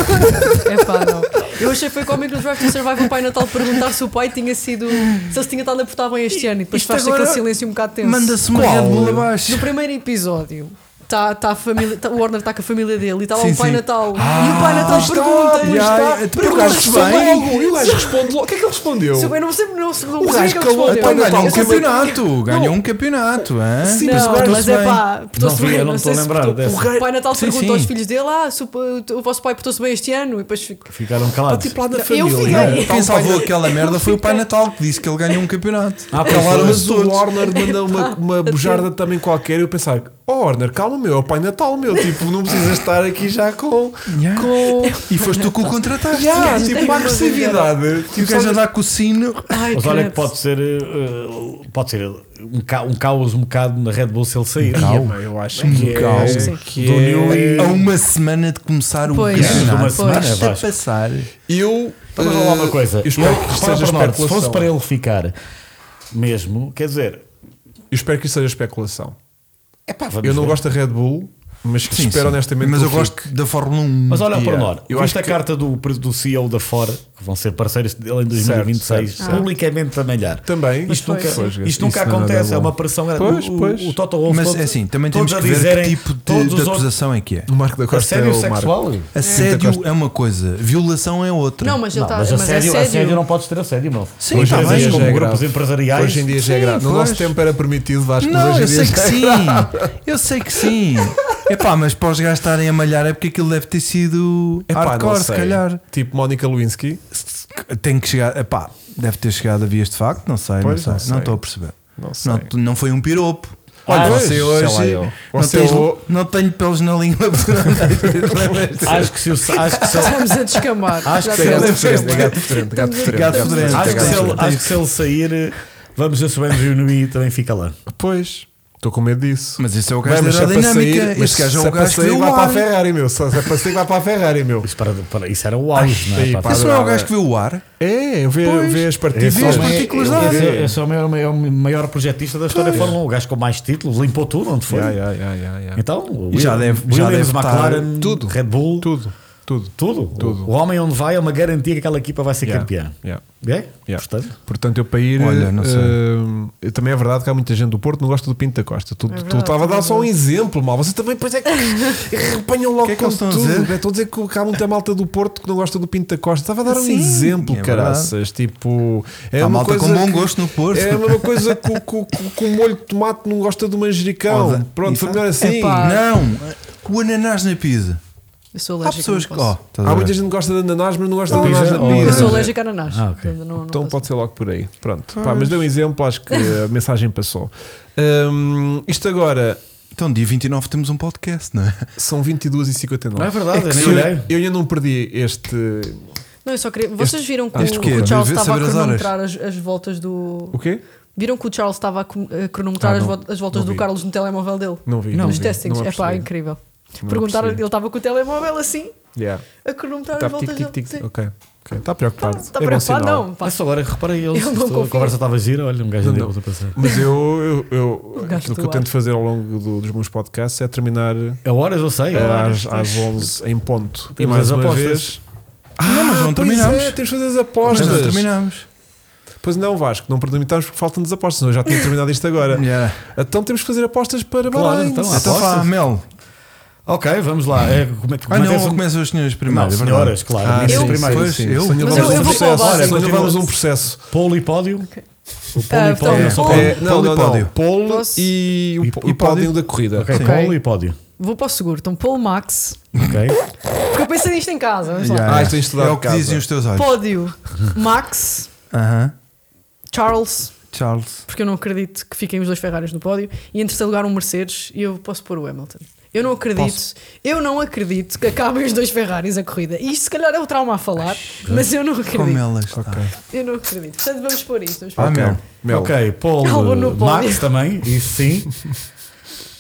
Speaker 3: É pá, não. Eu achei que foi cómico no Drive to Survive o Pai Natal perguntar se o pai tinha sido. se ele se tinha estado a portar bem este ano e depois
Speaker 1: Isto
Speaker 3: faz-se
Speaker 1: agora
Speaker 3: aquele silêncio um bocado tenso.
Speaker 1: Manda-se uma Red Bull abaixo.
Speaker 3: No primeiro episódio. Tá, tá a família, tá- o Warner está com a família dele e está lá
Speaker 1: Sim,
Speaker 3: o Pai
Speaker 1: sim. Ah,
Speaker 3: Natal. e o Pai Natal pergunta.
Speaker 1: pois
Speaker 4: é,
Speaker 1: está.
Speaker 2: Então,
Speaker 1: Porque
Speaker 2: o
Speaker 1: o
Speaker 2: gajo
Speaker 1: gajo
Speaker 2: responde
Speaker 1: vem.
Speaker 2: logo. E o gajo responde logo. O que é que ele respondeu?
Speaker 3: Eu não sei, não, sei- não, sei o
Speaker 2: gajo
Speaker 3: é que ele
Speaker 2: calou,
Speaker 3: respondeu.
Speaker 2: Pai Natal,
Speaker 1: Ganhou um
Speaker 3: Eu só sei- (laughs)
Speaker 1: campeonato. Ganhou um campeonato. hã?
Speaker 2: Sim,
Speaker 3: Não,
Speaker 2: mas
Speaker 3: mas,
Speaker 2: guarda-se
Speaker 3: é
Speaker 2: bem.
Speaker 3: pá,
Speaker 4: Não
Speaker 3: portou-se
Speaker 4: vi,
Speaker 3: bem.
Speaker 4: eu não me
Speaker 3: sei
Speaker 4: estou a
Speaker 3: se
Speaker 4: lembrar
Speaker 3: portou-
Speaker 4: dessa.
Speaker 3: O rei- Pai Natal
Speaker 1: Sim,
Speaker 3: perguntou
Speaker 1: sim.
Speaker 3: aos filhos dele: ah, se o, o vosso pai portou-se bem este ano? E depois fica-
Speaker 4: Ficaram calados.
Speaker 2: tipo lá da
Speaker 3: Eu
Speaker 2: família.
Speaker 3: fiquei-
Speaker 1: Não, Quem salvou aquela merda foi o Pai Natal que disse que ele ganhou um campeonato.
Speaker 4: Ah, pois
Speaker 1: Calaram-se
Speaker 2: mas o
Speaker 1: todos.
Speaker 2: Warner mandou
Speaker 4: (laughs)
Speaker 2: uma, uma bujarda também qualquer e eu pensar, oh Warner, calma meu, é o Pai Natal meu, tipo, não precisas estar aqui já com.
Speaker 1: Yeah.
Speaker 2: com
Speaker 1: E foste tu que o contrataste.
Speaker 2: yeah, tipo, uma agressividade.
Speaker 1: E o
Speaker 2: Tipo,
Speaker 1: gajo a
Speaker 2: sabes-
Speaker 1: dar com o sino.
Speaker 3: Ai,
Speaker 4: Mas olha que
Speaker 3: credo.
Speaker 4: pode ser, eh, pode ser um, ca um caos um bocado na Red Bull se ele sair.
Speaker 2: Ia, mãe, eu acho que é-
Speaker 1: caos.
Speaker 2: que
Speaker 4: Do Então,
Speaker 2: é-
Speaker 4: Newey.
Speaker 1: um- A uma semana de começar o
Speaker 3: Pois.
Speaker 1: campeonato.
Speaker 4: Uma semana,
Speaker 1: Basta
Speaker 4: Vasco.
Speaker 1: passar.
Speaker 2: Eu.
Speaker 4: Mas vamos lá uma
Speaker 2: eh,
Speaker 4: coisa.
Speaker 2: Eu espero que isto
Speaker 4: repara
Speaker 2: seja
Speaker 4: para nós, se
Speaker 2: especulação.
Speaker 4: fosse para ele ficar mesmo, quer dizer,
Speaker 2: Eu espero que isto seja especulação.
Speaker 4: epá, vamos
Speaker 2: Eu não
Speaker 4: ver.
Speaker 2: gosto da Red Bull, mas que
Speaker 1: Sim,
Speaker 2: espero
Speaker 1: sim.
Speaker 2: honestamente.
Speaker 1: Mas
Speaker 2: que
Speaker 1: eu
Speaker 2: ele
Speaker 1: gosto
Speaker 2: fique.
Speaker 1: da Fórmula 1.
Speaker 4: Mas olha para
Speaker 2: Yeah.
Speaker 4: nós,
Speaker 2: Eu
Speaker 4: eu
Speaker 2: acho
Speaker 4: acho a
Speaker 2: que-
Speaker 4: carta do, do CEO da Fora, que vão ser parceiros dele em 2026,
Speaker 2: Certo, certo,
Speaker 4: publicamente a malhar.
Speaker 2: Também.
Speaker 4: Isto
Speaker 2: Mas foi.
Speaker 4: nunca, isto nunca
Speaker 2: Isso não era
Speaker 4: acontece, é
Speaker 2: bom.
Speaker 4: uma pressão grande.
Speaker 2: Pois,
Speaker 4: O- o-
Speaker 2: pois.
Speaker 4: O, Toto Wolff,
Speaker 1: Mas
Speaker 4: todos-
Speaker 1: é assim, também
Speaker 4: todos
Speaker 1: temos que
Speaker 4: a
Speaker 1: ver
Speaker 4: dizerem,
Speaker 1: que tipo de,
Speaker 4: todos
Speaker 1: de
Speaker 4: os outros-
Speaker 1: acusação é que é.
Speaker 2: O Marco da Costa é
Speaker 4: Assédio
Speaker 2: o Marco.
Speaker 4: sexual?
Speaker 1: Assédio é uma coisa, violação é outra.
Speaker 3: Não, mas ele
Speaker 4: Não,
Speaker 3: está.
Speaker 4: mas
Speaker 3: Mas é
Speaker 4: assédio,
Speaker 3: sério. (laughs)
Speaker 4: assédio não podes ter assédio, meu.
Speaker 1: Sim,
Speaker 2: Hoje
Speaker 1: tá
Speaker 2: em
Speaker 1: bem.
Speaker 2: dia já
Speaker 4: Como
Speaker 2: é
Speaker 4: grupos
Speaker 2: grave.
Speaker 4: empresariais.
Speaker 2: Hoje em dia já é
Speaker 1: Sim,
Speaker 2: grave. No
Speaker 1: pois.
Speaker 2: nosso tempo era permitido, Vasco. mas
Speaker 1: Não,
Speaker 2: hoje em
Speaker 1: eu
Speaker 2: dia
Speaker 1: sei que
Speaker 2: já é
Speaker 1: sim.
Speaker 2: grave.
Speaker 1: Eu sei que sim. Epá, mas para os gajos estarem a malhar é porque aquilo deve ter sido
Speaker 2: Epá, não
Speaker 1: hardcore, se
Speaker 2: sei.
Speaker 1: calhar.
Speaker 2: Tipo Mónica Lewinsky.
Speaker 1: Tem que chegar, epá, deve ter chegado a vias de facto, não sei,
Speaker 2: Pois,
Speaker 1: não
Speaker 2: não
Speaker 1: sei,
Speaker 2: sei.
Speaker 1: não estou a perceber.
Speaker 2: Não sei.
Speaker 1: Não, tu- não foi um piropo.
Speaker 2: Olha,
Speaker 1: Olha,
Speaker 2: pois,
Speaker 1: você
Speaker 2: sei
Speaker 5: lá
Speaker 1: hoje
Speaker 5: eu.
Speaker 1: não,
Speaker 2: Você é
Speaker 1: tens-
Speaker 2: o-
Speaker 1: não tenho pelos na língua. (laughs)
Speaker 4: Acho que se o. Acho que se ele-
Speaker 3: Estamos a descambar.
Speaker 4: Acho
Speaker 1: (laughs)
Speaker 3: Já
Speaker 4: que
Speaker 3: estamos-
Speaker 4: é-
Speaker 2: Gato diferente, gato diferente, gato diferente.
Speaker 1: Gato diferente.
Speaker 4: Acho que se ele-
Speaker 1: Tens-
Speaker 4: acho que se ele sair, eh, vamos ver se o Ben Reunui também fica lá.
Speaker 2: Pois, estou com medo disso.
Speaker 1: Mas isso é o
Speaker 2: Bem,
Speaker 1: gajo
Speaker 2: mas
Speaker 1: da
Speaker 2: se é para sair-
Speaker 1: dinâmica.
Speaker 2: mas
Speaker 1: Este gajo é
Speaker 2: se
Speaker 1: o gajo que
Speaker 2: para sair,
Speaker 1: vê o
Speaker 2: vai para a
Speaker 1: ar.
Speaker 2: Ferrari, meu. Se é para sair, vai para a
Speaker 1: (laughs)
Speaker 2: Ferrari, meu.
Speaker 4: Isso, para- para- isso era o auge, não
Speaker 2: Ai,
Speaker 4: é? Pá,
Speaker 2: pá,
Speaker 1: Esse não é o gajo que vê o ar.
Speaker 2: É, vê,
Speaker 1: Pois.
Speaker 2: vê as partidas.
Speaker 1: Esse
Speaker 4: Esse
Speaker 1: vê as
Speaker 4: homem é-
Speaker 1: partículas
Speaker 4: esse-
Speaker 1: lá.
Speaker 4: esse- esse homem é o maior, maior projetista da história da Fórmula 1, o gajo com mais títulos, limpou tudo onde foi.
Speaker 2: Ya, ya, ya, ya, ya.
Speaker 4: Então, o
Speaker 1: E já
Speaker 4: Williams,
Speaker 1: deve- já
Speaker 4: Williams,
Speaker 1: deve estar-
Speaker 4: McLaren,
Speaker 2: tudo.
Speaker 4: Red Bull, tudo.
Speaker 2: Tudo, tudo.
Speaker 4: O-
Speaker 2: Tudo.
Speaker 4: O homem onde vai é uma garantia que aquela equipa vai ser
Speaker 2: Yeah,
Speaker 4: campeã.
Speaker 2: yeah,
Speaker 4: É?
Speaker 2: yeah.
Speaker 4: Portanto,
Speaker 2: Portanto, eu para ir.
Speaker 1: Olha, não sei.
Speaker 2: eh, também é verdade que há muita gente do Porto que não gosta do Pinto da Costa. Tu
Speaker 3: É
Speaker 2: tu
Speaker 3: verdade,
Speaker 2: estava a dar
Speaker 3: é
Speaker 2: só um exemplo, mal. Você também, pois é
Speaker 3: (laughs)
Speaker 2: que apanham logo
Speaker 1: Que é que
Speaker 2: com
Speaker 1: eles estão a
Speaker 2: tudo.
Speaker 1: dizer?
Speaker 2: velho. Estou a dizer que há muita malta do Porto que não gosta do Pinto da Costa. Estava a dar um
Speaker 1: Sim,
Speaker 2: exemplo,
Speaker 1: é
Speaker 2: caraças. Tipo, é
Speaker 1: Há
Speaker 2: uma
Speaker 1: malta
Speaker 2: coisa
Speaker 1: com bom
Speaker 2: que-
Speaker 1: gosto no Porto.
Speaker 2: É a mesma coisa que o- que o- que o- que o molho de tomate não gosta do manjericão.
Speaker 1: Ou da-
Speaker 2: Pronto, foi
Speaker 1: Exato.
Speaker 2: melhor assim.
Speaker 3: Epá.
Speaker 1: é. Não, o ananás na pizza.
Speaker 3: Eu sou
Speaker 1: Há
Speaker 3: alérgica.
Speaker 1: pessoas que.
Speaker 3: não posso.
Speaker 1: Oh, estás a
Speaker 2: Há
Speaker 1: ver? é,
Speaker 2: muita gente que gosta de ananás, mas não gosta de
Speaker 4: Ou
Speaker 2: ananás
Speaker 4: pizza,
Speaker 2: na
Speaker 4: ou-
Speaker 2: pizza.
Speaker 3: Eu sou alérgica a ananás.
Speaker 4: Ah, ok.
Speaker 3: Portanto, não- não
Speaker 2: Então
Speaker 3: posso.
Speaker 2: pode ser logo por aí. Pronto. Pá, mas dei um exemplo, acho que a mensagem passou. Hum, isto agora
Speaker 1: Então, dia 29 temos um podcast, não é?
Speaker 2: são 22 e 59
Speaker 4: não é verdade, eu nem olhei.
Speaker 2: eu, eu ainda não perdi este.
Speaker 3: Não, eu só queria. Vocês viram que,
Speaker 1: este
Speaker 3: o,
Speaker 1: quê?
Speaker 3: que o Charles
Speaker 1: Deve
Speaker 3: estava a
Speaker 1: saber as horas.
Speaker 3: cronometrar as, as voltas do.
Speaker 2: O quê?
Speaker 3: Viram que o Charles estava a com- a cronometrar
Speaker 2: Ah,
Speaker 3: as,
Speaker 2: não.
Speaker 3: vo- as voltas
Speaker 2: Não
Speaker 3: do
Speaker 2: vi.
Speaker 3: Carlos no telemóvel dele?
Speaker 2: Não vi.
Speaker 3: Nos
Speaker 2: vi.
Speaker 3: testings.
Speaker 2: Não
Speaker 3: É pá,
Speaker 2: apercebi.
Speaker 3: incrível.
Speaker 2: Não
Speaker 3: Perguntaram,
Speaker 2: apercebi.
Speaker 3: ele estava com o telemóvel assim,
Speaker 2: Yeah.
Speaker 3: a cronometrar
Speaker 2: Tá,
Speaker 3: as voltas
Speaker 2: tic, tic, tic.
Speaker 3: dele. Sim.
Speaker 2: Ok. ok. Está preocupado.
Speaker 3: Está
Speaker 2: é bom
Speaker 3: preocupado?
Speaker 2: sinal.
Speaker 3: Não, pá.
Speaker 4: Eu só agora reparei, eu,
Speaker 3: Eu não
Speaker 4: estou- a
Speaker 3: confio.
Speaker 4: conversa estava gira, olha, um gajo
Speaker 2: Não,
Speaker 4: deu
Speaker 2: não.
Speaker 4: a passar.
Speaker 2: Mas eu, eu,
Speaker 3: (laughs)
Speaker 2: eu
Speaker 3: gajo
Speaker 2: aquilo que
Speaker 3: do
Speaker 2: eu
Speaker 3: ar.
Speaker 2: tento fazer ao longo do- dos meus podcasts é terminar
Speaker 4: A horas eu sei,
Speaker 2: eh,
Speaker 4: a horas.
Speaker 2: às, às 11 em ponto. E
Speaker 4: Temos
Speaker 2: mais
Speaker 4: as
Speaker 2: uma
Speaker 4: apostas.
Speaker 2: vez.
Speaker 1: Não, mas não
Speaker 2: pois
Speaker 1: terminamos.
Speaker 2: É, temos de fazer as
Speaker 1: Mas
Speaker 2: apostas.
Speaker 1: não terminamos.
Speaker 2: Pois não, Vasco, não permitimos porque faltam-nos apostas. senão Eu já tinha terminado isto
Speaker 1: (laughs)
Speaker 2: agora.
Speaker 1: Yeah.
Speaker 2: Então temos que fazer apostas para
Speaker 4: Claro,
Speaker 2: Bahrein.
Speaker 4: então,
Speaker 2: Sim.
Speaker 1: Então, vá,
Speaker 4: Apostas?
Speaker 1: Mel.
Speaker 4: Ok, vamos lá. É, como é
Speaker 1: Ah,
Speaker 4: que como é que é
Speaker 1: não,
Speaker 4: esse-
Speaker 1: começam as senhoras
Speaker 4: Não,
Speaker 1: primeiro. é verdade.
Speaker 4: senhoras, claro.
Speaker 2: Ah,
Speaker 4: meninas
Speaker 2: sim,
Speaker 4: primeiro.
Speaker 1: Pois,
Speaker 2: sim, sim.
Speaker 1: eu? Ah,
Speaker 2: Sonho
Speaker 1: Mas
Speaker 2: vamos
Speaker 3: eu-
Speaker 2: um
Speaker 3: eu vou para o
Speaker 2: processo.
Speaker 3: Vasco.
Speaker 2: Sonho
Speaker 4: Olha,
Speaker 2: vamos
Speaker 4: continua.
Speaker 2: um processo.
Speaker 4: Polo e pódio. O polo
Speaker 3: Ah,
Speaker 4: e pódio.
Speaker 3: então,
Speaker 4: eu só
Speaker 3: polo-
Speaker 4: falo-
Speaker 2: É, não,
Speaker 1: pole e
Speaker 2: não, não.
Speaker 1: pódio.
Speaker 2: Pole
Speaker 3: Posso-
Speaker 2: e, o-
Speaker 1: e
Speaker 2: e pódio.
Speaker 1: pódio.
Speaker 2: da corrida.
Speaker 4: Ok,
Speaker 1: Sim.
Speaker 4: polo e pódio.
Speaker 3: Vou para o seguro. Então, Paul Max.
Speaker 4: Ok.
Speaker 3: Porque eu pensei nisto em casa. Vamos lá.
Speaker 1: Yeah,
Speaker 2: Ah,
Speaker 1: yeah.
Speaker 2: isto tens de estudar
Speaker 1: É
Speaker 2: de
Speaker 1: o que
Speaker 2: casa.
Speaker 1: dizem os teus olhos.
Speaker 3: Pódio, Max,
Speaker 1: Aham.
Speaker 3: Charles,
Speaker 1: Charles.
Speaker 3: porque eu não acredito que fiquem os dois Ferraris no pódio. E em terceiro lugar, um Mercedes. E eu posso pôr o Hamilton. Eu não acredito, eu não acredito que acabem os dois Ferraris a corrida. E isto se calhar é o trauma a falar, mas eu não
Speaker 1: Como
Speaker 3: acredito.
Speaker 1: ela está.
Speaker 3: Eu não acredito. Portanto, vamos pôr isto. Vamos pôr
Speaker 1: Ah,
Speaker 2: Ok.
Speaker 1: Mel.
Speaker 2: Mel.
Speaker 4: Ok,
Speaker 3: Algo
Speaker 4: Paulo
Speaker 3: no
Speaker 4: eh,
Speaker 3: pódio.
Speaker 4: Max também, isso sim.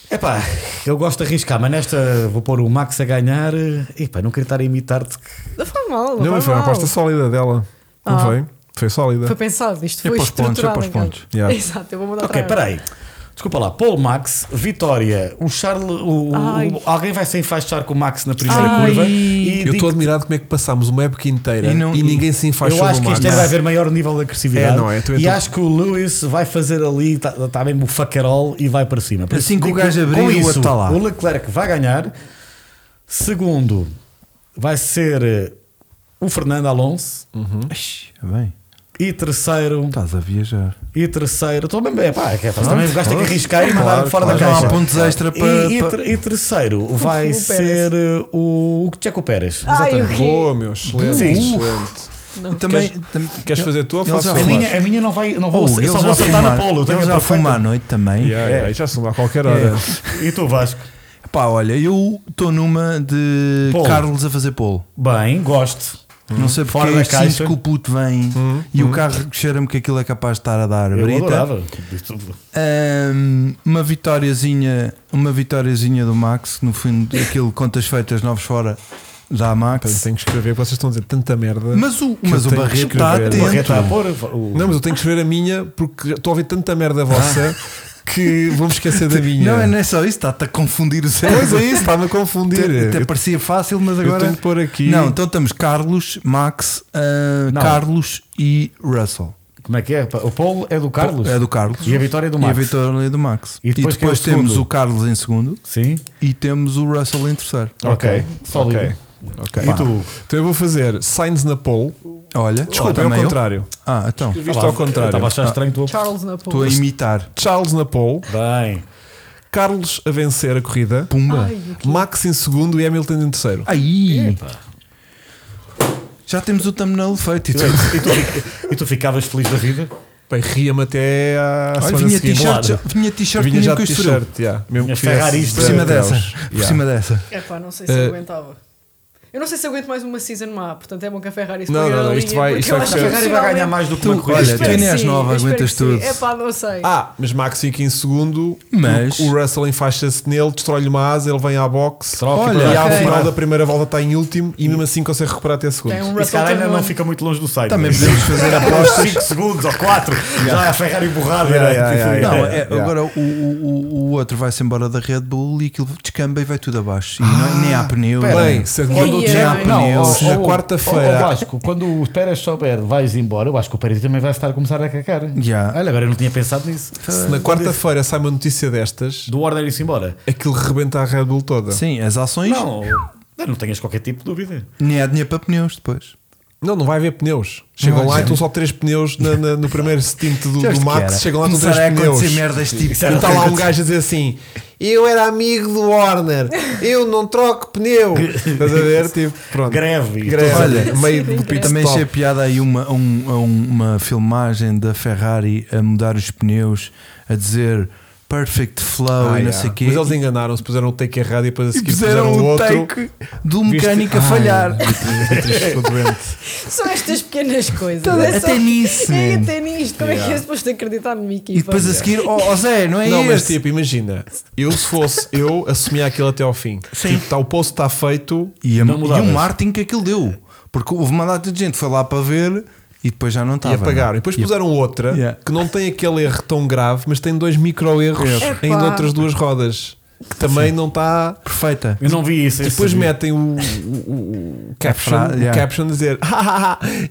Speaker 4: Epá, eu gosto de arriscar, mas nesta vou pôr o Max a ganhar. eh, Epá, não queria estar a imitar-te. que-
Speaker 3: Não foi mal, não,
Speaker 2: Não, mas
Speaker 3: foi
Speaker 2: foi uma
Speaker 3: mal.
Speaker 2: aposta sólida dela. Não
Speaker 3: Ah.
Speaker 2: foi? Então Foi sólida.
Speaker 3: Foi pensado, isto
Speaker 1: É
Speaker 3: foi
Speaker 1: para os pontos, é para
Speaker 3: estruturado.
Speaker 1: os
Speaker 3: em casa.
Speaker 1: pontos.
Speaker 2: Yeah.
Speaker 3: Exato, eu vou mandar
Speaker 4: Ok,
Speaker 3: atrás.
Speaker 4: peraí. Desculpa lá, Paulo Max, Vitória, o Charles. o- o-
Speaker 3: Ai.
Speaker 4: alguém vai se enfaixar com o Max na primeira
Speaker 3: Ai.
Speaker 4: curva. E
Speaker 2: Eu
Speaker 4: digo-
Speaker 2: estou admirado como é que passámos uma época inteira
Speaker 1: E
Speaker 2: e,
Speaker 1: não-
Speaker 2: ninguém se enfaixou
Speaker 4: eu acho
Speaker 2: do
Speaker 4: que este
Speaker 2: Max.
Speaker 4: ano vai haver maior nível de agressividade.
Speaker 2: É, não é? Tu-
Speaker 4: e
Speaker 2: tu-
Speaker 4: acho que o Lewis vai fazer ali, está tá mesmo o facarol e vai para cima. Por
Speaker 1: Assim
Speaker 4: isso
Speaker 1: que o
Speaker 4: digo,
Speaker 1: gajo abrir,
Speaker 4: com
Speaker 1: o
Speaker 4: isso,
Speaker 1: outro tá lá.
Speaker 4: O Leclerc vai ganhar. Segundo, vai ser eh, o Fernando Alonso.
Speaker 1: Ixi, é bem.
Speaker 4: E terceiro,
Speaker 1: Estás a viajar.
Speaker 4: e terceiro, estou bem, é pá, é que é, também gosta de arriscar e mandar
Speaker 1: Claro,
Speaker 4: fora
Speaker 1: claro.
Speaker 4: da
Speaker 1: Não
Speaker 4: caixa.
Speaker 1: há pontos extra
Speaker 4: E-
Speaker 1: para.
Speaker 4: e,
Speaker 1: para-
Speaker 4: ter- e terceiro, vai
Speaker 3: Pérez.
Speaker 4: ser eh, o, o Checo Pérez.
Speaker 1: Ah,
Speaker 3: Ai, o quê?
Speaker 2: Boa, meu, excelente.
Speaker 4: Sim.
Speaker 2: excelente.
Speaker 3: Não.
Speaker 1: Também.
Speaker 2: Queres-
Speaker 1: também-
Speaker 2: Queres fazer tu ou
Speaker 1: Ele
Speaker 2: faço
Speaker 1: já-
Speaker 4: A
Speaker 2: eu?
Speaker 1: Ele-
Speaker 4: minha, a minha não vai, não vou,
Speaker 1: Oh,
Speaker 4: eu
Speaker 1: eles
Speaker 4: só vou
Speaker 1: já
Speaker 4: acertar na polo.
Speaker 1: fumaram.
Speaker 4: tenho
Speaker 1: Eles
Speaker 4: a
Speaker 1: já
Speaker 4: perfeita.
Speaker 1: fumam à noite também.
Speaker 2: Yeah, yeah, Já são lá a qualquer hora.
Speaker 4: E tu, Vasco?
Speaker 1: Pá, olha, eu estou numa de
Speaker 4: Polo.
Speaker 1: Carlos a fazer polo.
Speaker 4: Bem, gosto.
Speaker 1: Não sei
Speaker 4: Fora
Speaker 1: porque
Speaker 4: da
Speaker 1: é que
Speaker 4: caixa. Uhum.
Speaker 1: sinto que o puto vem e o carro cheira-me que aquilo é capaz de estar a dar a
Speaker 4: Eu
Speaker 1: brita.
Speaker 4: adorava.
Speaker 1: Ahm, uma vitóriazinha, uma vitóriazinha do Max, no fim daquilo, contas feitas, novos fora, dá a
Speaker 2: Portanto,
Speaker 1: Max.
Speaker 2: tenho que escrever, vocês estão a dizer tanta merda.
Speaker 1: Mas o,
Speaker 2: eu
Speaker 1: mas o
Speaker 2: tenho
Speaker 1: Barreto
Speaker 2: que
Speaker 1: está
Speaker 2: escrever.
Speaker 1: atento.
Speaker 4: O Barreto é está a pôr. o-
Speaker 2: Não, mas eu tenho que escrever a minha porque já estou a ouvir tanta merda vossa que vou-me esquecer da minha.
Speaker 1: Não, é, não é só isso, está-te a confundir o cérebro.
Speaker 2: Pois é isso,
Speaker 4: tá
Speaker 2: está-me a confundir.
Speaker 1: Até, até
Speaker 2: Eu-
Speaker 1: parecia fácil, mas
Speaker 2: eu
Speaker 1: agora.
Speaker 2: tenho de pôr aqui.
Speaker 1: Não, então estamos Carlos, Max, ah,
Speaker 4: Não.
Speaker 1: Carlos e Russell.
Speaker 4: Como é que é? O Paulo é do Carlos?
Speaker 1: É do Carlos.
Speaker 4: E a vitória é do
Speaker 1: E a
Speaker 4: Max.
Speaker 1: vitória do Max.
Speaker 4: E depois quem é o
Speaker 1: temos
Speaker 4: segundo?
Speaker 1: o Carlos em segundo
Speaker 4: Sim.
Speaker 1: e temos o Russell em terceiro.
Speaker 4: Ok. Sólido.
Speaker 2: Ok. ok.
Speaker 4: E tu?
Speaker 2: Então eu vou fazer signs na pole.
Speaker 1: Olha,
Speaker 2: Desculpa, é
Speaker 1: também
Speaker 2: ao
Speaker 1: eu?
Speaker 2: contrário.
Speaker 1: Ah, então.
Speaker 2: Visto
Speaker 4: Olá,
Speaker 2: ao
Speaker 4: eu Estava a
Speaker 2: contrário.
Speaker 4: achar estranho tu.
Speaker 3: Charles na
Speaker 1: Estou
Speaker 3: pole.
Speaker 1: a imitar.
Speaker 2: Charles na pole,
Speaker 4: Bem.
Speaker 2: Carlos a vencer a corrida,
Speaker 1: Pumba.
Speaker 3: Ai, o quê?
Speaker 2: Max em segundo e Hamilton em terceiro.
Speaker 1: Aí! Já temos o thumbnail feito. E
Speaker 4: E
Speaker 1: tudo.
Speaker 4: tu, e tu ficavas feliz da vida?
Speaker 2: Bem, ria-me até à
Speaker 1: Olha,
Speaker 2: semana
Speaker 1: vinha
Speaker 2: seguinte.
Speaker 1: t-shirt, já-
Speaker 2: Claro.
Speaker 1: vinha t-shirt,
Speaker 2: Vinha já
Speaker 1: vinha
Speaker 2: de
Speaker 1: com este frio.
Speaker 2: t-shirt, yeah. mesmo
Speaker 4: Minha
Speaker 2: que fizesse
Speaker 4: Ferrari isto
Speaker 1: Por
Speaker 4: de
Speaker 1: cima
Speaker 2: graus,
Speaker 1: dessa. Por
Speaker 2: yeah.
Speaker 1: cima dessa.
Speaker 3: É pá, não sei se
Speaker 2: Eh,
Speaker 3: aguentava. Eu não sei se aguento mais uma season má, portanto é bom que a Ferrari se
Speaker 2: Não,
Speaker 3: ponha
Speaker 2: não,
Speaker 3: na
Speaker 2: não,
Speaker 3: linha,
Speaker 2: isto vai-
Speaker 3: porque
Speaker 2: isto
Speaker 3: eu
Speaker 2: vai
Speaker 3: acho
Speaker 2: crescer.
Speaker 3: que
Speaker 4: A Ferrari vai ganhar
Speaker 3: finalmente-
Speaker 4: mais do que uma
Speaker 1: Tu-
Speaker 4: corrida.
Speaker 1: olha,
Speaker 3: Espero
Speaker 1: tu é nem
Speaker 3: que
Speaker 1: és
Speaker 3: sim,
Speaker 1: nova,
Speaker 3: eu espero
Speaker 1: aguentas
Speaker 3: que sim.
Speaker 1: tudo.
Speaker 3: É pá, não sei.
Speaker 2: Ah, mas Max fica em segundo,
Speaker 1: Mas-
Speaker 2: o Russell enfaixa-se nele, destrói-lhe uma asa, ele vem à boxe
Speaker 4: Troca
Speaker 1: e
Speaker 2: e
Speaker 1: vai
Speaker 2: ao
Speaker 1: recuperar.
Speaker 2: final da primeira volta está em último e mesmo assim consegue recuperar até segundo.
Speaker 3: Tem um
Speaker 4: Esse
Speaker 3: Russell
Speaker 4: cara ainda
Speaker 3: Turner.
Speaker 4: não fica muito longe do site.
Speaker 1: Também podemos
Speaker 4: (laughs)
Speaker 1: fazer apostas.
Speaker 4: 5 segundos ou 4. Já a Ferrari borrada.
Speaker 2: Yeah,
Speaker 4: era
Speaker 2: yeah, yeah,
Speaker 4: tipo,
Speaker 1: Não, é,
Speaker 2: Yeah.
Speaker 1: agora o, o, o- o outro vai-se embora da Red Bull e aquilo descamba e vai tudo abaixo. E não- é, nem
Speaker 2: Ah,
Speaker 1: há pneus.
Speaker 2: Bem, se quando
Speaker 3: Ei,
Speaker 2: tinha
Speaker 3: ai.
Speaker 2: pneus
Speaker 4: ou-
Speaker 2: na
Speaker 4: ou-
Speaker 2: quarta-feira.
Speaker 4: ou- ou Vasco, quando o Pérez souber, vais embora. Eu acho que o Pérez também vai estar a começar a cacar.
Speaker 1: Yeah.
Speaker 4: Olha, agora eu não tinha pensado nisso.
Speaker 2: Se na quarta-feira sai uma notícia destas,
Speaker 4: Do Warner ir-se embora.
Speaker 2: aquilo rebenta a Red Bull toda.
Speaker 1: Sim, as ações.
Speaker 4: Não, eu não tenhas qualquer tipo de dúvida.
Speaker 1: Nem há dinheiro para pneus depois.
Speaker 2: Não, não vai haver pneus. Chegam
Speaker 1: Não,
Speaker 2: lá e
Speaker 1: sim.
Speaker 2: estão só três pneus na- na- no primeiro stint do,
Speaker 1: Já
Speaker 2: do
Speaker 1: que
Speaker 2: Max.
Speaker 1: era.
Speaker 2: Chegam lá com
Speaker 1: Começar
Speaker 2: três
Speaker 1: a acontecer
Speaker 2: pneus.
Speaker 1: merdas tipo.
Speaker 2: E está lá um gajo a dizer assim: Eu era amigo do Warner, eu não troco
Speaker 1: (laughs)
Speaker 2: pneu. Estás a ver? Tipo, pronto.
Speaker 4: Greve. e
Speaker 2: Greve.
Speaker 4: tudo.
Speaker 1: Olha,
Speaker 2: meio do pit
Speaker 1: Também
Speaker 2: stop.
Speaker 1: achei piada aí uma, um- um- uma filmagem da Ferrari a mudar os pneus, a dizer perfect flow
Speaker 2: Ah,
Speaker 1: e não
Speaker 2: yeah.
Speaker 1: sei o quê.
Speaker 2: Mas eles enganaram-se, puseram o take errado e depois a
Speaker 1: e
Speaker 2: seguir
Speaker 1: puseram
Speaker 2: puseram,
Speaker 1: o
Speaker 2: outro. Ah,
Speaker 1: take do mecânico a
Speaker 2: Ai,
Speaker 1: falhar.
Speaker 2: muito triste, estou doente.
Speaker 3: São
Speaker 2: (laughs)
Speaker 3: estas pequenas coisas.
Speaker 1: Tá-
Speaker 3: é só-
Speaker 1: até nisso,
Speaker 3: É,
Speaker 1: man.
Speaker 3: até nisto. Como é que é suposto acreditar numa equipa?
Speaker 1: E depois a seguir, ó ó Zé, não (laughs) é
Speaker 2: Não, mas
Speaker 1: este?
Speaker 2: tipo, imagina, eu se fosse, eu assumia aquilo até ao fim. Tipo, tá, o post está feito,
Speaker 1: E, a-
Speaker 4: Não
Speaker 1: e
Speaker 4: mudavas.
Speaker 1: o Martin que aquilo deu. Porque houve uma data de gente que foi lá para ver e depois já não é? estava.
Speaker 2: e apagaram. E depois puseram outra
Speaker 1: Tá, Yeah.
Speaker 2: que não tem aquele erro tão grave, mas tem dois micro-erros
Speaker 3: Erros.
Speaker 2: em
Speaker 3: Epá.
Speaker 2: outras duas rodas que também não tá está.
Speaker 1: Perfeita.
Speaker 4: Eu não vi isso.
Speaker 2: E
Speaker 4: esse
Speaker 2: depois
Speaker 4: vi.
Speaker 2: metem o, o- (laughs) o- o caption,
Speaker 1: fra- yeah.
Speaker 2: o caption a dizer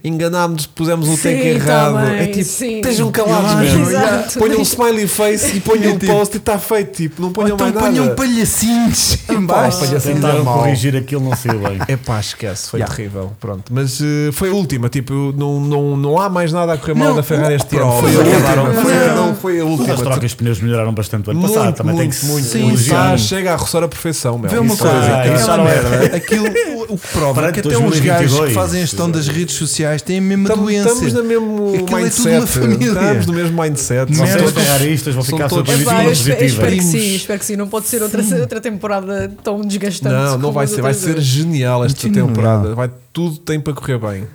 Speaker 2: enganámos-nos, pusemos o
Speaker 3: Sim,
Speaker 2: take
Speaker 3: tá
Speaker 2: errado.
Speaker 3: bem,
Speaker 2: é tipo,
Speaker 3: sim.
Speaker 2: estejam calados,
Speaker 1: Ah,
Speaker 2: mesmo.
Speaker 3: exato.
Speaker 2: Ponham um smiley face (laughs) e ponham
Speaker 1: É
Speaker 2: um
Speaker 1: tipo-
Speaker 2: post e está feito. Tipo, não
Speaker 1: Ou
Speaker 2: ponham
Speaker 1: então
Speaker 2: mais nada.
Speaker 1: ponham palhacinhos em
Speaker 2: Pá,
Speaker 1: baixo.
Speaker 2: palhacinhos
Speaker 4: Tentaram
Speaker 2: era mau.
Speaker 4: corrigir aquilo, não sei bem.
Speaker 2: É pá, esquece, foi
Speaker 1: Yeah.
Speaker 2: terrível. Pronto, mas eh, foi a última. Tipo, não, não, não há mais nada a correr mal
Speaker 1: Não,
Speaker 2: da Ferrari
Speaker 1: o-
Speaker 2: este
Speaker 1: prova.
Speaker 2: ano. Foi a
Speaker 1: Não,
Speaker 2: última.
Speaker 1: não.
Speaker 2: Foi a- Não, foi a última.
Speaker 4: As trocas de pneus melhoraram bastante o ano
Speaker 2: Muito,
Speaker 4: passado. também tem
Speaker 2: muito,
Speaker 4: que se
Speaker 2: muito.
Speaker 1: Sim,
Speaker 2: Isso já
Speaker 4: elogiar.
Speaker 2: chega a roçar a perfeição, meu.
Speaker 1: Vê uma
Speaker 2: Isso
Speaker 1: coisa,
Speaker 2: é-
Speaker 4: Ah, isso
Speaker 1: aquela
Speaker 4: não era.
Speaker 1: merda, aquilo o, o que prova
Speaker 4: Perante
Speaker 1: que até os
Speaker 4: 2022,
Speaker 1: gajos que fazem a gestão
Speaker 4: exato.
Speaker 1: das redes sociais têm a mesma
Speaker 2: Tam-
Speaker 1: doença.
Speaker 2: Estamos no (laughs) mesmo
Speaker 1: Aquilo é tudo
Speaker 2: mindset.
Speaker 1: uma família.
Speaker 2: Estamos no mesmo mindset.
Speaker 1: Vocês
Speaker 2: São
Speaker 4: Vocês
Speaker 2: todos-
Speaker 4: ferraristas vão
Speaker 2: são
Speaker 4: ficar
Speaker 2: todos
Speaker 4: sobre
Speaker 3: É
Speaker 4: isso
Speaker 2: vivos.
Speaker 3: pá, eu espe- eu espero
Speaker 4: positiva.
Speaker 3: que sim,
Speaker 2: Primos.
Speaker 3: espero que sim. Não pode ser outra, outra temporada tão desgastante.
Speaker 2: Não, não
Speaker 3: como
Speaker 2: vai
Speaker 3: as
Speaker 2: ser. Vai
Speaker 3: outras
Speaker 2: ser
Speaker 3: duas.
Speaker 2: genial esta
Speaker 1: Continua.
Speaker 2: temporada. Vai, tudo tem para correr bem.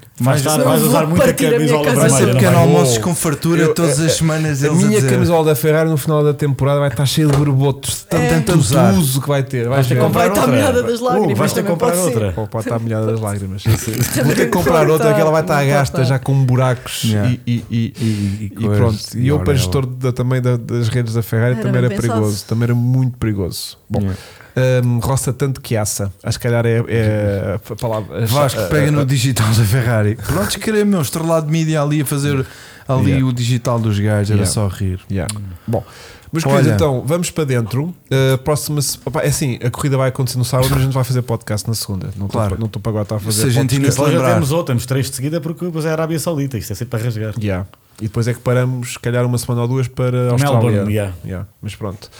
Speaker 1: Mas
Speaker 4: Vais dar-
Speaker 3: eu
Speaker 4: vais
Speaker 3: vou
Speaker 4: usar muita
Speaker 3: partir a minha
Speaker 4: camisola
Speaker 3: casa.
Speaker 1: Vai ser
Speaker 4: vermelha. não é?
Speaker 1: pequeno
Speaker 4: vai?
Speaker 1: almoços
Speaker 2: Oh.
Speaker 1: com fartura
Speaker 2: Eu-
Speaker 1: todas as
Speaker 2: a-
Speaker 1: semanas.
Speaker 2: A
Speaker 1: eles
Speaker 2: minha
Speaker 1: dizer,
Speaker 2: camisola da Ferrari no final da temporada vai estar cheia de borbotos. Tanto,
Speaker 1: É.
Speaker 2: tanto
Speaker 1: Usar.
Speaker 2: uso que vai ter. Vais
Speaker 4: ter
Speaker 2: ver.
Speaker 4: que comprar
Speaker 3: Vai estar
Speaker 4: outra.
Speaker 3: molhada das lágrimas,
Speaker 4: Uh, Vais ter que
Speaker 3: também
Speaker 4: comprar
Speaker 3: pode ser.
Speaker 4: outra.
Speaker 2: Ou pode estar molhada das lágrimas. Vou ter que comprar
Speaker 3: Coitada,
Speaker 2: outra que ela vai estar
Speaker 3: não
Speaker 2: gasta
Speaker 3: pode
Speaker 2: já
Speaker 3: estar.
Speaker 2: com buracos
Speaker 1: Yeah.
Speaker 2: e, e- e- e-
Speaker 1: E
Speaker 2: e
Speaker 1: coisas,
Speaker 2: pronto. E eu,
Speaker 1: e
Speaker 2: para gestor da- também da- das redes da Ferrari,
Speaker 3: Era
Speaker 2: também
Speaker 3: bem
Speaker 2: era
Speaker 3: pensado.
Speaker 2: perigoso. Também era muito perigoso. Bom,
Speaker 1: Yeah.
Speaker 2: hum, roça tanto que assa. Acho que calhar é, é a palavra.
Speaker 1: Vasco,
Speaker 2: a- a-
Speaker 1: pega
Speaker 2: a-
Speaker 1: no digital da Ferrari. (laughs) Pronto, escreve meu, estrelado de mídia ali a fazer ali
Speaker 2: Yeah.
Speaker 1: o digital dos gajos, era
Speaker 2: Yeah.
Speaker 1: só rir.
Speaker 2: Yeah. Bom, mas queridos,
Speaker 1: Olha.
Speaker 2: então, vamos para dentro. Uh, próxima. se- opá, é assim, a corrida vai acontecer no sábado, mas a gente vai fazer podcast na segunda. Não estou
Speaker 1: Claro.
Speaker 2: pa- não estou para agora estar a fazer
Speaker 1: Se a gente ainda
Speaker 2: podcast.
Speaker 1: se
Speaker 4: Nós já
Speaker 1: lembrar.
Speaker 4: temos outra, temos três de seguida porque depois é a Arábia Saudita. Isto é sempre para rasgar.
Speaker 2: Yeah. E depois é que paramos, se calhar, uma semana ou duas para a Austrália.
Speaker 4: Melbourne, yeah.
Speaker 2: Yeah, Mas pronto.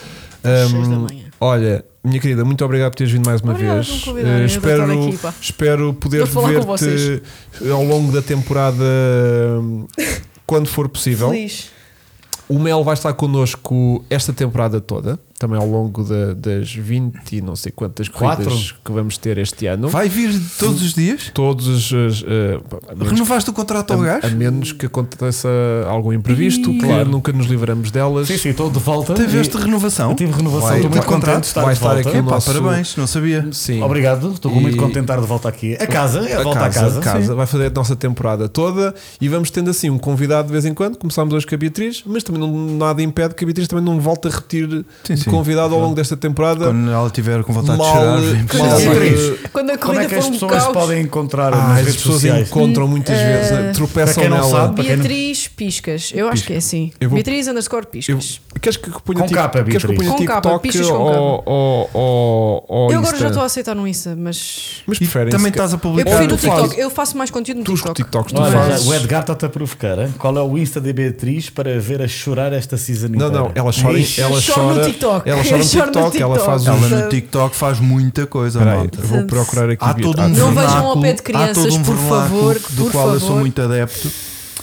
Speaker 3: Às seis da
Speaker 2: Um,
Speaker 3: manhã.
Speaker 2: olha, minha querida, muito obrigado por teres vindo mais uma
Speaker 3: Obrigada por me
Speaker 2: vez.
Speaker 3: convidarem,
Speaker 2: Eh,
Speaker 3: eu adoro estar
Speaker 2: espero,
Speaker 3: aqui, pá.
Speaker 2: espero poder
Speaker 3: Vou falar com
Speaker 2: ver-te ao longo da
Speaker 3: (laughs)
Speaker 2: temporada hum, quando for possível.
Speaker 3: Feliz.
Speaker 2: O Mel vai estar connosco esta temporada toda, também ao longo da- das 20 e não sei quantas corridas
Speaker 4: Quatro?
Speaker 2: que vamos ter este ano.
Speaker 1: Vai vir todos os dias?
Speaker 2: Todos os. os, eh, a menos-
Speaker 1: Renovaste o contrato ao
Speaker 2: a, a
Speaker 1: gajo?
Speaker 2: menos que aconteça algum imprevisto, que
Speaker 4: Claro.
Speaker 2: nunca nos livramos delas.
Speaker 4: Sim, sim, estou de volta.
Speaker 1: Tiveste
Speaker 4: E-
Speaker 1: renovação?
Speaker 4: Eu tive renovação,
Speaker 2: Vai-
Speaker 4: estou muito
Speaker 1: vai-
Speaker 4: contente de estar
Speaker 2: vai
Speaker 4: de
Speaker 2: estar
Speaker 4: volta.
Speaker 2: aqui.
Speaker 1: Epá,
Speaker 2: nosso-
Speaker 1: parabéns, não sabia.
Speaker 2: Sim.
Speaker 4: Obrigado, estou
Speaker 2: E-
Speaker 4: muito contente de estar de volta aqui. A casa, é a volta à casa.
Speaker 2: a casa. Vai fazer a nossa temporada toda e vamos tendo assim um convidado de vez em quando. Começámos hoje com a Beatriz, mas também não, nada impede que a Beatriz também não volte a repetir
Speaker 1: Sim,
Speaker 2: de
Speaker 1: sim.
Speaker 2: convidado ao longo desta temporada.
Speaker 1: Quando ela tiver com vontade
Speaker 2: Mal-
Speaker 1: de chorar,
Speaker 2: mal-
Speaker 1: vem
Speaker 4: Sim.
Speaker 1: precisar.
Speaker 4: Beatriz.
Speaker 3: Quando a
Speaker 4: Como
Speaker 3: corrida
Speaker 4: é que as
Speaker 3: for um
Speaker 4: pessoas
Speaker 3: caos,
Speaker 4: podem encontrar
Speaker 2: Ah,
Speaker 4: nas
Speaker 2: as
Speaker 4: redes
Speaker 2: pessoas
Speaker 4: sociais?
Speaker 2: encontram muitas
Speaker 3: Hum,
Speaker 2: vezes, né?
Speaker 3: eh,
Speaker 4: para
Speaker 2: tropeçam
Speaker 4: quem não
Speaker 2: nela.
Speaker 4: sabe, Para quem não-
Speaker 3: Beatriz Piscas. Eu acho que é assim.
Speaker 2: Eu vou-
Speaker 3: Beatriz underscore
Speaker 2: Eu-
Speaker 3: Piscas.
Speaker 2: queres que eu ponha
Speaker 4: Com
Speaker 2: tic-
Speaker 4: capa,
Speaker 2: queres que eu
Speaker 4: Beatriz.
Speaker 2: ponha
Speaker 3: Com capa,
Speaker 2: TikTok
Speaker 3: pichas com
Speaker 2: ou, ou, ou, ou
Speaker 3: Eu, agora
Speaker 2: Insta?
Speaker 3: já estou a aceitar no Insta, mas.
Speaker 2: Mas
Speaker 1: E
Speaker 2: preferem
Speaker 1: também
Speaker 4: tá
Speaker 1: estás a
Speaker 3: Eu
Speaker 1: publicar.
Speaker 3: prefiro
Speaker 2: tu
Speaker 3: o TikTok.
Speaker 2: fazes-
Speaker 3: Eu faço mais conteúdo no
Speaker 2: Tu os
Speaker 3: TikTok.
Speaker 2: TikToks tu
Speaker 4: Olha,
Speaker 2: fazes.
Speaker 4: o Edgar está-te a provocar. hein? Qual é o Insta de Beatriz para a ver a chorar esta season
Speaker 2: Não,
Speaker 4: inteira?
Speaker 2: não, ela chora,
Speaker 4: Ixi,
Speaker 2: ela
Speaker 3: Só no
Speaker 2: chora,
Speaker 3: TikTok. TikTok.
Speaker 2: Ela (laughs) chora no
Speaker 3: Chora
Speaker 2: TikTok, ela faz
Speaker 3: TikTok.
Speaker 1: Ela no TikTok faz muita coisa,
Speaker 2: Espera aí,
Speaker 1: malta.
Speaker 2: eu vou procurar aqui.
Speaker 1: Há
Speaker 2: vídeo.
Speaker 1: todo um
Speaker 3: Não
Speaker 1: vernáculo-
Speaker 3: vejam ao pé de
Speaker 1: há
Speaker 3: crianças,
Speaker 1: todo um
Speaker 3: por
Speaker 1: vernáculo
Speaker 3: favor,
Speaker 1: Do
Speaker 3: por
Speaker 1: qual eu sou
Speaker 3: favor.
Speaker 1: muito adepto.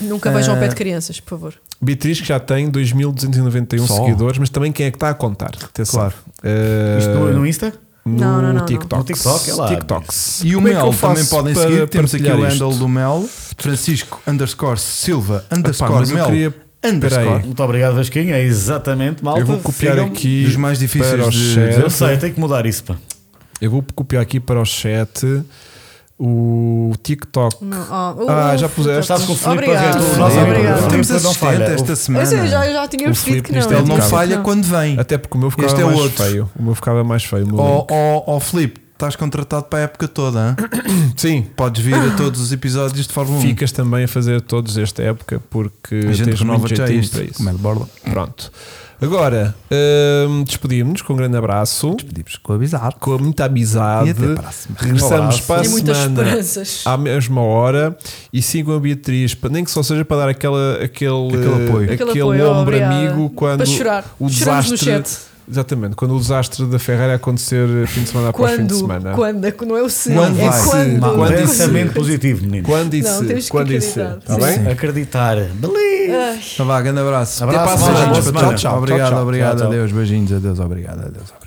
Speaker 3: Nunca vejam ao pé
Speaker 2: É.
Speaker 3: de crianças, por favor.
Speaker 2: Beatriz que já tem 2291
Speaker 1: Só?
Speaker 2: seguidores, mas também quem é que está a contar? Atenção.
Speaker 1: Claro. é
Speaker 2: Eh,
Speaker 4: Isto é no, no Insta?
Speaker 2: no
Speaker 3: Não, não, não, não.
Speaker 2: TikTok.
Speaker 4: No TikTok, é lá.
Speaker 2: TikToks.
Speaker 1: E o
Speaker 2: Como é que eu
Speaker 1: Mel
Speaker 2: faço
Speaker 1: também podem
Speaker 2: para
Speaker 1: seguir. Temos aqui o
Speaker 2: partilhar isto?
Speaker 1: handle do Mel, Francisco underscore Silva underscore
Speaker 2: mas eu
Speaker 1: Mel
Speaker 2: queria-
Speaker 1: underscore.
Speaker 2: Peraí.
Speaker 4: Muito obrigado, Vasquinho. É exatamente, malta.
Speaker 2: Eu vou copiar
Speaker 4: Sigam-
Speaker 2: aqui
Speaker 1: dos mais difíceis
Speaker 2: para o
Speaker 1: de
Speaker 2: chat.
Speaker 1: dizer.
Speaker 4: Eu sei, tenho que mudar isso. Pá.
Speaker 2: Eu vou copiar aqui para o chat o TikTok.
Speaker 3: Não, ah, o-
Speaker 2: Ah,
Speaker 3: o-
Speaker 2: já puseste?
Speaker 4: Estás com o Filipe
Speaker 3: Obrigado.
Speaker 4: Barreto, o
Speaker 1: Nossa,
Speaker 4: nosso
Speaker 3: Obrigada.
Speaker 1: obrigado.
Speaker 4: amigo.
Speaker 1: Temos
Speaker 4: Não
Speaker 1: assistente
Speaker 4: falha.
Speaker 1: esta
Speaker 3: Eu, sei, já,
Speaker 1: semana.
Speaker 3: eu já tinha
Speaker 2: O
Speaker 3: percebido
Speaker 2: Filipe
Speaker 3: que não.
Speaker 2: neste é
Speaker 1: Ele
Speaker 3: eu
Speaker 1: não
Speaker 3: tinha
Speaker 2: Ricardo.
Speaker 1: falha
Speaker 3: percebido que não.
Speaker 1: quando vem.
Speaker 2: Até porque o meu ficava
Speaker 1: Este é
Speaker 2: mais
Speaker 1: outro.
Speaker 2: feio. O meu ficava mais feio. o meu
Speaker 1: Ó
Speaker 2: link.
Speaker 1: oh, Filipe, estás contratado para a época toda. hã?
Speaker 2: Sim.
Speaker 1: Podes vir a todos os episódios de Fórmula 1.
Speaker 2: Ficas também a fazer todos esta época porque
Speaker 1: Hum. a gente
Speaker 2: tens muito
Speaker 1: renova já
Speaker 2: jeitinho
Speaker 1: isto.
Speaker 2: para isso.
Speaker 1: Como é de borda.
Speaker 2: Pronto. Agora, hum, despedimos-nos com um grande abraço,
Speaker 1: Pedimos com avisar.
Speaker 2: com muita amizade.
Speaker 1: E até para a semana.
Speaker 4: Um
Speaker 2: Regressamos
Speaker 4: abraço.
Speaker 2: para a
Speaker 3: Tinha muitas
Speaker 2: semana
Speaker 3: esperanças.
Speaker 2: à mesma hora e sigam a Beatriz, pa- nem que só seja para dar aquela, aquele,
Speaker 1: Aquele apoio.
Speaker 2: aquele,
Speaker 3: Aquele apoio,
Speaker 2: ombro
Speaker 3: obrigada.
Speaker 2: amigo quando
Speaker 3: Para chorar.
Speaker 2: o
Speaker 3: Choramos no
Speaker 2: desastre.
Speaker 3: chat.
Speaker 2: Exatamente, quando o desastre da Ferrari acontecer fim de semana após fim de
Speaker 3: Quando,
Speaker 2: semana.
Speaker 3: quando, é que não é o se,
Speaker 1: Quando
Speaker 3: é
Speaker 1: vai.
Speaker 3: quando.
Speaker 1: Mal.
Speaker 2: Quando isso-
Speaker 4: Pensamento positivo, menino.
Speaker 2: Quando e
Speaker 3: Não, temos
Speaker 2: se?
Speaker 3: que
Speaker 2: Quando e se?
Speaker 3: acreditar.
Speaker 2: Está
Speaker 3: Sim.
Speaker 2: bem?
Speaker 4: Acreditar. Believe.
Speaker 3: Ai.
Speaker 1: Então vá, grande abraço.
Speaker 4: Abraço,
Speaker 1: até para a
Speaker 4: boa
Speaker 1: semana.
Speaker 4: semana.
Speaker 1: Tchau, tchau.
Speaker 4: Tchau, tchau.
Speaker 1: Obrigado,
Speaker 4: Tchau,
Speaker 1: obrigado.
Speaker 4: tchau.
Speaker 1: Adeus, beijinhos. Adeus, obrigado. Adeus, obrigado.